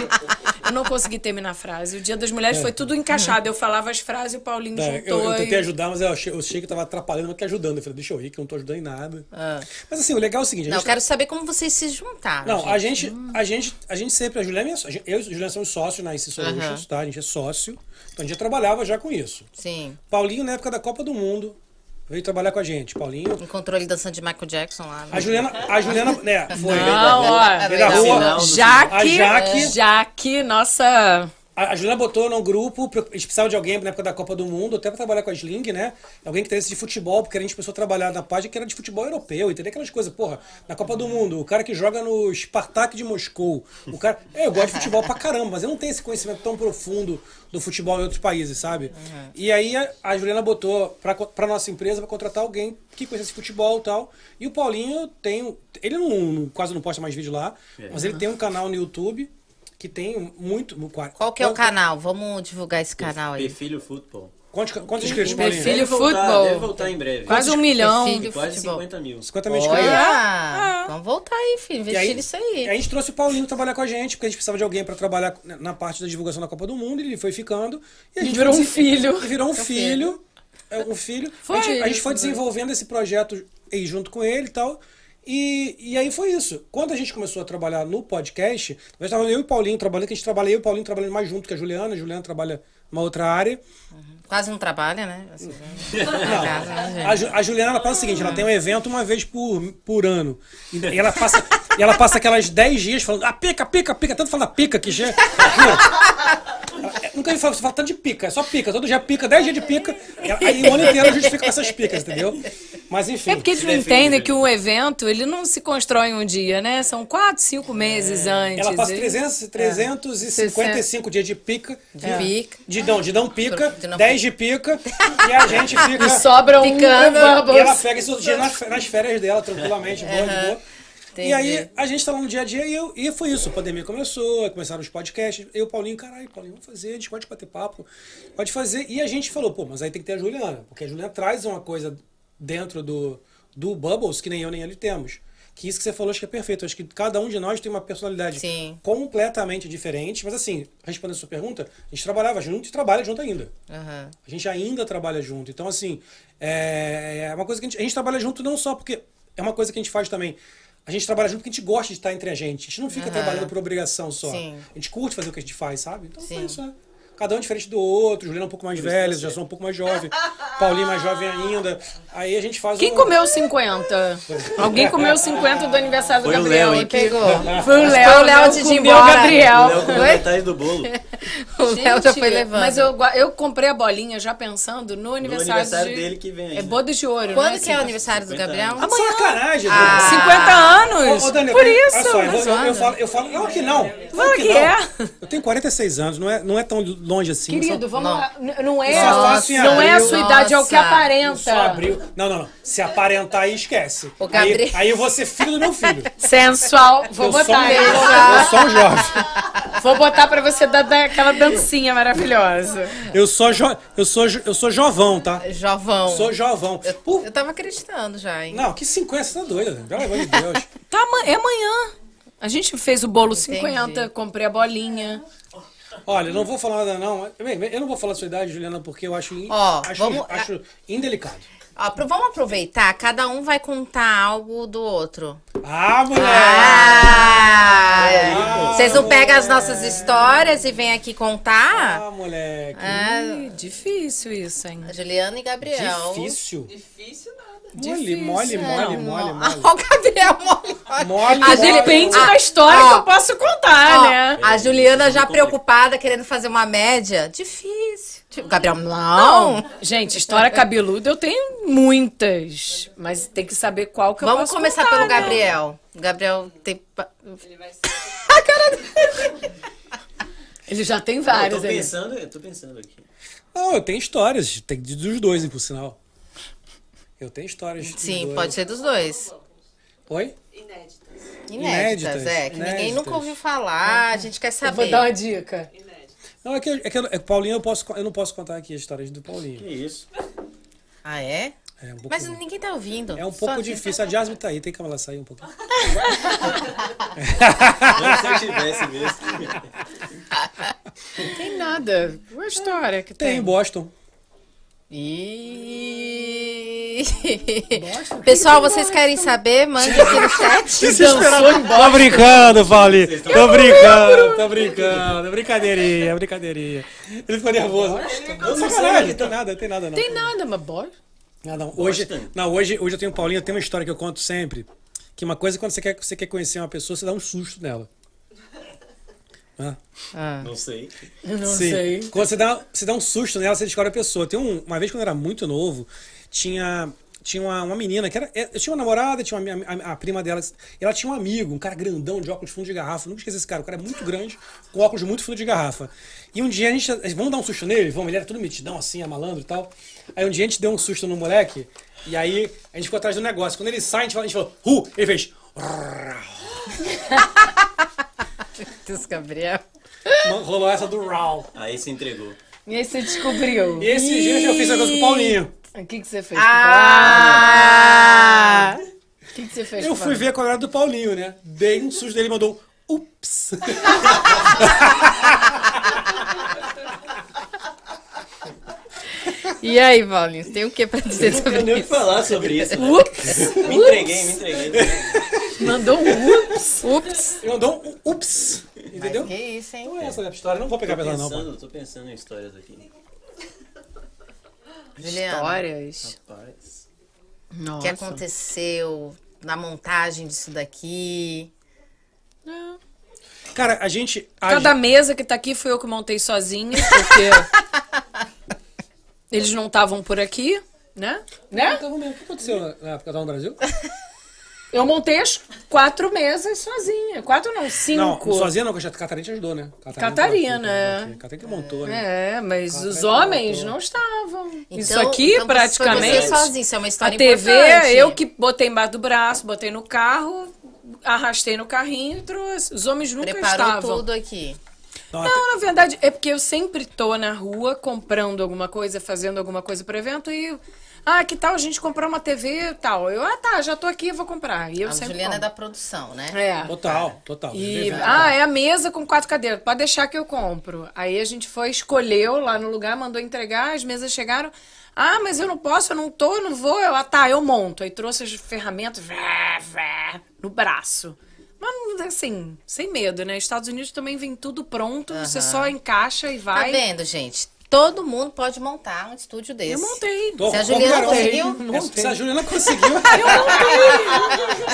[SPEAKER 2] Eu não consegui terminar a frase. O Dia das Mulheres
[SPEAKER 3] É.
[SPEAKER 2] foi tudo encaixado. Eu falava as frases, o Paulinho
[SPEAKER 3] Tá, eu,
[SPEAKER 2] juntou.
[SPEAKER 3] eu
[SPEAKER 2] e-
[SPEAKER 3] tentei ajudar, mas eu achei, eu achei que eu tava atrapalhando, mas que ajudando. Eu falei, deixa eu ir, que eu não tô ajudando em nada.
[SPEAKER 2] Ah.
[SPEAKER 3] Mas assim, o legal é o seguinte... a
[SPEAKER 11] Não, eu
[SPEAKER 3] gente-
[SPEAKER 11] quero saber como vocês se juntaram. Hum.
[SPEAKER 3] Não, a gente, a gente, a gente sempre, a Juliana, é minha só- eu e a Juliana somos sócios na IC Solutions,
[SPEAKER 11] Aham.
[SPEAKER 3] tá? A gente é sócio, então a gente já trabalhava já com isso.
[SPEAKER 11] Sim.
[SPEAKER 3] Paulinho, na época da Copa do Mundo, veio trabalhar com a gente. Paulinho...
[SPEAKER 11] Encontrou ele dançando de Michael Jackson lá. né? É
[SPEAKER 3] A Juliana, a Juliana, né, foi.
[SPEAKER 2] Não, ó.
[SPEAKER 3] Veio da rua. a
[SPEAKER 2] Jaque,
[SPEAKER 3] Jaque,
[SPEAKER 2] Jaque, nossa...
[SPEAKER 3] A, a Juliana botou num grupo, pre- a gente precisava de alguém na época da Copa do Mundo, até pra trabalhar com a Sling, né? Alguém que tivesse de futebol, porque a gente começou a trabalhar na página que era de futebol europeu, entendeu? Aquelas coisas, porra, na Copa do Mundo, o cara que joga no Spartak de Moscou, o cara... É, eu gosto de futebol pra caramba, mas eu não tenho esse conhecimento tão profundo do futebol em outros países, sabe? E aí a, a Juliana botou pra, co- pra nossa empresa pra contratar alguém que conhecesse futebol e tal. E o Paulinho tem... um, Ele não, não- quase não posta mais vídeo lá,
[SPEAKER 11] É.
[SPEAKER 3] mas ele tem um canal no YouTube que tem um, muito...
[SPEAKER 11] Qual que é o canal? Vamos divulgar esse canal aí.
[SPEAKER 4] Perfilho Futebol.
[SPEAKER 3] Quantos, quantos inscritos,
[SPEAKER 11] Perfilho
[SPEAKER 3] Paulinho?
[SPEAKER 4] Deve voltar, Deve voltar em breve.
[SPEAKER 3] Quase um milhão.
[SPEAKER 11] Perfilho
[SPEAKER 4] Quase
[SPEAKER 11] Futebol.
[SPEAKER 4] 50 mil.
[SPEAKER 3] 50 mil inscritos.
[SPEAKER 4] Ah.
[SPEAKER 11] Olha! Vamos voltar aí, filho.
[SPEAKER 3] E
[SPEAKER 11] Investir
[SPEAKER 3] aí,
[SPEAKER 11] nisso aí.
[SPEAKER 3] A gente trouxe o Paulinho trabalhar com a gente, porque a gente precisava de alguém pra trabalhar na- na parte da divulgação da Copa do Mundo, e ele foi ficando. E a
[SPEAKER 2] E
[SPEAKER 3] gente
[SPEAKER 2] virou
[SPEAKER 3] foi
[SPEAKER 2] um
[SPEAKER 3] desen-
[SPEAKER 2] filho.
[SPEAKER 3] e Virou um
[SPEAKER 2] É um
[SPEAKER 3] filho. É um filho.
[SPEAKER 2] Foi. né?
[SPEAKER 3] a, gente, a gente foi
[SPEAKER 2] Foi.
[SPEAKER 3] desenvolvendo esse projeto aí junto com ele e tal. E, e aí foi isso. Quando a gente começou a trabalhar no podcast, nós estávamos eu e o Paulinho trabalhando, que a gente trabalha eu e o Paulinho trabalhando mais junto que a Juliana, a Juliana trabalha uma outra área.
[SPEAKER 11] Quase não trabalha, né?
[SPEAKER 3] *laughs*
[SPEAKER 11] Assim,
[SPEAKER 3] Não,
[SPEAKER 11] casa, né, gente?
[SPEAKER 3] a, Ju- a Juliana ela faz o seguinte: ela tem um evento uma vez por, por ano. E, e ela passa, e ela passa aquelas 10 dias falando, ah, pica, pica, pica, tanto fala pica que já. Ela- é, Nunca me fala, você fala tanto de pica, é só pica, todo dia pica, 10 dias de pica. e- Aí o ano inteiro ela justifica com essas picas, entendeu? Mas enfim.
[SPEAKER 2] É porque eles não
[SPEAKER 3] né?
[SPEAKER 2] entendem que um evento, ele não se constrói em um dia, né? São quatro, cinco meses antes.
[SPEAKER 3] Ela passa
[SPEAKER 2] Ele-
[SPEAKER 3] 300,
[SPEAKER 2] É.
[SPEAKER 3] 355 dias de pica.
[SPEAKER 2] De É. pica.
[SPEAKER 3] De não, de não pica, 10 de pica. E
[SPEAKER 2] *laughs*
[SPEAKER 3] a gente fica.
[SPEAKER 2] E sobra um
[SPEAKER 3] Picando,
[SPEAKER 2] pra Bubbles.
[SPEAKER 3] E ela pega isso dia nas, nas férias dela, tranquilamente, boa, de
[SPEAKER 2] Aham.
[SPEAKER 3] boa. E
[SPEAKER 2] Entendi.
[SPEAKER 3] aí, a gente tá lá no dia a dia e, eu, e foi isso. A pandemia começou, começaram os podcasts. Eu, Paulinho, caralho, Paulinho, vamos fazer, a gente pode bater papo, pode fazer. E a gente falou, pô, mas aí tem que ter a Juliana, porque a Juliana traz uma coisa dentro do, do Bubbles que nem eu nem ele temos. Que isso que você falou, acho que é perfeito. Acho que cada um de nós tem uma personalidade completamente diferente. Mas assim, respondendo a sua pergunta, a gente trabalhava junto e trabalha junto ainda.
[SPEAKER 11] Aham.
[SPEAKER 3] A gente ainda trabalha junto. Então, assim, é é uma coisa que a gente, a gente trabalha junto não só porque é uma coisa que a gente faz também. A gente trabalha junto porque a gente gosta de estar entre a gente. A gente não fica
[SPEAKER 11] Aham.
[SPEAKER 3] trabalhando por obrigação só.
[SPEAKER 11] Sim.
[SPEAKER 3] A gente curte fazer o que a gente faz, sabe? Então foi
[SPEAKER 11] Sim.
[SPEAKER 3] isso, né? Cada um diferente do outro. Juliana é um pouco mais
[SPEAKER 11] Por isso
[SPEAKER 3] velha,
[SPEAKER 11] tá
[SPEAKER 3] eu já sou um pouco
[SPEAKER 11] *laughs*
[SPEAKER 3] mais jovem. Paulinho mais jovem ainda. Aí a gente faz
[SPEAKER 2] Quem
[SPEAKER 3] um-
[SPEAKER 2] comeu 50? Alguém comeu 50 do aniversário
[SPEAKER 3] Foi o
[SPEAKER 2] do Gabriel.
[SPEAKER 3] Léo, hein?
[SPEAKER 2] aqui.
[SPEAKER 3] Pegou.
[SPEAKER 2] Foi o
[SPEAKER 11] Mas
[SPEAKER 2] Léo.
[SPEAKER 11] foi o Léo antes de
[SPEAKER 2] comeu
[SPEAKER 11] ir embora.
[SPEAKER 2] o Gabriel.
[SPEAKER 11] O Léo comeu
[SPEAKER 2] Oi?
[SPEAKER 4] Metade do
[SPEAKER 2] *laughs*
[SPEAKER 4] bolo.
[SPEAKER 11] O Léo já foi
[SPEAKER 2] Gente,
[SPEAKER 11] levando.
[SPEAKER 2] Mas eu, gua- eu comprei a bolinha já pensando no aniversário,
[SPEAKER 4] aniversário
[SPEAKER 2] de-
[SPEAKER 4] dele que vem aí,
[SPEAKER 2] É
[SPEAKER 4] né?
[SPEAKER 2] boda de ouro.
[SPEAKER 11] Quando
[SPEAKER 2] né?
[SPEAKER 11] que é o aniversário do Gabriel?
[SPEAKER 2] Amanhã.
[SPEAKER 3] Sacanagem,
[SPEAKER 2] Ah,
[SPEAKER 3] Bruno.
[SPEAKER 2] 50 anos.
[SPEAKER 3] Ô, ô, Dani,
[SPEAKER 2] Por
[SPEAKER 3] eu-
[SPEAKER 2] isso,
[SPEAKER 3] Olha só, eu,
[SPEAKER 2] tá
[SPEAKER 3] vou- eu,
[SPEAKER 2] zoando.
[SPEAKER 3] falo, eu falo, não, que não.
[SPEAKER 2] Claro que é.
[SPEAKER 3] não. Eu tenho 46 anos, não é, não é tão longe assim.
[SPEAKER 2] Querido,
[SPEAKER 3] só-
[SPEAKER 2] vamos lá. N- Não é,
[SPEAKER 3] Só faço em
[SPEAKER 2] não é a
[SPEAKER 3] abril.
[SPEAKER 2] sua idade, é o que
[SPEAKER 3] Só abril.
[SPEAKER 2] aparenta.
[SPEAKER 3] Não, não, não. Se aparentar aí, esquece.
[SPEAKER 2] Gabriel-
[SPEAKER 3] Aí, aí eu vou ser filho do meu filho.
[SPEAKER 2] Sensual. Vou
[SPEAKER 3] eu sou um
[SPEAKER 2] botar aí.
[SPEAKER 3] jovem, Eu sou um jovem.
[SPEAKER 2] Vou botar pra você dar, dar aquela dancinha maravilhosa.
[SPEAKER 3] Eu sou, jo, eu sou, jo- eu sou jovão, tá?
[SPEAKER 11] Jovão.
[SPEAKER 3] Sou jovão.
[SPEAKER 11] Eu, eu tava acreditando já, hein?
[SPEAKER 3] Não, que 50, você tá doida, né? pelo amor de Deus.
[SPEAKER 2] Tá, ama- é amanhã. A gente fez o bolo 50, comprei a bolinha.
[SPEAKER 3] Olha, eu não vou falar nada, não. Bem, bem, Eu não vou falar a sua idade, Juliana, porque eu acho, in-
[SPEAKER 11] Ó,
[SPEAKER 3] acho,
[SPEAKER 11] vamos-
[SPEAKER 3] acho indelicado.
[SPEAKER 11] Ó, pro- vamos aproveitar, cada um vai contar algo do outro. Ah!
[SPEAKER 3] Ah, moleque!
[SPEAKER 11] Vocês não pegam as nossas histórias e vêm aqui contar? Ah.
[SPEAKER 3] Ah, moleque.
[SPEAKER 2] difícil isso, hein?
[SPEAKER 11] Juliana e Gabriel.
[SPEAKER 3] Difícil?
[SPEAKER 11] Difícil
[SPEAKER 3] Mole, mole,
[SPEAKER 11] É,
[SPEAKER 3] mole,
[SPEAKER 11] não.
[SPEAKER 3] mole, mole.
[SPEAKER 11] *laughs* Ó, o Gabriel mole, mole.
[SPEAKER 2] Mole, Ah, mole. depende da história que eu posso contar, né?
[SPEAKER 6] A Juliana já preocupada, querendo fazer uma média. Difícil. Tipo, Gabriel, não.
[SPEAKER 2] Não. Gente, história cabeluda eu tenho muitas. Mas tem que saber qual que eu
[SPEAKER 6] Vamos
[SPEAKER 2] posso
[SPEAKER 6] começar
[SPEAKER 2] contar,
[SPEAKER 6] pelo
[SPEAKER 2] né?
[SPEAKER 6] Gabriel. O Gabriel tem. pa-
[SPEAKER 2] Ele já tem várias.
[SPEAKER 4] Eu tô
[SPEAKER 2] ali.
[SPEAKER 4] pensando, eu tô pensando aqui.
[SPEAKER 3] Não, eu tenho histórias. Tem de- dos dois, hein, por sinal. Eu tenho histórias. dos
[SPEAKER 6] Sim,
[SPEAKER 3] dois.
[SPEAKER 6] pode ser dos dois.
[SPEAKER 3] Oi?
[SPEAKER 6] Inéditas,
[SPEAKER 3] Inéditas,
[SPEAKER 6] é. Que ninguém
[SPEAKER 3] inéditas.
[SPEAKER 6] nunca ouviu falar, a gente quer saber.
[SPEAKER 2] vou dar uma dica.
[SPEAKER 3] Não, é que, é que eu, é que Paulinho, eu, posso, eu não posso contar aqui as histórias do Paulinho. Que
[SPEAKER 4] isso?
[SPEAKER 6] Ah, é?
[SPEAKER 3] É um pouco,
[SPEAKER 6] Mas ninguém tá ouvindo.
[SPEAKER 3] é um pouco difícil. A Jasmine tá aí, tem como ela sair um pouquinho.
[SPEAKER 4] se eu tivesse mesmo.
[SPEAKER 2] Tem nada. Uma história que
[SPEAKER 3] Tem
[SPEAKER 2] tem.
[SPEAKER 3] em Boston.
[SPEAKER 6] E... *laughs* Pessoal, vocês querem saber? Mande aqui
[SPEAKER 3] *laughs*
[SPEAKER 6] no chat.
[SPEAKER 3] Tô brincando, Paulinho. Tô brincando, tô brincando. Brincadeirinha, brincadeirinha. Ele ficou nervoso.
[SPEAKER 6] é
[SPEAKER 3] Não, sacanagem, tem nada, tem nada não.
[SPEAKER 2] Tem nada, mas bora.
[SPEAKER 3] Ah, não. Hoje, não, hoje, hoje eu tenho Paulinho, eu tenho uma história que eu conto sempre. Que uma coisa é quando você quer, você quer conhecer uma pessoa, você dá um susto nela. Hã?
[SPEAKER 4] Não sei.
[SPEAKER 3] Sim. Quando você dá, você dá um susto nela, você descobre a pessoa. Tem um- uma vez quando eu era muito novo, tinha, tinha uma, uma menina que era. é, Eu tinha uma namorada, tinha uma, a, a- a prima dela. e Ela tinha um amigo, um cara grandão de óculos fundo de garrafa. Nunca esqueci esse cara. O cara é muito grande, com óculos muito fundo de garrafa. E um dia a gente. Vamos dar um susto nele? Vamos, ele era tudo metidão assim, é malandro e tal. Aí um dia a gente deu um susto no moleque. E aí a gente ficou atrás do negócio. Quando ele sai, a gente fala- a gente falou, Ru! Ele fez.
[SPEAKER 6] Deus, Gabriel.
[SPEAKER 3] Rolou essa do Raul.
[SPEAKER 4] Aí se entregou.
[SPEAKER 2] E aí você descobriu.
[SPEAKER 3] E esse dia eu já fiz uma coisa com o Paulinho.
[SPEAKER 2] O que, que você fez? Ah! O que, que você fez?
[SPEAKER 3] Eu fui ver qual era do Paulinho, né? Dei um susto dele e mandou um ups.
[SPEAKER 6] E aí, Paulinho, tem o que pra dizer
[SPEAKER 4] Eu não
[SPEAKER 6] sobre
[SPEAKER 4] tenho
[SPEAKER 6] isso?
[SPEAKER 4] nem o que falar sobre isso. né?
[SPEAKER 6] Ups!
[SPEAKER 4] Me entreguei, me entreguei.
[SPEAKER 2] Mandou um ups.
[SPEAKER 6] Ups.
[SPEAKER 3] Eu dou um ups. Entendeu?
[SPEAKER 6] que isso, hein?
[SPEAKER 3] Não é essa a história, não vou pegar
[SPEAKER 4] tô
[SPEAKER 3] pesado não.
[SPEAKER 4] pensando,
[SPEAKER 3] Paulo.
[SPEAKER 4] tô pensando em histórias aqui.
[SPEAKER 6] Juliana.
[SPEAKER 2] Histórias.
[SPEAKER 4] Rapaz.
[SPEAKER 6] O que aconteceu na montagem disso daqui?
[SPEAKER 3] Cara, a gente. a
[SPEAKER 2] Cada
[SPEAKER 3] gente-
[SPEAKER 2] mesa que tá aqui fui eu que montei sozinha, porque *laughs* eles não estavam por aqui, né? Né?
[SPEAKER 3] Então, vamos ver, O que aconteceu na- na época da Onda Brasil?
[SPEAKER 2] Eu montei as quatro mesas sozinha. Quatro não, cinco.
[SPEAKER 3] Não, sozinha não, que a Catarina te ajudou, né?
[SPEAKER 2] Catarina, é.
[SPEAKER 3] A Catarina que montou, né?
[SPEAKER 2] É, mas
[SPEAKER 3] Café
[SPEAKER 2] os
[SPEAKER 3] com
[SPEAKER 2] homens
[SPEAKER 3] motor.
[SPEAKER 2] não estavam.
[SPEAKER 6] Então-
[SPEAKER 2] isso aqui,
[SPEAKER 6] então foi você
[SPEAKER 2] praticamente.
[SPEAKER 6] sozinho, isso é uma história
[SPEAKER 2] A TV,
[SPEAKER 6] importante.
[SPEAKER 2] eu que botei embaixo do braço, botei no carro, arrastei no carrinho e trouxe. Os homens nunca
[SPEAKER 6] Preparou
[SPEAKER 2] estavam.
[SPEAKER 6] tudo aqui.
[SPEAKER 2] Não, na verdade, é porque eu sempre tô na rua comprando alguma coisa, fazendo alguma coisa pro evento e. Ah, que tal a gente comprar uma TV e tal? Eu, ah, tá, já tô aqui, vou comprar. E eu
[SPEAKER 6] a
[SPEAKER 2] sempre
[SPEAKER 6] Juliana é
[SPEAKER 2] compro.
[SPEAKER 6] da produção, né?
[SPEAKER 2] É.
[SPEAKER 3] Total, total.
[SPEAKER 2] E,
[SPEAKER 3] Vivendo.
[SPEAKER 2] ah, é a mesa com quatro cadeiras. Pode deixar que eu compro. Aí a gente foi, escolheu lá no lugar, mandou entregar, as mesas chegaram. Ah, mas eu não posso, eu não tô, eu não vou. Eu, ah, tá, eu monto. Aí trouxe as ferramentas vé, vé, no braço. Mas assim, sem medo, né? Estados Unidos também vem tudo pronto, você
[SPEAKER 6] Aham.
[SPEAKER 2] só encaixa e
[SPEAKER 6] Tá
[SPEAKER 2] vai.
[SPEAKER 6] vendo, gente? Todo mundo pode montar um estúdio desse.
[SPEAKER 2] Eu montei.
[SPEAKER 3] Tô
[SPEAKER 6] Se a
[SPEAKER 3] com
[SPEAKER 6] Juliana
[SPEAKER 3] vergonha.
[SPEAKER 6] conseguiu,
[SPEAKER 3] É, Se a
[SPEAKER 4] *laughs*
[SPEAKER 3] Juliana conseguiu.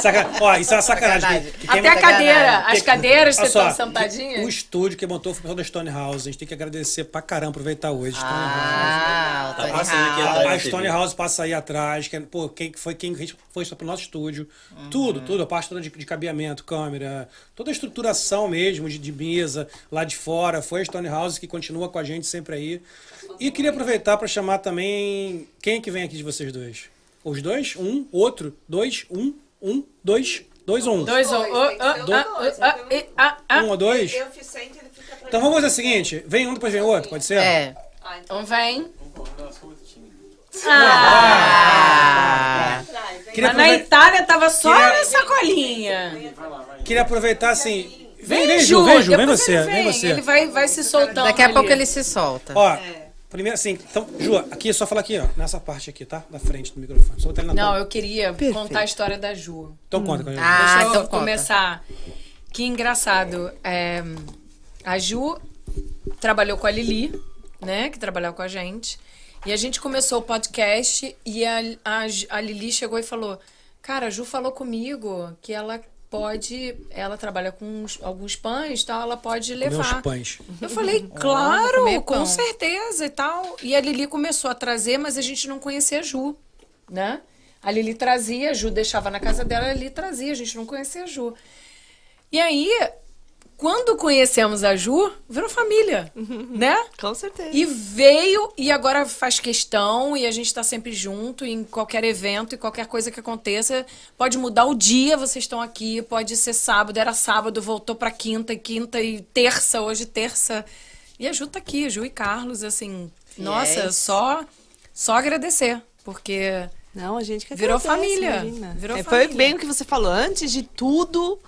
[SPEAKER 3] Saca... Ó, isso é uma sacanagem. Que tem
[SPEAKER 2] Até a
[SPEAKER 3] muita
[SPEAKER 2] cadeira,
[SPEAKER 3] sacanagem.
[SPEAKER 2] as
[SPEAKER 3] Que-
[SPEAKER 2] cadeiras que
[SPEAKER 3] Olha
[SPEAKER 2] estão
[SPEAKER 3] só,
[SPEAKER 2] sentadinhas.
[SPEAKER 3] O estúdio que montou foi o pessoal da Stone House. A gente tem que agradecer pra caramba, aproveitar hoje.
[SPEAKER 6] Ah,
[SPEAKER 4] Tá Stone passando aqui House. atrás
[SPEAKER 3] A
[SPEAKER 4] da TV.
[SPEAKER 3] Stone House passa aí atrás. Que, é, pô, quem que foi quem que foi isso pro nosso estúdio.
[SPEAKER 2] Uhum.
[SPEAKER 3] Tudo, tudo. A parte toda de, de cabeamento, câmera. Toda a estruturação mesmo de, de mesa lá de fora. Foi a Stone House que continua com a gente sempre aí. E queria aproveitar pra chamar também. Quem é que vem aqui de vocês dois? Os dois? Um, outro, dois, um, um, dois, dois ou um?
[SPEAKER 2] Dois ou. ah, ah,
[SPEAKER 3] Do-
[SPEAKER 2] ah, ah,
[SPEAKER 6] então.
[SPEAKER 2] ah, ah, ah.
[SPEAKER 3] Um ou dois? Então vamos fazer o seguinte: vem um, depois vem outro, pode ser?
[SPEAKER 6] É.
[SPEAKER 2] Então vem.
[SPEAKER 3] Queria
[SPEAKER 2] Ah. Mas na
[SPEAKER 3] aprove-
[SPEAKER 2] Itália tava só
[SPEAKER 3] Queria-
[SPEAKER 2] na sacolinha.
[SPEAKER 3] Queria aproveitar assim.
[SPEAKER 2] Vem,
[SPEAKER 3] Vem, vem,
[SPEAKER 2] Ju,
[SPEAKER 3] Ju, vem, Ju, vem
[SPEAKER 2] depois
[SPEAKER 3] você,
[SPEAKER 2] ele
[SPEAKER 3] vem
[SPEAKER 2] Ele
[SPEAKER 3] você.
[SPEAKER 2] vai, vai se soltando.
[SPEAKER 6] Daqui a pouco
[SPEAKER 2] ali.
[SPEAKER 6] ele se solta. É.
[SPEAKER 3] Ó, primeiro assim, então, Ju, aqui, só falar aqui, ó, nessa parte aqui, tá? Da frente do microfone. Só botar ele na
[SPEAKER 2] Não,
[SPEAKER 3] palma.
[SPEAKER 2] eu queria contar a história da Ju.
[SPEAKER 3] Então conta, conta.
[SPEAKER 2] Deixa eu
[SPEAKER 6] então conta.
[SPEAKER 2] Ah, começar. Que engraçado. É, a Ju trabalhou com a Lili, né? Que trabalhava com a gente. E a gente começou o podcast e a, a, a Lili chegou e falou: Cara, a Ju falou comigo que ela pode. Ela trabalha com uns- alguns pães e tal, ela pode
[SPEAKER 3] Comer
[SPEAKER 2] levar.
[SPEAKER 3] uns pães.
[SPEAKER 2] Eu falei,
[SPEAKER 6] Olha,
[SPEAKER 2] claro,
[SPEAKER 6] comer
[SPEAKER 2] com
[SPEAKER 6] pão.
[SPEAKER 2] certeza e tal. E a Lili começou a trazer, mas a gente não conhecia a Ju, né? A Lili trazia, a Ju deixava na casa dela, a Lili trazia, a gente não conhecia a Ju. E aí, quando conhecemos a Ju, virou família, né?
[SPEAKER 27] Com certeza.
[SPEAKER 2] E veio e agora faz questão e a gente tá sempre junto em qualquer evento e qualquer coisa que aconteça. Pode mudar o dia, vocês estão aqui, pode ser sábado, era sábado, voltou pra quinta e quinta e terça, hoje terça. E a Ju tá aqui, Ju e Carlos, assim, nossa,
[SPEAKER 27] Yes.
[SPEAKER 2] só só agradecer, porque
[SPEAKER 27] Não, a gente que
[SPEAKER 2] Virou
[SPEAKER 27] agradece,
[SPEAKER 2] família.
[SPEAKER 27] imagina.
[SPEAKER 2] Virou
[SPEAKER 27] É,
[SPEAKER 2] família.
[SPEAKER 27] Foi bem o que você falou. Antes de tudo,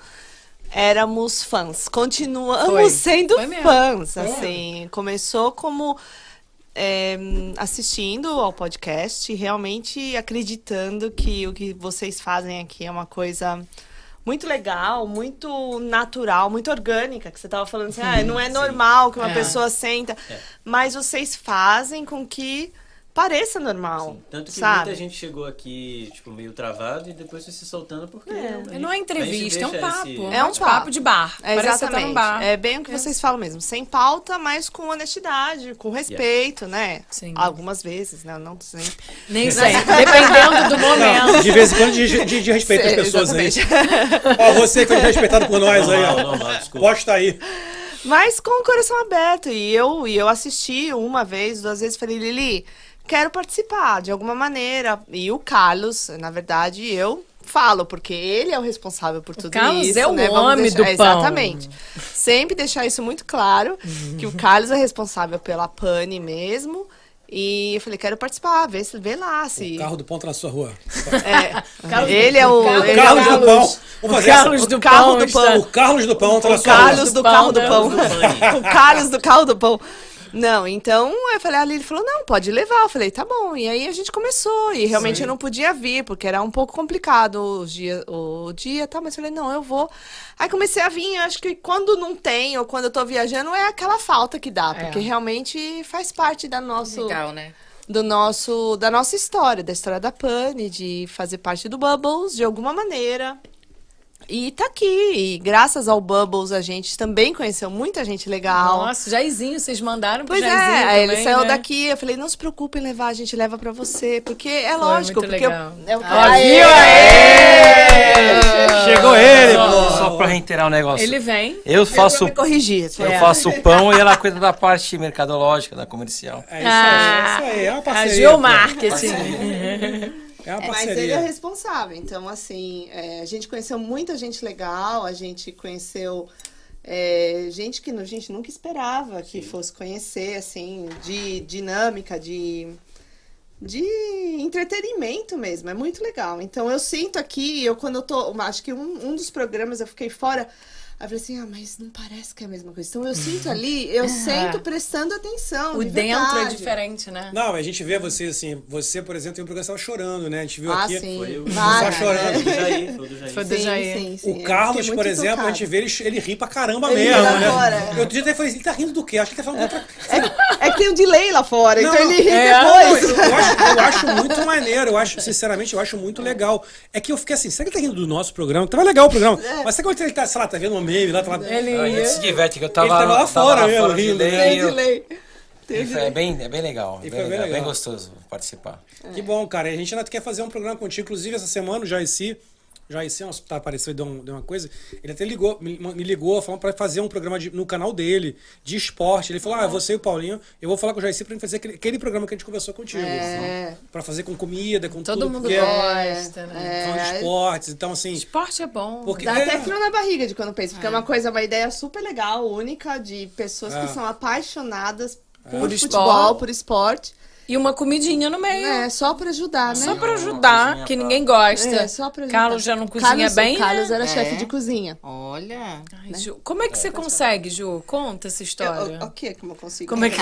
[SPEAKER 27] éramos fãs. Continuamos
[SPEAKER 2] Foi.
[SPEAKER 27] sendo
[SPEAKER 2] Foi mesmo. É.
[SPEAKER 27] fãs,
[SPEAKER 2] Foi
[SPEAKER 27] assim. Começou como é, assistindo ao podcast e realmente acreditando que o que vocês fazem aqui é uma coisa muito legal, muito natural, muito orgânica, que você tava falando assim, ah, não é normal que uma
[SPEAKER 4] É.
[SPEAKER 27] pessoa senta,
[SPEAKER 4] É.
[SPEAKER 27] mas vocês fazem com que pareça normal,
[SPEAKER 4] Tanto que
[SPEAKER 27] sabe?
[SPEAKER 4] muita gente chegou aqui, tipo, meio travado e depois foi se soltando porque. realmente-
[SPEAKER 2] Não é entrevista, é um
[SPEAKER 4] a gente
[SPEAKER 2] papo.
[SPEAKER 4] deixa esse-
[SPEAKER 27] É um papo
[SPEAKER 2] de bar.
[SPEAKER 27] É,
[SPEAKER 2] Parece que você tá num
[SPEAKER 27] exatamente.
[SPEAKER 2] bar.
[SPEAKER 27] É bem o que vocês falam mesmo. Sem pauta, mas com honestidade, com respeito, né? Sim. Algumas vezes, né? Não sempre. *laughs*
[SPEAKER 2] Nem sempre. Dependendo do momento.
[SPEAKER 3] Não, de vez em quando de, de, de respeito às
[SPEAKER 27] Sim,
[SPEAKER 3] pessoas
[SPEAKER 4] né?
[SPEAKER 3] aí.
[SPEAKER 27] exatamente.
[SPEAKER 3] Ó, você que é respeitado por nós aí, ó.
[SPEAKER 4] Normal, normal, desculpa.
[SPEAKER 3] Posta aí.
[SPEAKER 27] Mas com o coração aberto. E eu, e eu assisti uma vez, duas vezes, falei, Lili, quero participar de alguma maneira. E o Carlos, na verdade, eu falo, porque ele é o responsável por tudo
[SPEAKER 2] Carlos
[SPEAKER 27] isso.
[SPEAKER 2] é o
[SPEAKER 27] né? Vamos
[SPEAKER 2] homem
[SPEAKER 27] deixar-
[SPEAKER 2] do
[SPEAKER 27] é,
[SPEAKER 2] pão.
[SPEAKER 27] Exatamente. Sempre deixar isso muito claro, que
[SPEAKER 2] Uhum.
[SPEAKER 27] o Carlos é responsável pela pane mesmo. E eu falei, quero participar, vê, se- vê lá se.
[SPEAKER 3] Carro do pão tá na sua rua.
[SPEAKER 27] Carlos- Ele é o-
[SPEAKER 3] Carro,
[SPEAKER 27] ele é o
[SPEAKER 3] Carlos do pão.
[SPEAKER 27] Carlos. O
[SPEAKER 3] Vamos fazer essa-
[SPEAKER 27] Carlos do O Carro pão do está- Pão.
[SPEAKER 3] O Carlos do pão tá na
[SPEAKER 27] O
[SPEAKER 3] sua rua.
[SPEAKER 27] Carlos do carro
[SPEAKER 6] né?
[SPEAKER 27] do pão. *laughs* O Carlos do carro do pão. Não, então eu falei, a Lili falou, não, pode levar. Eu falei, tá bom. E aí a gente começou. E realmente
[SPEAKER 6] Sim.
[SPEAKER 27] eu não podia vir, porque era um pouco complicado o dia, o dia tá? Mas eu falei, não, eu vou. Aí comecei a vir, eu acho que quando não tem, ou quando eu tô viajando, é aquela falta que dá,
[SPEAKER 6] É.
[SPEAKER 27] porque realmente faz parte da nosso.
[SPEAKER 6] Legal, né?
[SPEAKER 27] Do nosso, da nossa história, da história da Pane, de fazer parte do Bubbles de alguma maneira. E tá aqui. E graças ao Bubbles a gente também conheceu muita gente legal.
[SPEAKER 2] Nossa, Jairzinho, vocês mandaram pro
[SPEAKER 27] Pois é,
[SPEAKER 2] Jairzinho
[SPEAKER 27] aí ele
[SPEAKER 2] também,
[SPEAKER 27] saiu
[SPEAKER 2] né?
[SPEAKER 27] daqui, eu falei, não se preocupe em levar, a gente leva pra você. Porque é
[SPEAKER 2] Foi
[SPEAKER 27] lógico,
[SPEAKER 2] muito
[SPEAKER 27] porque eu-
[SPEAKER 2] legal.
[SPEAKER 27] é o
[SPEAKER 2] Ah,
[SPEAKER 27] Aê!
[SPEAKER 2] viu? Aê!
[SPEAKER 13] Chegou ele,
[SPEAKER 2] Só-
[SPEAKER 13] pô. Só pra reiterar um negócio.
[SPEAKER 2] Ele vem.
[SPEAKER 13] Eu faço.
[SPEAKER 27] me corrigir.
[SPEAKER 13] Eu
[SPEAKER 27] É.
[SPEAKER 13] faço
[SPEAKER 2] *laughs*
[SPEAKER 13] pão e ela cuida da parte mercadológica, da comercial.
[SPEAKER 3] É
[SPEAKER 2] Ah,
[SPEAKER 3] isso aí, é uma
[SPEAKER 2] a
[SPEAKER 3] parceria.
[SPEAKER 2] Geo Marketing.
[SPEAKER 3] É uma
[SPEAKER 27] Mas ele é
[SPEAKER 3] parceria.
[SPEAKER 27] responsável. Então, assim, é, a gente conheceu muita gente legal, a gente conheceu é, gente que a gente nunca esperava que fosse conhecer, assim, de dinâmica, de, de entretenimento mesmo. É muito legal. Então, eu sinto aqui, eu quando eu tô. Acho que um, um dos programas eu fiquei fora. Aí eu falei assim, ah, mas não parece que é a mesma coisa. Então eu sinto ali, eu
[SPEAKER 2] É.
[SPEAKER 27] sento prestando atenção.
[SPEAKER 2] O
[SPEAKER 27] de
[SPEAKER 2] dentro é
[SPEAKER 27] verdade.
[SPEAKER 2] diferente, né?
[SPEAKER 3] Não, a gente vê você assim, você, por exemplo, tem um programa que você tava chorando, né? A gente viu
[SPEAKER 2] Ah,
[SPEAKER 3] aqui.
[SPEAKER 2] sim. Foi eu.
[SPEAKER 3] Só
[SPEAKER 2] Várias, né?
[SPEAKER 3] chorando.
[SPEAKER 2] Foi do Jair, foi do Jair. Foi do Sim, Jair. sim, sim. Eu
[SPEAKER 3] O
[SPEAKER 2] fiquei
[SPEAKER 3] Carlos,
[SPEAKER 2] muito
[SPEAKER 3] por exemplo, a gente
[SPEAKER 2] tocada.
[SPEAKER 3] vê ele, ele ri pra caramba
[SPEAKER 27] Ele ri
[SPEAKER 3] mesmo,
[SPEAKER 27] lá
[SPEAKER 3] né?
[SPEAKER 27] fora.
[SPEAKER 3] Eu outro dia até falei, assim, ele tá rindo do quê? Acho que ele tá falando outra
[SPEAKER 27] É que tem um delay lá fora,
[SPEAKER 3] Não,
[SPEAKER 27] então ele ri
[SPEAKER 3] é,
[SPEAKER 27] depois.
[SPEAKER 3] não, eu, eu acho, eu acho
[SPEAKER 2] *laughs*
[SPEAKER 3] muito maneiro, eu acho, sinceramente, eu acho muito legal. É que eu fiquei assim, será que ele tá rindo do nosso programa? Tava legal o programa.
[SPEAKER 13] É.
[SPEAKER 3] Mas será que ele tá, sei lá, tá vendo um meme lá, tá lá.
[SPEAKER 13] A gente se diverte, que eu tava,
[SPEAKER 3] Ele tava lá fora mesmo,
[SPEAKER 13] de
[SPEAKER 3] rindo,
[SPEAKER 13] É. lei,
[SPEAKER 3] né?
[SPEAKER 13] eu-
[SPEAKER 3] Tem delay.
[SPEAKER 13] E foi- É bem, é bem legal, é
[SPEAKER 3] E foi
[SPEAKER 13] bem,
[SPEAKER 3] bem
[SPEAKER 13] legal, bem
[SPEAKER 3] legal.
[SPEAKER 13] gostoso participar.
[SPEAKER 27] É.
[SPEAKER 3] Que bom, cara. E A gente ainda quer fazer um programa contigo. Inclusive, essa semana, o Jairci, o Jairci nosso, tá, apareceu e deu, um- deu uma coisa. Ele até ligou, me, me ligou falando pra fazer um programa de- no canal dele, de esporte. Ele falou:
[SPEAKER 27] É.
[SPEAKER 3] Ah, você e o Paulinho, eu vou falar com o Jairci pra gente fazer aquele, aquele programa que a gente conversou contigo.
[SPEAKER 27] É.
[SPEAKER 3] Assim, pra fazer com comida, com
[SPEAKER 2] Todo
[SPEAKER 3] tudo.
[SPEAKER 2] mundo
[SPEAKER 3] porque é-
[SPEAKER 2] gosta, né?
[SPEAKER 3] Falando de
[SPEAKER 27] É.
[SPEAKER 3] esportes. Então, assim.
[SPEAKER 2] Esporte é bom.
[SPEAKER 3] Porque
[SPEAKER 27] Dá
[SPEAKER 3] é,
[SPEAKER 27] até frio na barriga de quando penso, porque é uma coisa, uma ideia super legal, única, de pessoas
[SPEAKER 2] É.
[SPEAKER 27] que são apaixonadas
[SPEAKER 2] É.
[SPEAKER 27] por
[SPEAKER 2] Por
[SPEAKER 27] futebol,
[SPEAKER 2] esporte.
[SPEAKER 27] por esporte.
[SPEAKER 2] E uma comidinha no meio.
[SPEAKER 27] É, só pra
[SPEAKER 3] *laughs*
[SPEAKER 27] ajudar, né?
[SPEAKER 2] Só pra ajudar, que ninguém gosta.
[SPEAKER 27] É, só pra ajudar.
[SPEAKER 2] Carlos já não cozinha
[SPEAKER 27] Carlos- é-
[SPEAKER 2] bem,
[SPEAKER 27] Carlos
[SPEAKER 2] né?
[SPEAKER 27] era chefe de cozinha. Né?
[SPEAKER 2] Olha. Ju, como é que você consegue, Ju? Conta essa história.
[SPEAKER 27] o que como eu consigo?
[SPEAKER 2] Como é que...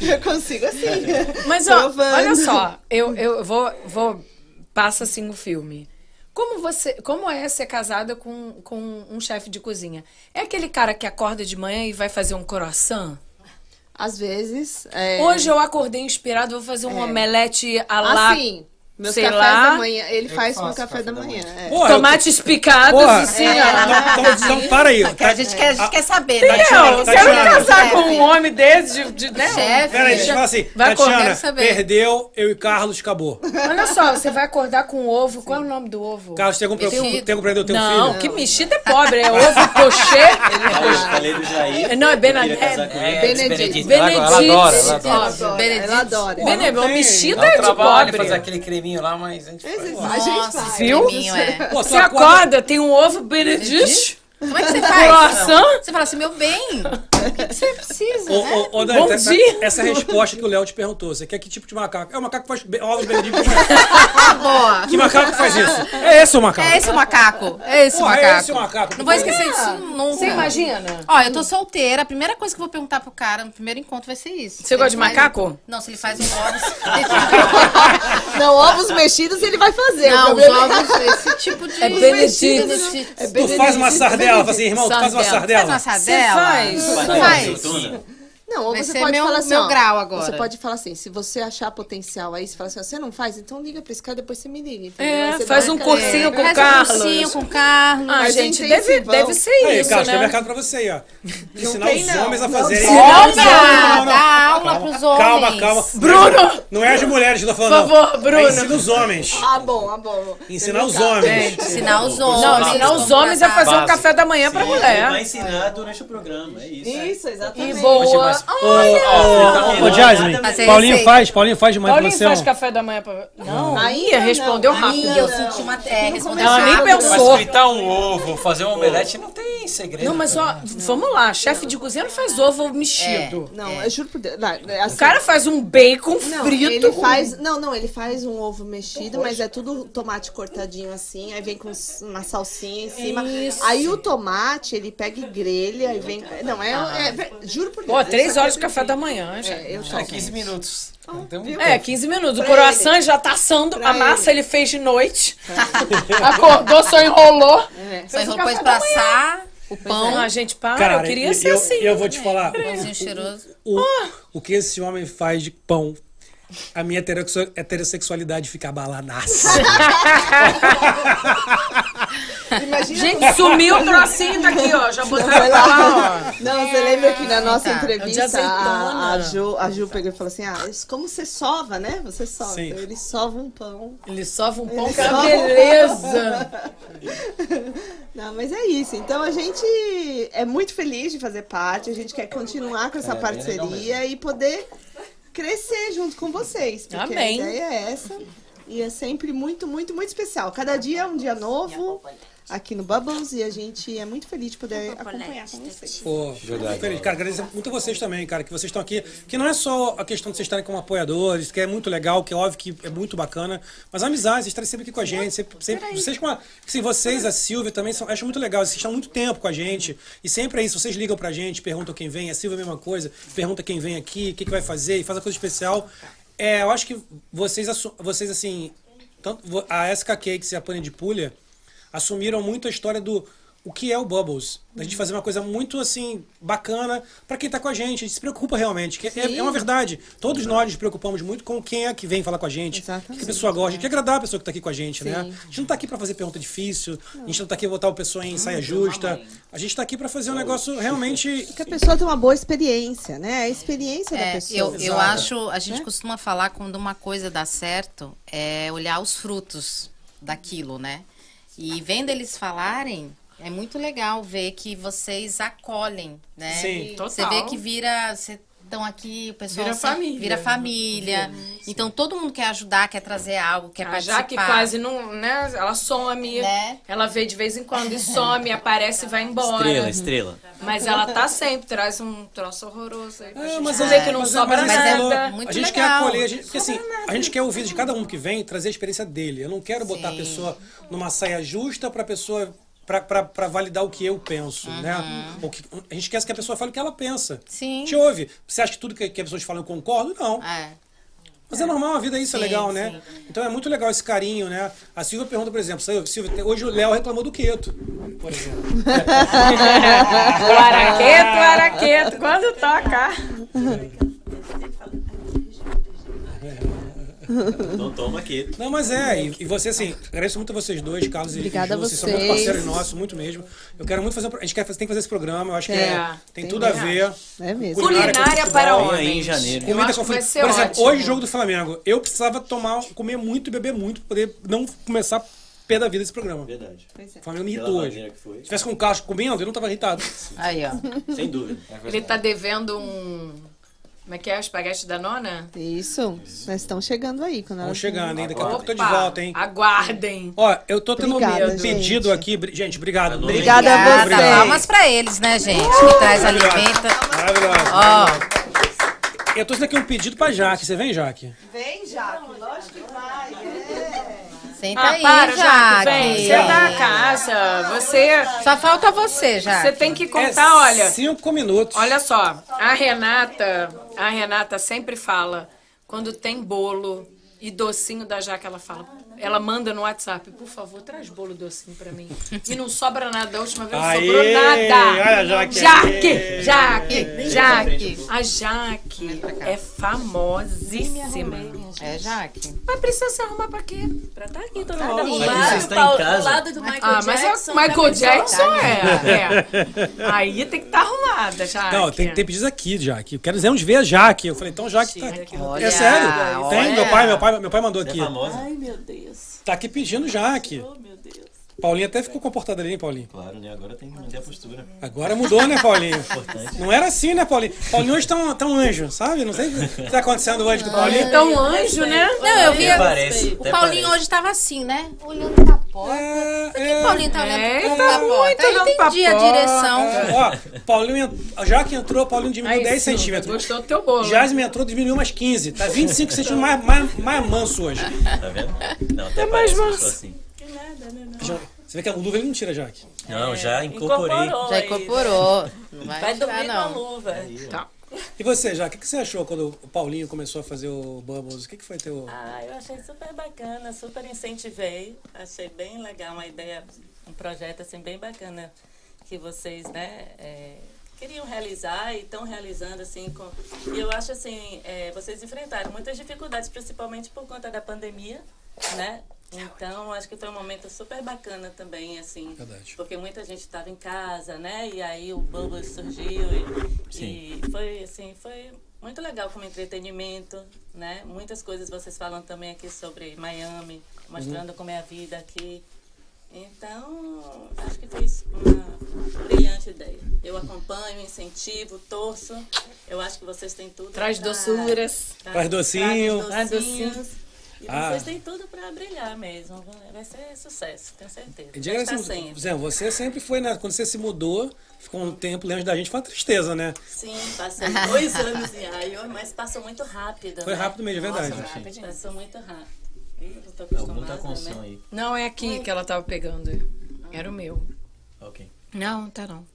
[SPEAKER 27] eu consigo assim.
[SPEAKER 2] Mas ó,
[SPEAKER 27] Provando.
[SPEAKER 2] olha só, eu, eu vou, vou passa assim o filme. Como você, como é ser casada com, com um chefe de cozinha? É aquele cara que acorda de manhã e vai fazer um croissant?
[SPEAKER 27] Às vezes. é.
[SPEAKER 2] Hoje eu acordei inspirado, vou fazer um
[SPEAKER 27] É.
[SPEAKER 2] omelete à la
[SPEAKER 27] Assim, Meus
[SPEAKER 2] sei
[SPEAKER 27] cafés
[SPEAKER 2] lá.
[SPEAKER 27] da manhã. Ele
[SPEAKER 2] Eu
[SPEAKER 27] faz
[SPEAKER 2] faço
[SPEAKER 27] no café da manhã. é.
[SPEAKER 2] Porra, Tomates picados,
[SPEAKER 27] Porra,
[SPEAKER 2] assim,
[SPEAKER 27] é,
[SPEAKER 2] ó.
[SPEAKER 27] então- então para aí, Porque a tá- gente quer- a gente quer saber, né?
[SPEAKER 2] Entendeu? Se eu
[SPEAKER 3] Tatiana,
[SPEAKER 2] não casar
[SPEAKER 27] tá
[SPEAKER 3] Tatiana.
[SPEAKER 2] com um homem desse, de, de, né?
[SPEAKER 3] Peraí, deixa eu falar assim.
[SPEAKER 2] Vai correr
[SPEAKER 3] Tatiana,
[SPEAKER 2] saber.
[SPEAKER 3] perdeu, eu e Carlos, acabou.
[SPEAKER 2] Olha só, você vai acordar com um ovo. Qual é o nome do ovo?
[SPEAKER 3] Carlos, tem algum pre-
[SPEAKER 2] Mexido.
[SPEAKER 3] tem algum problema de eu ter um
[SPEAKER 2] não,
[SPEAKER 3] filho?
[SPEAKER 2] que mexido é pobre. É ovo pochê.
[SPEAKER 4] Falei, falei do Jair.
[SPEAKER 2] Não, é Bena-
[SPEAKER 3] tá
[SPEAKER 4] Eu queria casar com ele.
[SPEAKER 2] é
[SPEAKER 4] Benedito.
[SPEAKER 2] Benedito. Ela adora, ela adora.
[SPEAKER 27] Ela adora, um Ela adora.
[SPEAKER 2] Bene-
[SPEAKER 27] Ela
[SPEAKER 2] Bom,
[SPEAKER 27] tem-
[SPEAKER 2] mexida
[SPEAKER 13] Dá um
[SPEAKER 2] é de
[SPEAKER 13] trabalho
[SPEAKER 2] pobre.
[SPEAKER 13] fazer aquele creminho lá, mas a gente faz.
[SPEAKER 27] A gente faz.
[SPEAKER 2] Viu?
[SPEAKER 11] é.
[SPEAKER 27] Pô,
[SPEAKER 2] Você
[SPEAKER 27] tu
[SPEAKER 2] acorda, tem um ovo benedict.
[SPEAKER 11] Como é que você faz?
[SPEAKER 2] Croissant?
[SPEAKER 11] Você fala assim, meu bem, o que que você precisa,
[SPEAKER 3] Ô,
[SPEAKER 11] né?
[SPEAKER 3] ô, ô, Dani, essa, essa
[SPEAKER 11] *laughs*
[SPEAKER 2] *laughs*
[SPEAKER 3] resposta que o Léo te perguntou, você quer que tipo de macaco? É o macaco que faz be- ovos benedictos.
[SPEAKER 11] Ah, Boa.
[SPEAKER 3] que macaco que faz
[SPEAKER 2] *laughs*
[SPEAKER 3] isso? É esse o macaco.
[SPEAKER 11] É esse o macaco. É esse o
[SPEAKER 3] Pô,
[SPEAKER 11] macaco.
[SPEAKER 3] é esse o macaco.
[SPEAKER 11] Não vou esquecer disso nunca.
[SPEAKER 2] Você imagina?
[SPEAKER 11] Ó, eu tô solteira. A primeira coisa que eu vou perguntar pro cara no primeiro encontro vai ser isso.
[SPEAKER 2] Você
[SPEAKER 11] Ele
[SPEAKER 2] gosta de
[SPEAKER 11] faz-
[SPEAKER 2] macaco?
[SPEAKER 11] Não, se ele faz um
[SPEAKER 2] *laughs*
[SPEAKER 11] ovos.
[SPEAKER 27] Não, ovos mexidos ele vai fazer.
[SPEAKER 11] Não,
[SPEAKER 27] o
[SPEAKER 11] os
[SPEAKER 27] problema-
[SPEAKER 11] ovos, esse tipo de...
[SPEAKER 27] É Benedito. É
[SPEAKER 3] Tu faz uma sardela, fala assim, irmão, tu faz uma sardela.
[SPEAKER 11] Faz uma sardela?
[SPEAKER 27] Você faz.
[SPEAKER 11] Não faz.
[SPEAKER 27] Não, ou
[SPEAKER 11] Vai
[SPEAKER 27] você
[SPEAKER 11] ser
[SPEAKER 27] pode
[SPEAKER 11] meu-
[SPEAKER 27] falar assim.
[SPEAKER 11] meu
[SPEAKER 27] ó,
[SPEAKER 11] grau agora.
[SPEAKER 27] Você pode falar assim: se você achar potencial aí, você fala assim, ó, você não faz, então liga pra esse cara, depois você me liga. entendeu?
[SPEAKER 2] É,
[SPEAKER 27] Aí você
[SPEAKER 2] faz
[SPEAKER 27] dá
[SPEAKER 2] um
[SPEAKER 27] aquela-
[SPEAKER 2] cursinho com o
[SPEAKER 27] Faz
[SPEAKER 2] Carlos.
[SPEAKER 27] Um cursinho com o
[SPEAKER 11] Carlos.
[SPEAKER 2] Ah,
[SPEAKER 27] Mas
[SPEAKER 2] gente,
[SPEAKER 27] tem
[SPEAKER 2] deve,
[SPEAKER 27] intensivão.
[SPEAKER 2] deve ser
[SPEAKER 3] Aí,
[SPEAKER 2] isso,
[SPEAKER 3] Carlos,
[SPEAKER 2] né?
[SPEAKER 3] tem mercado pra você aí, ó. Ensinar
[SPEAKER 2] tem,
[SPEAKER 3] os
[SPEAKER 2] não.
[SPEAKER 3] homens a
[SPEAKER 2] Não
[SPEAKER 3] fazerem.
[SPEAKER 2] tem. Olha,
[SPEAKER 11] dá aula pros
[SPEAKER 3] Calma,
[SPEAKER 11] homens.
[SPEAKER 3] calma.
[SPEAKER 2] Bruno!
[SPEAKER 3] Não é as mulheres que eu tô
[SPEAKER 2] Por
[SPEAKER 3] falando. não.
[SPEAKER 2] favor, Bruno.
[SPEAKER 3] É ensina os homens.
[SPEAKER 27] Ah, bom, ah, bom.
[SPEAKER 3] Ensinar os homens.
[SPEAKER 11] É,
[SPEAKER 4] Gente, ensinar os homens.
[SPEAKER 2] Não, ensinar os homens a fazer um
[SPEAKER 4] Básico.
[SPEAKER 2] café da manhã pra
[SPEAKER 4] Sim, ele Vai
[SPEAKER 2] mulher.
[SPEAKER 4] ensinar durante o programa, é isso.
[SPEAKER 27] Isso, exatamente.
[SPEAKER 2] E
[SPEAKER 3] é
[SPEAKER 2] boa. Ah!
[SPEAKER 17] Ô, ô, ô, Jasmine,
[SPEAKER 2] Fazer
[SPEAKER 17] Paulinho
[SPEAKER 2] receita.
[SPEAKER 17] faz, Paulinho faz de manhã pra
[SPEAKER 2] Paulinho
[SPEAKER 17] você.
[SPEAKER 2] faz
[SPEAKER 17] ó.
[SPEAKER 2] café da manhã pra... Não, aí
[SPEAKER 27] Ainda não,
[SPEAKER 2] respondeu rápido.
[SPEAKER 11] Eu senti uma...
[SPEAKER 2] um
[SPEAKER 11] É, respondeu
[SPEAKER 2] Ela nem
[SPEAKER 11] rápido.
[SPEAKER 2] pensou.
[SPEAKER 13] Mas fritar um ovo, fazer um omelete não tem segredo.
[SPEAKER 2] Não, mas ó, vamos lá, chefe de cozinha não faz ovo mexido.
[SPEAKER 27] Não, eu juro por Deus. não, é assim-
[SPEAKER 2] O cara faz um bacon
[SPEAKER 27] Não,
[SPEAKER 2] frito.
[SPEAKER 27] ele faz, não, não, ele faz um ovo mexido, mas é tudo tomate cortadinho assim, aí vem com s- uma salsinha em cima.
[SPEAKER 2] Isso.
[SPEAKER 27] Aí o tomate, ele pega e grelha e vem, não, é, é- juro por Deus.
[SPEAKER 2] Pô, três
[SPEAKER 27] isso é
[SPEAKER 2] horas de café da manhã, gente.
[SPEAKER 27] eu
[SPEAKER 13] É 15 minutos. Não tem um-
[SPEAKER 2] É, 15 minutos. O
[SPEAKER 27] Pra
[SPEAKER 2] croissant
[SPEAKER 27] ele.
[SPEAKER 2] já tá assando.
[SPEAKER 27] Pra
[SPEAKER 2] a massa ele. fez de
[SPEAKER 27] *laughs*
[SPEAKER 2] noite. Acordou, só enrolou.
[SPEAKER 27] É.
[SPEAKER 11] Só enrolou, pôs pra assar o pão.
[SPEAKER 2] Ah, gente, para. eu
[SPEAKER 3] Cara,
[SPEAKER 2] queria
[SPEAKER 3] eu,
[SPEAKER 2] ser assim.
[SPEAKER 3] eu vou te falar.
[SPEAKER 11] Pãozinho cheiroso.
[SPEAKER 3] Tá. O, o que esse homem faz de pão, a minha heterosse- heterossexualidade fica abaladaça.
[SPEAKER 2] *laughs*
[SPEAKER 27] Imagina
[SPEAKER 2] Gente,
[SPEAKER 27] como- é
[SPEAKER 2] sumiu o trocinho daqui, ó. Já botaram
[SPEAKER 27] Foi
[SPEAKER 2] pra
[SPEAKER 27] lá,
[SPEAKER 2] lá,
[SPEAKER 27] ó. Não, você lembra que na nossa
[SPEAKER 2] Tá. É o de
[SPEAKER 27] entrevista
[SPEAKER 2] azeitona.
[SPEAKER 27] a, a Ju, a Ju pegou e falou assim: Ah, isso- como você sova, né? Você sova.
[SPEAKER 2] Sim.
[SPEAKER 27] Então, ele sova um pão.
[SPEAKER 2] Ele sova um pão,
[SPEAKER 27] Ele
[SPEAKER 2] que é uma
[SPEAKER 27] sova um pão.
[SPEAKER 2] beleza.
[SPEAKER 27] *laughs* Não, mas é isso. Então a gente é muito feliz de fazer parte, a gente quer continuar com essa
[SPEAKER 2] É, bem
[SPEAKER 27] parceria e poder crescer junto com vocês. Porque
[SPEAKER 2] Amém.
[SPEAKER 27] a ideia é essa. E é sempre muito, muito, muito especial. Cada dia é um dia novo aqui no Bubbles e a gente é muito feliz de poder acompanhar com vocês.
[SPEAKER 3] Pô,
[SPEAKER 13] Verdade.
[SPEAKER 3] feliz. Cara, agradecer muito a vocês também, cara, que vocês estão aqui. Que não é só a questão de vocês estarem como apoiadores, que é muito legal, que é óbvio que é muito bacana. Mas a amizade, vocês estarem sempre aqui com a gente. Sempre, sempre- vocês com a, assim, vocês, a Silvia também, são, acho muito legal. Vocês estão muito tempo com a gente. E sempre é isso. Vocês ligam pra gente, perguntam quem vem. A Silvia é a mesma coisa. Pergunta quem vem aqui, o que, que vai fazer, e faz a coisa especial. É, eu acho que vocês, assu- vocês assim, tanto vo- a SK Cakes e a Pane é de Pulha, assumiram muito a história do o que é o Bubbles. Da gente fazer uma coisa muito assim bacana pra quem tá com a gente. A gente se preocupa realmente. que é,
[SPEAKER 17] Sim.
[SPEAKER 3] é uma verdade. Todos nós nos preocupamos muito com quem é que vem falar com a gente. O que a pessoa gosta. A gente quer agradar a pessoa que tá aqui com a gente, né?
[SPEAKER 17] Sim.
[SPEAKER 3] A gente não tá aqui pra fazer pergunta difícil. A gente não tá aqui pra botar a pessoa em saia justa. A gente tá aqui pra fazer um negócio realmente.
[SPEAKER 27] Que a pessoa tem uma boa experiência, né? É a experiência da
[SPEAKER 11] É,
[SPEAKER 27] pessoa.
[SPEAKER 11] eu, eu acho, a gente costuma falar quando uma coisa dá certo, é olhar os frutos daquilo, né? E vendo eles falarem, é muito legal ver que vocês acolhem, né?
[SPEAKER 2] Sim,
[SPEAKER 11] Você
[SPEAKER 2] total.
[SPEAKER 11] vê que vira. Você estão aqui, o pessoal
[SPEAKER 2] Vira
[SPEAKER 11] se-
[SPEAKER 2] família.
[SPEAKER 11] vira família. Então todo mundo quer ajudar, quer trazer algo, quer
[SPEAKER 2] A
[SPEAKER 11] participar. Né?
[SPEAKER 2] Jaque Ah, quase não, né? Ela some. Ela vê de vez em quando e some, aparece e vai embora.
[SPEAKER 4] Estrela, estrela.
[SPEAKER 2] Mas ela tá sempre, traz um troço horroroso aí pra gente
[SPEAKER 3] mas
[SPEAKER 2] dizer
[SPEAKER 3] é-
[SPEAKER 2] que não
[SPEAKER 3] mas é-
[SPEAKER 2] sobra
[SPEAKER 3] mas é-
[SPEAKER 2] nada.
[SPEAKER 3] a gente quer acolher, a gente, porque assim, a gente quer ouvir de cada um que vem trazer a experiência dele. Eu não quero botar a pessoa numa saia justa pra pessoa pra- pra pra validar o que eu penso,
[SPEAKER 2] Uhum.
[SPEAKER 3] né? O que, a gente quer que a pessoa fale o que ela pensa.
[SPEAKER 11] Sim.
[SPEAKER 3] Te ouve. Você acha que tudo que, que as pessoas falam eu concordo? Não. Mas é normal, a vida é isso, é
[SPEAKER 11] Sim,
[SPEAKER 3] legal, né? Então é muito legal esse carinho, né? A Silvia pergunta, por exemplo, Silvia, Silvia, te- hoje o Léo reclamou do Queto,
[SPEAKER 2] *laughs*
[SPEAKER 3] por exemplo.
[SPEAKER 2] o araqueto, o araqueto,
[SPEAKER 3] *laughs*
[SPEAKER 2] quando toca.
[SPEAKER 4] Então toma aqui.
[SPEAKER 3] Não, mas é, e, e você assim, agradeço muito a vocês dois, Carlos e-
[SPEAKER 4] Obrigada
[SPEAKER 3] e Ju,
[SPEAKER 4] a
[SPEAKER 3] são muito
[SPEAKER 4] vocês.
[SPEAKER 3] parceiros nossos, muito mesmo. Eu quero muito fazer, um pro- a gente quer, fazer- tem que fazer esse programa, eu acho que
[SPEAKER 27] É,
[SPEAKER 3] é, tem
[SPEAKER 27] tem
[SPEAKER 3] tudo a
[SPEAKER 27] mesmo.
[SPEAKER 3] ver.
[SPEAKER 27] É mesmo.
[SPEAKER 11] Culinária
[SPEAKER 3] com
[SPEAKER 11] para
[SPEAKER 3] futebol.
[SPEAKER 11] homens. Em janeiro. Eu
[SPEAKER 3] Comida
[SPEAKER 11] acho
[SPEAKER 3] com
[SPEAKER 11] que vai
[SPEAKER 3] futebol.
[SPEAKER 11] ser
[SPEAKER 3] Por exemplo,
[SPEAKER 11] ótimo.
[SPEAKER 3] hoje o jogo do Flamengo, eu precisava tomar, comer muito e beber muito pra poder não começar pé da vida esse programa. Verdade. O Flamengo me
[SPEAKER 4] Pela
[SPEAKER 3] irritou hoje.
[SPEAKER 4] maneira que foi.
[SPEAKER 3] Se tivesse com o Carlos comendo, eu não tava irritado.
[SPEAKER 2] Aí, ó.
[SPEAKER 4] Sem dúvida.
[SPEAKER 2] Ele tá devendo um. Como é que é? Espaguete da nona?
[SPEAKER 27] Isso. Nós estamos Então, chegando aí. Quando
[SPEAKER 3] Vamos
[SPEAKER 27] elas-
[SPEAKER 3] chegando, hein? Daqui a pouco eu tô de
[SPEAKER 2] Opa,
[SPEAKER 3] volta, hein?
[SPEAKER 2] Aguardem.
[SPEAKER 3] Ó, eu tô tendo
[SPEAKER 2] Obrigada,
[SPEAKER 3] um
[SPEAKER 2] gente.
[SPEAKER 3] pedido aqui. bri- Gente, obrigado.
[SPEAKER 11] Obrigada a vocês. Palmas pra eles, né, gente?
[SPEAKER 2] Uh!
[SPEAKER 11] que traz alimenta.
[SPEAKER 3] Maravilhosa.
[SPEAKER 11] Ó.
[SPEAKER 3] Eu trouxe aqui um pedido pra Jaque. Você vem, Jaque?
[SPEAKER 27] Vem, Jaque. Lógico que vai.
[SPEAKER 11] Senta
[SPEAKER 2] ah,
[SPEAKER 11] aí,
[SPEAKER 2] para, Jaque.
[SPEAKER 11] Jaque.
[SPEAKER 2] Vem, você tá a casa. Você.
[SPEAKER 11] Só falta você, Jaque.
[SPEAKER 2] Você tem que contar,
[SPEAKER 11] É
[SPEAKER 2] olha.
[SPEAKER 3] Cinco minutos.
[SPEAKER 2] Olha só, a Renata, a Renata sempre fala, quando tem bolo e docinho da Jaque, ela fala. Ela manda no WhatsApp, por favor, traz bolo e docinho pra mim. E não sobra nada, da última vez não
[SPEAKER 3] Aê,
[SPEAKER 2] sobrou nada.
[SPEAKER 3] olha a Jaque
[SPEAKER 2] Jaque,
[SPEAKER 3] aí.
[SPEAKER 2] Jaque,
[SPEAKER 3] Vem
[SPEAKER 2] Jaque. A Jaque é famosíssima.
[SPEAKER 11] É, Jaque.
[SPEAKER 2] Mas precisa se arrumar pra quê? Pra tá aqui, dona
[SPEAKER 11] Tá
[SPEAKER 2] Rosa.
[SPEAKER 11] aqui.
[SPEAKER 2] Do
[SPEAKER 11] Mas
[SPEAKER 2] lado
[SPEAKER 11] você está
[SPEAKER 2] do Paulo-
[SPEAKER 11] em casa.
[SPEAKER 2] do lado do Michael
[SPEAKER 11] Ah, mas é o
[SPEAKER 2] Jackson.
[SPEAKER 11] Michael
[SPEAKER 2] Michael Jackson
[SPEAKER 11] Jackson, né?
[SPEAKER 2] é. é. Aí tem que estar arrumada, já.
[SPEAKER 3] Não, tem, tem pedidos aqui, Jaque. Eu quero dizer uns ver a Jaque. Eu falei, então Jaque tá aqui. é sério? Tem, meu pai, meu pai, meu pai mandou aqui.
[SPEAKER 4] famosa.
[SPEAKER 28] Ai, meu Deus.
[SPEAKER 3] Tá aqui pedindo Jaque.
[SPEAKER 11] Oh,
[SPEAKER 3] Paulinho até ficou comportado ali, hein, Paulinho?
[SPEAKER 4] Claro, né? Agora tem que manter a postura.
[SPEAKER 3] Agora mudou, né,
[SPEAKER 29] *laughs*
[SPEAKER 4] *laughs*
[SPEAKER 3] Paulinho?
[SPEAKER 4] Importante.
[SPEAKER 3] Não era assim, né, Paulinho? Paulinho hoje tá um, tá um anjo, sabe? Não sei o que tá acontecendo hoje com o Paulinho.
[SPEAKER 2] Tá um anjo, né?
[SPEAKER 11] Não, eu vi.
[SPEAKER 3] Até parece,
[SPEAKER 11] o
[SPEAKER 3] até
[SPEAKER 11] Paulinho
[SPEAKER 3] parece.
[SPEAKER 11] hoje tava assim, né? Olhando pra porta. Por que o Paulinho tá olhando
[SPEAKER 2] é,
[SPEAKER 11] pra
[SPEAKER 2] ele tá
[SPEAKER 11] porta?
[SPEAKER 2] muito
[SPEAKER 11] eu
[SPEAKER 2] olhando pra
[SPEAKER 11] entendi a
[SPEAKER 2] porta.
[SPEAKER 11] direção.
[SPEAKER 3] É, ó, Paulinho, ent- já que entrou, Paulinho diminuiu
[SPEAKER 2] Aí,
[SPEAKER 3] 10
[SPEAKER 2] Silvia,
[SPEAKER 3] centímetros.
[SPEAKER 2] Gostou do teu bolo. né?
[SPEAKER 3] Jasmine entrou, diminuiu umas 15. Tá 25 centímetros mais, mais, mais manso hoje.
[SPEAKER 4] Tá vendo? Não, até
[SPEAKER 2] É
[SPEAKER 4] parece mais
[SPEAKER 3] manso.
[SPEAKER 4] assim.
[SPEAKER 11] né,
[SPEAKER 3] Já- Você vê que a luva ele não tira, Jaque.
[SPEAKER 4] Não,
[SPEAKER 2] É,
[SPEAKER 4] já incorporei.
[SPEAKER 11] Já incorporou. Não vai,
[SPEAKER 28] Vai
[SPEAKER 11] tirar,
[SPEAKER 28] dormir com a
[SPEAKER 11] não.
[SPEAKER 28] luva.
[SPEAKER 2] Tá.
[SPEAKER 3] E você, Jaque, o que você achou quando o Paulinho começou a fazer o Bubbles? O que, que foi teu...
[SPEAKER 28] Ah, eu achei super bacana, super incentivei. Achei bem legal, uma ideia, um projeto assim bem bacana que vocês, né, é, queriam realizar e estão realizando assim. Com... E eu acho assim, é, vocês enfrentaram muitas dificuldades, principalmente por conta da pandemia, né? Então, acho que foi um momento super bacana também, assim.
[SPEAKER 3] Verdade.
[SPEAKER 28] Porque muita gente estava em casa, né? E aí o Bubbles surgiu e,
[SPEAKER 4] Sim.
[SPEAKER 28] e foi, assim, foi muito legal como entretenimento, né? Muitas coisas vocês falam também aqui sobre Miami, mostrando como é a vida aqui. Então, acho que foi uma brilhante ideia. Eu acompanho, incentivo, torço. Eu acho que vocês têm tudo.
[SPEAKER 2] Traz
[SPEAKER 28] pra-
[SPEAKER 2] doçuras.
[SPEAKER 28] pra-
[SPEAKER 3] Traz docinho.
[SPEAKER 28] Traz
[SPEAKER 2] Traz
[SPEAKER 28] docinhos.
[SPEAKER 2] docinho.
[SPEAKER 28] E
[SPEAKER 3] Ah.
[SPEAKER 28] vocês têm tudo para brilhar mesmo. Vai ser sucesso, tenho certeza.
[SPEAKER 3] E diga
[SPEAKER 28] Está
[SPEAKER 3] assim,
[SPEAKER 28] sendo.
[SPEAKER 3] Zé, você sempre foi, né? Quando você se mudou, ficou um tempo longe da gente, foi uma tristeza, né?
[SPEAKER 28] Sim, passei
[SPEAKER 3] *laughs*
[SPEAKER 28] dois anos em Iowa, mas passou muito rápido.
[SPEAKER 3] Foi
[SPEAKER 28] né?
[SPEAKER 3] rápido mesmo, é
[SPEAKER 28] Nossa,
[SPEAKER 3] verdade.
[SPEAKER 28] rápido, Passou muito rápido. Ih, não tô
[SPEAKER 2] É um
[SPEAKER 4] Algum tá
[SPEAKER 28] acostumada,
[SPEAKER 4] com som
[SPEAKER 28] né?
[SPEAKER 4] aí.
[SPEAKER 2] Não, é aqui que ela tava pegando. Era o meu.
[SPEAKER 4] Ok.
[SPEAKER 2] Não, tá não.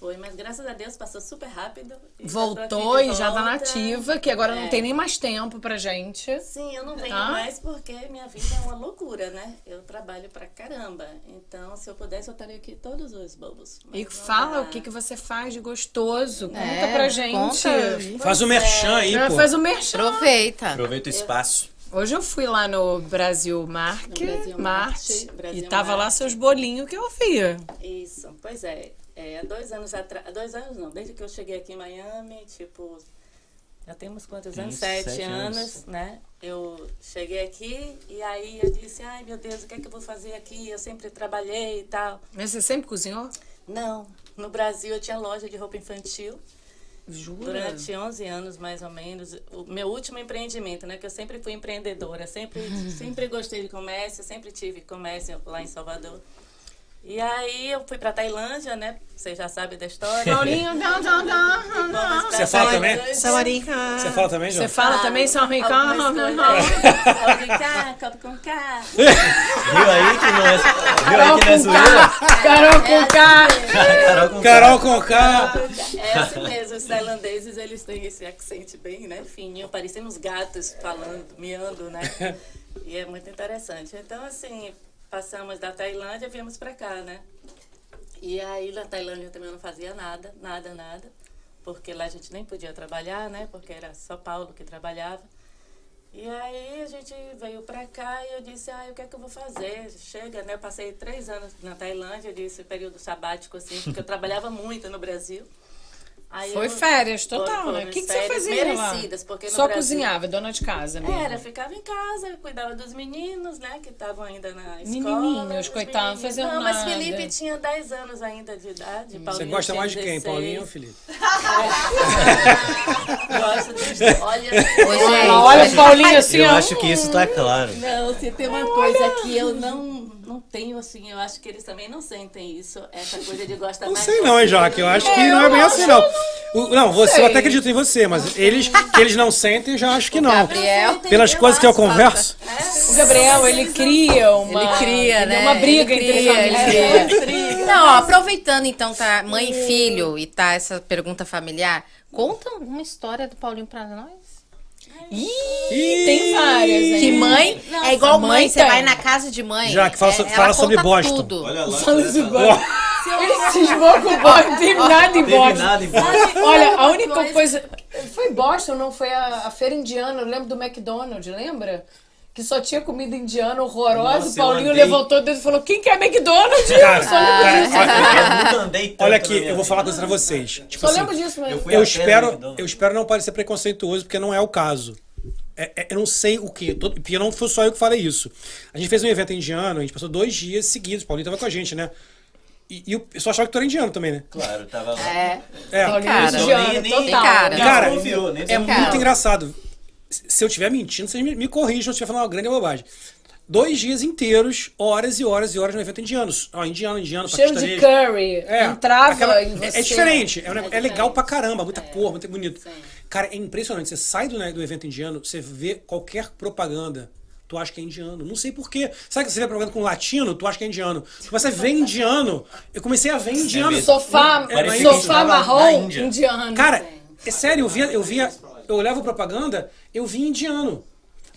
[SPEAKER 28] Foi, mas graças a Deus passou super rápido. E já tô
[SPEAKER 2] Voltou
[SPEAKER 28] aqui de
[SPEAKER 2] e já tá
[SPEAKER 28] volta.
[SPEAKER 2] nativa, que agora não
[SPEAKER 28] É.
[SPEAKER 2] tem nem mais tempo pra gente.
[SPEAKER 28] Sim, eu não venho
[SPEAKER 2] Tá?
[SPEAKER 28] mais porque minha vida é uma loucura, né? Eu trabalho pra caramba. Então, se eu pudesse, eu estaria aqui todos os bobos.
[SPEAKER 2] E fala o que, que você faz de gostoso. Conta
[SPEAKER 11] É,
[SPEAKER 2] pra gente.
[SPEAKER 11] conta.
[SPEAKER 3] Faz o
[SPEAKER 28] é.
[SPEAKER 3] merchan aí,
[SPEAKER 2] Ah,
[SPEAKER 3] pô.
[SPEAKER 2] Faz o merchan.
[SPEAKER 11] Aproveita.
[SPEAKER 4] Aproveita o espaço.
[SPEAKER 2] Hoje eu fui lá no Brasil Mark,
[SPEAKER 28] Brasil
[SPEAKER 2] Marte,
[SPEAKER 28] Marte, Brasil
[SPEAKER 2] e tava lá
[SPEAKER 28] Marte.
[SPEAKER 2] seus bolinhos que eu via.
[SPEAKER 28] Isso, pois é. É, há dois anos atrás. Há dois anos não, desde que eu cheguei aqui em Miami, tipo. Já temos quantos
[SPEAKER 11] Tem
[SPEAKER 28] anos? Sete,
[SPEAKER 11] sete
[SPEAKER 28] anos,
[SPEAKER 11] anos.
[SPEAKER 28] né? Eu cheguei aqui e aí eu disse, ai meu Deus, o que é que eu vou fazer aqui? Eu sempre trabalhei e tal.
[SPEAKER 2] Mas você sempre cozinhou?
[SPEAKER 28] Não. No Brasil eu tinha loja de roupa infantil.
[SPEAKER 2] Jura?
[SPEAKER 28] Durante 11 anos, mais ou menos, o meu último empreendimento, né? Que eu sempre fui empreendedora,
[SPEAKER 2] *laughs*
[SPEAKER 28] sempre, sempre gostei de comércio, sempre tive comércio lá em Salvador. E aí eu fui pra Tailândia, né? Vocês já sabem da história.
[SPEAKER 2] Paulinho, dá, dá, dá. dá.
[SPEAKER 3] Você fala também?
[SPEAKER 2] Saurica.
[SPEAKER 3] Você fala também, João?
[SPEAKER 2] Você fala
[SPEAKER 3] *laughs*
[SPEAKER 2] também, São Ricardo?
[SPEAKER 28] Saurica, copo É. com K.
[SPEAKER 4] Viu aí que não é, viu
[SPEAKER 2] Carol
[SPEAKER 4] aí que não é
[SPEAKER 2] com
[SPEAKER 4] zoeira?
[SPEAKER 2] K. Carol com K.
[SPEAKER 3] Carol Conká.
[SPEAKER 8] *laughs*
[SPEAKER 28] É assim mesmo, os tailandeses eles têm esse accent bem, né, fininho, parecendo uns gatos falando, miando, né? E é muito interessante. Então, assim, passamos da Tailândia e viemos pra cá, né? E aí na Tailândia também eu não fazia nada, nada, nada, porque lá a gente nem podia trabalhar, né? Porque era só Paulo que trabalhava. E aí a gente veio pra cá e eu disse, ah, o que é que eu vou fazer? Chega, né? Eu passei três anos na Tailândia, desse período sabático, assim, porque eu trabalhava muito no Brasil. Aí
[SPEAKER 2] Foi
[SPEAKER 28] eu-
[SPEAKER 2] férias total,
[SPEAKER 28] foram
[SPEAKER 2] né? O que, que você
[SPEAKER 28] férias
[SPEAKER 2] fazia lá?
[SPEAKER 28] merecidas, porque no
[SPEAKER 2] Só
[SPEAKER 28] Brasil-
[SPEAKER 2] cozinhava, dona de casa mesmo.
[SPEAKER 28] Era, ficava em casa, cuidava dos meninos, né, que estavam ainda na escola.
[SPEAKER 2] Menininhos,
[SPEAKER 28] os menininhos.
[SPEAKER 2] coitados, faziam
[SPEAKER 28] Não, mas
[SPEAKER 2] nada.
[SPEAKER 28] Felipe tinha 10 anos ainda de idade.
[SPEAKER 3] Você
[SPEAKER 28] Paulinho
[SPEAKER 3] gosta
[SPEAKER 28] tinha
[SPEAKER 3] mais de quem,
[SPEAKER 28] 16.
[SPEAKER 3] Paulinho ou Felipe?
[SPEAKER 28] *laughs* Gosto dos dois. Olha,
[SPEAKER 6] assim,
[SPEAKER 29] Eu acho que isso tá claro.
[SPEAKER 28] Não, se tem uma coisa que eu não, não tenho, assim, eu acho que eles também não sentem isso, essa coisa de gostar
[SPEAKER 3] Não
[SPEAKER 28] mais.
[SPEAKER 3] sei não, hein, Jaque. Eu acho que não é bem assim, não. O- não, você, eu
[SPEAKER 28] sei.
[SPEAKER 3] até acredito em você, mas eles que eles não sentem, eu já acho que não.
[SPEAKER 2] Gabriel-
[SPEAKER 3] Pelas coisas que eu converso.
[SPEAKER 2] O Gabriel, ele cria uma.
[SPEAKER 6] Ele cria, né?
[SPEAKER 2] Uma briga
[SPEAKER 6] Ele
[SPEAKER 2] entre
[SPEAKER 6] cria,
[SPEAKER 2] famílias.
[SPEAKER 6] ele cria. Não, ó, aproveitando então, tá mãe e filho e tá essa pergunta familiar, *laughs* conta uma história do Paulinho pra nós. Ih,
[SPEAKER 2] tem várias, hein?
[SPEAKER 6] Que mãe
[SPEAKER 2] Nossa,
[SPEAKER 6] é igual mãe,
[SPEAKER 2] mãe
[SPEAKER 6] você
[SPEAKER 2] tem.
[SPEAKER 6] vai na casa de mãe.
[SPEAKER 3] né? Já que fala,
[SPEAKER 6] é,
[SPEAKER 3] so-
[SPEAKER 6] ela
[SPEAKER 3] fala sobre
[SPEAKER 6] conta
[SPEAKER 3] Boston.
[SPEAKER 6] tudo.
[SPEAKER 3] Fala sobre Boston.
[SPEAKER 2] Ele cismou com o Boston, não teve nada em
[SPEAKER 3] Teve
[SPEAKER 2] Boston.
[SPEAKER 3] nada em Boston.
[SPEAKER 2] Olha, a única coisa. Foi Boston, não foi a, a feira indiana, eu lembro do McDonald's, lembra? Que só tinha comida indiana horrorosa.
[SPEAKER 4] Nossa,
[SPEAKER 2] o Paulinho
[SPEAKER 4] eu andei-
[SPEAKER 2] levantou o dedo e falou: Quem quer McDonald's?
[SPEAKER 3] Cara,
[SPEAKER 2] Só
[SPEAKER 3] cara,
[SPEAKER 2] lembro disso.
[SPEAKER 3] Olha aqui, eu vou falar uma coisa pra vocês. Tipo
[SPEAKER 2] Só
[SPEAKER 3] assim,
[SPEAKER 2] lembro disso mesmo.
[SPEAKER 3] Eu,
[SPEAKER 2] fui a pé no
[SPEAKER 3] espero, eu espero não parecer preconceituoso, porque não é o caso. É- é- eu não sei o que. todo- Porque não foi só eu que falei isso. A gente fez um evento indiano, a gente passou dois dias seguidos. O Paulinho tava com a gente, né? E, e o pessoal achava que tu era indiano também, né?
[SPEAKER 29] Claro, tava lá.
[SPEAKER 6] É.
[SPEAKER 3] É.
[SPEAKER 2] Então,
[SPEAKER 6] Tem cara.
[SPEAKER 29] Nem- nem- nem
[SPEAKER 6] cara.
[SPEAKER 3] Cara,
[SPEAKER 29] desconfiou, nem
[SPEAKER 3] é
[SPEAKER 29] desconfiou.
[SPEAKER 3] muito
[SPEAKER 29] Cara.
[SPEAKER 3] engraçado. Se se eu estiver mentindo, vocês me, me corrijam se eu estiver falando uma grande bobagem. Dois dias inteiros, horas e horas e horas no evento indianos. Ó, indiano, indiano,
[SPEAKER 2] Cheiro de
[SPEAKER 3] paquistanês.
[SPEAKER 2] curry. Entrava
[SPEAKER 3] É, Aquela-
[SPEAKER 2] em
[SPEAKER 3] é-
[SPEAKER 2] você.
[SPEAKER 3] É diferente, é, um negócio- é legal pra caramba, muita cor, muito bonito. Cara, é impressionante. Você sai do, né, do evento indiano, você vê qualquer propaganda, tu acha que é indiano. Não sei porquê. Sabe que você vê propaganda com latino, tu acha que é indiano. Tu começa a ver indiano. Eu comecei a ver indiano.
[SPEAKER 2] Sofá,
[SPEAKER 3] É, mas-
[SPEAKER 2] sofá marrom indiano.
[SPEAKER 3] Cara, é sério, eu via, eu via, eu olhava propaganda, eu vi indiano.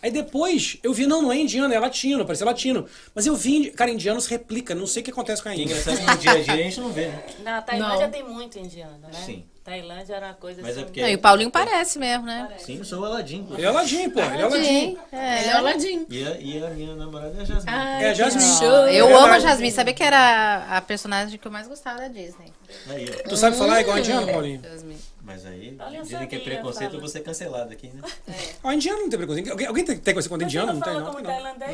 [SPEAKER 3] Aí depois eu vi, não, não é indiano, é latino, parecia latino. Mas eu vi, indi- cara, indiano se replica, não sei o que acontece com a Índia.
[SPEAKER 29] engraçado que no dia a dia a gente não vê, né?
[SPEAKER 28] Na Tailândia
[SPEAKER 6] Não.
[SPEAKER 28] tem muito indiano, né?
[SPEAKER 29] Sim.
[SPEAKER 28] Tailândia era uma coisa
[SPEAKER 29] Mas é
[SPEAKER 28] assim.
[SPEAKER 29] porque-
[SPEAKER 6] Não, e o Paulinho parece mesmo, né?
[SPEAKER 29] Sim, eu sou o Aladim.
[SPEAKER 3] Ele é Aladim, pô, ele é Aladim.
[SPEAKER 6] É.
[SPEAKER 28] Ele é o Aladim.
[SPEAKER 29] E a, e a minha namorada é a Jasmine.
[SPEAKER 6] Ai,
[SPEAKER 3] É, a Jasmine.
[SPEAKER 6] que
[SPEAKER 3] Show.
[SPEAKER 6] Eu
[SPEAKER 3] É
[SPEAKER 6] amo a
[SPEAKER 3] verdade.
[SPEAKER 6] Jasmine. Sabia que era a personagem que eu mais gostava da Disney.
[SPEAKER 29] Aí, ó.
[SPEAKER 3] Tu sabe falar igual
[SPEAKER 6] Hum.
[SPEAKER 3] indiano, Paulinho?
[SPEAKER 29] Mas aí,
[SPEAKER 6] Olha, eu
[SPEAKER 29] dizem que é
[SPEAKER 6] sabia,
[SPEAKER 29] preconceito,
[SPEAKER 6] fala.
[SPEAKER 29] eu vou ser cancelado aqui, né?
[SPEAKER 3] É. Ó, indiano não tem preconceito. Alguém, alguém tem, tem coisa contra indiano? Não tem, não. tem,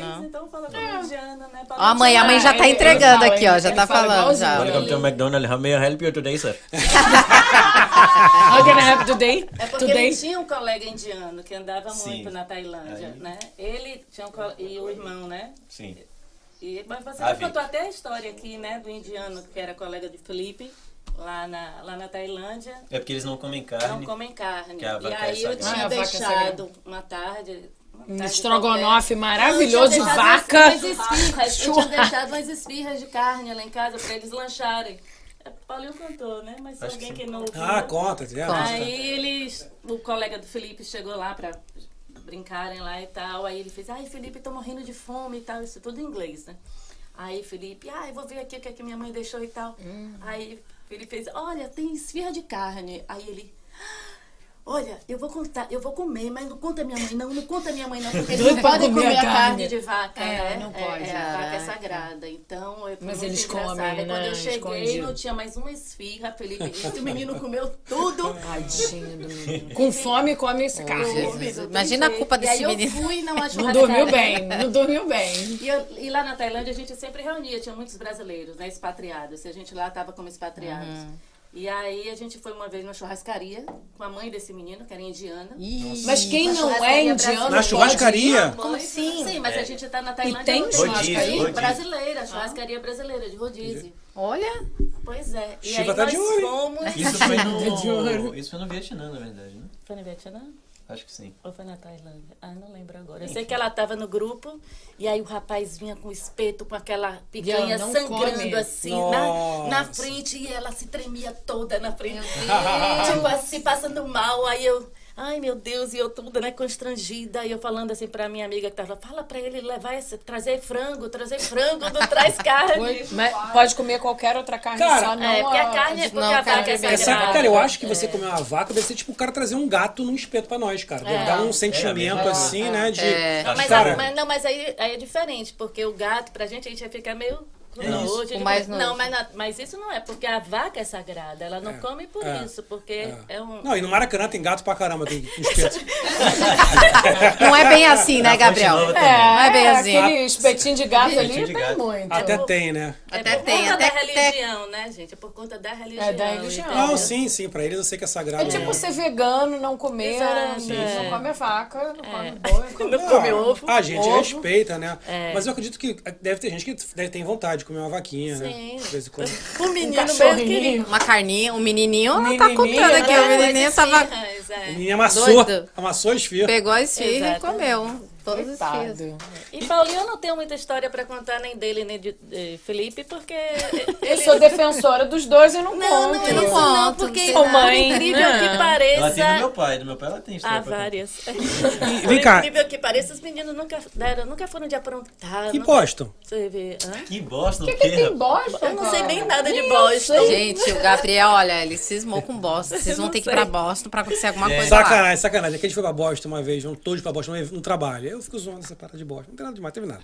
[SPEAKER 3] não.
[SPEAKER 28] Não. Então fala como indiano, né?
[SPEAKER 6] Ó, a mãe, a mãe já tá entregando aqui, ó. Já tá falando
[SPEAKER 11] Ah,
[SPEAKER 6] já.
[SPEAKER 29] Welcome to McDonald's. How may I help you today, sir?
[SPEAKER 2] *laughs* How can I have today?
[SPEAKER 28] É porque
[SPEAKER 2] Today?
[SPEAKER 28] ele tinha um colega indiano que andava
[SPEAKER 29] Sim.
[SPEAKER 28] muito na Tailândia,
[SPEAKER 29] Aí.
[SPEAKER 28] né? Ele tinha um co- e o irmão, né?
[SPEAKER 29] Sim.
[SPEAKER 28] E, mas você
[SPEAKER 29] Ah,
[SPEAKER 28] já
[SPEAKER 29] vi.
[SPEAKER 28] contou até a história aqui, né? Do indiano que era colega de Felipe, lá na, lá na Tailândia.
[SPEAKER 29] É porque eles não comem carne.
[SPEAKER 28] Não comem carne.
[SPEAKER 29] Que a vaca
[SPEAKER 28] E
[SPEAKER 29] é
[SPEAKER 28] aí eu
[SPEAKER 29] sagrada.
[SPEAKER 28] tinha
[SPEAKER 29] Ah, a vaca é
[SPEAKER 28] deixado uma tarde. uma
[SPEAKER 2] Um
[SPEAKER 28] tarde
[SPEAKER 2] estrogonofe
[SPEAKER 28] qualquer.
[SPEAKER 2] maravilhoso de
[SPEAKER 28] Eu tinha
[SPEAKER 2] vaca.
[SPEAKER 28] deixado umas esfirras, Eu tinha
[SPEAKER 2] Churrasco.
[SPEAKER 28] deixado umas esfirras de carne lá em casa pra eles lancharem. É, Paulinho contou, né? Mas se
[SPEAKER 3] Acho que
[SPEAKER 28] alguém
[SPEAKER 3] sim.
[SPEAKER 28] que não ouviu- né?
[SPEAKER 3] Ah, conta, já, conta.
[SPEAKER 28] Aí eles. O colega do Felipe chegou lá pra brincarem lá e tal. Aí ele fez, ai, Felipe, tô morrendo de fome e tal. Isso tudo em inglês, né? Aí Felipe, ah, eu vou ver aqui o que é que minha mãe deixou e tal.
[SPEAKER 2] Hum.
[SPEAKER 28] Aí Felipe fez, olha, tem esfirra de carne. Aí ele. "Ah, Olha, eu vou contar, eu vou comer, mas não conta minha mãe, não, não conta minha mãe, não, porque eles
[SPEAKER 2] Doido
[SPEAKER 28] não
[SPEAKER 2] pra
[SPEAKER 28] podem
[SPEAKER 2] comer
[SPEAKER 28] comer
[SPEAKER 2] a
[SPEAKER 28] a
[SPEAKER 2] carne.
[SPEAKER 28] carne de vaca,
[SPEAKER 2] É,
[SPEAKER 28] né?
[SPEAKER 2] não pode.
[SPEAKER 28] É, a vaca é
[SPEAKER 2] Caraca.
[SPEAKER 28] sagrada, então é
[SPEAKER 2] Mas
[SPEAKER 28] muito
[SPEAKER 2] eles comem,
[SPEAKER 28] engraçado. Aí
[SPEAKER 2] né?
[SPEAKER 28] Quando eu cheguei,
[SPEAKER 2] Escondido.
[SPEAKER 28] não tinha mais uma esfirra,
[SPEAKER 2] *laughs*
[SPEAKER 28] Felipe disse, o menino comeu tudo.
[SPEAKER 2] Tadinho do menino. Com fome, come esse carro.
[SPEAKER 28] Imagina a culpa desse menino.
[SPEAKER 2] Não dormiu bem, não dormiu bem.
[SPEAKER 28] E, eu- e lá na Tailândia a gente sempre reunia, tinha muitos brasileiros, né, expatriados. E a gente lá tava como expatriados.
[SPEAKER 2] Uhum.
[SPEAKER 28] E aí a gente foi uma vez numa churrascaria com a mãe desse menino, que era indiana.
[SPEAKER 2] Nossa. Mas quem
[SPEAKER 28] Uma
[SPEAKER 2] não é
[SPEAKER 28] churrascaria
[SPEAKER 2] indiano
[SPEAKER 28] brasileira.
[SPEAKER 3] Na churrascaria?
[SPEAKER 28] Como assim? Sim, mas
[SPEAKER 3] É.
[SPEAKER 28] a gente tá na Tailândia.
[SPEAKER 2] E tem Ah.
[SPEAKER 28] não
[SPEAKER 2] churrascaria? Rodízio, rodízio.
[SPEAKER 28] Brasileira, churrascaria brasileira de rodízio.
[SPEAKER 6] Olha!
[SPEAKER 28] Pois é. E
[SPEAKER 29] Chiva
[SPEAKER 28] aí
[SPEAKER 29] tá
[SPEAKER 28] nós
[SPEAKER 29] de olho, hein?
[SPEAKER 28] fomos... *laughs*
[SPEAKER 29] Isso foi
[SPEAKER 2] Tá
[SPEAKER 11] tá
[SPEAKER 29] no... Isso foi no Vietnã, na verdade, né?
[SPEAKER 28] Foi no Vietnã?
[SPEAKER 29] Acho que sim.
[SPEAKER 28] Ou foi na Tailândia? Ah, não lembro agora. Eu sei que ela tava no grupo e aí o rapaz vinha com espeto, com aquela
[SPEAKER 2] E
[SPEAKER 28] picanha
[SPEAKER 2] ela não
[SPEAKER 28] sangrando
[SPEAKER 2] come.
[SPEAKER 28] assim na, na
[SPEAKER 2] Nossa.
[SPEAKER 28] *laughs* frente e ela se tremia toda na frente.
[SPEAKER 2] Deus.
[SPEAKER 28] tipo assim, passando mal. Aí eu. Ai, meu Deus, e eu toda, né, constrangida. E eu falando assim pra minha amiga que tava, fala pra ele levar esse, trazer frango, trazer frango, não
[SPEAKER 2] *laughs*
[SPEAKER 28] traz carne.
[SPEAKER 2] Mas pode comer qualquer outra carne
[SPEAKER 28] Cara,
[SPEAKER 2] só, não
[SPEAKER 28] é, porque a carne- porque a vaca é
[SPEAKER 3] Essa- cara, eu acho que você comer uma vaca deve ser tipo o cara trazer um gato num espeto pra nós, cara. Deve
[SPEAKER 28] É.
[SPEAKER 3] dar
[SPEAKER 28] É,
[SPEAKER 3] um sentimento
[SPEAKER 28] é,
[SPEAKER 3] assim,
[SPEAKER 28] é.
[SPEAKER 3] né? De.
[SPEAKER 28] É. Não, mas,
[SPEAKER 3] cara,
[SPEAKER 28] mas- não, mas aí, aí é diferente, porque o gato, pra gente, a gente vai ficar meio. com
[SPEAKER 3] É isso.
[SPEAKER 28] nojo,
[SPEAKER 3] Com
[SPEAKER 28] tipo,
[SPEAKER 3] mais
[SPEAKER 28] não,
[SPEAKER 3] nojo.
[SPEAKER 28] mas, na- mas isso não é, porque a vaca é sagrada, ela não
[SPEAKER 3] É.
[SPEAKER 28] come por
[SPEAKER 3] É.
[SPEAKER 28] isso, porque é, um.
[SPEAKER 3] Não, e no Maracanã tem gato pra caramba, tem um espeto.
[SPEAKER 11] *laughs* Não é bem assim, né,
[SPEAKER 3] Na Fonte
[SPEAKER 11] Gabriel?
[SPEAKER 3] Nova
[SPEAKER 11] não
[SPEAKER 3] também.
[SPEAKER 11] é bem assim.
[SPEAKER 2] Aquele espetinho de gato ali
[SPEAKER 3] Espetinho de
[SPEAKER 2] tem
[SPEAKER 3] gato.
[SPEAKER 2] muito.
[SPEAKER 3] Até tem, né?
[SPEAKER 28] Até é por
[SPEAKER 11] tem,
[SPEAKER 28] conta
[SPEAKER 11] até-
[SPEAKER 28] da religião, né, gente? É por conta da religião. Né,
[SPEAKER 2] da religião.
[SPEAKER 28] entendeu?
[SPEAKER 11] né?
[SPEAKER 3] Não, sim, sim, pra eles eu sei que é sagrado.
[SPEAKER 2] É tipo
[SPEAKER 3] né?
[SPEAKER 2] ser vegano, não comer,
[SPEAKER 28] Exato,
[SPEAKER 2] não
[SPEAKER 28] é.
[SPEAKER 2] come a vaca, não come
[SPEAKER 28] *laughs*
[SPEAKER 2] boi, não come,
[SPEAKER 3] Ah,
[SPEAKER 2] come ovo.
[SPEAKER 3] A gente
[SPEAKER 2] ovo.
[SPEAKER 3] respeita, né?
[SPEAKER 2] É.
[SPEAKER 3] Mas eu acredito que deve ter gente que deve ter vontade de comer uma vaquinha,
[SPEAKER 11] Sim.
[SPEAKER 3] né? De vez em quando.
[SPEAKER 11] O
[SPEAKER 2] menino
[SPEAKER 3] cachorrinho.
[SPEAKER 11] Uma carninha, um menininho, ela tá
[SPEAKER 2] Menininho,
[SPEAKER 11] contando aqui.
[SPEAKER 2] né?
[SPEAKER 11] O menininho
[SPEAKER 2] Mas
[SPEAKER 11] tava.
[SPEAKER 3] A
[SPEAKER 2] É.
[SPEAKER 3] menina amassou,
[SPEAKER 11] Doido.
[SPEAKER 3] amassou os fios.
[SPEAKER 11] Pegou as esfirra e
[SPEAKER 28] Exatamente.
[SPEAKER 11] comeu. Todos os fios.
[SPEAKER 28] E Paulinho eu não tenho muita história pra contar nem dele nem de, de Felipe, porque
[SPEAKER 2] Eu sou defensora dos dois e não,
[SPEAKER 28] Não,
[SPEAKER 2] conto.
[SPEAKER 28] não, isso não, porque
[SPEAKER 2] Sou mãe,
[SPEAKER 28] por incrível
[SPEAKER 2] né?
[SPEAKER 28] que pareça.
[SPEAKER 4] Ela tem do meu pai, do meu pai ela tem história.
[SPEAKER 28] Há
[SPEAKER 4] pra contar.
[SPEAKER 3] *laughs*
[SPEAKER 28] várias.
[SPEAKER 3] vem
[SPEAKER 28] Por
[SPEAKER 3] cá.
[SPEAKER 28] incrível que pareça, os meninos nunca deram, nunca foram de aprontar.
[SPEAKER 3] E
[SPEAKER 28] nunca-
[SPEAKER 3] Boston?
[SPEAKER 28] Você vê, hã?
[SPEAKER 4] Que bosta,
[SPEAKER 28] Que que tem
[SPEAKER 2] Boston,
[SPEAKER 28] Eu não sei
[SPEAKER 2] cara?
[SPEAKER 28] nem nada de
[SPEAKER 2] Nem eu
[SPEAKER 28] Boston.
[SPEAKER 11] Gente, o Gabriel, olha, ele cismou com
[SPEAKER 2] *laughs*
[SPEAKER 11] Boston. Vocês vão ter que ir pra Boston pra acontecer alguma coisa
[SPEAKER 3] É. sacanagem,
[SPEAKER 11] lá.
[SPEAKER 3] sacanagem. É que a gente foi pra Boston uma vez, vão todos pra Boston no trabalho. Eu fico zoando essa parada de Boston. Não tem nada demais, teve nada.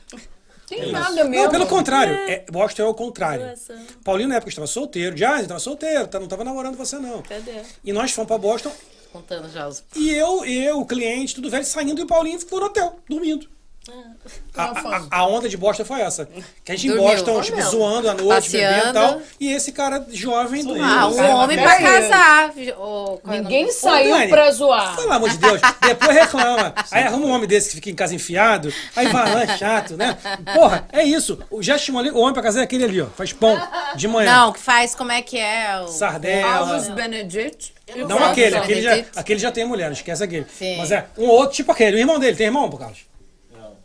[SPEAKER 2] Tem
[SPEAKER 3] É isso.
[SPEAKER 2] nada mesmo.
[SPEAKER 3] Não, pelo contrário. É, Boston é o contrário.
[SPEAKER 2] Zoação.
[SPEAKER 3] Paulinho, na época, estava solteiro. Jazz estava solteiro, tá, não estava namorando você, não.
[SPEAKER 2] É.
[SPEAKER 28] Cadê?
[SPEAKER 3] E nós fomos pra Boston.
[SPEAKER 11] Contando já os.
[SPEAKER 3] E eu, eu, o cliente, tudo velho, saindo e o Paulinho ficou no hotel, dormindo. A, a- a onda de Boston foi essa. Que a gente
[SPEAKER 11] Dormiu.
[SPEAKER 3] em Boston,
[SPEAKER 11] Foi
[SPEAKER 3] tipo,
[SPEAKER 11] mesmo.
[SPEAKER 3] zoando à noite, bebendo
[SPEAKER 11] Passeando.
[SPEAKER 3] e tal. E esse cara jovem dormindo.
[SPEAKER 11] Ah, um homem pra casar. Ô, qual é o nome?
[SPEAKER 2] Ninguém saiu pra zoar.
[SPEAKER 3] Pelo amor de Deus, depois reclama. Aí arruma um homem desse que fica em casa enfiado, aí vai lá, é chato, né? Porra, é isso. O já estimulei o homem pra casar é aquele ali, ó. Faz pão de manhã.
[SPEAKER 11] Não, que faz, como é que é? O...
[SPEAKER 3] Sardela. Alves
[SPEAKER 11] Benedict.
[SPEAKER 3] Não aquele, aquele já, aquele já tem mulher, não esquece aquele.
[SPEAKER 11] Sim.
[SPEAKER 3] Mas é um outro tipo aquele. O irmão dele, tem irmão, Carlos?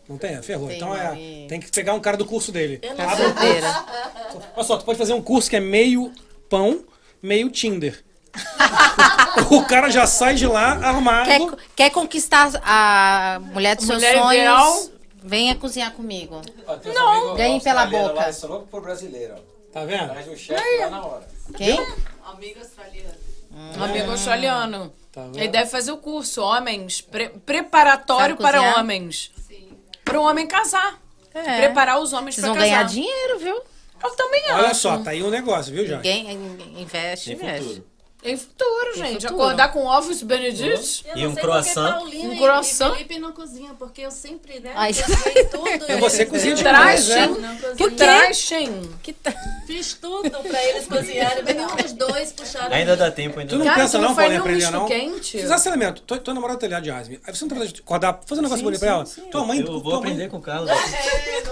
[SPEAKER 3] Não tem, ferrou.
[SPEAKER 11] Tem,
[SPEAKER 3] então
[SPEAKER 11] não,
[SPEAKER 3] é, tem que pegar um cara do curso dele.
[SPEAKER 11] Tá
[SPEAKER 3] Abre um
[SPEAKER 11] solteira.
[SPEAKER 3] curso. Olha só, tu pode fazer um curso que é meio pão, meio Tinder. *laughs* o cara já sai de lá armado.
[SPEAKER 11] Quer, quer conquistar a mulher dos seus
[SPEAKER 2] Mulher
[SPEAKER 11] sonhos?
[SPEAKER 2] ideal.
[SPEAKER 11] Venha cozinhar comigo.
[SPEAKER 30] Ó, tem uns
[SPEAKER 11] Não.
[SPEAKER 30] amigos
[SPEAKER 11] Ganhe pela
[SPEAKER 30] australianos
[SPEAKER 11] boca.
[SPEAKER 30] Lá, eles são loucos por brasileiro. ó.
[SPEAKER 3] Tá vendo?
[SPEAKER 30] Traz o chefe lá na hora.
[SPEAKER 11] Quem?
[SPEAKER 28] Amigo australiano.
[SPEAKER 2] Um amigo australiano.
[SPEAKER 3] vendo?
[SPEAKER 2] Ele deve fazer o curso, homens. pre- preparatório
[SPEAKER 11] Sabe
[SPEAKER 2] para
[SPEAKER 11] cozinhar?
[SPEAKER 2] homens. Para o homem casar.
[SPEAKER 11] É.
[SPEAKER 2] Preparar os homens
[SPEAKER 11] Vocês
[SPEAKER 2] para
[SPEAKER 11] vão
[SPEAKER 2] casar.
[SPEAKER 11] ganhar dinheiro, viu?
[SPEAKER 2] Eu também acho.
[SPEAKER 3] Olha só, tá aí um negócio, viu, já?
[SPEAKER 11] Ninguém in- investe,
[SPEAKER 3] Tem
[SPEAKER 11] investe.
[SPEAKER 3] futuro.
[SPEAKER 2] Em futuro, gente.
[SPEAKER 11] futuro.
[SPEAKER 2] Acordar com ovos Benedict.
[SPEAKER 28] Eu
[SPEAKER 3] E
[SPEAKER 28] não
[SPEAKER 3] um
[SPEAKER 28] sei
[SPEAKER 3] croissant.
[SPEAKER 28] porque Paulinho
[SPEAKER 2] Um
[SPEAKER 28] e-
[SPEAKER 2] croissant.
[SPEAKER 28] e Felipe não cozinha, porque eu sempre, né?
[SPEAKER 11] Ai.
[SPEAKER 28] cozinhei
[SPEAKER 4] *laughs*
[SPEAKER 28] tudo.
[SPEAKER 3] É você
[SPEAKER 28] eles-
[SPEAKER 3] cozinha demais, né?
[SPEAKER 2] Trachem.
[SPEAKER 11] Que o quê?
[SPEAKER 2] Trachem.
[SPEAKER 28] *laughs* Fiz tudo pra eles cozinharem, mas nenhum dos dois puxaram.
[SPEAKER 4] Ainda dá tempo, ainda
[SPEAKER 3] Tu não
[SPEAKER 4] dá tempo.
[SPEAKER 3] pensa não,
[SPEAKER 2] faz
[SPEAKER 3] Paulinha,
[SPEAKER 2] nenhum
[SPEAKER 3] pra ele,
[SPEAKER 2] misto
[SPEAKER 3] não?
[SPEAKER 2] quente?
[SPEAKER 3] Desacelamento. Tô, tô namorado telhado de asma. Aí você não tá fazendo acordar, fazer um negócio
[SPEAKER 4] Sim,
[SPEAKER 3] bonito pra
[SPEAKER 4] sim,
[SPEAKER 3] ela.
[SPEAKER 4] sim,
[SPEAKER 3] Tua mãe...
[SPEAKER 4] eu vou
[SPEAKER 3] tua mãe-
[SPEAKER 4] aprender com o Carlos.
[SPEAKER 2] É,
[SPEAKER 4] Isso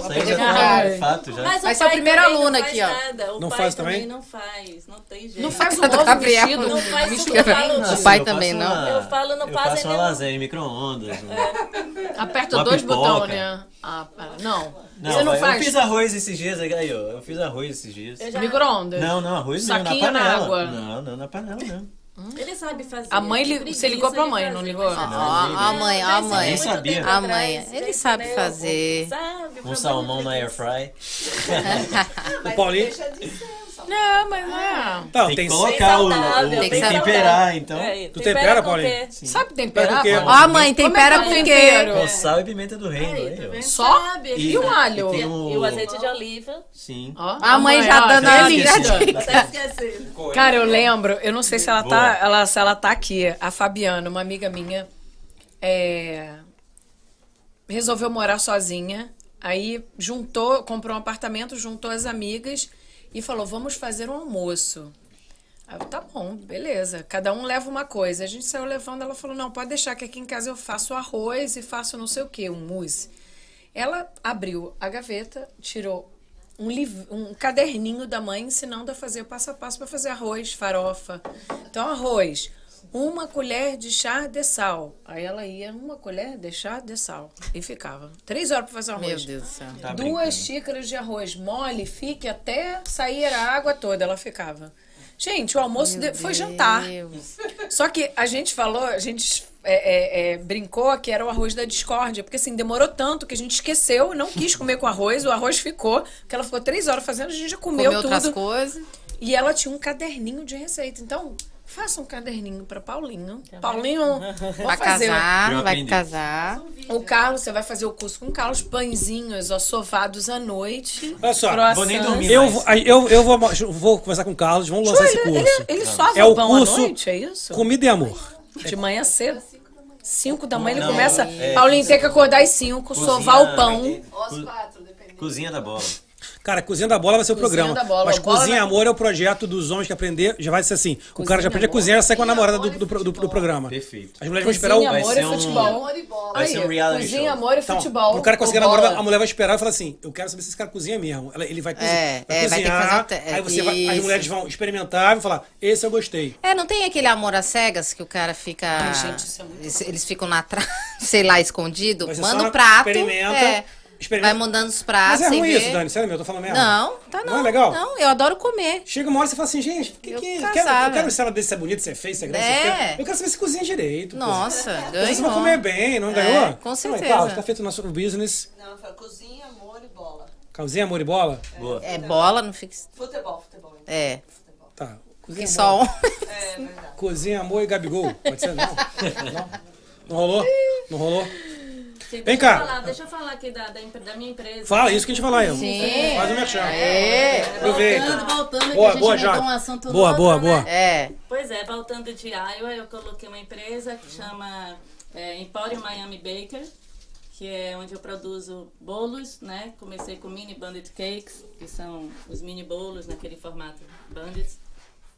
[SPEAKER 4] aí já tá
[SPEAKER 2] Ai.
[SPEAKER 4] um fato já.
[SPEAKER 28] Mas
[SPEAKER 11] Vai
[SPEAKER 28] o
[SPEAKER 11] ser o
[SPEAKER 28] pai
[SPEAKER 11] primeiro
[SPEAKER 28] também
[SPEAKER 11] aluno
[SPEAKER 28] não
[SPEAKER 11] aqui,
[SPEAKER 28] faz
[SPEAKER 11] ó.
[SPEAKER 28] Nada. O
[SPEAKER 3] Não
[SPEAKER 28] pai
[SPEAKER 3] faz também?
[SPEAKER 28] Não faz, não tem jeito.
[SPEAKER 2] Não faz um ovo
[SPEAKER 11] Gabriel.
[SPEAKER 2] mexido.
[SPEAKER 28] Não faz
[SPEAKER 2] misto
[SPEAKER 28] tudo, eu falo,
[SPEAKER 4] Não,
[SPEAKER 2] quente.
[SPEAKER 11] O pai
[SPEAKER 4] eu faço
[SPEAKER 11] também não?
[SPEAKER 4] uma-
[SPEAKER 28] Eu falo, não
[SPEAKER 4] eu
[SPEAKER 28] faz
[SPEAKER 4] faço uma
[SPEAKER 28] nenhum-
[SPEAKER 4] lasanha em micro-ondas.
[SPEAKER 28] *laughs*
[SPEAKER 4] né?
[SPEAKER 2] Aperta
[SPEAKER 4] Uma
[SPEAKER 2] dois
[SPEAKER 4] pipoca.
[SPEAKER 2] botões, né? Ah, pá. não.
[SPEAKER 4] Não,
[SPEAKER 2] Você não
[SPEAKER 4] vai,
[SPEAKER 2] faz.
[SPEAKER 4] Eu fiz arroz esses dias, aí, ó. Eu fiz arroz esses dias.
[SPEAKER 28] Eu já-
[SPEAKER 2] Micro-ondas.
[SPEAKER 4] Não, não, arroz não, na
[SPEAKER 2] Saquinho
[SPEAKER 4] panela.
[SPEAKER 2] na água.
[SPEAKER 4] Não, não, na panela não.
[SPEAKER 28] Ele sabe fazer.
[SPEAKER 2] A mãe, li-
[SPEAKER 28] Preguiça
[SPEAKER 2] você ligou pra
[SPEAKER 28] de
[SPEAKER 2] mãe,
[SPEAKER 28] fazer.
[SPEAKER 2] não ligou?
[SPEAKER 11] Ó, ó,
[SPEAKER 2] ah,
[SPEAKER 11] a mãe, ó, a mãe.
[SPEAKER 4] Nem sabia.
[SPEAKER 11] A mãe, ele sabe fazer.
[SPEAKER 28] Sabe,
[SPEAKER 4] Um salmão na air fry.
[SPEAKER 28] *laughs*
[SPEAKER 3] O Paulinho...
[SPEAKER 2] Não, é. mas não.
[SPEAKER 3] Não,
[SPEAKER 4] tem
[SPEAKER 3] tem
[SPEAKER 4] que colocar o,
[SPEAKER 11] saudável,
[SPEAKER 4] o-
[SPEAKER 11] tem
[SPEAKER 4] tem
[SPEAKER 11] que
[SPEAKER 4] que
[SPEAKER 11] ser
[SPEAKER 4] temperar, então.
[SPEAKER 2] É,
[SPEAKER 3] Tu tempera, Paulinho?
[SPEAKER 2] Sabe
[SPEAKER 3] Pega
[SPEAKER 2] temperar?
[SPEAKER 3] o quê?
[SPEAKER 11] Ó,
[SPEAKER 2] Paulo?
[SPEAKER 11] a mãe,
[SPEAKER 2] Como é que
[SPEAKER 11] tempera
[SPEAKER 2] é o
[SPEAKER 11] com o
[SPEAKER 2] tempero?
[SPEAKER 11] quê?
[SPEAKER 4] Com sal e pimenta do reino. Aí, ó.
[SPEAKER 2] Só?
[SPEAKER 4] E-
[SPEAKER 2] E o alho?
[SPEAKER 4] e tem o-
[SPEAKER 28] E o azeite de oliva.
[SPEAKER 4] Sim.
[SPEAKER 2] Ó,
[SPEAKER 11] A mãe já
[SPEAKER 2] ó,
[SPEAKER 11] dando
[SPEAKER 2] tá
[SPEAKER 11] a
[SPEAKER 2] lista.
[SPEAKER 28] Até esqueci.
[SPEAKER 2] Cara, eu lembro, eu não sei se ela tá,
[SPEAKER 4] Boa.
[SPEAKER 2] ela, se ela tá aqui, a Fabiana, uma amiga minha, é, resolveu morar sozinha, aí juntou, comprou um apartamento, juntou as amigas e falou, vamos fazer um almoço. Aí eu, tá bom, beleza, cada um leva uma coisa. A gente saiu levando, ela falou, não, pode deixar que aqui em casa eu faço arroz e faço não sei o que, um mousse. Ela abriu a gaveta, tirou um, liv- um caderninho da mãe ensinando a fazer o passo a passo para fazer arroz, farofa. Então, arroz, uma colher de chá de sal. Aí ela ia, uma colher de chá de sal. E ficava. Três horas para fazer o arroz.
[SPEAKER 11] Meu Deus do céu.
[SPEAKER 4] Tá
[SPEAKER 2] Duas xícaras de arroz mole, fique até sair a água toda. Ela
[SPEAKER 6] *laughs*
[SPEAKER 2] ficava. Gente, o almoço de- foi jantar. Só que a gente falou, a gente é, é, é, brincou que era o arroz da discórdia, porque assim, demorou tanto que a gente esqueceu, não quis comer com arroz, o arroz ficou, porque ela ficou três horas fazendo, a gente já comeu,
[SPEAKER 6] Comeu
[SPEAKER 2] tudo.
[SPEAKER 6] outras coisas.
[SPEAKER 2] E ela tinha um caderninho de receita, então... Faça um caderninho pra
[SPEAKER 6] Tá
[SPEAKER 2] Paulinho. Paulinho
[SPEAKER 6] Vai
[SPEAKER 2] vamos fazer.
[SPEAKER 6] casar, Eu vai aprendi. casar.
[SPEAKER 2] O Carlos, você vai fazer o curso com o Carlos, pãezinhos assovados à noite.
[SPEAKER 3] Olha só,
[SPEAKER 2] croissants.
[SPEAKER 3] eu, vou- aí eu, eu vou, vou conversar com o Carlos, vamos lançar
[SPEAKER 2] Ué,
[SPEAKER 3] esse
[SPEAKER 2] ele-
[SPEAKER 3] curso.
[SPEAKER 2] ele- ele sova
[SPEAKER 3] é o
[SPEAKER 2] pão à
[SPEAKER 3] curso
[SPEAKER 2] noite, é isso?
[SPEAKER 3] Comida e Amor.
[SPEAKER 2] De manhã cedo. 5 da manhã ele
[SPEAKER 4] Não,
[SPEAKER 2] começa.
[SPEAKER 4] é, né?
[SPEAKER 2] Paulinho tem que acordar às 5,
[SPEAKER 4] Cozinha,
[SPEAKER 2] sovar o pão.
[SPEAKER 4] Cozinha da bola.
[SPEAKER 3] Cara, Cozinha da Bola vai ser o
[SPEAKER 2] Cozinha
[SPEAKER 3] programa.
[SPEAKER 2] da Bola,
[SPEAKER 3] Mas
[SPEAKER 2] bola
[SPEAKER 3] Cozinha e
[SPEAKER 2] vai-
[SPEAKER 3] Amor é o projeto dos homens que aprender. Já vai ser assim. o cara já aprende a
[SPEAKER 2] Amor.
[SPEAKER 3] cozinhar e sai com a namorada
[SPEAKER 6] é
[SPEAKER 3] do, do, do- do programa. Perfeito. um As mulheres
[SPEAKER 2] Cozinha,
[SPEAKER 3] vão esperar o.
[SPEAKER 2] amor e futebol.
[SPEAKER 3] vai ser um reality
[SPEAKER 2] cozinha,
[SPEAKER 3] show.
[SPEAKER 6] é
[SPEAKER 2] amor e
[SPEAKER 3] Então,
[SPEAKER 2] futebol.
[SPEAKER 3] O cara conseguir
[SPEAKER 2] Ou
[SPEAKER 3] namorar,
[SPEAKER 2] bola.
[SPEAKER 3] a mulher vai esperar e falar assim: Eu quero saber se esse cara cozinha mesmo. Ela- Ele vai cozinhar.
[SPEAKER 6] É,
[SPEAKER 3] vai
[SPEAKER 6] é, vai ter que
[SPEAKER 3] cozinhar
[SPEAKER 6] fazer te-
[SPEAKER 3] aí você vai, as
[SPEAKER 6] isso.
[SPEAKER 3] mulheres vão experimentar e vão falar: Esse eu gostei.
[SPEAKER 6] É, não tem aquele amor às cegas que o cara fica.
[SPEAKER 3] Ai, gente, isso é muito
[SPEAKER 6] eles, eles ficam na trás, *laughs* sei lá, escondido.
[SPEAKER 3] Mas você
[SPEAKER 6] Manda
[SPEAKER 3] só
[SPEAKER 6] o prato.
[SPEAKER 3] experimenta,
[SPEAKER 6] é,
[SPEAKER 3] experimenta.
[SPEAKER 6] Vai mandando os
[SPEAKER 3] Mas
[SPEAKER 6] pratos.
[SPEAKER 3] é
[SPEAKER 6] sem
[SPEAKER 3] ruim
[SPEAKER 6] ver.
[SPEAKER 3] isso, Dani. Sério mesmo, eu tô falando merda.
[SPEAKER 6] Não, tá não.
[SPEAKER 3] Não é legal?
[SPEAKER 6] Não, eu adoro comer.
[SPEAKER 3] Chega uma hora e você fala assim, gente, que, que eu, quero, eu quero se ela desse se é bonito, se é feio, se é grande, se é
[SPEAKER 6] É.
[SPEAKER 3] pequeno. Eu quero saber se cozinha direito.
[SPEAKER 6] Nossa,
[SPEAKER 3] cozinha. Você vai
[SPEAKER 6] ganhou.
[SPEAKER 3] comer bem, não
[SPEAKER 6] É,
[SPEAKER 3] ganhou?
[SPEAKER 6] com
[SPEAKER 3] Não,
[SPEAKER 6] certeza.
[SPEAKER 3] Carlos, tá feito o nosso business.
[SPEAKER 8] Não, foi cozinha, amor e
[SPEAKER 3] *laughs*
[SPEAKER 8] bola.
[SPEAKER 3] Calzinha, amor e bola?
[SPEAKER 4] Boa.
[SPEAKER 6] É bola, não fica.
[SPEAKER 8] Futebol, futebol. então.
[SPEAKER 6] É.
[SPEAKER 3] Tá.
[SPEAKER 6] Que só um.
[SPEAKER 8] É verdade.
[SPEAKER 3] Cozinha, amor e Gabigol. Pode ser, né? não? não? Não rolou? Não rolou? Vem cá.
[SPEAKER 28] Deixa eu falar, deixa eu falar aqui da, da, empre- da minha empresa.
[SPEAKER 3] Fala isso que a gente fala, eu.
[SPEAKER 28] Sim.
[SPEAKER 3] Faz o merchan.
[SPEAKER 28] É.
[SPEAKER 3] Aproveita.
[SPEAKER 28] Voltando, voltando, que a
[SPEAKER 3] boa,
[SPEAKER 28] gente
[SPEAKER 3] boa,
[SPEAKER 28] mudou
[SPEAKER 3] já.
[SPEAKER 28] um assunto
[SPEAKER 3] boa,
[SPEAKER 28] no
[SPEAKER 3] boa,
[SPEAKER 28] outro,
[SPEAKER 3] boa.
[SPEAKER 28] né?
[SPEAKER 6] É.
[SPEAKER 28] Pois é, voltando de Iowa, eu coloquei uma empresa que chama é, Emporium Miami Baker, que é onde eu produzo bolos, né? Comecei com mini bandit cakes, que são os mini bolos naquele formato bandits,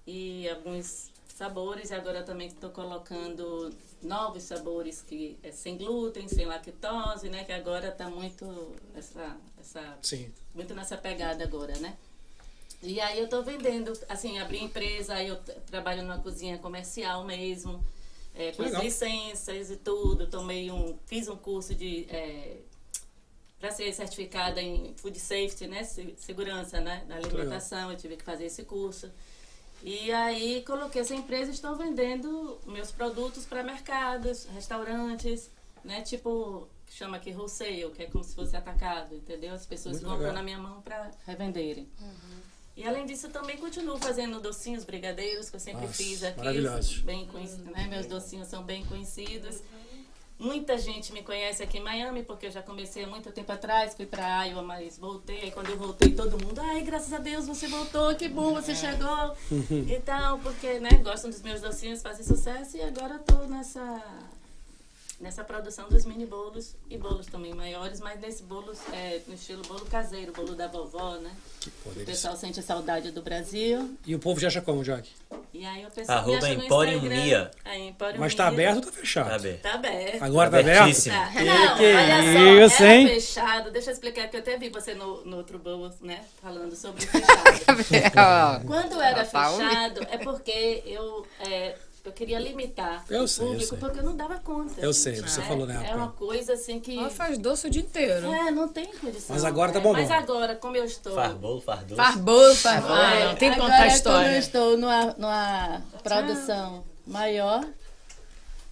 [SPEAKER 28] e alguns sabores. E agora eu também estou colocando novos sabores que é sem glúten, sem lactose, né? Que agora está muito essa, essa
[SPEAKER 3] Sim.
[SPEAKER 28] muito nessa pegada agora, né? E aí eu tô vendendo, assim, abri empresa, aí eu t- trabalho numa cozinha comercial mesmo, é,
[SPEAKER 8] Que
[SPEAKER 28] com as
[SPEAKER 8] legal.
[SPEAKER 28] licenças e tudo, tomei um, fiz um curso de, é, para ser certificada em food safety, né, se- segurança, né, da
[SPEAKER 8] legal.
[SPEAKER 28] alimentação, eu tive que fazer esse curso. E aí coloquei essa empresa e estou vendendo meus produtos para mercados, restaurantes, né, tipo, que chama aqui wholesale, que é como se fosse atacado, entendeu? As pessoas
[SPEAKER 8] Muito
[SPEAKER 28] compram
[SPEAKER 8] legal.
[SPEAKER 28] na minha mão para revenderem. E além disso, eu também continuo fazendo docinhos brigadeiros, que eu sempre
[SPEAKER 8] Nossa,
[SPEAKER 28] fiz aqui.
[SPEAKER 8] maravilhosos.
[SPEAKER 28] Bem conhecido, né? Meus docinhos são bem conhecidos. Muita gente me conhece aqui em Miami, porque eu já comecei há muito tempo atrás, fui para Iowa, mas voltei. Aí quando eu voltei, todo mundo, ai, graças a Deus você voltou, que bom, você
[SPEAKER 8] *laughs*
[SPEAKER 28] chegou. então, porque, né, gostam dos meus docinhos, fazem sucesso, e agora eu tô nessa nessa produção dos mini bolos e bolos também maiores, mas nesse bolo é, no estilo bolo caseiro, bolo da vovó, né?
[SPEAKER 3] delícia.
[SPEAKER 28] o pessoal sente a saudade do Brasil.
[SPEAKER 3] E o povo já acha como, Jack?
[SPEAKER 28] E aí o pessoal
[SPEAKER 4] Arroba
[SPEAKER 28] me acha no
[SPEAKER 4] Emporium
[SPEAKER 28] Instagram.
[SPEAKER 4] Mia.
[SPEAKER 28] É, Emporium
[SPEAKER 3] Mas tá
[SPEAKER 28] Mia.
[SPEAKER 3] aberto ou tá fechado?
[SPEAKER 4] Tá aberto.
[SPEAKER 28] Tá aberto.
[SPEAKER 3] Agora tá aberto?
[SPEAKER 4] Abertíssimo.
[SPEAKER 28] Tá.
[SPEAKER 3] Que
[SPEAKER 28] Não,
[SPEAKER 3] que é
[SPEAKER 28] olha
[SPEAKER 3] isso,
[SPEAKER 28] só, era
[SPEAKER 3] hein?
[SPEAKER 28] fechado. Deixa eu explicar, porque eu até vi você no, no outro bolo, né? Falando sobre
[SPEAKER 3] *laughs*
[SPEAKER 28] fechado. Quando era
[SPEAKER 6] Ela tá ouvindo.
[SPEAKER 28] fechado, é porque eu, é, eu queria limitar
[SPEAKER 3] Eu
[SPEAKER 28] o
[SPEAKER 3] sei, eu
[SPEAKER 28] público,
[SPEAKER 3] sei.
[SPEAKER 28] porque eu não dava conta.
[SPEAKER 3] Eu sei,
[SPEAKER 28] gente,
[SPEAKER 3] você
[SPEAKER 28] né?
[SPEAKER 3] falou na época.
[SPEAKER 28] É uma coisa assim que...
[SPEAKER 2] Ela faz doce o dia inteiro.
[SPEAKER 28] É, não tem condição.
[SPEAKER 3] Mas agora tá
[SPEAKER 28] né?
[SPEAKER 3] bombando.
[SPEAKER 28] Mas agora, como eu estou...
[SPEAKER 4] Farbolo, fardoso.
[SPEAKER 2] Farbou, farbou.
[SPEAKER 28] É,
[SPEAKER 2] Ah, não, tem que
[SPEAKER 28] agora
[SPEAKER 2] contar a
[SPEAKER 28] Quando eu
[SPEAKER 2] história.
[SPEAKER 28] estou numa, numa produção maior,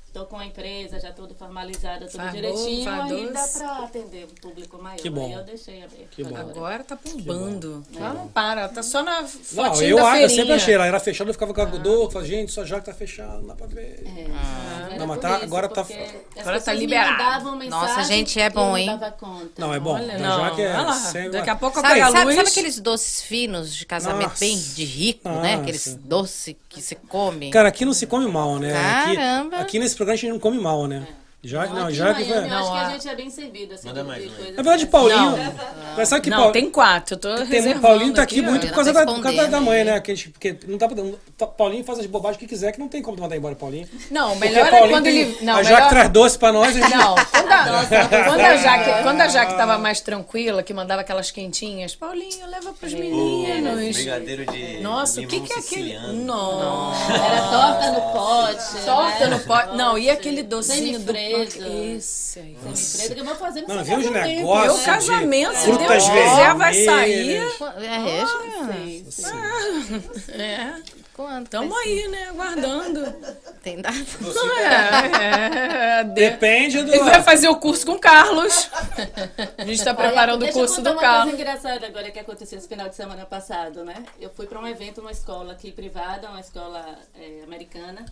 [SPEAKER 28] estou com a empresa já toda formalizada, tudo
[SPEAKER 2] Farbou,
[SPEAKER 28] direitinho, aí dá
[SPEAKER 2] fardoce.
[SPEAKER 28] para atender o público maior.
[SPEAKER 2] Que bom.
[SPEAKER 28] Aí eu deixei aberto.
[SPEAKER 3] Que bom.
[SPEAKER 2] Agora tá bombando. Ela não para, ela tá só na fotinha
[SPEAKER 3] Não, eu,
[SPEAKER 2] da
[SPEAKER 3] ah,
[SPEAKER 2] feirinha.
[SPEAKER 3] eu sempre achei, ela era fechada, eu ficava com a dor, falava, gente, só Jack tá fechado, não dá pra ver.
[SPEAKER 28] era
[SPEAKER 3] não, mas
[SPEAKER 28] por
[SPEAKER 3] tá,
[SPEAKER 28] isso,
[SPEAKER 3] agora tá.
[SPEAKER 28] porque as
[SPEAKER 2] Ah. Agora tá
[SPEAKER 28] pessoas me
[SPEAKER 2] liberado.
[SPEAKER 28] mandavam mensagem
[SPEAKER 6] Nossa, gente, é
[SPEAKER 28] e eu
[SPEAKER 6] bom,
[SPEAKER 28] não
[SPEAKER 6] hein?
[SPEAKER 28] dava conta.
[SPEAKER 3] Não, é bom.
[SPEAKER 6] Olha,
[SPEAKER 3] Não,
[SPEAKER 6] não,
[SPEAKER 3] Jack é
[SPEAKER 6] olha lá,
[SPEAKER 3] sem-
[SPEAKER 6] daqui a
[SPEAKER 2] pouco
[SPEAKER 6] Sabe,
[SPEAKER 2] apaga a
[SPEAKER 6] sabe,
[SPEAKER 2] luz.
[SPEAKER 6] sabe aqueles doces finos de casamento
[SPEAKER 3] Nossa.
[SPEAKER 6] bem de rico, né?
[SPEAKER 3] Nossa.
[SPEAKER 6] Aqueles doces que se come.
[SPEAKER 3] Cara, aqui não se come mal, né? Aqui-
[SPEAKER 6] Caramba.
[SPEAKER 3] Aqui, nesse programa a gente não come mal, né? Já, não,
[SPEAKER 28] Aqui em
[SPEAKER 3] já que
[SPEAKER 28] Miami, Eu
[SPEAKER 3] foi.
[SPEAKER 28] acho que
[SPEAKER 3] Na
[SPEAKER 28] a gente é bem servido, assim,
[SPEAKER 4] Manda
[SPEAKER 28] de-
[SPEAKER 4] mais
[SPEAKER 28] de
[SPEAKER 4] um aí.
[SPEAKER 28] coisa.
[SPEAKER 3] É verdade, Paulinho.
[SPEAKER 2] Não.
[SPEAKER 3] mas sabe que
[SPEAKER 2] Não,
[SPEAKER 3] Paulo-
[SPEAKER 2] tem quatro, eu tô
[SPEAKER 3] Tem,
[SPEAKER 2] reservando
[SPEAKER 3] Paulinho tá aqui, muito
[SPEAKER 2] ó,
[SPEAKER 3] por causa,
[SPEAKER 2] ela
[SPEAKER 3] da,
[SPEAKER 2] tá
[SPEAKER 3] por causa da- da
[SPEAKER 2] escondendo.
[SPEAKER 3] mãe, né? Que, a gente- porque não dá pra, não- Pa- Paulinho faz as bobagens que quiser, que não tem como mandar embora o Paulinho.
[SPEAKER 2] Não, o
[SPEAKER 3] Porque
[SPEAKER 2] melhor é
[SPEAKER 3] Paulinho
[SPEAKER 2] quando
[SPEAKER 3] tem-
[SPEAKER 2] ele... Não,
[SPEAKER 3] a
[SPEAKER 2] o
[SPEAKER 3] Jaque
[SPEAKER 2] melhor-
[SPEAKER 3] traz doce pra nós. a gente-
[SPEAKER 2] Não, quando
[SPEAKER 3] *laughs*
[SPEAKER 2] a,
[SPEAKER 3] Nossa, tá
[SPEAKER 2] quando, a Jaque, quando a Jaque tava mais tranquila, que mandava aquelas quentinhas, Paulinho, leva pros meninos.
[SPEAKER 4] né? Brigadeiro de.
[SPEAKER 2] Nossa, o que, que é aquele? Nossa.
[SPEAKER 3] é?
[SPEAKER 28] Era torta no pote.
[SPEAKER 2] Torta
[SPEAKER 28] né?
[SPEAKER 2] no pote. Não, e aquele docinho do
[SPEAKER 28] Framboesa.
[SPEAKER 2] Isso aí.
[SPEAKER 28] Empresa que eu vou fazer no
[SPEAKER 3] Não,
[SPEAKER 28] seu
[SPEAKER 3] vem uns
[SPEAKER 28] casamento.
[SPEAKER 3] negócios
[SPEAKER 2] Meu casamento,
[SPEAKER 3] de
[SPEAKER 2] se Deus
[SPEAKER 3] frutas
[SPEAKER 28] É,
[SPEAKER 2] quiser, vai sair.
[SPEAKER 3] vermelhas.
[SPEAKER 6] É, é, gente.
[SPEAKER 3] Ah,
[SPEAKER 2] É.
[SPEAKER 6] Quando?
[SPEAKER 2] Tamo aí, né? Aguardando.
[SPEAKER 6] Tem data.
[SPEAKER 2] É, é, de-
[SPEAKER 3] Depende do.
[SPEAKER 2] Ele vai fazer o curso com o Carlos. A gente tá
[SPEAKER 28] Olha,
[SPEAKER 2] preparando o
[SPEAKER 28] deixa
[SPEAKER 2] curso
[SPEAKER 28] eu contar
[SPEAKER 2] do
[SPEAKER 28] uma
[SPEAKER 2] Carlos.
[SPEAKER 28] coisa engraçada agora que aconteceu esse final de semana passado, né? Eu fui para um evento numa escola aqui privada, uma escola eh, americana.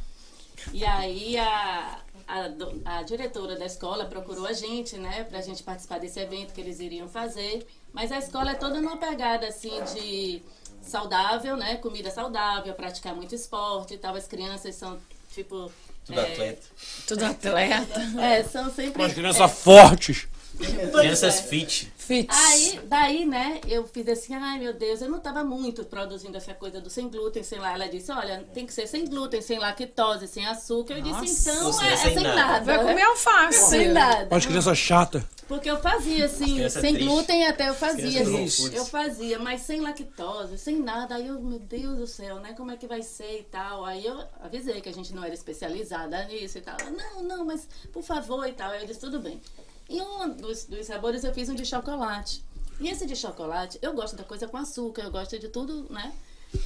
[SPEAKER 28] E aí a, a, do- a diretora da escola procurou a gente, né? Pra gente participar desse evento que eles iriam fazer. Mas a escola é toda numa pegada, assim, de saudável, né? Comida saudável, praticar muito esporte e tal. As crianças são, tipo...
[SPEAKER 4] Tudo
[SPEAKER 28] eh,
[SPEAKER 4] atleta.
[SPEAKER 2] É,
[SPEAKER 28] Tudo atleta. É, são sempre...
[SPEAKER 4] Umas
[SPEAKER 28] é,
[SPEAKER 17] Crianças fortes.
[SPEAKER 28] Pois
[SPEAKER 4] Crianças
[SPEAKER 28] é.
[SPEAKER 4] fit.
[SPEAKER 28] Aí, daí, né, eu fiz assim, ai meu Deus, eu não tava muito produzindo essa coisa do sem glúten, sem lá. Ela disse, olha, tem que ser sem glúten, sem lactose, sem açúcar. Eu disse,
[SPEAKER 17] Nossa.
[SPEAKER 28] então
[SPEAKER 17] Ou seja,
[SPEAKER 28] é, é
[SPEAKER 17] sem
[SPEAKER 28] sem
[SPEAKER 17] nada.
[SPEAKER 28] nada.
[SPEAKER 2] Vai comer alface.
[SPEAKER 28] Sem nada.
[SPEAKER 17] Olha as
[SPEAKER 3] é
[SPEAKER 17] crianças chatas.
[SPEAKER 28] Porque eu fazia assim,
[SPEAKER 17] Criança
[SPEAKER 28] sem
[SPEAKER 17] triste.
[SPEAKER 28] glúten até eu fazia.
[SPEAKER 17] Criança
[SPEAKER 28] assim,
[SPEAKER 17] triste.
[SPEAKER 28] eu fazia, mas sem lactose, sem nada. Aí eu, meu Deus do céu, né? Como é que vai ser e tal? Aí eu avisei que a gente não era especializada nisso e tal. Ela, Não, não, mas por favor e tal. Aí eu disse, tudo bem. E um dos, dos sabores eu fiz um de chocolate. E esse de chocolate, eu gosto da coisa com açúcar, eu gosto de tudo, né?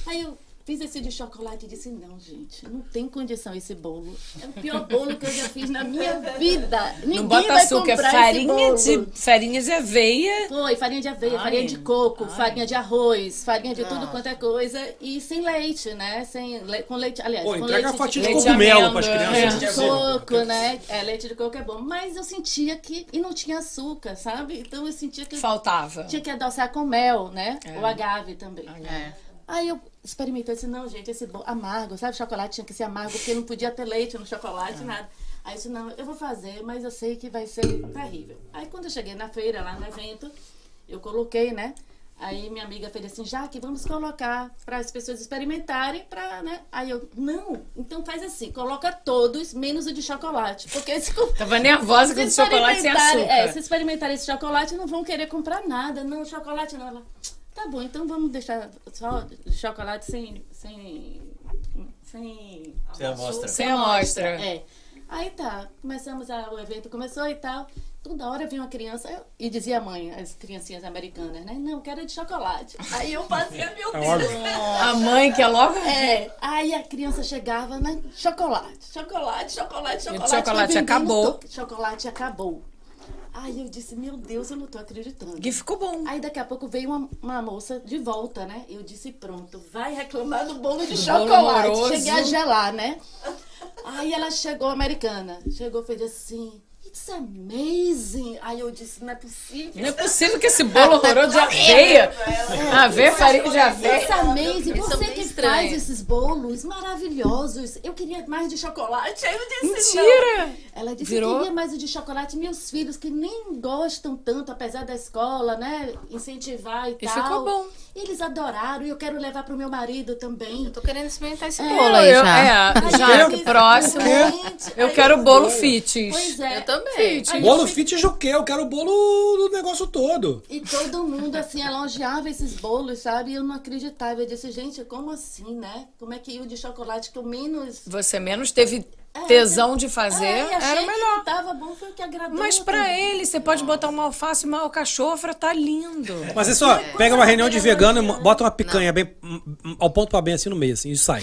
[SPEAKER 28] Aí eu fiz esse de chocolate e disse, não, gente, não tem condição esse bolo. É o pior bolo que eu já fiz na minha vida. Ninguém
[SPEAKER 2] Não bota
[SPEAKER 28] vai
[SPEAKER 2] açúcar, é
[SPEAKER 28] comprar esse
[SPEAKER 2] farinha
[SPEAKER 28] bolo.
[SPEAKER 2] de, farinha de aveia.
[SPEAKER 28] Foi, farinha de aveia,
[SPEAKER 2] Ai. Ah.
[SPEAKER 28] farinha de coco, farinha de arroz, farinha de tudo
[SPEAKER 2] Nossa.
[SPEAKER 28] quanto é coisa. E sem leite, né? Sem le- Com leite, aliás,
[SPEAKER 3] Pô,
[SPEAKER 28] com
[SPEAKER 3] entrega
[SPEAKER 28] leite
[SPEAKER 3] uma fatia de
[SPEAKER 28] leite
[SPEAKER 3] cogumelo
[SPEAKER 28] amêndoa,
[SPEAKER 3] pras crianças,
[SPEAKER 28] Leite
[SPEAKER 3] se
[SPEAKER 28] de
[SPEAKER 3] possível.
[SPEAKER 28] coco, né? É, leite de coco é bom. Mas eu sentia que... E não tinha açúcar, sabe? Então eu sentia que...
[SPEAKER 2] Faltava.
[SPEAKER 28] Tinha que adoçar com mel, né?
[SPEAKER 2] É.
[SPEAKER 28] Ou agave também. É. Aí eu experimentei, disse, não, gente, esse bom, amargo, sabe? Chocolate tinha que ser amargo, porque não podia ter leite no chocolate, nada. Aí eu disse, não, eu vou fazer, mas eu sei que vai ser terrível. Aí quando eu cheguei na feira, lá no evento, eu coloquei, né? Aí minha amiga fez assim, Jaque, vamos colocar para as pessoas experimentarem, para, né? Aí eu, não, então faz assim, coloca todos, menos o de chocolate, porque se com-
[SPEAKER 2] *laughs* Tava nervosa com
[SPEAKER 28] se
[SPEAKER 2] o de chocolate sem
[SPEAKER 28] experimentarem-
[SPEAKER 2] açúcar.
[SPEAKER 28] É, se experimentarem esse chocolate, não vão querer comprar nada, não, chocolate não. Ela, Tá bom, então vamos deixar só chocolate sem. sem. sem.
[SPEAKER 4] Sem amostra.
[SPEAKER 2] Sem amostra.
[SPEAKER 28] É. Aí tá, começamos a, o evento começou e tal. Toda hora vinha uma criança eu- e dizia a mãe, as criancinhas americanas, né? Não, quero de chocolate. Aí eu fazia, meu
[SPEAKER 2] É
[SPEAKER 28] Deus.
[SPEAKER 2] óbvio. A mãe que é logo-
[SPEAKER 28] É. Aí a criança chegava, né? Chocolate, chocolate, chocolate,
[SPEAKER 2] E o
[SPEAKER 28] chocolate.
[SPEAKER 2] chocolate
[SPEAKER 28] Foi vendendo
[SPEAKER 2] acabou.
[SPEAKER 28] to- Chocolate acabou. Aí eu disse, meu Deus, eu não tô acreditando.
[SPEAKER 2] E ficou bom.
[SPEAKER 28] Aí daqui a pouco veio uma, uma moça de volta, né? Eu disse, pronto, vai reclamar do um bolo de
[SPEAKER 2] Bolo
[SPEAKER 28] chocolate.
[SPEAKER 2] horroroso.
[SPEAKER 28] Cheguei a gelar, né? Aí ela chegou, americana. Chegou e fez assim, it's amazing. Aí eu disse, não é possível.
[SPEAKER 2] Não é possível que esse bolo horroroso de aveia. Aveia, farinha de
[SPEAKER 28] It's
[SPEAKER 2] aveia.
[SPEAKER 28] amazing.
[SPEAKER 2] Eles são
[SPEAKER 28] Você
[SPEAKER 2] bem
[SPEAKER 28] que
[SPEAKER 2] estranhos.
[SPEAKER 28] faz esses bolos maravilhosos. Eu queria mais de chocolate. Aí eu disse,
[SPEAKER 2] Mentira!
[SPEAKER 28] não. Ela disse,
[SPEAKER 2] Virou?
[SPEAKER 28] eu queria mais o de chocolate. Meus filhos que nem gostam tanto, apesar da escola, né? Incentivar e,
[SPEAKER 2] E
[SPEAKER 28] tal.
[SPEAKER 2] ficou bom.
[SPEAKER 28] Eles adoraram e eu quero levar pro meu marido também. Eu tô
[SPEAKER 6] querendo experimentar esse
[SPEAKER 2] bolo aí já. é, já, próximo. Eu quero bolo fitness.
[SPEAKER 28] Pois é. Eu
[SPEAKER 6] também.
[SPEAKER 3] Bolo fit é o quê? Eu quero o bolo do negócio todo.
[SPEAKER 28] E todo mundo, assim, elogiava esses bolos, sabe? E eu não acreditava. Eu disse, gente, como assim, né? Como é que o de chocolate que eu menos...
[SPEAKER 2] Você menos teve tesão de fazer,
[SPEAKER 28] É, achei
[SPEAKER 2] era
[SPEAKER 28] que
[SPEAKER 2] melhor.
[SPEAKER 28] não tava bom, foi o que agradou.
[SPEAKER 2] Mas pra ele, você pode botar uma alface e uma alcachofra, tá lindo.
[SPEAKER 17] Mas é só, pega uma reunião de vegano e bota uma picanha bem hum, hum, ao ponto pra bem assim no meio, assim, e sai.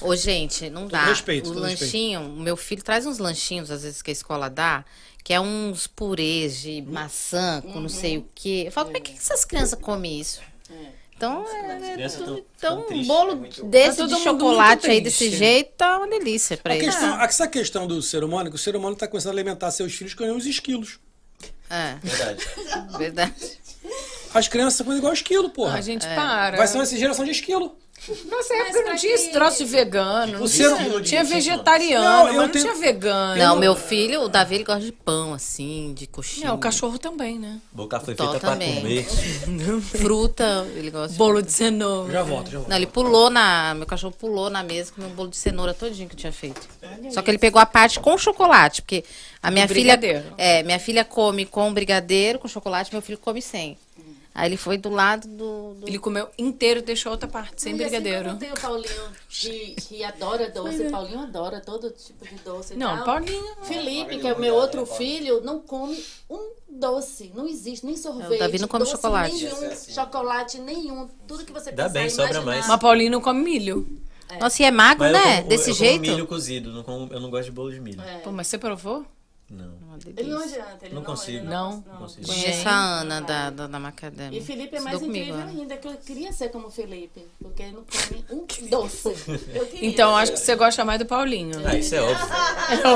[SPEAKER 6] Ô, gente, não dá.
[SPEAKER 17] respeito,
[SPEAKER 6] o
[SPEAKER 17] todo
[SPEAKER 6] lanchinho, o meu filho traz uns lanchinhos, às vezes, que a escola dá, que é uns purês de maçã com não sei o quê. Eu falo, como é que essas crianças comem isso? Então, é,
[SPEAKER 4] crianças tão-
[SPEAKER 6] então
[SPEAKER 4] tão
[SPEAKER 6] um
[SPEAKER 4] tristes,
[SPEAKER 6] bolo
[SPEAKER 4] é muito-
[SPEAKER 6] desse
[SPEAKER 3] Tá todo
[SPEAKER 6] de
[SPEAKER 3] mundo
[SPEAKER 6] chocolate
[SPEAKER 3] muito
[SPEAKER 6] aí desse
[SPEAKER 3] triste.
[SPEAKER 6] jeito tá uma delícia pra Ah.
[SPEAKER 3] A
[SPEAKER 6] eles.
[SPEAKER 3] questão, essa questão do ser humano, é que o ser humano tá começando a alimentar seus filhos com uns esquilos.
[SPEAKER 6] É.
[SPEAKER 4] Verdade.
[SPEAKER 6] *laughs* Verdade. Ah,
[SPEAKER 3] As crianças estão comendo igual esquilo, porra.
[SPEAKER 2] A gente para.
[SPEAKER 3] Vai ser uma geração de esquilo.
[SPEAKER 2] Nossa,
[SPEAKER 11] é
[SPEAKER 2] época não tinha esse troço de vegano. Não
[SPEAKER 3] O ser-
[SPEAKER 2] tinha,
[SPEAKER 3] Não,
[SPEAKER 2] tinha
[SPEAKER 3] eu tenho-
[SPEAKER 2] vegetariano,
[SPEAKER 6] Não,
[SPEAKER 2] mas
[SPEAKER 6] eu
[SPEAKER 2] não
[SPEAKER 6] tenho-
[SPEAKER 2] tinha vegano.
[SPEAKER 6] Não, meu filho, o Davi, ele gosta de pão, assim, de coxinha.
[SPEAKER 2] Não, o cachorro também, né?
[SPEAKER 4] Boca foi
[SPEAKER 6] Tó
[SPEAKER 4] feita pra
[SPEAKER 2] *laughs*
[SPEAKER 6] também.
[SPEAKER 4] comer.
[SPEAKER 6] Fruta, ele gosta de
[SPEAKER 2] Bolo de cenoura.
[SPEAKER 6] Já
[SPEAKER 4] volto, já volto.
[SPEAKER 6] Não, ele pulou na. Meu cachorro pulou na mesa comeu um bolo de cenoura todinho que eu tinha feito. Só que ele pegou a parte com chocolate, porque a minha filha.
[SPEAKER 2] Um brigadeiro.
[SPEAKER 6] É, minha filha come com brigadeiro, com chocolate, meu filho come sem.
[SPEAKER 11] Aí ele foi do lado do. do...
[SPEAKER 2] Ele comeu inteiro e deixou outra parte, sem
[SPEAKER 28] E assim
[SPEAKER 2] brigadeiro.
[SPEAKER 28] como tem o Paulinho que, que adora doce.
[SPEAKER 2] Pois é.
[SPEAKER 28] Paulinho adora todo tipo de doce. e
[SPEAKER 2] Não,
[SPEAKER 28] tal.
[SPEAKER 2] Paulinho-
[SPEAKER 28] Felipe,
[SPEAKER 2] Paulinho
[SPEAKER 28] que é o
[SPEAKER 2] não
[SPEAKER 28] meu
[SPEAKER 2] dá,
[SPEAKER 28] outro
[SPEAKER 2] né, Paulinho?
[SPEAKER 28] filho, não come um doce. Não existe
[SPEAKER 6] É,
[SPEAKER 28] nem sorvete.
[SPEAKER 11] Davi não come
[SPEAKER 28] doce
[SPEAKER 11] chocolate.
[SPEAKER 28] Nenhum,
[SPEAKER 11] É assim.
[SPEAKER 28] Chocolate nenhum. Tudo que você
[SPEAKER 4] Dá
[SPEAKER 28] pensar,
[SPEAKER 4] bem, sobra
[SPEAKER 28] imaginar.
[SPEAKER 4] mais.
[SPEAKER 2] Mas Paulinho não come milho.
[SPEAKER 11] Nossa, e é magro,
[SPEAKER 4] Mas eu
[SPEAKER 11] né?
[SPEAKER 4] como-
[SPEAKER 11] Desse
[SPEAKER 4] eu
[SPEAKER 11] jeito.
[SPEAKER 4] Como milho cozido, não como- eu não gosto de bolo de milho.
[SPEAKER 2] Pô, mas você provou?
[SPEAKER 4] Não.
[SPEAKER 28] Ele não adianta. Ele
[SPEAKER 4] Não consigo.
[SPEAKER 2] Não?
[SPEAKER 4] consigo.
[SPEAKER 11] Conheço a Ana da, da, da Macadâmia.
[SPEAKER 28] E Felipe é
[SPEAKER 11] Estudou
[SPEAKER 28] mais
[SPEAKER 11] comigo,
[SPEAKER 28] incrível
[SPEAKER 2] né?
[SPEAKER 11] Ana.
[SPEAKER 28] ainda, que eu queria ser como Felipe, porque ele não come um doce. Eu queria.
[SPEAKER 2] Então, acho que você gosta mais do Paulinho. né?
[SPEAKER 4] Ah, isso é óbvio.
[SPEAKER 2] Eu,
[SPEAKER 4] Isso tá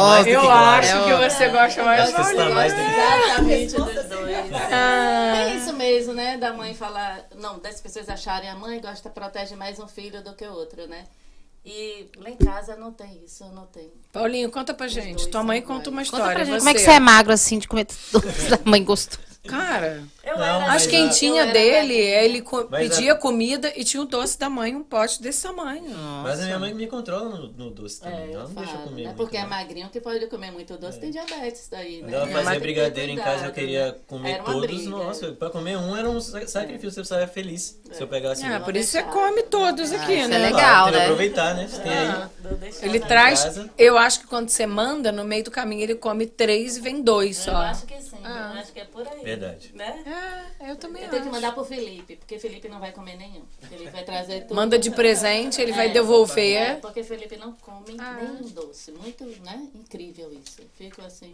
[SPEAKER 4] mais do que
[SPEAKER 2] eu
[SPEAKER 4] claro.
[SPEAKER 2] acho
[SPEAKER 4] É
[SPEAKER 2] que
[SPEAKER 4] óbvio.
[SPEAKER 2] você gosta mais do
[SPEAKER 4] Acho que isso tá
[SPEAKER 2] Paulinho.
[SPEAKER 4] mais do que
[SPEAKER 28] *laughs* Exatamente dos dois.
[SPEAKER 2] Ah.
[SPEAKER 28] É isso mesmo, né? Da mãe falar. Não, das pessoas acharem a mãe gosta, protege mais um filho do que o outro, né? E lá em casa não tem isso, não tem.
[SPEAKER 2] Paulinho, conta pra gente. Tua mãe conta uma história.
[SPEAKER 11] Conta pra gente
[SPEAKER 2] você.
[SPEAKER 11] como é que você é magro assim de comer tudo *laughs* da mãe gostosa.
[SPEAKER 2] Cara,
[SPEAKER 28] era
[SPEAKER 2] as
[SPEAKER 28] daqui,
[SPEAKER 2] quentinhas
[SPEAKER 28] eu era
[SPEAKER 2] dele, ele co-
[SPEAKER 4] Mas é- a-
[SPEAKER 2] pedia comida e tinha o doce da mãe, um pote desse tamanho.
[SPEAKER 4] Mas a minha mãe me controla no, no doce também. então ela não deixa eu
[SPEAKER 28] Fala,
[SPEAKER 4] comer
[SPEAKER 28] né?
[SPEAKER 4] muito.
[SPEAKER 28] Porque é magrinho que pode comer muito doce, tem diabetes daí, né?
[SPEAKER 4] Quando ela
[SPEAKER 28] É,
[SPEAKER 4] Então, fazia
[SPEAKER 28] mas-
[SPEAKER 4] brigadeiro em casa, eu
[SPEAKER 28] cuidado,
[SPEAKER 4] queria
[SPEAKER 28] né?
[SPEAKER 4] comer
[SPEAKER 28] Era uma
[SPEAKER 4] todos.
[SPEAKER 28] briga.
[SPEAKER 4] Nossa, pra comer um era um sa- sacrifício, eu saía feliz se eu pegasse
[SPEAKER 2] Ah,
[SPEAKER 4] um.
[SPEAKER 2] por isso você come
[SPEAKER 28] Ah,
[SPEAKER 2] todos aqui,
[SPEAKER 4] isso é
[SPEAKER 2] né?
[SPEAKER 4] legal, Tem que né? aproveitar, né? Se tem aí.
[SPEAKER 2] Ah.
[SPEAKER 4] Vou deixar
[SPEAKER 2] Ele
[SPEAKER 4] lá em
[SPEAKER 2] traz.
[SPEAKER 4] casa.
[SPEAKER 2] Eu acho que quando você manda, no meio do caminho ele come três e vem dois só.
[SPEAKER 28] Eu acho que sim, eu acho que é por aí.
[SPEAKER 4] Verdade.
[SPEAKER 28] Né?
[SPEAKER 2] Ah. É, eu também
[SPEAKER 28] Eu tenho que
[SPEAKER 2] acho.
[SPEAKER 28] mandar pro Felipe, porque Felipe não vai comer nenhum. Ele vai trazer tudo.
[SPEAKER 2] Manda de presente, ele vai
[SPEAKER 28] É,
[SPEAKER 2] devolver.
[SPEAKER 28] É, porque Felipe não come
[SPEAKER 2] Ah.
[SPEAKER 28] nenhum doce. Muito, né? Incrível isso. Fico assim,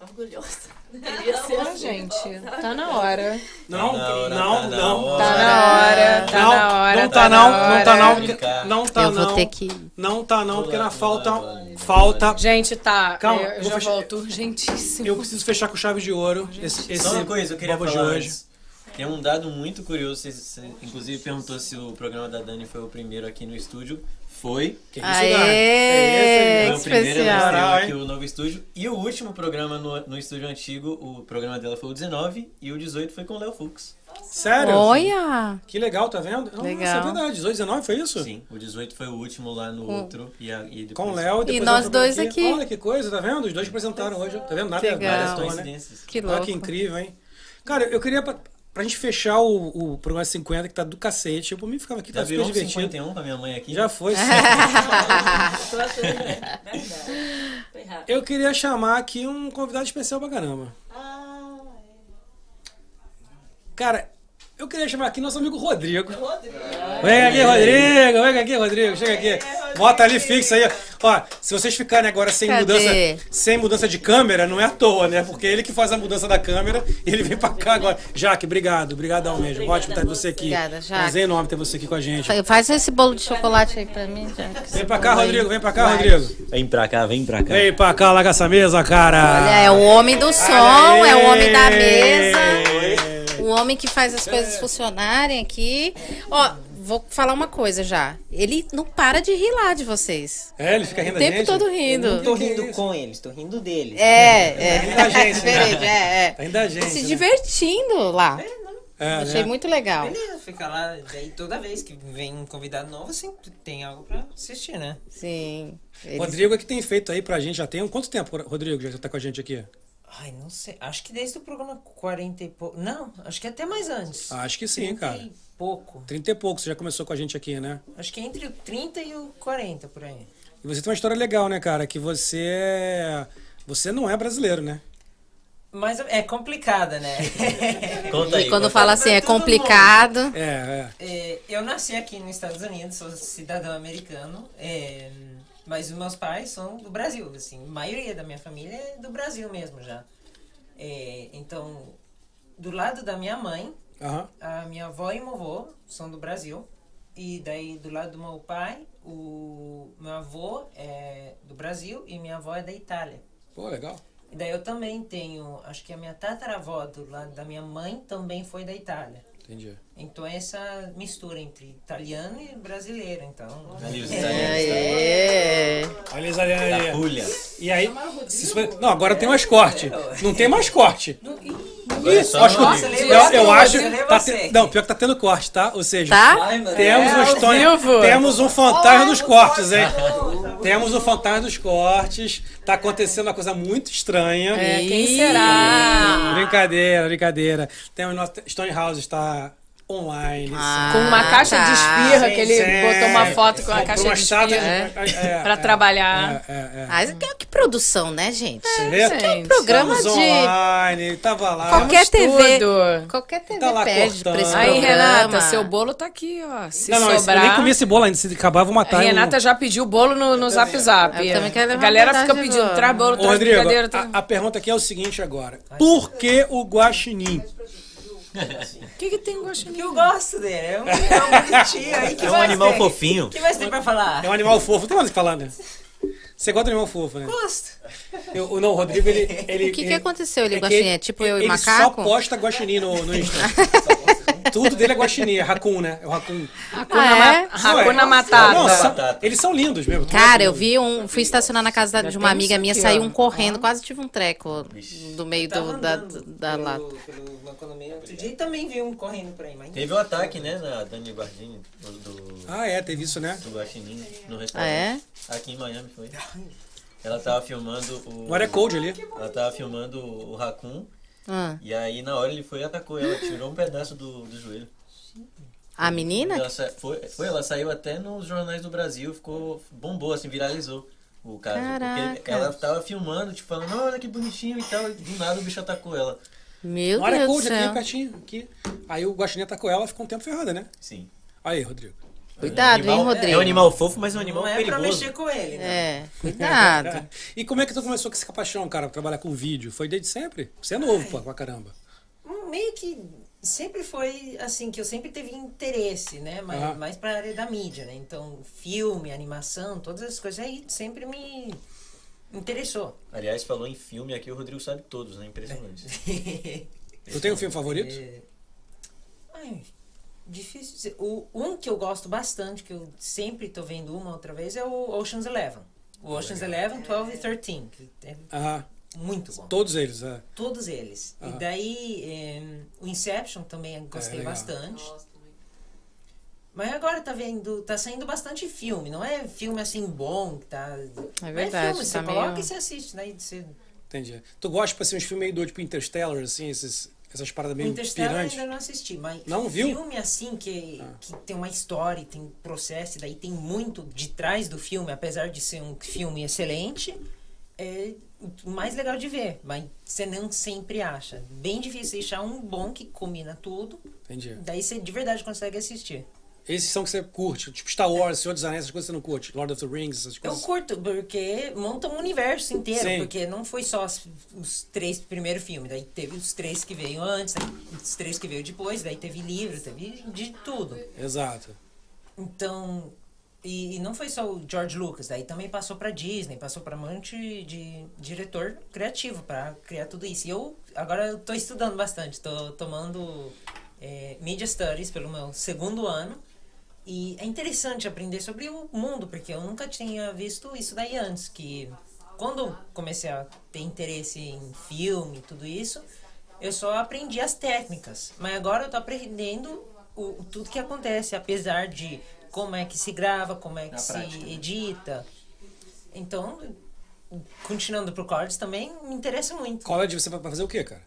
[SPEAKER 28] orgulhosa. Queria ser
[SPEAKER 2] Ah,
[SPEAKER 28] assim.
[SPEAKER 2] gente, tá na Tá hora.
[SPEAKER 3] Não, não, não. não.
[SPEAKER 2] Tá na hora, tá na hora,
[SPEAKER 3] É. Não tá
[SPEAKER 2] tá
[SPEAKER 3] não,
[SPEAKER 2] na
[SPEAKER 3] não tá não,
[SPEAKER 2] hora.
[SPEAKER 3] porque- não tá
[SPEAKER 2] Eu
[SPEAKER 3] não.
[SPEAKER 2] vou ter que-
[SPEAKER 3] Não tá não, porque na falta falta.
[SPEAKER 2] Gente, tá.
[SPEAKER 3] Calma,
[SPEAKER 2] eu
[SPEAKER 3] vou
[SPEAKER 2] já
[SPEAKER 3] fechar-
[SPEAKER 2] volto urgentíssimo.
[SPEAKER 3] Eu preciso fechar com chave de ouro esse esse
[SPEAKER 4] Só uma coisa, eu queria
[SPEAKER 3] Bobo
[SPEAKER 4] falar
[SPEAKER 3] de hoje.
[SPEAKER 4] antes. Tem um dado muito curioso, você, você, inclusive perguntou se o programa da Dani foi o primeiro aqui no estúdio. Foi. é
[SPEAKER 3] Que
[SPEAKER 11] isso, Aê, Dani? que
[SPEAKER 4] Foi o primeiro
[SPEAKER 11] especial.
[SPEAKER 4] nós temos
[SPEAKER 11] Caralho,
[SPEAKER 4] aqui o novo estúdio. E o último programa no, no estúdio antigo, o programa dela foi o 19 e o 18 foi com o Léo Fux.
[SPEAKER 3] Sério?
[SPEAKER 11] Olha!
[SPEAKER 3] Que legal, tá vendo? Nossa,
[SPEAKER 11] Legal.
[SPEAKER 3] é verdade. 18, 19 foi isso? Sim.
[SPEAKER 4] O 18 foi o último lá no
[SPEAKER 11] Com-
[SPEAKER 4] outro. E a, e depois...
[SPEAKER 3] Com o Léo e depois
[SPEAKER 11] nós
[SPEAKER 3] eu
[SPEAKER 11] dois
[SPEAKER 3] aqui.
[SPEAKER 11] aqui.
[SPEAKER 3] Olha que coisa, tá vendo? Os dois apresentaram hoje. Tá vendo? Nada
[SPEAKER 11] Legal.
[SPEAKER 3] nada à toa,
[SPEAKER 4] Coincidências.
[SPEAKER 11] Que
[SPEAKER 3] Olha
[SPEAKER 11] louco.
[SPEAKER 3] que incrível, hein? Cara, eu queria pra, pra gente fechar o, o programa 50, que tá do cacete. Eu por mim ficava aqui,
[SPEAKER 4] Já
[SPEAKER 3] tá super
[SPEAKER 4] virou um
[SPEAKER 3] divertido.
[SPEAKER 4] 51 pra minha mãe aqui?
[SPEAKER 3] Já
[SPEAKER 4] *laughs*
[SPEAKER 11] *laughs*
[SPEAKER 3] foi. sim. *laughs*
[SPEAKER 28] Tô achando, né? Verdade. Foi rápido.
[SPEAKER 3] eu queria chamar aqui um convidado especial pra caramba. Cara, eu queria chamar aqui nosso amigo Rodrigo. Vem aqui, Rodrigo. Vem aqui, Rodrigo. Chega aqui. Bota ali fixo aí. Ó, se vocês ficarem agora sem
[SPEAKER 11] Cadê?
[SPEAKER 3] mudança, sem mudança de câmera, não é à toa, né? Porque ele que faz a mudança da câmera *laughs* e ele vem pra cá agora. Jaque, obrigado. Obrigadão mesmo. Ótimo ter você aqui.
[SPEAKER 11] Obrigada, Jaque.
[SPEAKER 3] Prazer enorme ter você aqui com a gente.
[SPEAKER 11] Fa- Faz esse bolo de chocolate aí pra mim, já.
[SPEAKER 3] Vem pra cá, Rodrigo. Vem pra cá, Rodrigo.
[SPEAKER 4] Vem pra cá, vem pra cá.
[SPEAKER 3] Vem pra cá, larga essa mesa, cara.
[SPEAKER 11] Olha, é o homem do som, é o homem da mesa, o Um homem que faz as coisas funcionarem aqui. Ó, vou falar uma coisa já. Ele não para de rir lá de vocês.
[SPEAKER 3] É, ele fica rindo
[SPEAKER 11] O
[SPEAKER 3] da
[SPEAKER 11] tempo
[SPEAKER 3] gente?
[SPEAKER 11] todo rindo.
[SPEAKER 29] Eu não tô rindo com eles, tô rindo deles.
[SPEAKER 11] *laughs* É, é.
[SPEAKER 29] Rindo da gente, né?
[SPEAKER 11] Diferente, é, é.
[SPEAKER 29] Rindo da gente,
[SPEAKER 11] Se
[SPEAKER 29] né?
[SPEAKER 11] divertindo lá.
[SPEAKER 29] É,
[SPEAKER 11] Achei
[SPEAKER 29] né?
[SPEAKER 11] muito legal.
[SPEAKER 29] Beleza, fica lá. Daí toda vez que vem um convidado novo, sempre tem algo pra assistir, né?
[SPEAKER 11] Sim.
[SPEAKER 3] Rodrigo é que tem feito aí pra gente já tem um quanto tempo, Rodrigo, já tá com a gente aqui?
[SPEAKER 29] Ai, não sei. Acho que desde o programa 40 e pouco. Não, acho que até mais antes.
[SPEAKER 3] Acho que sim,
[SPEAKER 29] 30
[SPEAKER 3] cara.
[SPEAKER 29] e pouco.
[SPEAKER 3] Trinta e pouco, você já começou com a gente aqui, né?
[SPEAKER 29] Acho que entre o 30 e o 40 por aí.
[SPEAKER 3] E você tem uma história legal, né, cara? Que você é. Você não é brasileiro, né?
[SPEAKER 29] Mas é complicada,
[SPEAKER 11] *laughs*
[SPEAKER 29] né?
[SPEAKER 11] Conta aí, E quando conta fala aí. assim, é complicado.
[SPEAKER 3] É, é.
[SPEAKER 29] É, eu nasci aqui nos Estados Unidos, sou cidadão americano, é, mas os meus pais são do Brasil, assim, a maioria da minha família é do Brasil mesmo já. É, então, do lado da minha mãe,
[SPEAKER 3] Aham.
[SPEAKER 29] a minha avó e meu avô são do Brasil. E daí, do lado do meu pai, o meu avô é do Brasil e minha avó é da Itália.
[SPEAKER 3] Pô, legal.
[SPEAKER 29] E daí eu também tenho, acho que a minha tataravó do lado da minha mãe também foi da Itália.
[SPEAKER 3] Entendi.
[SPEAKER 29] Então é essa mistura entre italiano e brasileiro, então. é.
[SPEAKER 3] Olha os tá?
[SPEAKER 11] italianos,
[SPEAKER 3] Olha eles ali, ali.
[SPEAKER 4] Da Puglia.
[SPEAKER 3] E aí. se foi- Não, agora tem mais corte. Não tem mais corte.
[SPEAKER 4] Agora é
[SPEAKER 3] Ih,
[SPEAKER 4] só
[SPEAKER 3] eu acho que-
[SPEAKER 4] no ao vivo.
[SPEAKER 3] eu-
[SPEAKER 4] Nossa,
[SPEAKER 3] eu
[SPEAKER 4] levou
[SPEAKER 3] acho.
[SPEAKER 4] você, levou
[SPEAKER 3] tá
[SPEAKER 4] você.
[SPEAKER 3] te- Não, pior que tá tendo corte, tá? Ou seja,
[SPEAKER 4] Tá? Ai, meu Deus.
[SPEAKER 3] temos
[SPEAKER 4] É,
[SPEAKER 3] um
[SPEAKER 4] ao
[SPEAKER 3] estonho-
[SPEAKER 4] vivo.
[SPEAKER 3] temos um fantasma dos cortes, hein? Temos o Fantasma dos Cortes. Tá acontecendo uma coisa muito estranha.
[SPEAKER 2] É, quem será?
[SPEAKER 3] Brincadeira, brincadeira. Temos nosso Stone House está online.
[SPEAKER 11] Ah,
[SPEAKER 2] Com uma
[SPEAKER 11] tá.
[SPEAKER 2] caixa de esfirra, que ele botou uma foto com a
[SPEAKER 3] Comprou
[SPEAKER 2] caixa
[SPEAKER 3] é, uma
[SPEAKER 2] de
[SPEAKER 3] chata de-
[SPEAKER 2] esfirra. né?
[SPEAKER 3] é, é,
[SPEAKER 2] pra
[SPEAKER 3] é.
[SPEAKER 2] trabalhar.
[SPEAKER 11] Mas é que, que produção, né, gente?
[SPEAKER 3] Vê?
[SPEAKER 11] que é um programa
[SPEAKER 3] Estamos
[SPEAKER 11] de.
[SPEAKER 3] online, tava lá.
[SPEAKER 11] Qualquer TV.
[SPEAKER 2] Qualquer TV
[SPEAKER 3] Então
[SPEAKER 11] Tá lá
[SPEAKER 2] pede
[SPEAKER 11] cortando.
[SPEAKER 2] pra esse
[SPEAKER 11] Aí,
[SPEAKER 2] Aí, Renata,
[SPEAKER 11] Renata,
[SPEAKER 2] seu bolo tá aqui, ó. Se
[SPEAKER 3] não, não, esse- eu
[SPEAKER 2] sobrar...
[SPEAKER 3] nem comi tá, esse bolo ainda. Se acabar, eu vou
[SPEAKER 2] A
[SPEAKER 3] matar. eu-
[SPEAKER 2] Renata já pediu bolo no, no Zap Zap. a galera fica pedindo, traz bolo,
[SPEAKER 3] Ô,
[SPEAKER 2] traz
[SPEAKER 3] Rodrigo,
[SPEAKER 2] brigadeiro. tá?
[SPEAKER 3] a- a, pergunta aqui é o seguinte agora. Por que o guaxinim?
[SPEAKER 2] O que, que tem gosto Que
[SPEAKER 29] eu gosto dele. É um animal bonitinho. Aí que mais tem?
[SPEAKER 3] É um fofinho.
[SPEAKER 29] O que mais tem pra falar?
[SPEAKER 3] É um animal fofo. Tem mais o que falar, né? Você gosta de animal fofo, né?
[SPEAKER 29] Gosto.
[SPEAKER 3] Eu, o- não, o
[SPEAKER 11] *laughs*
[SPEAKER 3] Rodrigo, ele... ele
[SPEAKER 11] O que, que
[SPEAKER 3] ele-
[SPEAKER 11] aconteceu ali,
[SPEAKER 3] é que
[SPEAKER 11] Guaxinim?
[SPEAKER 3] ele-
[SPEAKER 11] É tipo eu e
[SPEAKER 3] ele
[SPEAKER 11] macaco?
[SPEAKER 3] só posta guaxinim no, no Insta. Tudo dele é guaxinim. É racun, né? É o racun.
[SPEAKER 11] Hakuna Ah, é? Ma-
[SPEAKER 3] Não,
[SPEAKER 11] Hakuna Matata.
[SPEAKER 3] Não, são- eles são lindos mesmo. é
[SPEAKER 11] Cara, eu vi um. Fui estacionar na casa da- de uma
[SPEAKER 3] temos
[SPEAKER 11] amiga minha,
[SPEAKER 3] aqui,
[SPEAKER 11] saiu
[SPEAKER 3] ó.
[SPEAKER 11] um correndo, quase tive um treco do meio
[SPEAKER 3] Tá
[SPEAKER 11] do, da, da lata.
[SPEAKER 29] Pelo Maconomia. Outro dia também vi um correndo por aí, mas.
[SPEAKER 4] Teve o ataque, né, da Dani Guardini, do, do-
[SPEAKER 3] Ah, é, teve isso, né?
[SPEAKER 4] do Guaxinim no restaurante.
[SPEAKER 3] Ah, é?
[SPEAKER 4] Aqui em Miami foi. Ela tava filmando o...
[SPEAKER 3] Agora é cold ali.
[SPEAKER 4] Ela tava filmando o Raccoon.
[SPEAKER 11] Ah.
[SPEAKER 4] E aí, na hora, ele foi e atacou ela. Tirou um pedaço do, do joelho.
[SPEAKER 11] A menina?
[SPEAKER 4] Ela sa- foi, foi, ela saiu até nos jornais do Brasil. Ficou... Bombou, assim, viralizou o caso. Porque
[SPEAKER 11] Caraca.
[SPEAKER 4] ela tava filmando, tipo, falando, olha que bonitinho e tal. E do nada, o bicho atacou ela.
[SPEAKER 11] Meu
[SPEAKER 3] Uma área
[SPEAKER 11] Deus do
[SPEAKER 3] cold aqui,
[SPEAKER 11] céu.
[SPEAKER 3] pertinho. Aqui. Aí o guaxinim atacou ela, ficou um tempo ferrada, né?
[SPEAKER 4] Sim.
[SPEAKER 3] Aí, Rodrigo.
[SPEAKER 11] Cuidado, hein, Animal- Rodrigo? é um animal
[SPEAKER 4] fofo, mas é um animal
[SPEAKER 29] Não é pra perigoso. mexer com ele, né?
[SPEAKER 11] É, cuidado.
[SPEAKER 3] *laughs* e como é que tu começou com essa paixão, cara, pra trabalhar com vídeo? Foi desde sempre? Você é novo, pô, pra caramba.
[SPEAKER 29] Hum, Meio que sempre foi assim, que eu sempre teve interesse, né? Mas,
[SPEAKER 3] Aham.
[SPEAKER 29] Mais pra área da mídia, né? Então, filme, animação, todas as coisas aí sempre me interessou.
[SPEAKER 4] Aliás, falou em filme aqui, o Rodrigo sabe todos, né? Impressionante. É.
[SPEAKER 3] Tu tem um filme favorito?
[SPEAKER 29] Ai, difícil dizer. O, um que eu gosto bastante, que eu sempre tô vendo uma outra vez, é o Ocean's Eleven. O Ocean's Eleven, 12 e 13. que é
[SPEAKER 3] Ah,
[SPEAKER 29] muito bom.
[SPEAKER 3] Todos eles, é.
[SPEAKER 29] Todos eles.
[SPEAKER 3] Ah.
[SPEAKER 29] E daí, eh, o Inception também eu
[SPEAKER 3] É,
[SPEAKER 29] gostei
[SPEAKER 3] legal.
[SPEAKER 29] bastante. Mas agora tá vendo, tá saindo bastante filme, não é filme assim bom que tá. Mas
[SPEAKER 11] verdade,
[SPEAKER 29] é filme, você
[SPEAKER 11] tá meio-
[SPEAKER 29] coloca e você assiste, né? E você-
[SPEAKER 3] Entendi. Tu gosta, tipo assim, uns filmes meio doidos, tipo Interstellar, assim, esses, essas paradas
[SPEAKER 29] O
[SPEAKER 3] meio
[SPEAKER 29] Interstellar eu
[SPEAKER 3] pirantes?
[SPEAKER 29] ainda não assisti, mas
[SPEAKER 3] Não viu? Ah.
[SPEAKER 29] filme assim que, que tem uma história, e tem um processo, e daí tem muito de trás do filme, apesar de ser um filme excelente, é o mais legal de ver, mas você não sempre acha. Bem difícil achar um bom que combina tudo,
[SPEAKER 3] Entendi.
[SPEAKER 29] daí você de verdade consegue assistir.
[SPEAKER 3] Esses são que você curte, tipo Star Wars, Senhor dos Anéis, essas coisas que você não curte. Lord of the Rings, essas
[SPEAKER 29] Eu
[SPEAKER 3] coisas.
[SPEAKER 29] curto, porque monta um universo inteiro,
[SPEAKER 3] Tipo, Sim.
[SPEAKER 29] porque não foi só as- os três primeiros filmes, daí teve os três que veio antes, daí os três que veio depois, daí teve livro, teve de tudo.
[SPEAKER 3] Exato.
[SPEAKER 29] Então, e, e não foi só o George Lucas, daí também passou pra Disney, passou pra um monte de diretor criativo pra criar tudo isso. E eu agora eu tô estudando bastante, tô tomando é, Media Studies pelo meu segundo ano. E é interessante aprender sobre o mundo, porque eu nunca tinha visto isso daí antes, que quando eu comecei a ter interesse em filme e tudo isso, eu só aprendi as técnicas, mas agora eu tô aprendendo o, o tudo que acontece, apesar de como é que se grava, como é que
[SPEAKER 4] Na
[SPEAKER 29] se
[SPEAKER 4] prática. né?
[SPEAKER 29] edita. Então, continuando pro Cortes também, me interessa muito. *laughs*
[SPEAKER 3] *laughs* College, é você vai vai fazer o quê, cara?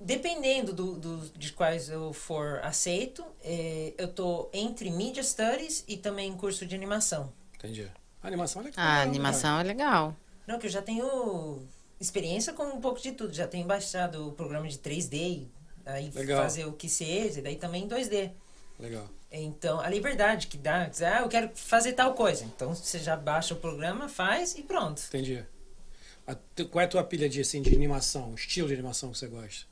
[SPEAKER 29] Dependendo do, do- de quais eu for aceito, eh, eu tô entre Media Studies e também curso de animação.
[SPEAKER 3] Entendi. A animação é legal.
[SPEAKER 11] A animação é legal.
[SPEAKER 29] Não, que eu já tenho experiência com um pouco de tudo. Já tenho baixado o programa de 3D, aí
[SPEAKER 3] Legal.
[SPEAKER 29] fazer o que seja, daí também 2D.
[SPEAKER 3] Legal.
[SPEAKER 29] Então, a liberdade que dá, que diz, ah, eu quero fazer tal coisa. Então, você já baixa o programa, faz e pronto.
[SPEAKER 3] Entendi. A tu- qual é a tua pilha de, assim, de animação, estilo de animação que você gosta?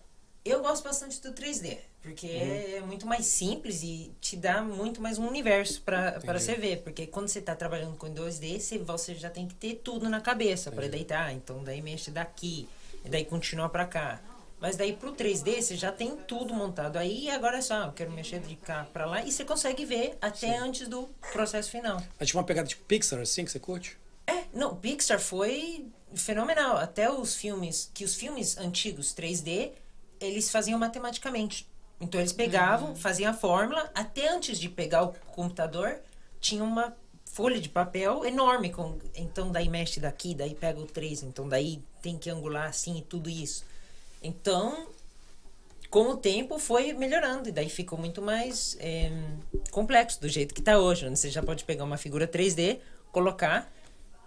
[SPEAKER 29] Eu gosto bastante do 3D,
[SPEAKER 3] Uhum.
[SPEAKER 29] porque é muito mais simples e te dá muito mais um universo pra pra
[SPEAKER 3] Entendi.
[SPEAKER 29] você ver. Porque quando você tá trabalhando com 2D, você, você já tem que ter tudo na cabeça pra
[SPEAKER 3] Entendi.
[SPEAKER 29] deitar. Então daí mexe daqui, e daí continua pra cá. Mas daí pro 3D você já tem tudo montado. Aí agora é só, ah, eu quero mexer de cá pra lá e você consegue ver até antes do processo final.
[SPEAKER 3] É tipo uma pegada tipo Pixar, assim, que você curte?
[SPEAKER 29] É, Não, Pixar foi fenomenal. Até os filmes, que os filmes antigos 3D, eles faziam matematicamente. Então eles pegavam, faziam a fórmula, até antes de pegar o computador, tinha uma folha de papel enorme. Com, então daí mexe daqui, daí pega o 3, então daí tem que angular assim e tudo isso. Então, com o tempo foi melhorando, e daí ficou muito mais é, complexo do jeito que está hoje, onde você já pode pegar uma figura 3D, colocar,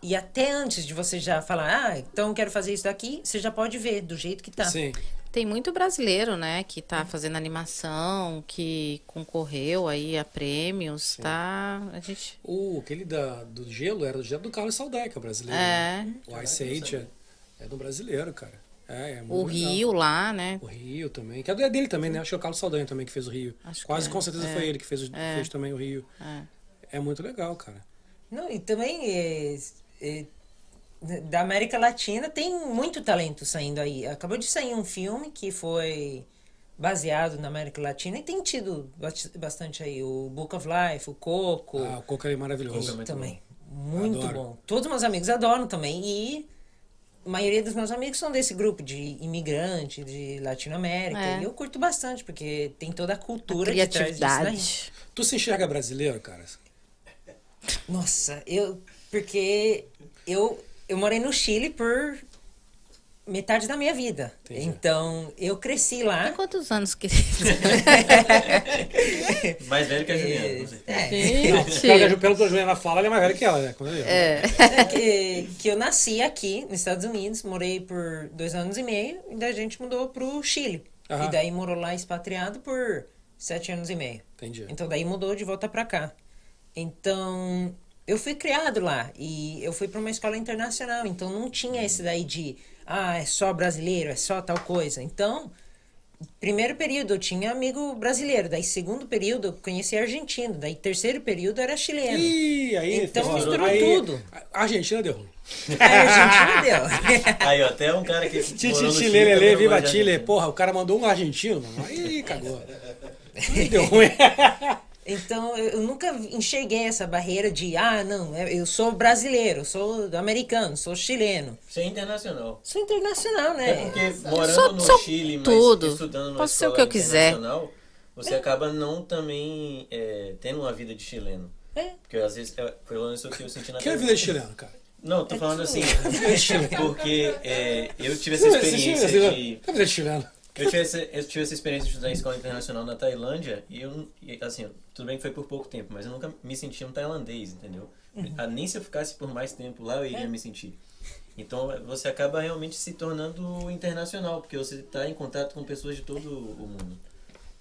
[SPEAKER 29] e até antes de você já falar, ah, então quero fazer isso daqui, você já pode ver do jeito que tá. está.
[SPEAKER 3] Sim.
[SPEAKER 6] Tem muito brasileiro, né, que tá fazendo animação, que concorreu aí a prêmios, tá? A gente.
[SPEAKER 3] O, Uh, aquele da, do gelo era do gelo do Carlos Saldeca, brasileiro.
[SPEAKER 6] É.
[SPEAKER 3] né? O Ice Age é, é do brasileiro, cara. É, é muito
[SPEAKER 6] O
[SPEAKER 3] legal.
[SPEAKER 6] Rio lá, né?
[SPEAKER 3] O Rio também. Que é dele também, né? Acho que é o Carlos Saldanha também que fez o Rio.
[SPEAKER 6] Acho que
[SPEAKER 3] Quase
[SPEAKER 6] é.
[SPEAKER 3] com certeza
[SPEAKER 6] É.
[SPEAKER 3] foi ele que fez, o-
[SPEAKER 6] É.
[SPEAKER 3] fez também o Rio. É. muito legal, cara.
[SPEAKER 29] Não, e também é, é, da América Latina tem muito talento saindo aí. Acabou de sair um filme que foi baseado na América Latina e tem tido bast- bastante aí o Book of Life, o Coco.
[SPEAKER 3] Ah, o Coco é maravilhoso.
[SPEAKER 29] Isso também.
[SPEAKER 3] Muito Adoro.
[SPEAKER 29] bom. Todos meus amigos adoram também e a maioria dos meus amigos são desse grupo de imigrante, de Latinoamérica.
[SPEAKER 6] É.
[SPEAKER 29] E eu curto bastante porque tem toda a cultura que traz isso daí.
[SPEAKER 3] Tu se enxerga brasileiro, cara?
[SPEAKER 29] Nossa, eu. Porque eu, eu morei no Chile por metade da minha vida. Então, eu cresci lá. Tem
[SPEAKER 6] quantos
[SPEAKER 29] *laughs*
[SPEAKER 6] anos que.
[SPEAKER 4] Mais velho que a Juliana. você.
[SPEAKER 29] É.
[SPEAKER 3] Não, pelo- pelo que a Juliana fala, ele é mais velho que ela, né? Quando ele-
[SPEAKER 6] É.
[SPEAKER 29] É que, que eu nasci aqui nos Estados Unidos, morei por dois anos e meio, e daí a gente mudou pro Chile.
[SPEAKER 3] Aham.
[SPEAKER 29] E daí morou lá expatriado por sete anos e meio.
[SPEAKER 3] Entendi.
[SPEAKER 29] Então
[SPEAKER 6] *laughs*
[SPEAKER 29] daí mudou de volta pra cá. Então eu fui criado lá e eu fui pra uma escola internacional, então não tinha esse daí de ah, é só brasileiro, é só tal coisa. Então, primeiro período eu tinha amigo brasileiro, daí segundo período eu conheci argentino, daí terceiro período era chileno.
[SPEAKER 3] Ih, aí,
[SPEAKER 29] então
[SPEAKER 3] pessoal,
[SPEAKER 29] misturou
[SPEAKER 3] aí-
[SPEAKER 29] tudo.
[SPEAKER 3] A Argentina deu ruim.
[SPEAKER 29] A Argentina deu.
[SPEAKER 4] Aí, ó, até um cara que. morou
[SPEAKER 3] Titi,
[SPEAKER 4] no
[SPEAKER 3] Chile,
[SPEAKER 4] Chile também assim.
[SPEAKER 3] Lele, viva
[SPEAKER 4] gosta de
[SPEAKER 3] Chile. Porra, o cara mandou um argentino, mano. Aí cagou. Aí deu ruim.
[SPEAKER 29] Então, eu eu nunca enxerguei essa barreira de, ah, não, eu eu sou brasileiro, sou americano, sou chileno.
[SPEAKER 4] Você é internacional.
[SPEAKER 29] Sou internacional, né?
[SPEAKER 4] É porque morando
[SPEAKER 29] Sou-
[SPEAKER 4] no
[SPEAKER 29] sou
[SPEAKER 4] Chile, mas
[SPEAKER 29] tudo.
[SPEAKER 4] estudando numa
[SPEAKER 29] Posso ser o
[SPEAKER 4] escola
[SPEAKER 29] que eu quiser. É.
[SPEAKER 4] internacional, você acaba não também é, tendo uma vida de chileno.
[SPEAKER 29] É.
[SPEAKER 4] Porque às vezes, é, pelo menos isso que eu senti na
[SPEAKER 3] Que é vida de chileno, cara?
[SPEAKER 4] Não,
[SPEAKER 29] É
[SPEAKER 4] tô falando
[SPEAKER 29] tipo
[SPEAKER 4] assim,
[SPEAKER 3] Vida de chileno.
[SPEAKER 4] *laughs* porque é, eu tive essa
[SPEAKER 3] Você- você
[SPEAKER 4] experiência
[SPEAKER 3] chega, você-
[SPEAKER 4] de...
[SPEAKER 3] Que é vida de chileno?
[SPEAKER 4] Eu tive, essa, eu tive essa experiência de estudar em escola internacional na Tailândia e eu, não- e, assim, tudo bem que foi por pouco tempo, mas eu nunca me senti um tailandês, entendeu?
[SPEAKER 29] Uhum.
[SPEAKER 4] Ah, Nem se eu ficasse por mais tempo lá, eu iria me sentir. Então você acaba realmente se tornando internacional, porque você está em contato com pessoas de todo o mundo.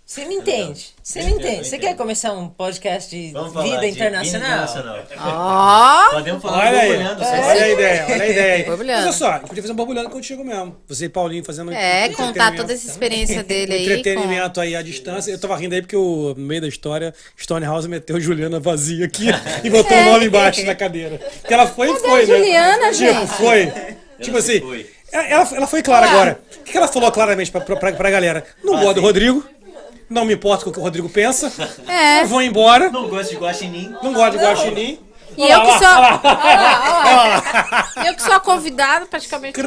[SPEAKER 29] Você me entende, você me
[SPEAKER 4] Eu entendo, eu
[SPEAKER 29] entende. Você
[SPEAKER 4] entendo.
[SPEAKER 29] quer começar um podcast de
[SPEAKER 4] Vamos falar
[SPEAKER 29] vida
[SPEAKER 4] de
[SPEAKER 29] internacional?
[SPEAKER 4] vida
[SPEAKER 29] Ó!
[SPEAKER 4] Podemos falar
[SPEAKER 3] Olha aí,
[SPEAKER 4] borbulhando,
[SPEAKER 3] olha
[SPEAKER 4] Ceci.
[SPEAKER 3] a ideia, olha a ideia aí. Mas
[SPEAKER 6] Borbulhando.
[SPEAKER 3] olha só, a gente podia fazer um borbulhando contigo mesmo. Você e Paulinho fazendo
[SPEAKER 6] É,
[SPEAKER 3] entretenimento.
[SPEAKER 6] contar toda essa
[SPEAKER 3] *laughs*
[SPEAKER 6] experiência dele aí.
[SPEAKER 3] Entretenimento aí à distância. Eu tava rindo aí porque o, no meio da história, Stonehouse meteu Juliana vazia aqui *laughs* *laughs* e botou o
[SPEAKER 2] *laughs* É.
[SPEAKER 3] nome embaixo na cadeira. Que ela foi e
[SPEAKER 8] Cadê
[SPEAKER 3] foi,
[SPEAKER 8] a Juliana,
[SPEAKER 3] né? Tipo,
[SPEAKER 8] gente?
[SPEAKER 3] foi. Tipo assim, ela, ela- ela foi clara agora. O que que ela falou claramente pra, pra, pra- pra galera?
[SPEAKER 4] Ah,
[SPEAKER 3] Não gosto do Rodrigo. Não me importa com o que o Rodrigo pensa.
[SPEAKER 6] É.
[SPEAKER 3] Eu vou embora.
[SPEAKER 4] Não gosto de guaxinim.
[SPEAKER 3] Não gosto de
[SPEAKER 6] Não.
[SPEAKER 3] guaxinim.
[SPEAKER 6] E
[SPEAKER 3] Olha
[SPEAKER 6] eu que
[SPEAKER 3] lá,
[SPEAKER 6] sou.
[SPEAKER 3] olha lá.
[SPEAKER 6] Olha
[SPEAKER 11] *laughs*
[SPEAKER 6] lá, olha lá.
[SPEAKER 4] Olha
[SPEAKER 6] E eu que sou a convidada praticamente.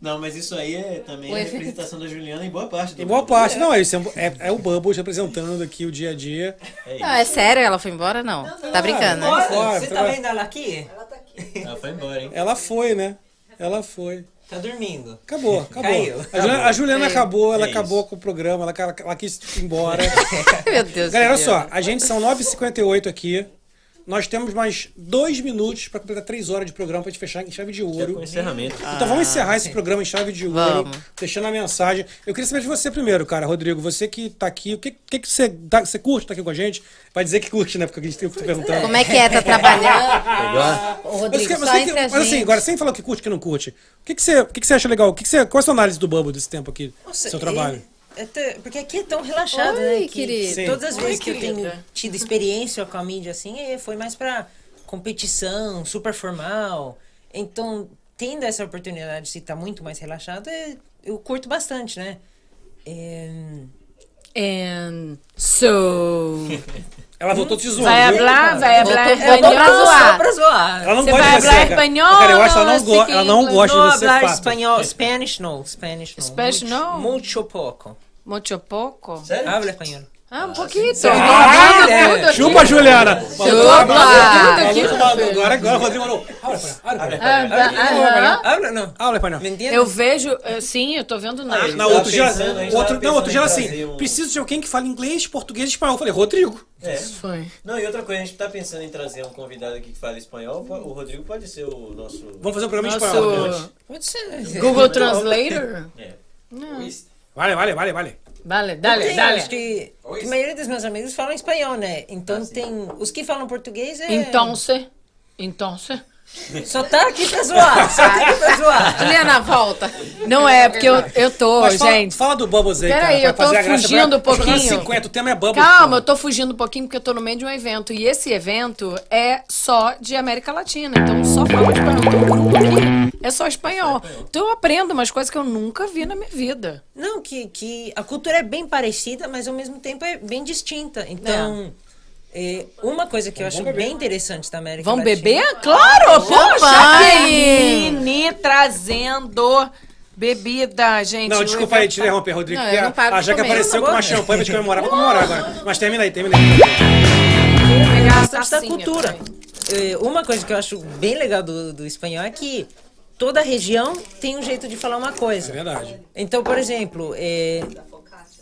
[SPEAKER 4] Não, mas isso aí é também
[SPEAKER 6] O
[SPEAKER 4] a
[SPEAKER 6] efeito.
[SPEAKER 4] representação da Juliana em boa parte do né?
[SPEAKER 3] Em boa parte, não, é, isso, é um- é, é o Bubbles representando aqui o dia a dia.
[SPEAKER 6] Não, é sério, ela foi embora? Não. tá brincando,
[SPEAKER 3] Ela
[SPEAKER 6] né?
[SPEAKER 3] foi embora,
[SPEAKER 29] Você
[SPEAKER 3] foi
[SPEAKER 29] tá
[SPEAKER 3] embora.
[SPEAKER 29] vendo ela aqui?
[SPEAKER 3] tá
[SPEAKER 4] Ela foi embora, hein?
[SPEAKER 3] Ela foi, né? Ela foi.
[SPEAKER 29] Tá dormindo.
[SPEAKER 6] *laughs*
[SPEAKER 3] Acabou, acabou.
[SPEAKER 29] Caiu.
[SPEAKER 3] A Juliana, a Juliana
[SPEAKER 29] Caiu.
[SPEAKER 3] acabou, ela
[SPEAKER 29] É
[SPEAKER 3] acabou com o programa, ela, ela, ela quis ir embora.
[SPEAKER 6] *laughs* Meu Deus
[SPEAKER 3] Galera, olha
[SPEAKER 6] do céu.
[SPEAKER 3] só, a gente são 9h58 aqui. Nós temos mais dois minutos pra completar três horas de programa pra gente fechar em chave de ouro.
[SPEAKER 4] encerramento.
[SPEAKER 3] Então
[SPEAKER 6] Ah.
[SPEAKER 3] vamos encerrar esse programa em chave de ouro,
[SPEAKER 4] Vamos.
[SPEAKER 3] deixando a mensagem. Eu queria saber de você primeiro, cara, Rodrigo. Você que tá aqui, o que, que, que você, tá, você curte tá aqui com a gente? Vai dizer que curte, né? Porque a gente tem que tá perguntando.
[SPEAKER 6] Como é que é?
[SPEAKER 3] *laughs*
[SPEAKER 6] Tá trabalhando?
[SPEAKER 3] Melhor?
[SPEAKER 6] Ô, Rodrigo,
[SPEAKER 3] Mas que- mas
[SPEAKER 6] só
[SPEAKER 3] que-
[SPEAKER 6] entre a
[SPEAKER 3] Mas assim,
[SPEAKER 6] gente.
[SPEAKER 3] agora, sem falar o que curte e o que não curte, o que, que, você, o que, que você acha legal? O que que você, qual é a sua análise do Bubble desse tempo aqui?
[SPEAKER 29] Nossa,
[SPEAKER 3] seu trabalho?
[SPEAKER 29] ele- até- porque aqui é tão relaxado, né?
[SPEAKER 6] Oi,
[SPEAKER 29] que
[SPEAKER 6] querido. Sim.
[SPEAKER 29] Todas as
[SPEAKER 6] Oi,
[SPEAKER 29] vezes que eu
[SPEAKER 6] querida.
[SPEAKER 29] tenho tido experiência com a mídia assim, eh, foi mais pra competição, super formal. Então, tendo essa oportunidade de estar muito mais relaxado, eh, eu curto bastante, né? Eh,
[SPEAKER 2] And so.
[SPEAKER 3] *laughs* Ela voltou te zoando.
[SPEAKER 2] Vai
[SPEAKER 3] viu?
[SPEAKER 2] hablar, vai
[SPEAKER 29] Voltou-
[SPEAKER 2] hablar
[SPEAKER 29] voltou
[SPEAKER 2] espanhol.
[SPEAKER 29] pra zoar, pra zoar.
[SPEAKER 3] Ela não
[SPEAKER 29] Você
[SPEAKER 3] gosta
[SPEAKER 29] vai
[SPEAKER 3] de você,
[SPEAKER 29] hablar
[SPEAKER 3] cara.
[SPEAKER 29] espanhol,
[SPEAKER 3] Cara, eu acho que ela
[SPEAKER 29] não
[SPEAKER 3] não, go
[SPEAKER 29] speak
[SPEAKER 3] ela não
[SPEAKER 29] English.
[SPEAKER 3] gosta
[SPEAKER 29] No
[SPEAKER 3] de você,
[SPEAKER 29] hablar
[SPEAKER 3] fato.
[SPEAKER 29] espanhol, Spanish no, Spanish no.
[SPEAKER 2] Spanish
[SPEAKER 29] Mucho-
[SPEAKER 2] no?
[SPEAKER 29] Mucho pouco.
[SPEAKER 2] Mucho pouco.
[SPEAKER 29] Habla espanhol.
[SPEAKER 2] Ah, um pouquinho.
[SPEAKER 3] Você me deu uma banda, né? Chupa, Juliana.
[SPEAKER 2] Chupa.
[SPEAKER 3] Agora, agora, Rodrigo falou. Abre,
[SPEAKER 2] Ah,
[SPEAKER 3] abre, abre,
[SPEAKER 2] aham.
[SPEAKER 3] abre, abre, abre, Ah, não. Abre, pai, não.
[SPEAKER 2] Eu vejo, eu- sim, eu tô vendo nada.
[SPEAKER 3] Na outro dia, outro, não, outro dia era
[SPEAKER 2] um
[SPEAKER 3] assim, preciso de alguém que fale inglês, português e espanhol. Eu falei, Rodrigo.
[SPEAKER 4] É.
[SPEAKER 2] Foi.
[SPEAKER 4] Não, e outra coisa, a gente tá pensando em trazer um convidado aqui que fala espanhol. po- O Rodrigo pode ser o nosso.
[SPEAKER 3] Vamos fazer um programa em
[SPEAKER 4] Nosso-
[SPEAKER 3] espanhol.
[SPEAKER 4] Pode ser.
[SPEAKER 2] Google
[SPEAKER 28] um
[SPEAKER 2] Translator?
[SPEAKER 4] É.
[SPEAKER 2] Não.
[SPEAKER 3] Vale, vale, vale, vale.
[SPEAKER 2] Vale,
[SPEAKER 29] Eu
[SPEAKER 2] dale,
[SPEAKER 29] tenho,
[SPEAKER 2] dale.
[SPEAKER 29] Acho que a maioria dos meus amigos falam espanhol, né? Então
[SPEAKER 3] Ah,
[SPEAKER 29] tem. Os que falam português é.
[SPEAKER 2] Então se, então se.
[SPEAKER 29] Só tá aqui pra zoar.
[SPEAKER 2] *laughs*
[SPEAKER 29] Só tá aqui pra zoar.
[SPEAKER 11] *laughs* Juliana, volta.
[SPEAKER 2] Não é, porque eu, eu tô,
[SPEAKER 3] Mas fala,
[SPEAKER 2] gente.
[SPEAKER 3] fala do Bubbles aí,
[SPEAKER 2] Peraí,
[SPEAKER 3] cara. pra
[SPEAKER 2] eu tô
[SPEAKER 3] fazer a graça
[SPEAKER 2] fugindo
[SPEAKER 3] pra-
[SPEAKER 2] um pouquinho.
[SPEAKER 3] pra jogar 50, o tema é Bubbles.
[SPEAKER 2] Calma, eu tô fugindo um pouquinho porque eu tô no meio de um evento. E esse evento é só de América Latina. Então só fala espanhol. Aqui é só espanhol. Então eu aprendo umas coisas que eu nunca vi na minha vida.
[SPEAKER 29] Não, que, que a cultura é bem parecida, mas ao mesmo tempo é bem distinta. Então, é, uma coisa que eu acho bem interessante da América
[SPEAKER 2] Vamos
[SPEAKER 29] Latina.
[SPEAKER 2] beber? Claro! Pô,
[SPEAKER 29] Champanhe!
[SPEAKER 2] Jaqueline trazendo bebida, gente.
[SPEAKER 3] Não,
[SPEAKER 2] O
[SPEAKER 3] desculpa aí,
[SPEAKER 2] evento
[SPEAKER 3] te
[SPEAKER 2] tá-
[SPEAKER 3] interromper, Rodrigo.
[SPEAKER 2] Não,
[SPEAKER 3] porque
[SPEAKER 2] eu não paro
[SPEAKER 3] a
[SPEAKER 2] de
[SPEAKER 3] Jaque
[SPEAKER 2] comer. Uhum.
[SPEAKER 3] apareceu com uma champanhe pra te comemorar. Vou comemorar agora. Mas termina aí, termina aí.
[SPEAKER 29] parte da cultura. É, Uma coisa que eu acho bem legal do, do espanhol é que toda região tem um jeito de falar uma coisa. É
[SPEAKER 3] verdade.
[SPEAKER 29] Então, por exemplo, é,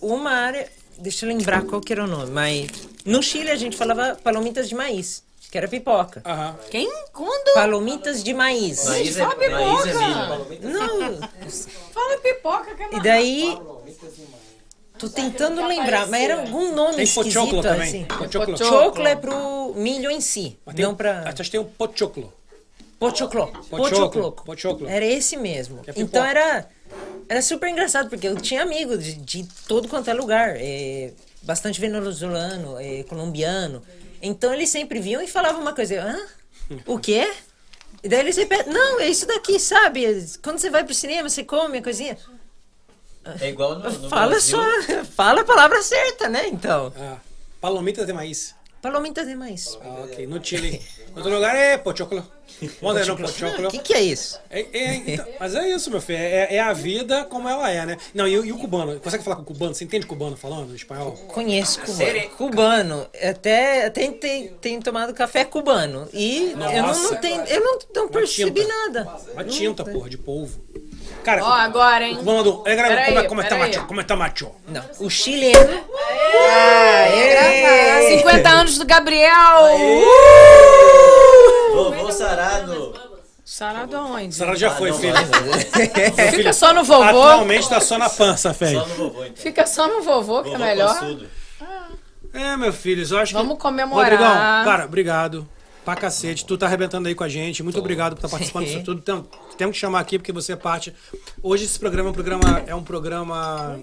[SPEAKER 29] uma área. Deixa eu lembrar qual que era o nome, mas. No Chile a gente falava palomitas de maíz, que era pipoca.
[SPEAKER 2] Quem? Quando?
[SPEAKER 29] Palomitas de maíz.
[SPEAKER 2] Maíz é- Fala pipoca. maíz é milho.
[SPEAKER 29] Não.
[SPEAKER 2] Fala pipoca, que é
[SPEAKER 29] E daí. Tô tentando lembrar, mas era algum nome
[SPEAKER 3] Tem
[SPEAKER 29] esquisito
[SPEAKER 3] pochoclo também.
[SPEAKER 29] assim.
[SPEAKER 3] Pochoclo.
[SPEAKER 29] Choclo é pro milho em si,
[SPEAKER 3] tem-
[SPEAKER 29] não pra...
[SPEAKER 3] Acho que tem um pochoclo.
[SPEAKER 29] Pochoclo.
[SPEAKER 3] Pochoclo.
[SPEAKER 29] Pochoclo.
[SPEAKER 3] Pochoclo.
[SPEAKER 29] Era esse mesmo.
[SPEAKER 3] É pipoca.
[SPEAKER 29] então era, era super engraçado, porque eu tinha amigos de, de todo quanto é lugar. é, bastante venezuelano, é, colombiano. Então eles sempre vinham e falavam uma coisa. eu, Hã? O quê? E daí eles repetem. Não, é isso daqui, sabe? Quando você vai pro cinema, você come a coisinha.
[SPEAKER 4] É igual no,
[SPEAKER 29] *laughs*
[SPEAKER 4] no
[SPEAKER 29] Fala
[SPEAKER 4] Brasil.
[SPEAKER 29] só, fala a palavra certa, né? Então.
[SPEAKER 3] Ah, palomitas de maíz.
[SPEAKER 29] Palomitas de maíz.
[SPEAKER 3] Ah, ok. No Chile. Outro lugar é pochoclo. Moda não, pochoclo.
[SPEAKER 29] O que, que é isso?
[SPEAKER 3] É- é, então, mas é isso, meu filho. É, é a vida como ela é, né? Não, e, o- e o cubano? Consegue falar com o cubano? Você entende cubano falando espanhol? Ah,
[SPEAKER 29] Conheço cubano. Cubano. Até, até tem, tem tomado café cubano. E eu não,
[SPEAKER 3] Nossa.
[SPEAKER 29] não, tenho- eu não, não percebi
[SPEAKER 3] tinta.
[SPEAKER 29] nada.
[SPEAKER 3] Uma tinta, porra, de polvo. Cara,
[SPEAKER 2] Ó, agora, hein?
[SPEAKER 3] Vamos do. É, grava,
[SPEAKER 2] Peraí,
[SPEAKER 3] como, é, como é tá
[SPEAKER 2] peraí.
[SPEAKER 3] macho? Como é tá macho?
[SPEAKER 29] Não. O chileno.
[SPEAKER 2] Aê! 50 é anos do Gabriel! Uh!
[SPEAKER 4] Vovô sarado.
[SPEAKER 2] Sarado aonde?
[SPEAKER 3] Sarado
[SPEAKER 29] Ah,
[SPEAKER 3] já foi, filho.
[SPEAKER 2] Fica só no vovô.
[SPEAKER 3] Atualmente tá só na pança, velho.
[SPEAKER 2] Fica só no vovô, que é melhor.
[SPEAKER 3] É, meu filho, eu acho
[SPEAKER 2] Vamos
[SPEAKER 3] que.
[SPEAKER 2] comemorar.
[SPEAKER 3] Rodrigão, cara, obrigado. Pra cacete, tu tá arrebentando aí com a gente. Muito obrigado por estar participando disso tudo. Tem- Temos que chamar aqui porque você é parte. Hoje esse programa é um programa, é um programa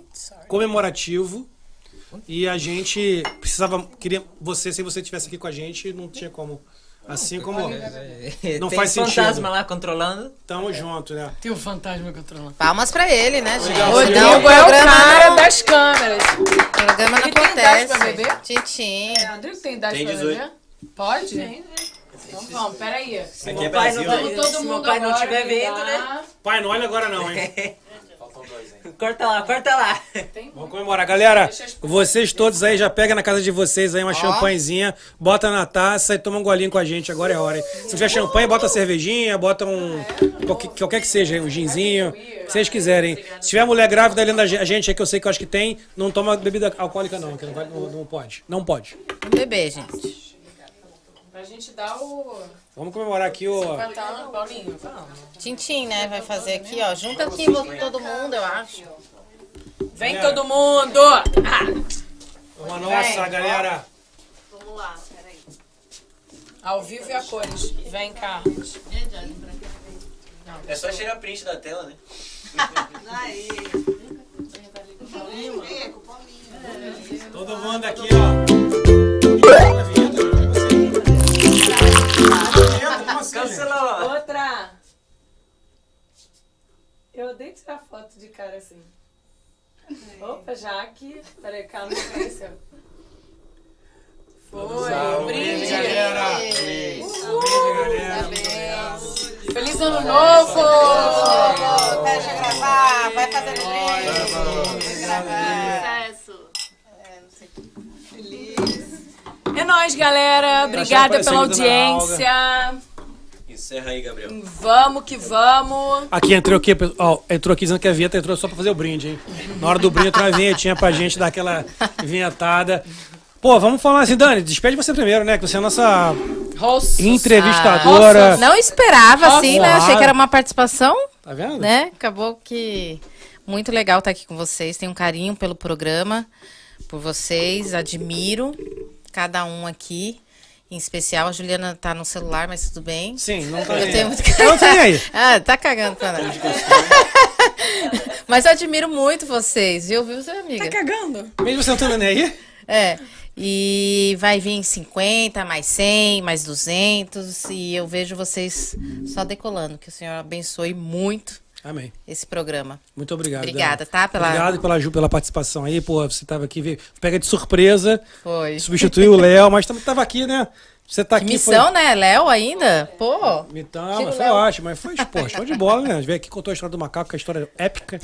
[SPEAKER 3] comemorativo. E a gente precisava. Queria você, se você estivesse aqui com a gente, não tinha como. Assim como.
[SPEAKER 2] é,
[SPEAKER 3] Não
[SPEAKER 29] Tem
[SPEAKER 3] faz sentido.
[SPEAKER 29] fantasma lá controlando.
[SPEAKER 3] Tamo junto, né?
[SPEAKER 2] Tem o fantasma controlando.
[SPEAKER 11] Palmas pra ele, né, gente?
[SPEAKER 2] O Rodrigo
[SPEAKER 11] Não,
[SPEAKER 2] é o cara
[SPEAKER 11] não-
[SPEAKER 2] das câmeras.
[SPEAKER 11] O programa não
[SPEAKER 2] Ele tem idade pra
[SPEAKER 11] acontece.
[SPEAKER 2] beber?
[SPEAKER 11] Tintim.
[SPEAKER 2] É, Rodrigo tem idade
[SPEAKER 11] Tem
[SPEAKER 2] pra
[SPEAKER 11] 18.
[SPEAKER 2] beber? Pode? Então vamos, peraí. Se
[SPEAKER 29] né? meu pai não tá-
[SPEAKER 2] Vamos todo
[SPEAKER 29] se meu
[SPEAKER 2] mundo
[SPEAKER 29] pai não
[SPEAKER 2] agora tá?
[SPEAKER 29] tiver vendo, né?
[SPEAKER 2] brindar.
[SPEAKER 3] Pai, não olha agora não, hein?
[SPEAKER 29] *laughs* Corta lá, corta lá.
[SPEAKER 3] Vamos comemorar, Tá, galera. Vocês todos aí já pega na casa de vocês aí uma champanhezinha, bota na taça e toma um golinho com a gente. Agora é hora, hein? Se tiver champanhe, bota cervejinha, bota um. qualquer, qualquer que seja, hein? um ginzinho. O que vocês quiserem. Se tiver mulher grávida olhando a gen- a gente aí, que eu sei que eu acho que tem, não toma bebida alcoólica, não, que não, vai- não- não pode. Não pode.
[SPEAKER 11] Bebê, gente.
[SPEAKER 2] Pra gente dar o.
[SPEAKER 3] Vamos comemorar aqui o.
[SPEAKER 2] Tá, Paulinho, vamos.
[SPEAKER 11] Tintim, né? Vai fazer aqui, ó. Junta aqui vo- todo mundo, eu acho.
[SPEAKER 2] Vem
[SPEAKER 3] É.
[SPEAKER 2] todo mundo! Ah.
[SPEAKER 3] Uma nossa, galera.
[SPEAKER 2] Vamos lá, peraí. Ao vivo e a cores. Vem, Carlos.
[SPEAKER 4] É só tirar print da tela, né?
[SPEAKER 3] Todo mundo aqui, ó.
[SPEAKER 2] Cancelou. Outra. Eu odeio tirar foto de cara assim. Opa, Jaque. Peraí, calma, não apareceu. Foi. Brinde. Uhul. Feliz ano novo!
[SPEAKER 11] Deixa eu gravar, vai fazendo brinde.
[SPEAKER 2] Sucesso! nós, É galera. Obrigada
[SPEAKER 3] Tá
[SPEAKER 2] pela
[SPEAKER 4] aparecendo, dona Olga.
[SPEAKER 2] audiência.
[SPEAKER 4] Encerra aí, Gabriel.
[SPEAKER 2] Vamos que vamos.
[SPEAKER 3] Aqui entrou aqui, ó, entrou aqui dizendo que a vinheta entrou só pra fazer o brinde, hein? Na hora do brinde entrou uma vinhetinha pra gente dar aquela vinhetada. Pô, vamos falar assim, Dani, despede você primeiro, né? Que você é a nossa entrevistadora.
[SPEAKER 11] Não esperava, assim, né?
[SPEAKER 3] Claro.
[SPEAKER 11] Achei que era uma participação.
[SPEAKER 3] Tá vendo?
[SPEAKER 11] Né? Acabou que. Muito legal estar aqui com vocês. Tenho um carinho pelo programa, por vocês. Admiro cada um aqui. Em especial, a Juliana tá no celular, mas tudo bem.
[SPEAKER 3] Sim, não
[SPEAKER 8] tá
[SPEAKER 11] Eu
[SPEAKER 8] aí.
[SPEAKER 11] tenho muito
[SPEAKER 8] Ela
[SPEAKER 11] *laughs*
[SPEAKER 8] não tá nem aí.
[SPEAKER 11] Ah, tá cagando pra nada. *laughs* mas eu admiro muito vocês, viu, viu, seu amiga? Tá
[SPEAKER 2] cagando?
[SPEAKER 3] Mesmo você não tá nem aí?
[SPEAKER 11] É. E vai vir 50, mais 100, mais 200. E eu vejo vocês só decolando. Que o Senhor abençoe muito
[SPEAKER 3] Amém.
[SPEAKER 11] esse programa.
[SPEAKER 3] Muito obrigado.
[SPEAKER 11] Obrigada,
[SPEAKER 3] Dani.
[SPEAKER 11] tá? Pela...
[SPEAKER 3] Obrigado pela, Ju, pela participação aí, pô. Você tava aqui, veio, pega de surpresa.
[SPEAKER 11] Foi.
[SPEAKER 3] Substituiu o Léo, mas também tava aqui, né? Você tá aqui. foi-
[SPEAKER 11] Missão, né? Léo ainda? Pô.
[SPEAKER 3] Então,
[SPEAKER 11] Tira
[SPEAKER 3] mas
[SPEAKER 11] o
[SPEAKER 3] foi
[SPEAKER 11] Léo.
[SPEAKER 3] ótimo, mas foi pô, show de bola, né? Veio aqui contou a história do macaco, que é a história
[SPEAKER 11] *laughs*
[SPEAKER 3] épica.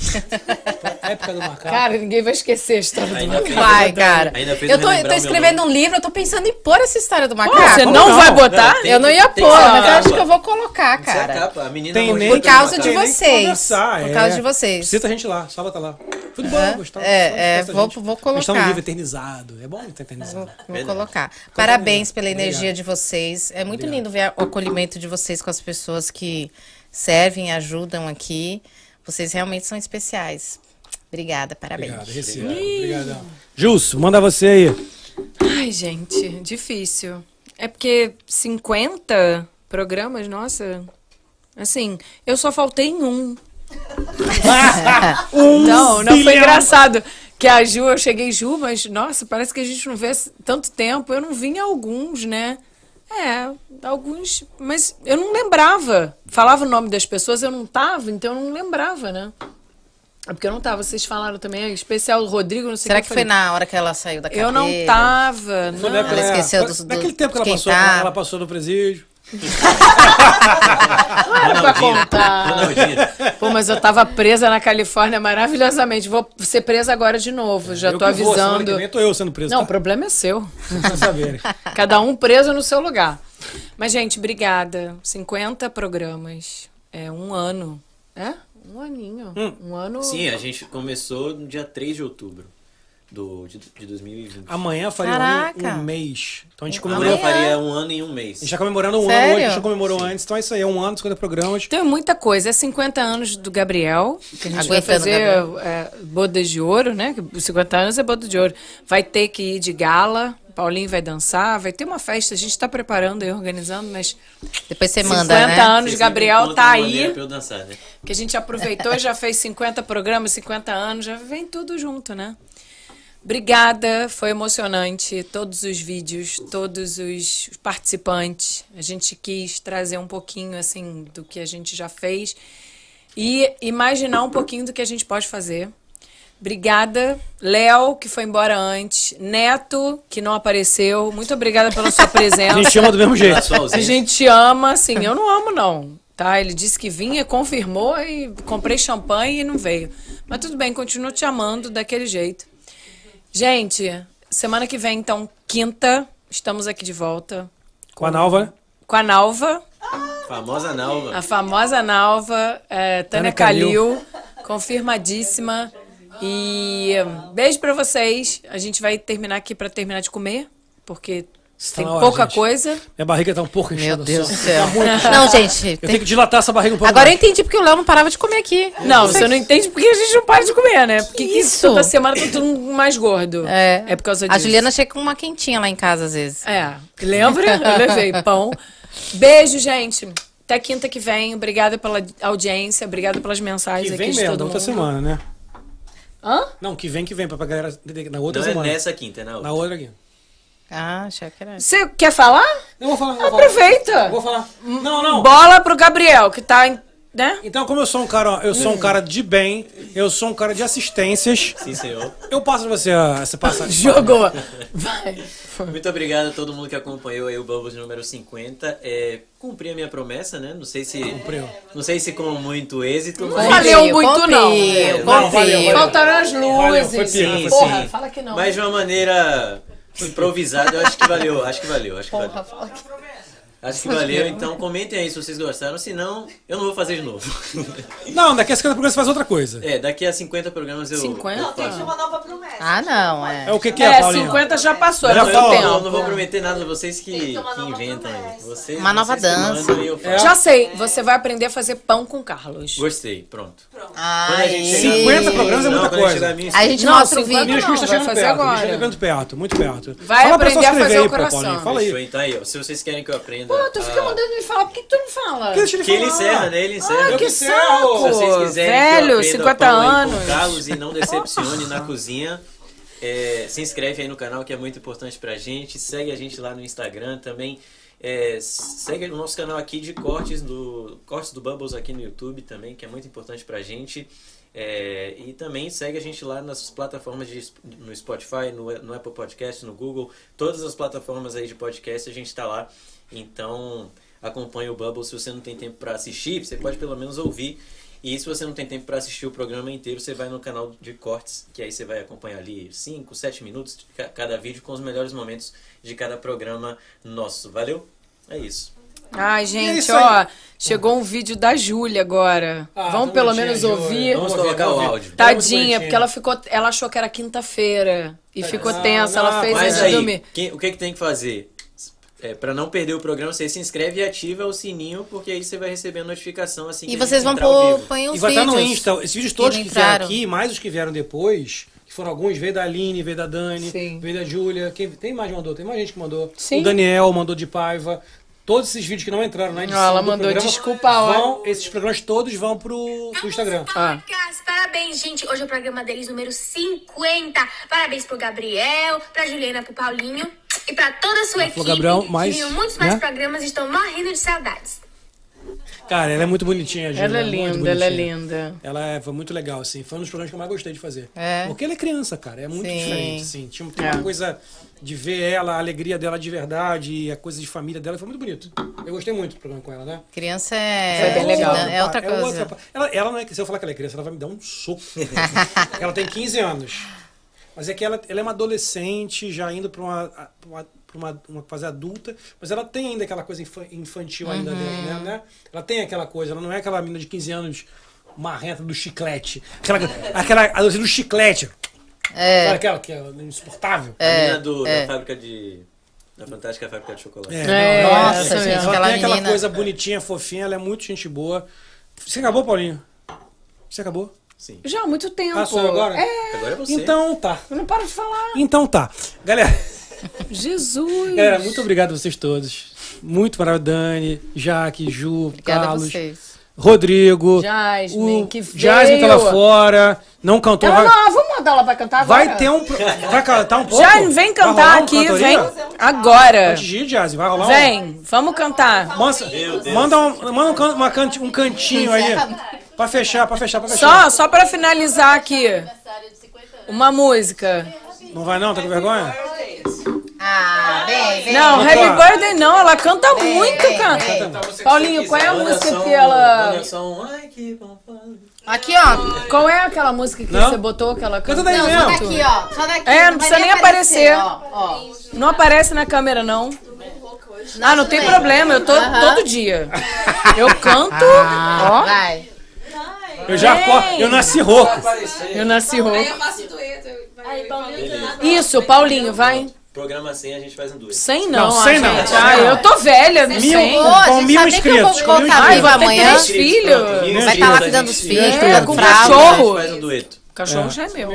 [SPEAKER 3] épica do macaco.
[SPEAKER 2] Cara, ninguém vai esquecer a história do
[SPEAKER 3] Ainda
[SPEAKER 2] macaco.
[SPEAKER 3] fez-
[SPEAKER 11] Vai, cara.
[SPEAKER 3] Ainda fez
[SPEAKER 11] Eu tô, eu tô
[SPEAKER 3] eu lembrar o meu
[SPEAKER 11] escrevendo um livro, eu tô pensando em pôr essa história do macaco.
[SPEAKER 2] você não vai botar? Não, tem
[SPEAKER 11] eu não
[SPEAKER 2] que-
[SPEAKER 11] ia
[SPEAKER 2] tem que
[SPEAKER 11] pôr,
[SPEAKER 2] ser a
[SPEAKER 11] mas eu acho
[SPEAKER 2] capa.
[SPEAKER 11] que eu vou colocar, cara.
[SPEAKER 4] Capa, a menina
[SPEAKER 3] Tem
[SPEAKER 4] não
[SPEAKER 3] nem
[SPEAKER 11] Por
[SPEAKER 3] que-
[SPEAKER 11] causa
[SPEAKER 3] tem
[SPEAKER 11] de
[SPEAKER 3] nem que
[SPEAKER 11] vocês.
[SPEAKER 3] conversar,
[SPEAKER 11] Por
[SPEAKER 3] é.
[SPEAKER 11] causa de vocês.
[SPEAKER 3] Cita a gente lá, sala tá lá. Tudo bom,
[SPEAKER 11] É, é,
[SPEAKER 3] Gustavo? Gustavo,
[SPEAKER 11] é,
[SPEAKER 3] Gustavo,
[SPEAKER 11] vou-
[SPEAKER 3] gente.
[SPEAKER 11] vou
[SPEAKER 3] Mas tá um
[SPEAKER 11] colocar.
[SPEAKER 3] livro eternizado. É bom ter eternizado.
[SPEAKER 11] Vou colocar. Parabéns pela energia de vocês. É muito
[SPEAKER 3] Obrigado.
[SPEAKER 11] lindo ver o acolhimento de vocês com as pessoas que servem e ajudam aqui. Vocês realmente são especiais. Obrigada, parabéns.
[SPEAKER 3] Obrigado, receba. Obrigadão. Jus, manda você aí.
[SPEAKER 2] Ai, gente, difícil. É porque 50 programas, nossa. Assim, eu só faltei em um.
[SPEAKER 8] Um
[SPEAKER 2] não, não foi
[SPEAKER 8] bilhão.
[SPEAKER 2] engraçado. Que a Ju, eu cheguei Ju, mas nossa, parece que a gente não vê s- tanto tempo. Eu não vim alguns, né? É, alguns, mas eu não lembrava. Falava o nome das pessoas, eu não tava, então eu não lembrava, né? É porque eu não tava. Vocês falaram também, é especial do Rodrigo, não sei
[SPEAKER 11] Será
[SPEAKER 2] o
[SPEAKER 11] que
[SPEAKER 2] eu
[SPEAKER 11] foi
[SPEAKER 2] falei.
[SPEAKER 11] na hora que ela saiu da cadeira?
[SPEAKER 2] Eu não tava. Não.
[SPEAKER 3] Foi na época,
[SPEAKER 11] Ela
[SPEAKER 3] né?
[SPEAKER 11] esqueceu
[SPEAKER 3] Foi
[SPEAKER 11] do-
[SPEAKER 3] Naquele
[SPEAKER 11] do-
[SPEAKER 3] tempo que ela
[SPEAKER 11] de quem
[SPEAKER 3] passou,
[SPEAKER 11] tá.
[SPEAKER 3] ela passou no presídio.
[SPEAKER 2] Não era pra
[SPEAKER 3] Ronaldinho.
[SPEAKER 2] contar. Pô, mas eu tava presa na Califórnia maravilhosamente. Vou ser presa agora de novo, já
[SPEAKER 3] eu
[SPEAKER 2] tô
[SPEAKER 3] que vou, semana que
[SPEAKER 2] avisando.
[SPEAKER 3] vem tô eu sendo preso.
[SPEAKER 2] Não, o
[SPEAKER 3] tá?
[SPEAKER 2] problema é seu.
[SPEAKER 3] Vocês não saberem.
[SPEAKER 2] *laughs* Cada um preso no seu lugar. Mas, gente, obrigada. 50 programas. É um ano. É? Um aninho.
[SPEAKER 3] Hum.
[SPEAKER 2] Um ano.
[SPEAKER 4] Sim, a gente começou no dia 3 de outubro do, de, de 2020.
[SPEAKER 3] Amanhã faria um-
[SPEAKER 2] Caraca.
[SPEAKER 3] um, mês. Então a gente
[SPEAKER 4] Amanhã
[SPEAKER 3] comemorou.
[SPEAKER 4] faria um ano e um mês.
[SPEAKER 3] A gente tá comemorando um ano
[SPEAKER 2] Sério?
[SPEAKER 3] hoje, a gente já comemorou antes. Então é isso aí, é um ano, 50 programas.
[SPEAKER 2] Então é muita coisa. É 50 anos do Gabriel. Que a gente vai
[SPEAKER 3] Aguentando,
[SPEAKER 2] fazer
[SPEAKER 3] Gabriel.
[SPEAKER 2] é, bodas de ouro, né? Que os 50 anos é boda de ouro. Vai ter que ir de gala. o Paulinho vai dançar, vai ter uma festa. A gente tá preparando e organizando, mas.
[SPEAKER 11] Depois você
[SPEAKER 2] 50
[SPEAKER 11] manda, né?
[SPEAKER 2] anos,
[SPEAKER 11] Vocês
[SPEAKER 2] Gabriel
[SPEAKER 4] Encontra
[SPEAKER 2] tá
[SPEAKER 4] uma
[SPEAKER 2] aí.
[SPEAKER 4] maneira pra eu dançar, né?
[SPEAKER 2] Que a gente aproveitou e já fez 50 programas, 50 anos, já vem tudo junto, né? Obrigada, foi emocionante. Todos os vídeos, todos os participantes. A gente quis trazer um pouquinho, assim, do que a gente já fez e imaginar um pouquinho do que a gente pode fazer. Obrigada, Léo, que foi embora antes, Neto, que não apareceu. Muito obrigada pela
[SPEAKER 3] *laughs*
[SPEAKER 2] sua presença.
[SPEAKER 3] A gente ama do mesmo jeito.
[SPEAKER 2] A gente te ama, assim, eu não amo, não. Tá? Ele disse que vinha, confirmou e comprei champanhe e não veio. Mas tudo bem, continuo te amando daquele jeito. Gente, semana que vem, então, quinta, estamos aqui de volta
[SPEAKER 3] Com a Nalva.
[SPEAKER 2] com a Nalva.
[SPEAKER 4] Famosa Nalva.
[SPEAKER 2] A famosa Nalva, é,
[SPEAKER 4] Tânia
[SPEAKER 2] Tânia
[SPEAKER 4] Kalil.
[SPEAKER 2] Calil, confirmadíssima. E hum, beijo pra vocês. A gente vai terminar aqui pra terminar de comer, porque
[SPEAKER 3] Está
[SPEAKER 2] tem
[SPEAKER 3] na hora,
[SPEAKER 2] pouca
[SPEAKER 3] gente.
[SPEAKER 2] coisa.
[SPEAKER 3] Minha barriga tá um pouco inchada. Meu
[SPEAKER 11] Deus do céu.
[SPEAKER 3] Tá muito inchada.
[SPEAKER 11] Não, gente,
[SPEAKER 3] Eu
[SPEAKER 11] tem-
[SPEAKER 3] tenho que dilatar essa barriga um pouco.
[SPEAKER 11] Agora eu
[SPEAKER 3] mais.
[SPEAKER 11] entendi porque o Léo não parava de comer aqui.
[SPEAKER 3] É.
[SPEAKER 2] Não, você não entende porque a gente não para de comer, né? Porque que
[SPEAKER 11] isso?
[SPEAKER 2] toda semana tá todo mundo mais gordo. É. É por causa disso.
[SPEAKER 11] A Juliana chega com uma quentinha lá em casa às vezes.
[SPEAKER 2] É. Lembra? Eu levei pão. Beijo, gente. Até quinta que vem. Obrigada pela audiência. Obrigada pelas mensagens
[SPEAKER 3] Que
[SPEAKER 2] aqui
[SPEAKER 3] vem
[SPEAKER 2] de
[SPEAKER 3] mesmo,
[SPEAKER 2] todo
[SPEAKER 3] na outra
[SPEAKER 2] mundo.
[SPEAKER 3] semana, né?
[SPEAKER 2] Hã?
[SPEAKER 3] Não, que vem que vem, pra pra galera entender que na outra
[SPEAKER 4] Não é
[SPEAKER 3] semana.
[SPEAKER 4] nessa quinta, é na outra.
[SPEAKER 3] Na outra aqui.
[SPEAKER 11] Ah, achei que era.
[SPEAKER 2] Você quer falar?
[SPEAKER 3] Eu vou falar.
[SPEAKER 2] Aproveita.
[SPEAKER 3] Vou falar. Não, não.
[SPEAKER 2] Bola pro Gabriel, que tá, em- né?
[SPEAKER 3] Então, como eu sou um cara, eu sou um
[SPEAKER 2] Hum.
[SPEAKER 3] cara de bem, eu sou um cara de assistências.
[SPEAKER 4] Sim, senhor.
[SPEAKER 3] Eu passo pra você ah, essa passagem.
[SPEAKER 2] *laughs* Jogou.
[SPEAKER 4] Muito obrigado a todo mundo que acompanhou aí o Bubbles número 50. É, cumpri a minha promessa, né? Não sei se. Não sei se com muito êxito.
[SPEAKER 2] Não
[SPEAKER 4] mas-
[SPEAKER 2] valeu muito, não.
[SPEAKER 4] É, não, valeu, valeu.
[SPEAKER 2] Faltaram as luzes.
[SPEAKER 4] Sim,
[SPEAKER 2] Porra,
[SPEAKER 4] sim.
[SPEAKER 2] fala que não.
[SPEAKER 4] Mas de uma maneira Improvisado, eu acho que valeu, acho que valeu, acho que
[SPEAKER 5] Porra,
[SPEAKER 4] valeu.
[SPEAKER 5] fala que-
[SPEAKER 4] Acho que valeu, então comentem aí se vocês gostaram, senão eu não vou fazer de novo.
[SPEAKER 3] Não, daqui a 50 programas você faz outra coisa.
[SPEAKER 4] É, daqui a 50 programas eu.
[SPEAKER 2] 50?
[SPEAKER 4] eu faço.
[SPEAKER 8] Ah, não, é.
[SPEAKER 3] É o que que é, Paulinha?
[SPEAKER 2] 50 já passou,
[SPEAKER 4] Não,
[SPEAKER 2] era
[SPEAKER 4] eu
[SPEAKER 2] meu tempo.
[SPEAKER 4] não, não vou prometer nada, vocês que, que inventam aí. Vocês,
[SPEAKER 8] Uma nova
[SPEAKER 4] vocês que
[SPEAKER 8] dança.
[SPEAKER 4] mandam aí, eu faço.
[SPEAKER 2] É. Já sei, você vai aprender a fazer pão com Carlos.
[SPEAKER 4] Gostei, pronto.
[SPEAKER 8] Ah,
[SPEAKER 4] gente
[SPEAKER 2] Aê.
[SPEAKER 4] chegar-
[SPEAKER 2] 50 programas é
[SPEAKER 4] Não,
[SPEAKER 3] muita
[SPEAKER 4] quando a gente
[SPEAKER 3] coisa.
[SPEAKER 4] chegar em mim,
[SPEAKER 8] A gente
[SPEAKER 2] Não,
[SPEAKER 8] mostra o
[SPEAKER 2] 50
[SPEAKER 8] vídeo.
[SPEAKER 2] não,
[SPEAKER 3] Minhas
[SPEAKER 2] vai
[SPEAKER 3] chegando
[SPEAKER 2] fazer
[SPEAKER 3] perto, minhas
[SPEAKER 2] agora.
[SPEAKER 3] chegando perto, muito perto.
[SPEAKER 2] Vai
[SPEAKER 3] Fala pra
[SPEAKER 2] aprender
[SPEAKER 3] pessoa
[SPEAKER 2] a fazer
[SPEAKER 3] escrever
[SPEAKER 2] o
[SPEAKER 3] aí, pô,
[SPEAKER 2] coração.
[SPEAKER 3] Paulinha, Fala aí.
[SPEAKER 4] Fechou, então aí, ó, se vocês querem que eu aprenda.
[SPEAKER 2] Pô, tu fica
[SPEAKER 4] ah,
[SPEAKER 2] mandando ele falar, por que tu não fala?
[SPEAKER 4] Que deixa ele Que ele falar. encerra, né? Ele encerra.
[SPEAKER 2] Ah,
[SPEAKER 4] Eu
[SPEAKER 2] que
[SPEAKER 4] que encerro.
[SPEAKER 2] saco!
[SPEAKER 4] Se vocês quiserem que eu
[SPEAKER 2] Velho,
[SPEAKER 4] aprenda
[SPEAKER 2] 50
[SPEAKER 4] pão aí
[SPEAKER 2] anos.
[SPEAKER 4] Com Carlos e não decepcione *laughs* na cozinha. É, se inscreve aí no canal que é muito importante pra gente. Segue a gente lá no Instagram também. É, segue o nosso canal aqui de cortes do cortes do Bubbles aqui no YouTube também, que é muito importante pra gente. É, e também segue a gente lá nas plataformas de, no Spotify, no, no Apple Podcast, no Google, todas as plataformas aí de podcast a gente está lá. Então acompanha o Bubble. Se você não tem tempo para assistir, você pode pelo menos ouvir. E se você não tem tempo para assistir o programa inteiro, você vai no canal de cortes, que aí você vai acompanhar ali 5, 7 minutos de ca- cada vídeo com os melhores momentos de cada programa nosso. Valeu? É isso.
[SPEAKER 2] Ai,
[SPEAKER 4] E é
[SPEAKER 2] gente,
[SPEAKER 4] isso
[SPEAKER 2] ó, chegou um vídeo da Júlia agora. Vamos pelo menos ouvir.
[SPEAKER 4] Vamos colocar o áudio.
[SPEAKER 2] Tadinha, porque ela ficou, ela achou que era quinta-feira e ficou tensa, ela fez
[SPEAKER 4] Ah, Mas
[SPEAKER 2] antes de dormir.
[SPEAKER 4] aí, quem- o que, que tem que fazer? É, para não perder o programa, você se inscreve e ativa o sininho, porque aí você vai receber a notificação assim que
[SPEAKER 8] E
[SPEAKER 4] a
[SPEAKER 8] vocês
[SPEAKER 4] gente
[SPEAKER 8] vão
[SPEAKER 4] entrar ao
[SPEAKER 8] pôr
[SPEAKER 4] vivo.
[SPEAKER 8] põe os
[SPEAKER 3] E vai estar no
[SPEAKER 8] vídeos
[SPEAKER 3] Insta. Esses vídeos todos que,
[SPEAKER 8] não
[SPEAKER 3] vieram
[SPEAKER 8] entraram.
[SPEAKER 3] aqui, mais os que vieram depois, que foram alguns, veio da Aline, veio da Dani, veio da Júlia. Quem, tem mais que mandou? Tem mais gente que mandou.
[SPEAKER 2] Sim.
[SPEAKER 3] O Daniel mandou de Paiva. Todos esses vídeos que não entraram na edição
[SPEAKER 2] Ela
[SPEAKER 3] do
[SPEAKER 2] mandou,
[SPEAKER 3] programa,
[SPEAKER 2] desculpa a hora.
[SPEAKER 3] vão- Esses programas todos vão pro, pro Instagram.
[SPEAKER 11] Podcast, parabéns, gente. Hoje é o programa deles número 50. Parabéns pro Gabriel, pra Juliana, pro Paulinho e pra toda a sua
[SPEAKER 3] Flor
[SPEAKER 11] equipe.
[SPEAKER 3] Gabriel, mas,
[SPEAKER 11] que viu muitos mais
[SPEAKER 3] né?
[SPEAKER 11] programas e estão morrendo de saudades.
[SPEAKER 3] Cara, ela é muito bonitinha, gente.
[SPEAKER 2] Ela é linda, ela é
[SPEAKER 3] linda. Ela é- foi muito legal, assim. Foi um dos programas que eu mais gostei de fazer.
[SPEAKER 2] É.
[SPEAKER 3] Porque ela é criança, cara. É muito
[SPEAKER 2] Sim.
[SPEAKER 3] diferente, assim. Tinha, tem
[SPEAKER 2] É.
[SPEAKER 3] uma coisa de ver ela, a alegria dela de verdade, e a coisa de família dela. Foi muito bonito. Eu gostei muito do programa com ela, né?
[SPEAKER 8] Criança é.
[SPEAKER 3] Foi bem legal.
[SPEAKER 8] É outra
[SPEAKER 3] É outra
[SPEAKER 8] coisa.
[SPEAKER 3] pa- Ela, ela não é que se eu falar que ela é criança, ela vai me dar um
[SPEAKER 8] *laughs*
[SPEAKER 3] soco. ela tem 15 anos. Mas é que ela, ela é uma adolescente, já indo para uma, pra uma, pra uma, uma fase adulta, mas ela tem ainda aquela coisa infa- infantil ainda
[SPEAKER 31] Uhum.
[SPEAKER 3] dentro, né, né? Ela tem aquela coisa, ela não é aquela menina de 15 anos marreta do chiclete. Aquela, aquela adolescente do chiclete.
[SPEAKER 8] É.
[SPEAKER 3] Sabe aquela que é insuportável?
[SPEAKER 4] A menina do- da fábrica de. Da fantástica fábrica de chocolate.
[SPEAKER 3] É, não, ela é
[SPEAKER 8] nossa,
[SPEAKER 3] essa,
[SPEAKER 8] gente,
[SPEAKER 3] ela
[SPEAKER 8] aquela
[SPEAKER 3] tem aquela
[SPEAKER 8] menina.
[SPEAKER 3] coisa bonitinha, fofinha, ela é muito gente boa. Você acabou, Paulinho? Você acabou?
[SPEAKER 4] Sim.
[SPEAKER 2] Já há muito tempo.
[SPEAKER 3] Ah, sou eu agora?
[SPEAKER 2] É.
[SPEAKER 4] Agora é você.
[SPEAKER 3] Então tá.
[SPEAKER 2] Eu não paro de falar.
[SPEAKER 3] Então tá. Galera,
[SPEAKER 2] Jesus.
[SPEAKER 3] galera, muito obrigado a vocês todos. Muito maravilhoso, Dani, Jaque, Ju,
[SPEAKER 2] Obrigada a
[SPEAKER 3] Carlos,
[SPEAKER 2] vocês.
[SPEAKER 3] Rodrigo,
[SPEAKER 2] Jasmine, que veio.
[SPEAKER 3] Jasmine tá lá fora, não cantou.
[SPEAKER 2] Ela
[SPEAKER 3] vai-
[SPEAKER 2] não, vamos mandar ela pra cantar agora?
[SPEAKER 3] Vai ter um. pro- Vai cantar um pouco?
[SPEAKER 2] Jasmine, vem
[SPEAKER 3] Vai rolar
[SPEAKER 2] cantar
[SPEAKER 3] uma
[SPEAKER 2] aqui,
[SPEAKER 3] cantoria?
[SPEAKER 2] vem. Agora.
[SPEAKER 3] Antes de ir, Jasmine, vai rolar um-
[SPEAKER 2] Vem, vamos cantar.
[SPEAKER 3] Mansa- Manda, um, manda um, can- uma cante- um cantinho aí. Pra fechar, pra fechar, pra
[SPEAKER 2] Só,
[SPEAKER 3] fechar.
[SPEAKER 2] só pra finalizar aqui. Uma música.
[SPEAKER 3] Não vai não? Tá com vergonha?
[SPEAKER 8] Ah, bem, bem.
[SPEAKER 2] Não,
[SPEAKER 3] Não
[SPEAKER 2] Happy
[SPEAKER 3] tá.
[SPEAKER 2] Birthday não, ela canta muito, canta. Paulinho, qual é a
[SPEAKER 4] Olha
[SPEAKER 2] música
[SPEAKER 4] só
[SPEAKER 2] que
[SPEAKER 4] um-
[SPEAKER 2] ela...
[SPEAKER 4] olha só um, Ai, que bom.
[SPEAKER 2] Aqui, ó. Qual é aquela música que
[SPEAKER 4] Não?
[SPEAKER 2] você botou que ela canta?
[SPEAKER 8] Canta daí Não, só mesmo. daqui, ó. Só daqui,
[SPEAKER 2] É, não
[SPEAKER 8] não vai
[SPEAKER 2] precisa
[SPEAKER 8] nem
[SPEAKER 2] nem aparecer.
[SPEAKER 8] aparecer,
[SPEAKER 2] Não aparece na câmera, não. Ah, não tem problema, eu tô
[SPEAKER 8] Aham.
[SPEAKER 2] todo dia. Eu canto,
[SPEAKER 8] Ah,
[SPEAKER 2] ó.
[SPEAKER 8] Vai.
[SPEAKER 3] Eu já
[SPEAKER 2] Vem.
[SPEAKER 3] acordo, eu nasci rouco.
[SPEAKER 2] Eu nasci rouco.
[SPEAKER 28] faço dueto. Aí, Paulinho.
[SPEAKER 2] Isso, Paulinho, vai.
[SPEAKER 4] Programa 100 a gente faz um dueto.
[SPEAKER 2] Sem não,
[SPEAKER 4] Não,
[SPEAKER 2] ah,
[SPEAKER 4] sem não.
[SPEAKER 2] gente. Ah, eu tô velha, não
[SPEAKER 4] Mil-
[SPEAKER 2] sei.
[SPEAKER 4] Ô, com gente, mil sabia que eu vou inscritos, com voltar mil
[SPEAKER 2] Ai,
[SPEAKER 4] inscritos.
[SPEAKER 2] vou
[SPEAKER 4] Tipo,
[SPEAKER 2] ter
[SPEAKER 4] amanhã?
[SPEAKER 2] três filhos.
[SPEAKER 4] Mil Vai tá lá inscritos, cuidando dos gente. filhos,
[SPEAKER 2] É, com
[SPEAKER 4] fralda.
[SPEAKER 2] cachorro.
[SPEAKER 4] A gente faz um dueto.
[SPEAKER 2] Cachorro
[SPEAKER 3] É.
[SPEAKER 2] já é meu.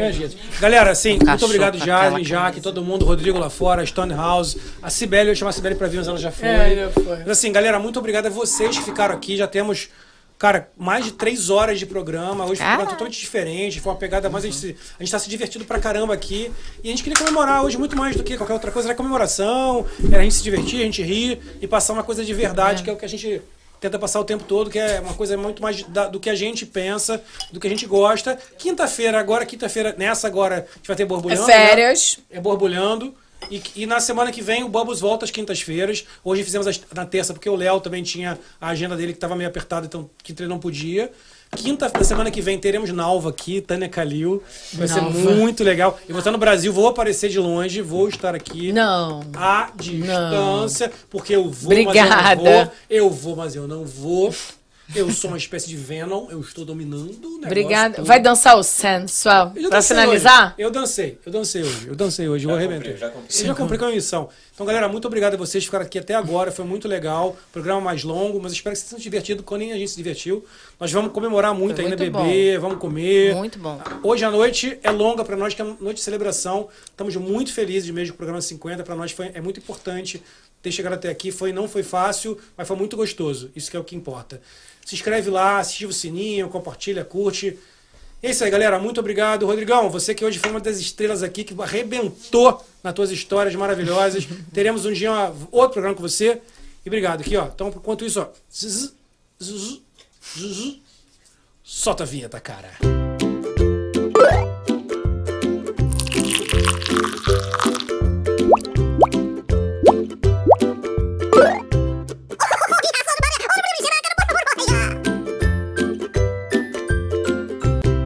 [SPEAKER 3] Galera, assim, muito
[SPEAKER 4] cachorro
[SPEAKER 3] obrigado,
[SPEAKER 4] com
[SPEAKER 3] Jasmine, Jaque, todo mundo, Rodrigo lá fora, Stonehouse, a Sibeli, eu ia chamar a Sibeli pra vir, mas ela já foi.
[SPEAKER 2] É, já foi.
[SPEAKER 3] Mas assim, galera, muito obrigado a vocês que ficaram aqui, já temos, cara, mais de três horas de programa, hoje foi um programa totalmente diferente, foi uma pegada mais, a gente, se- a gente tá se divertindo pra caramba aqui, e a gente queria comemorar hoje muito mais do que qualquer outra coisa, era comemoração, era a gente se divertir, a gente rir e passar uma coisa de verdade, que é o que a gente tenta passar o tempo todo, que é uma coisa muito mais da- do que a gente pensa, do que a gente gosta. Quinta-feira, agora, quinta-feira, nessa agora, a gente vai ter borbulhando.
[SPEAKER 2] É férias.
[SPEAKER 3] né? É borbulhando. E, e na semana que vem o Bubbles volta às quintas-feiras. Hoje fizemos as- na terça, porque o Léo também tinha a agenda dele que estava meio apertada, então quinta ele não podia. Quinta da semana que vem teremos Nalva aqui, Tânia Calil. Vai
[SPEAKER 8] Nalva.
[SPEAKER 3] ser muito legal. Eu vou estar no Brasil, vou aparecer de longe, vou estar aqui.
[SPEAKER 2] Não.
[SPEAKER 3] À distância, porque eu vou, mas eu não
[SPEAKER 2] Obrigada.
[SPEAKER 3] vou. Eu vou, mas eu não vou. Eu sou uma espécie de Venom, eu estou dominando o negócio.
[SPEAKER 2] Obrigada.
[SPEAKER 3] todo.
[SPEAKER 2] Vai dançar o sensual
[SPEAKER 3] Eu já
[SPEAKER 2] pra
[SPEAKER 3] dancei
[SPEAKER 2] finalizar?
[SPEAKER 3] hoje. Eu dancei, eu dancei hoje, eu dancei hoje, eu arrebentei.
[SPEAKER 13] já
[SPEAKER 3] Eu já comprei com a missão. Então, galera, muito obrigado a vocês que ficaram aqui até agora, foi muito legal. Programa mais longo, mas espero que vocês tenham se divertido quando a gente se divertiu. Nós vamos comemorar muito
[SPEAKER 6] Foi
[SPEAKER 3] ainda,
[SPEAKER 6] muito
[SPEAKER 3] beber, vamos comer.
[SPEAKER 6] Muito bom.
[SPEAKER 3] Hoje a noite é longa para nós, que é uma noite de celebração. Estamos muito felizes mesmo com o programa 50. Para nós foi, é muito importante ter chegado até aqui. Foi, não foi fácil, mas foi muito gostoso. Isso que é o que importa. Se inscreve lá, ativa o sininho, compartilha, curte. É isso aí, galera. Muito obrigado. Rodrigão, você que hoje foi uma das estrelas aqui que arrebentou nas tuas histórias
[SPEAKER 6] *laughs*
[SPEAKER 3] maravilhosas. Teremos um dia uma- outro programa com você. E obrigado. Aqui, ó. Então, enquanto isso, ó. Zzz, zzz, zzz, zzz. Solta a vinheta, cara.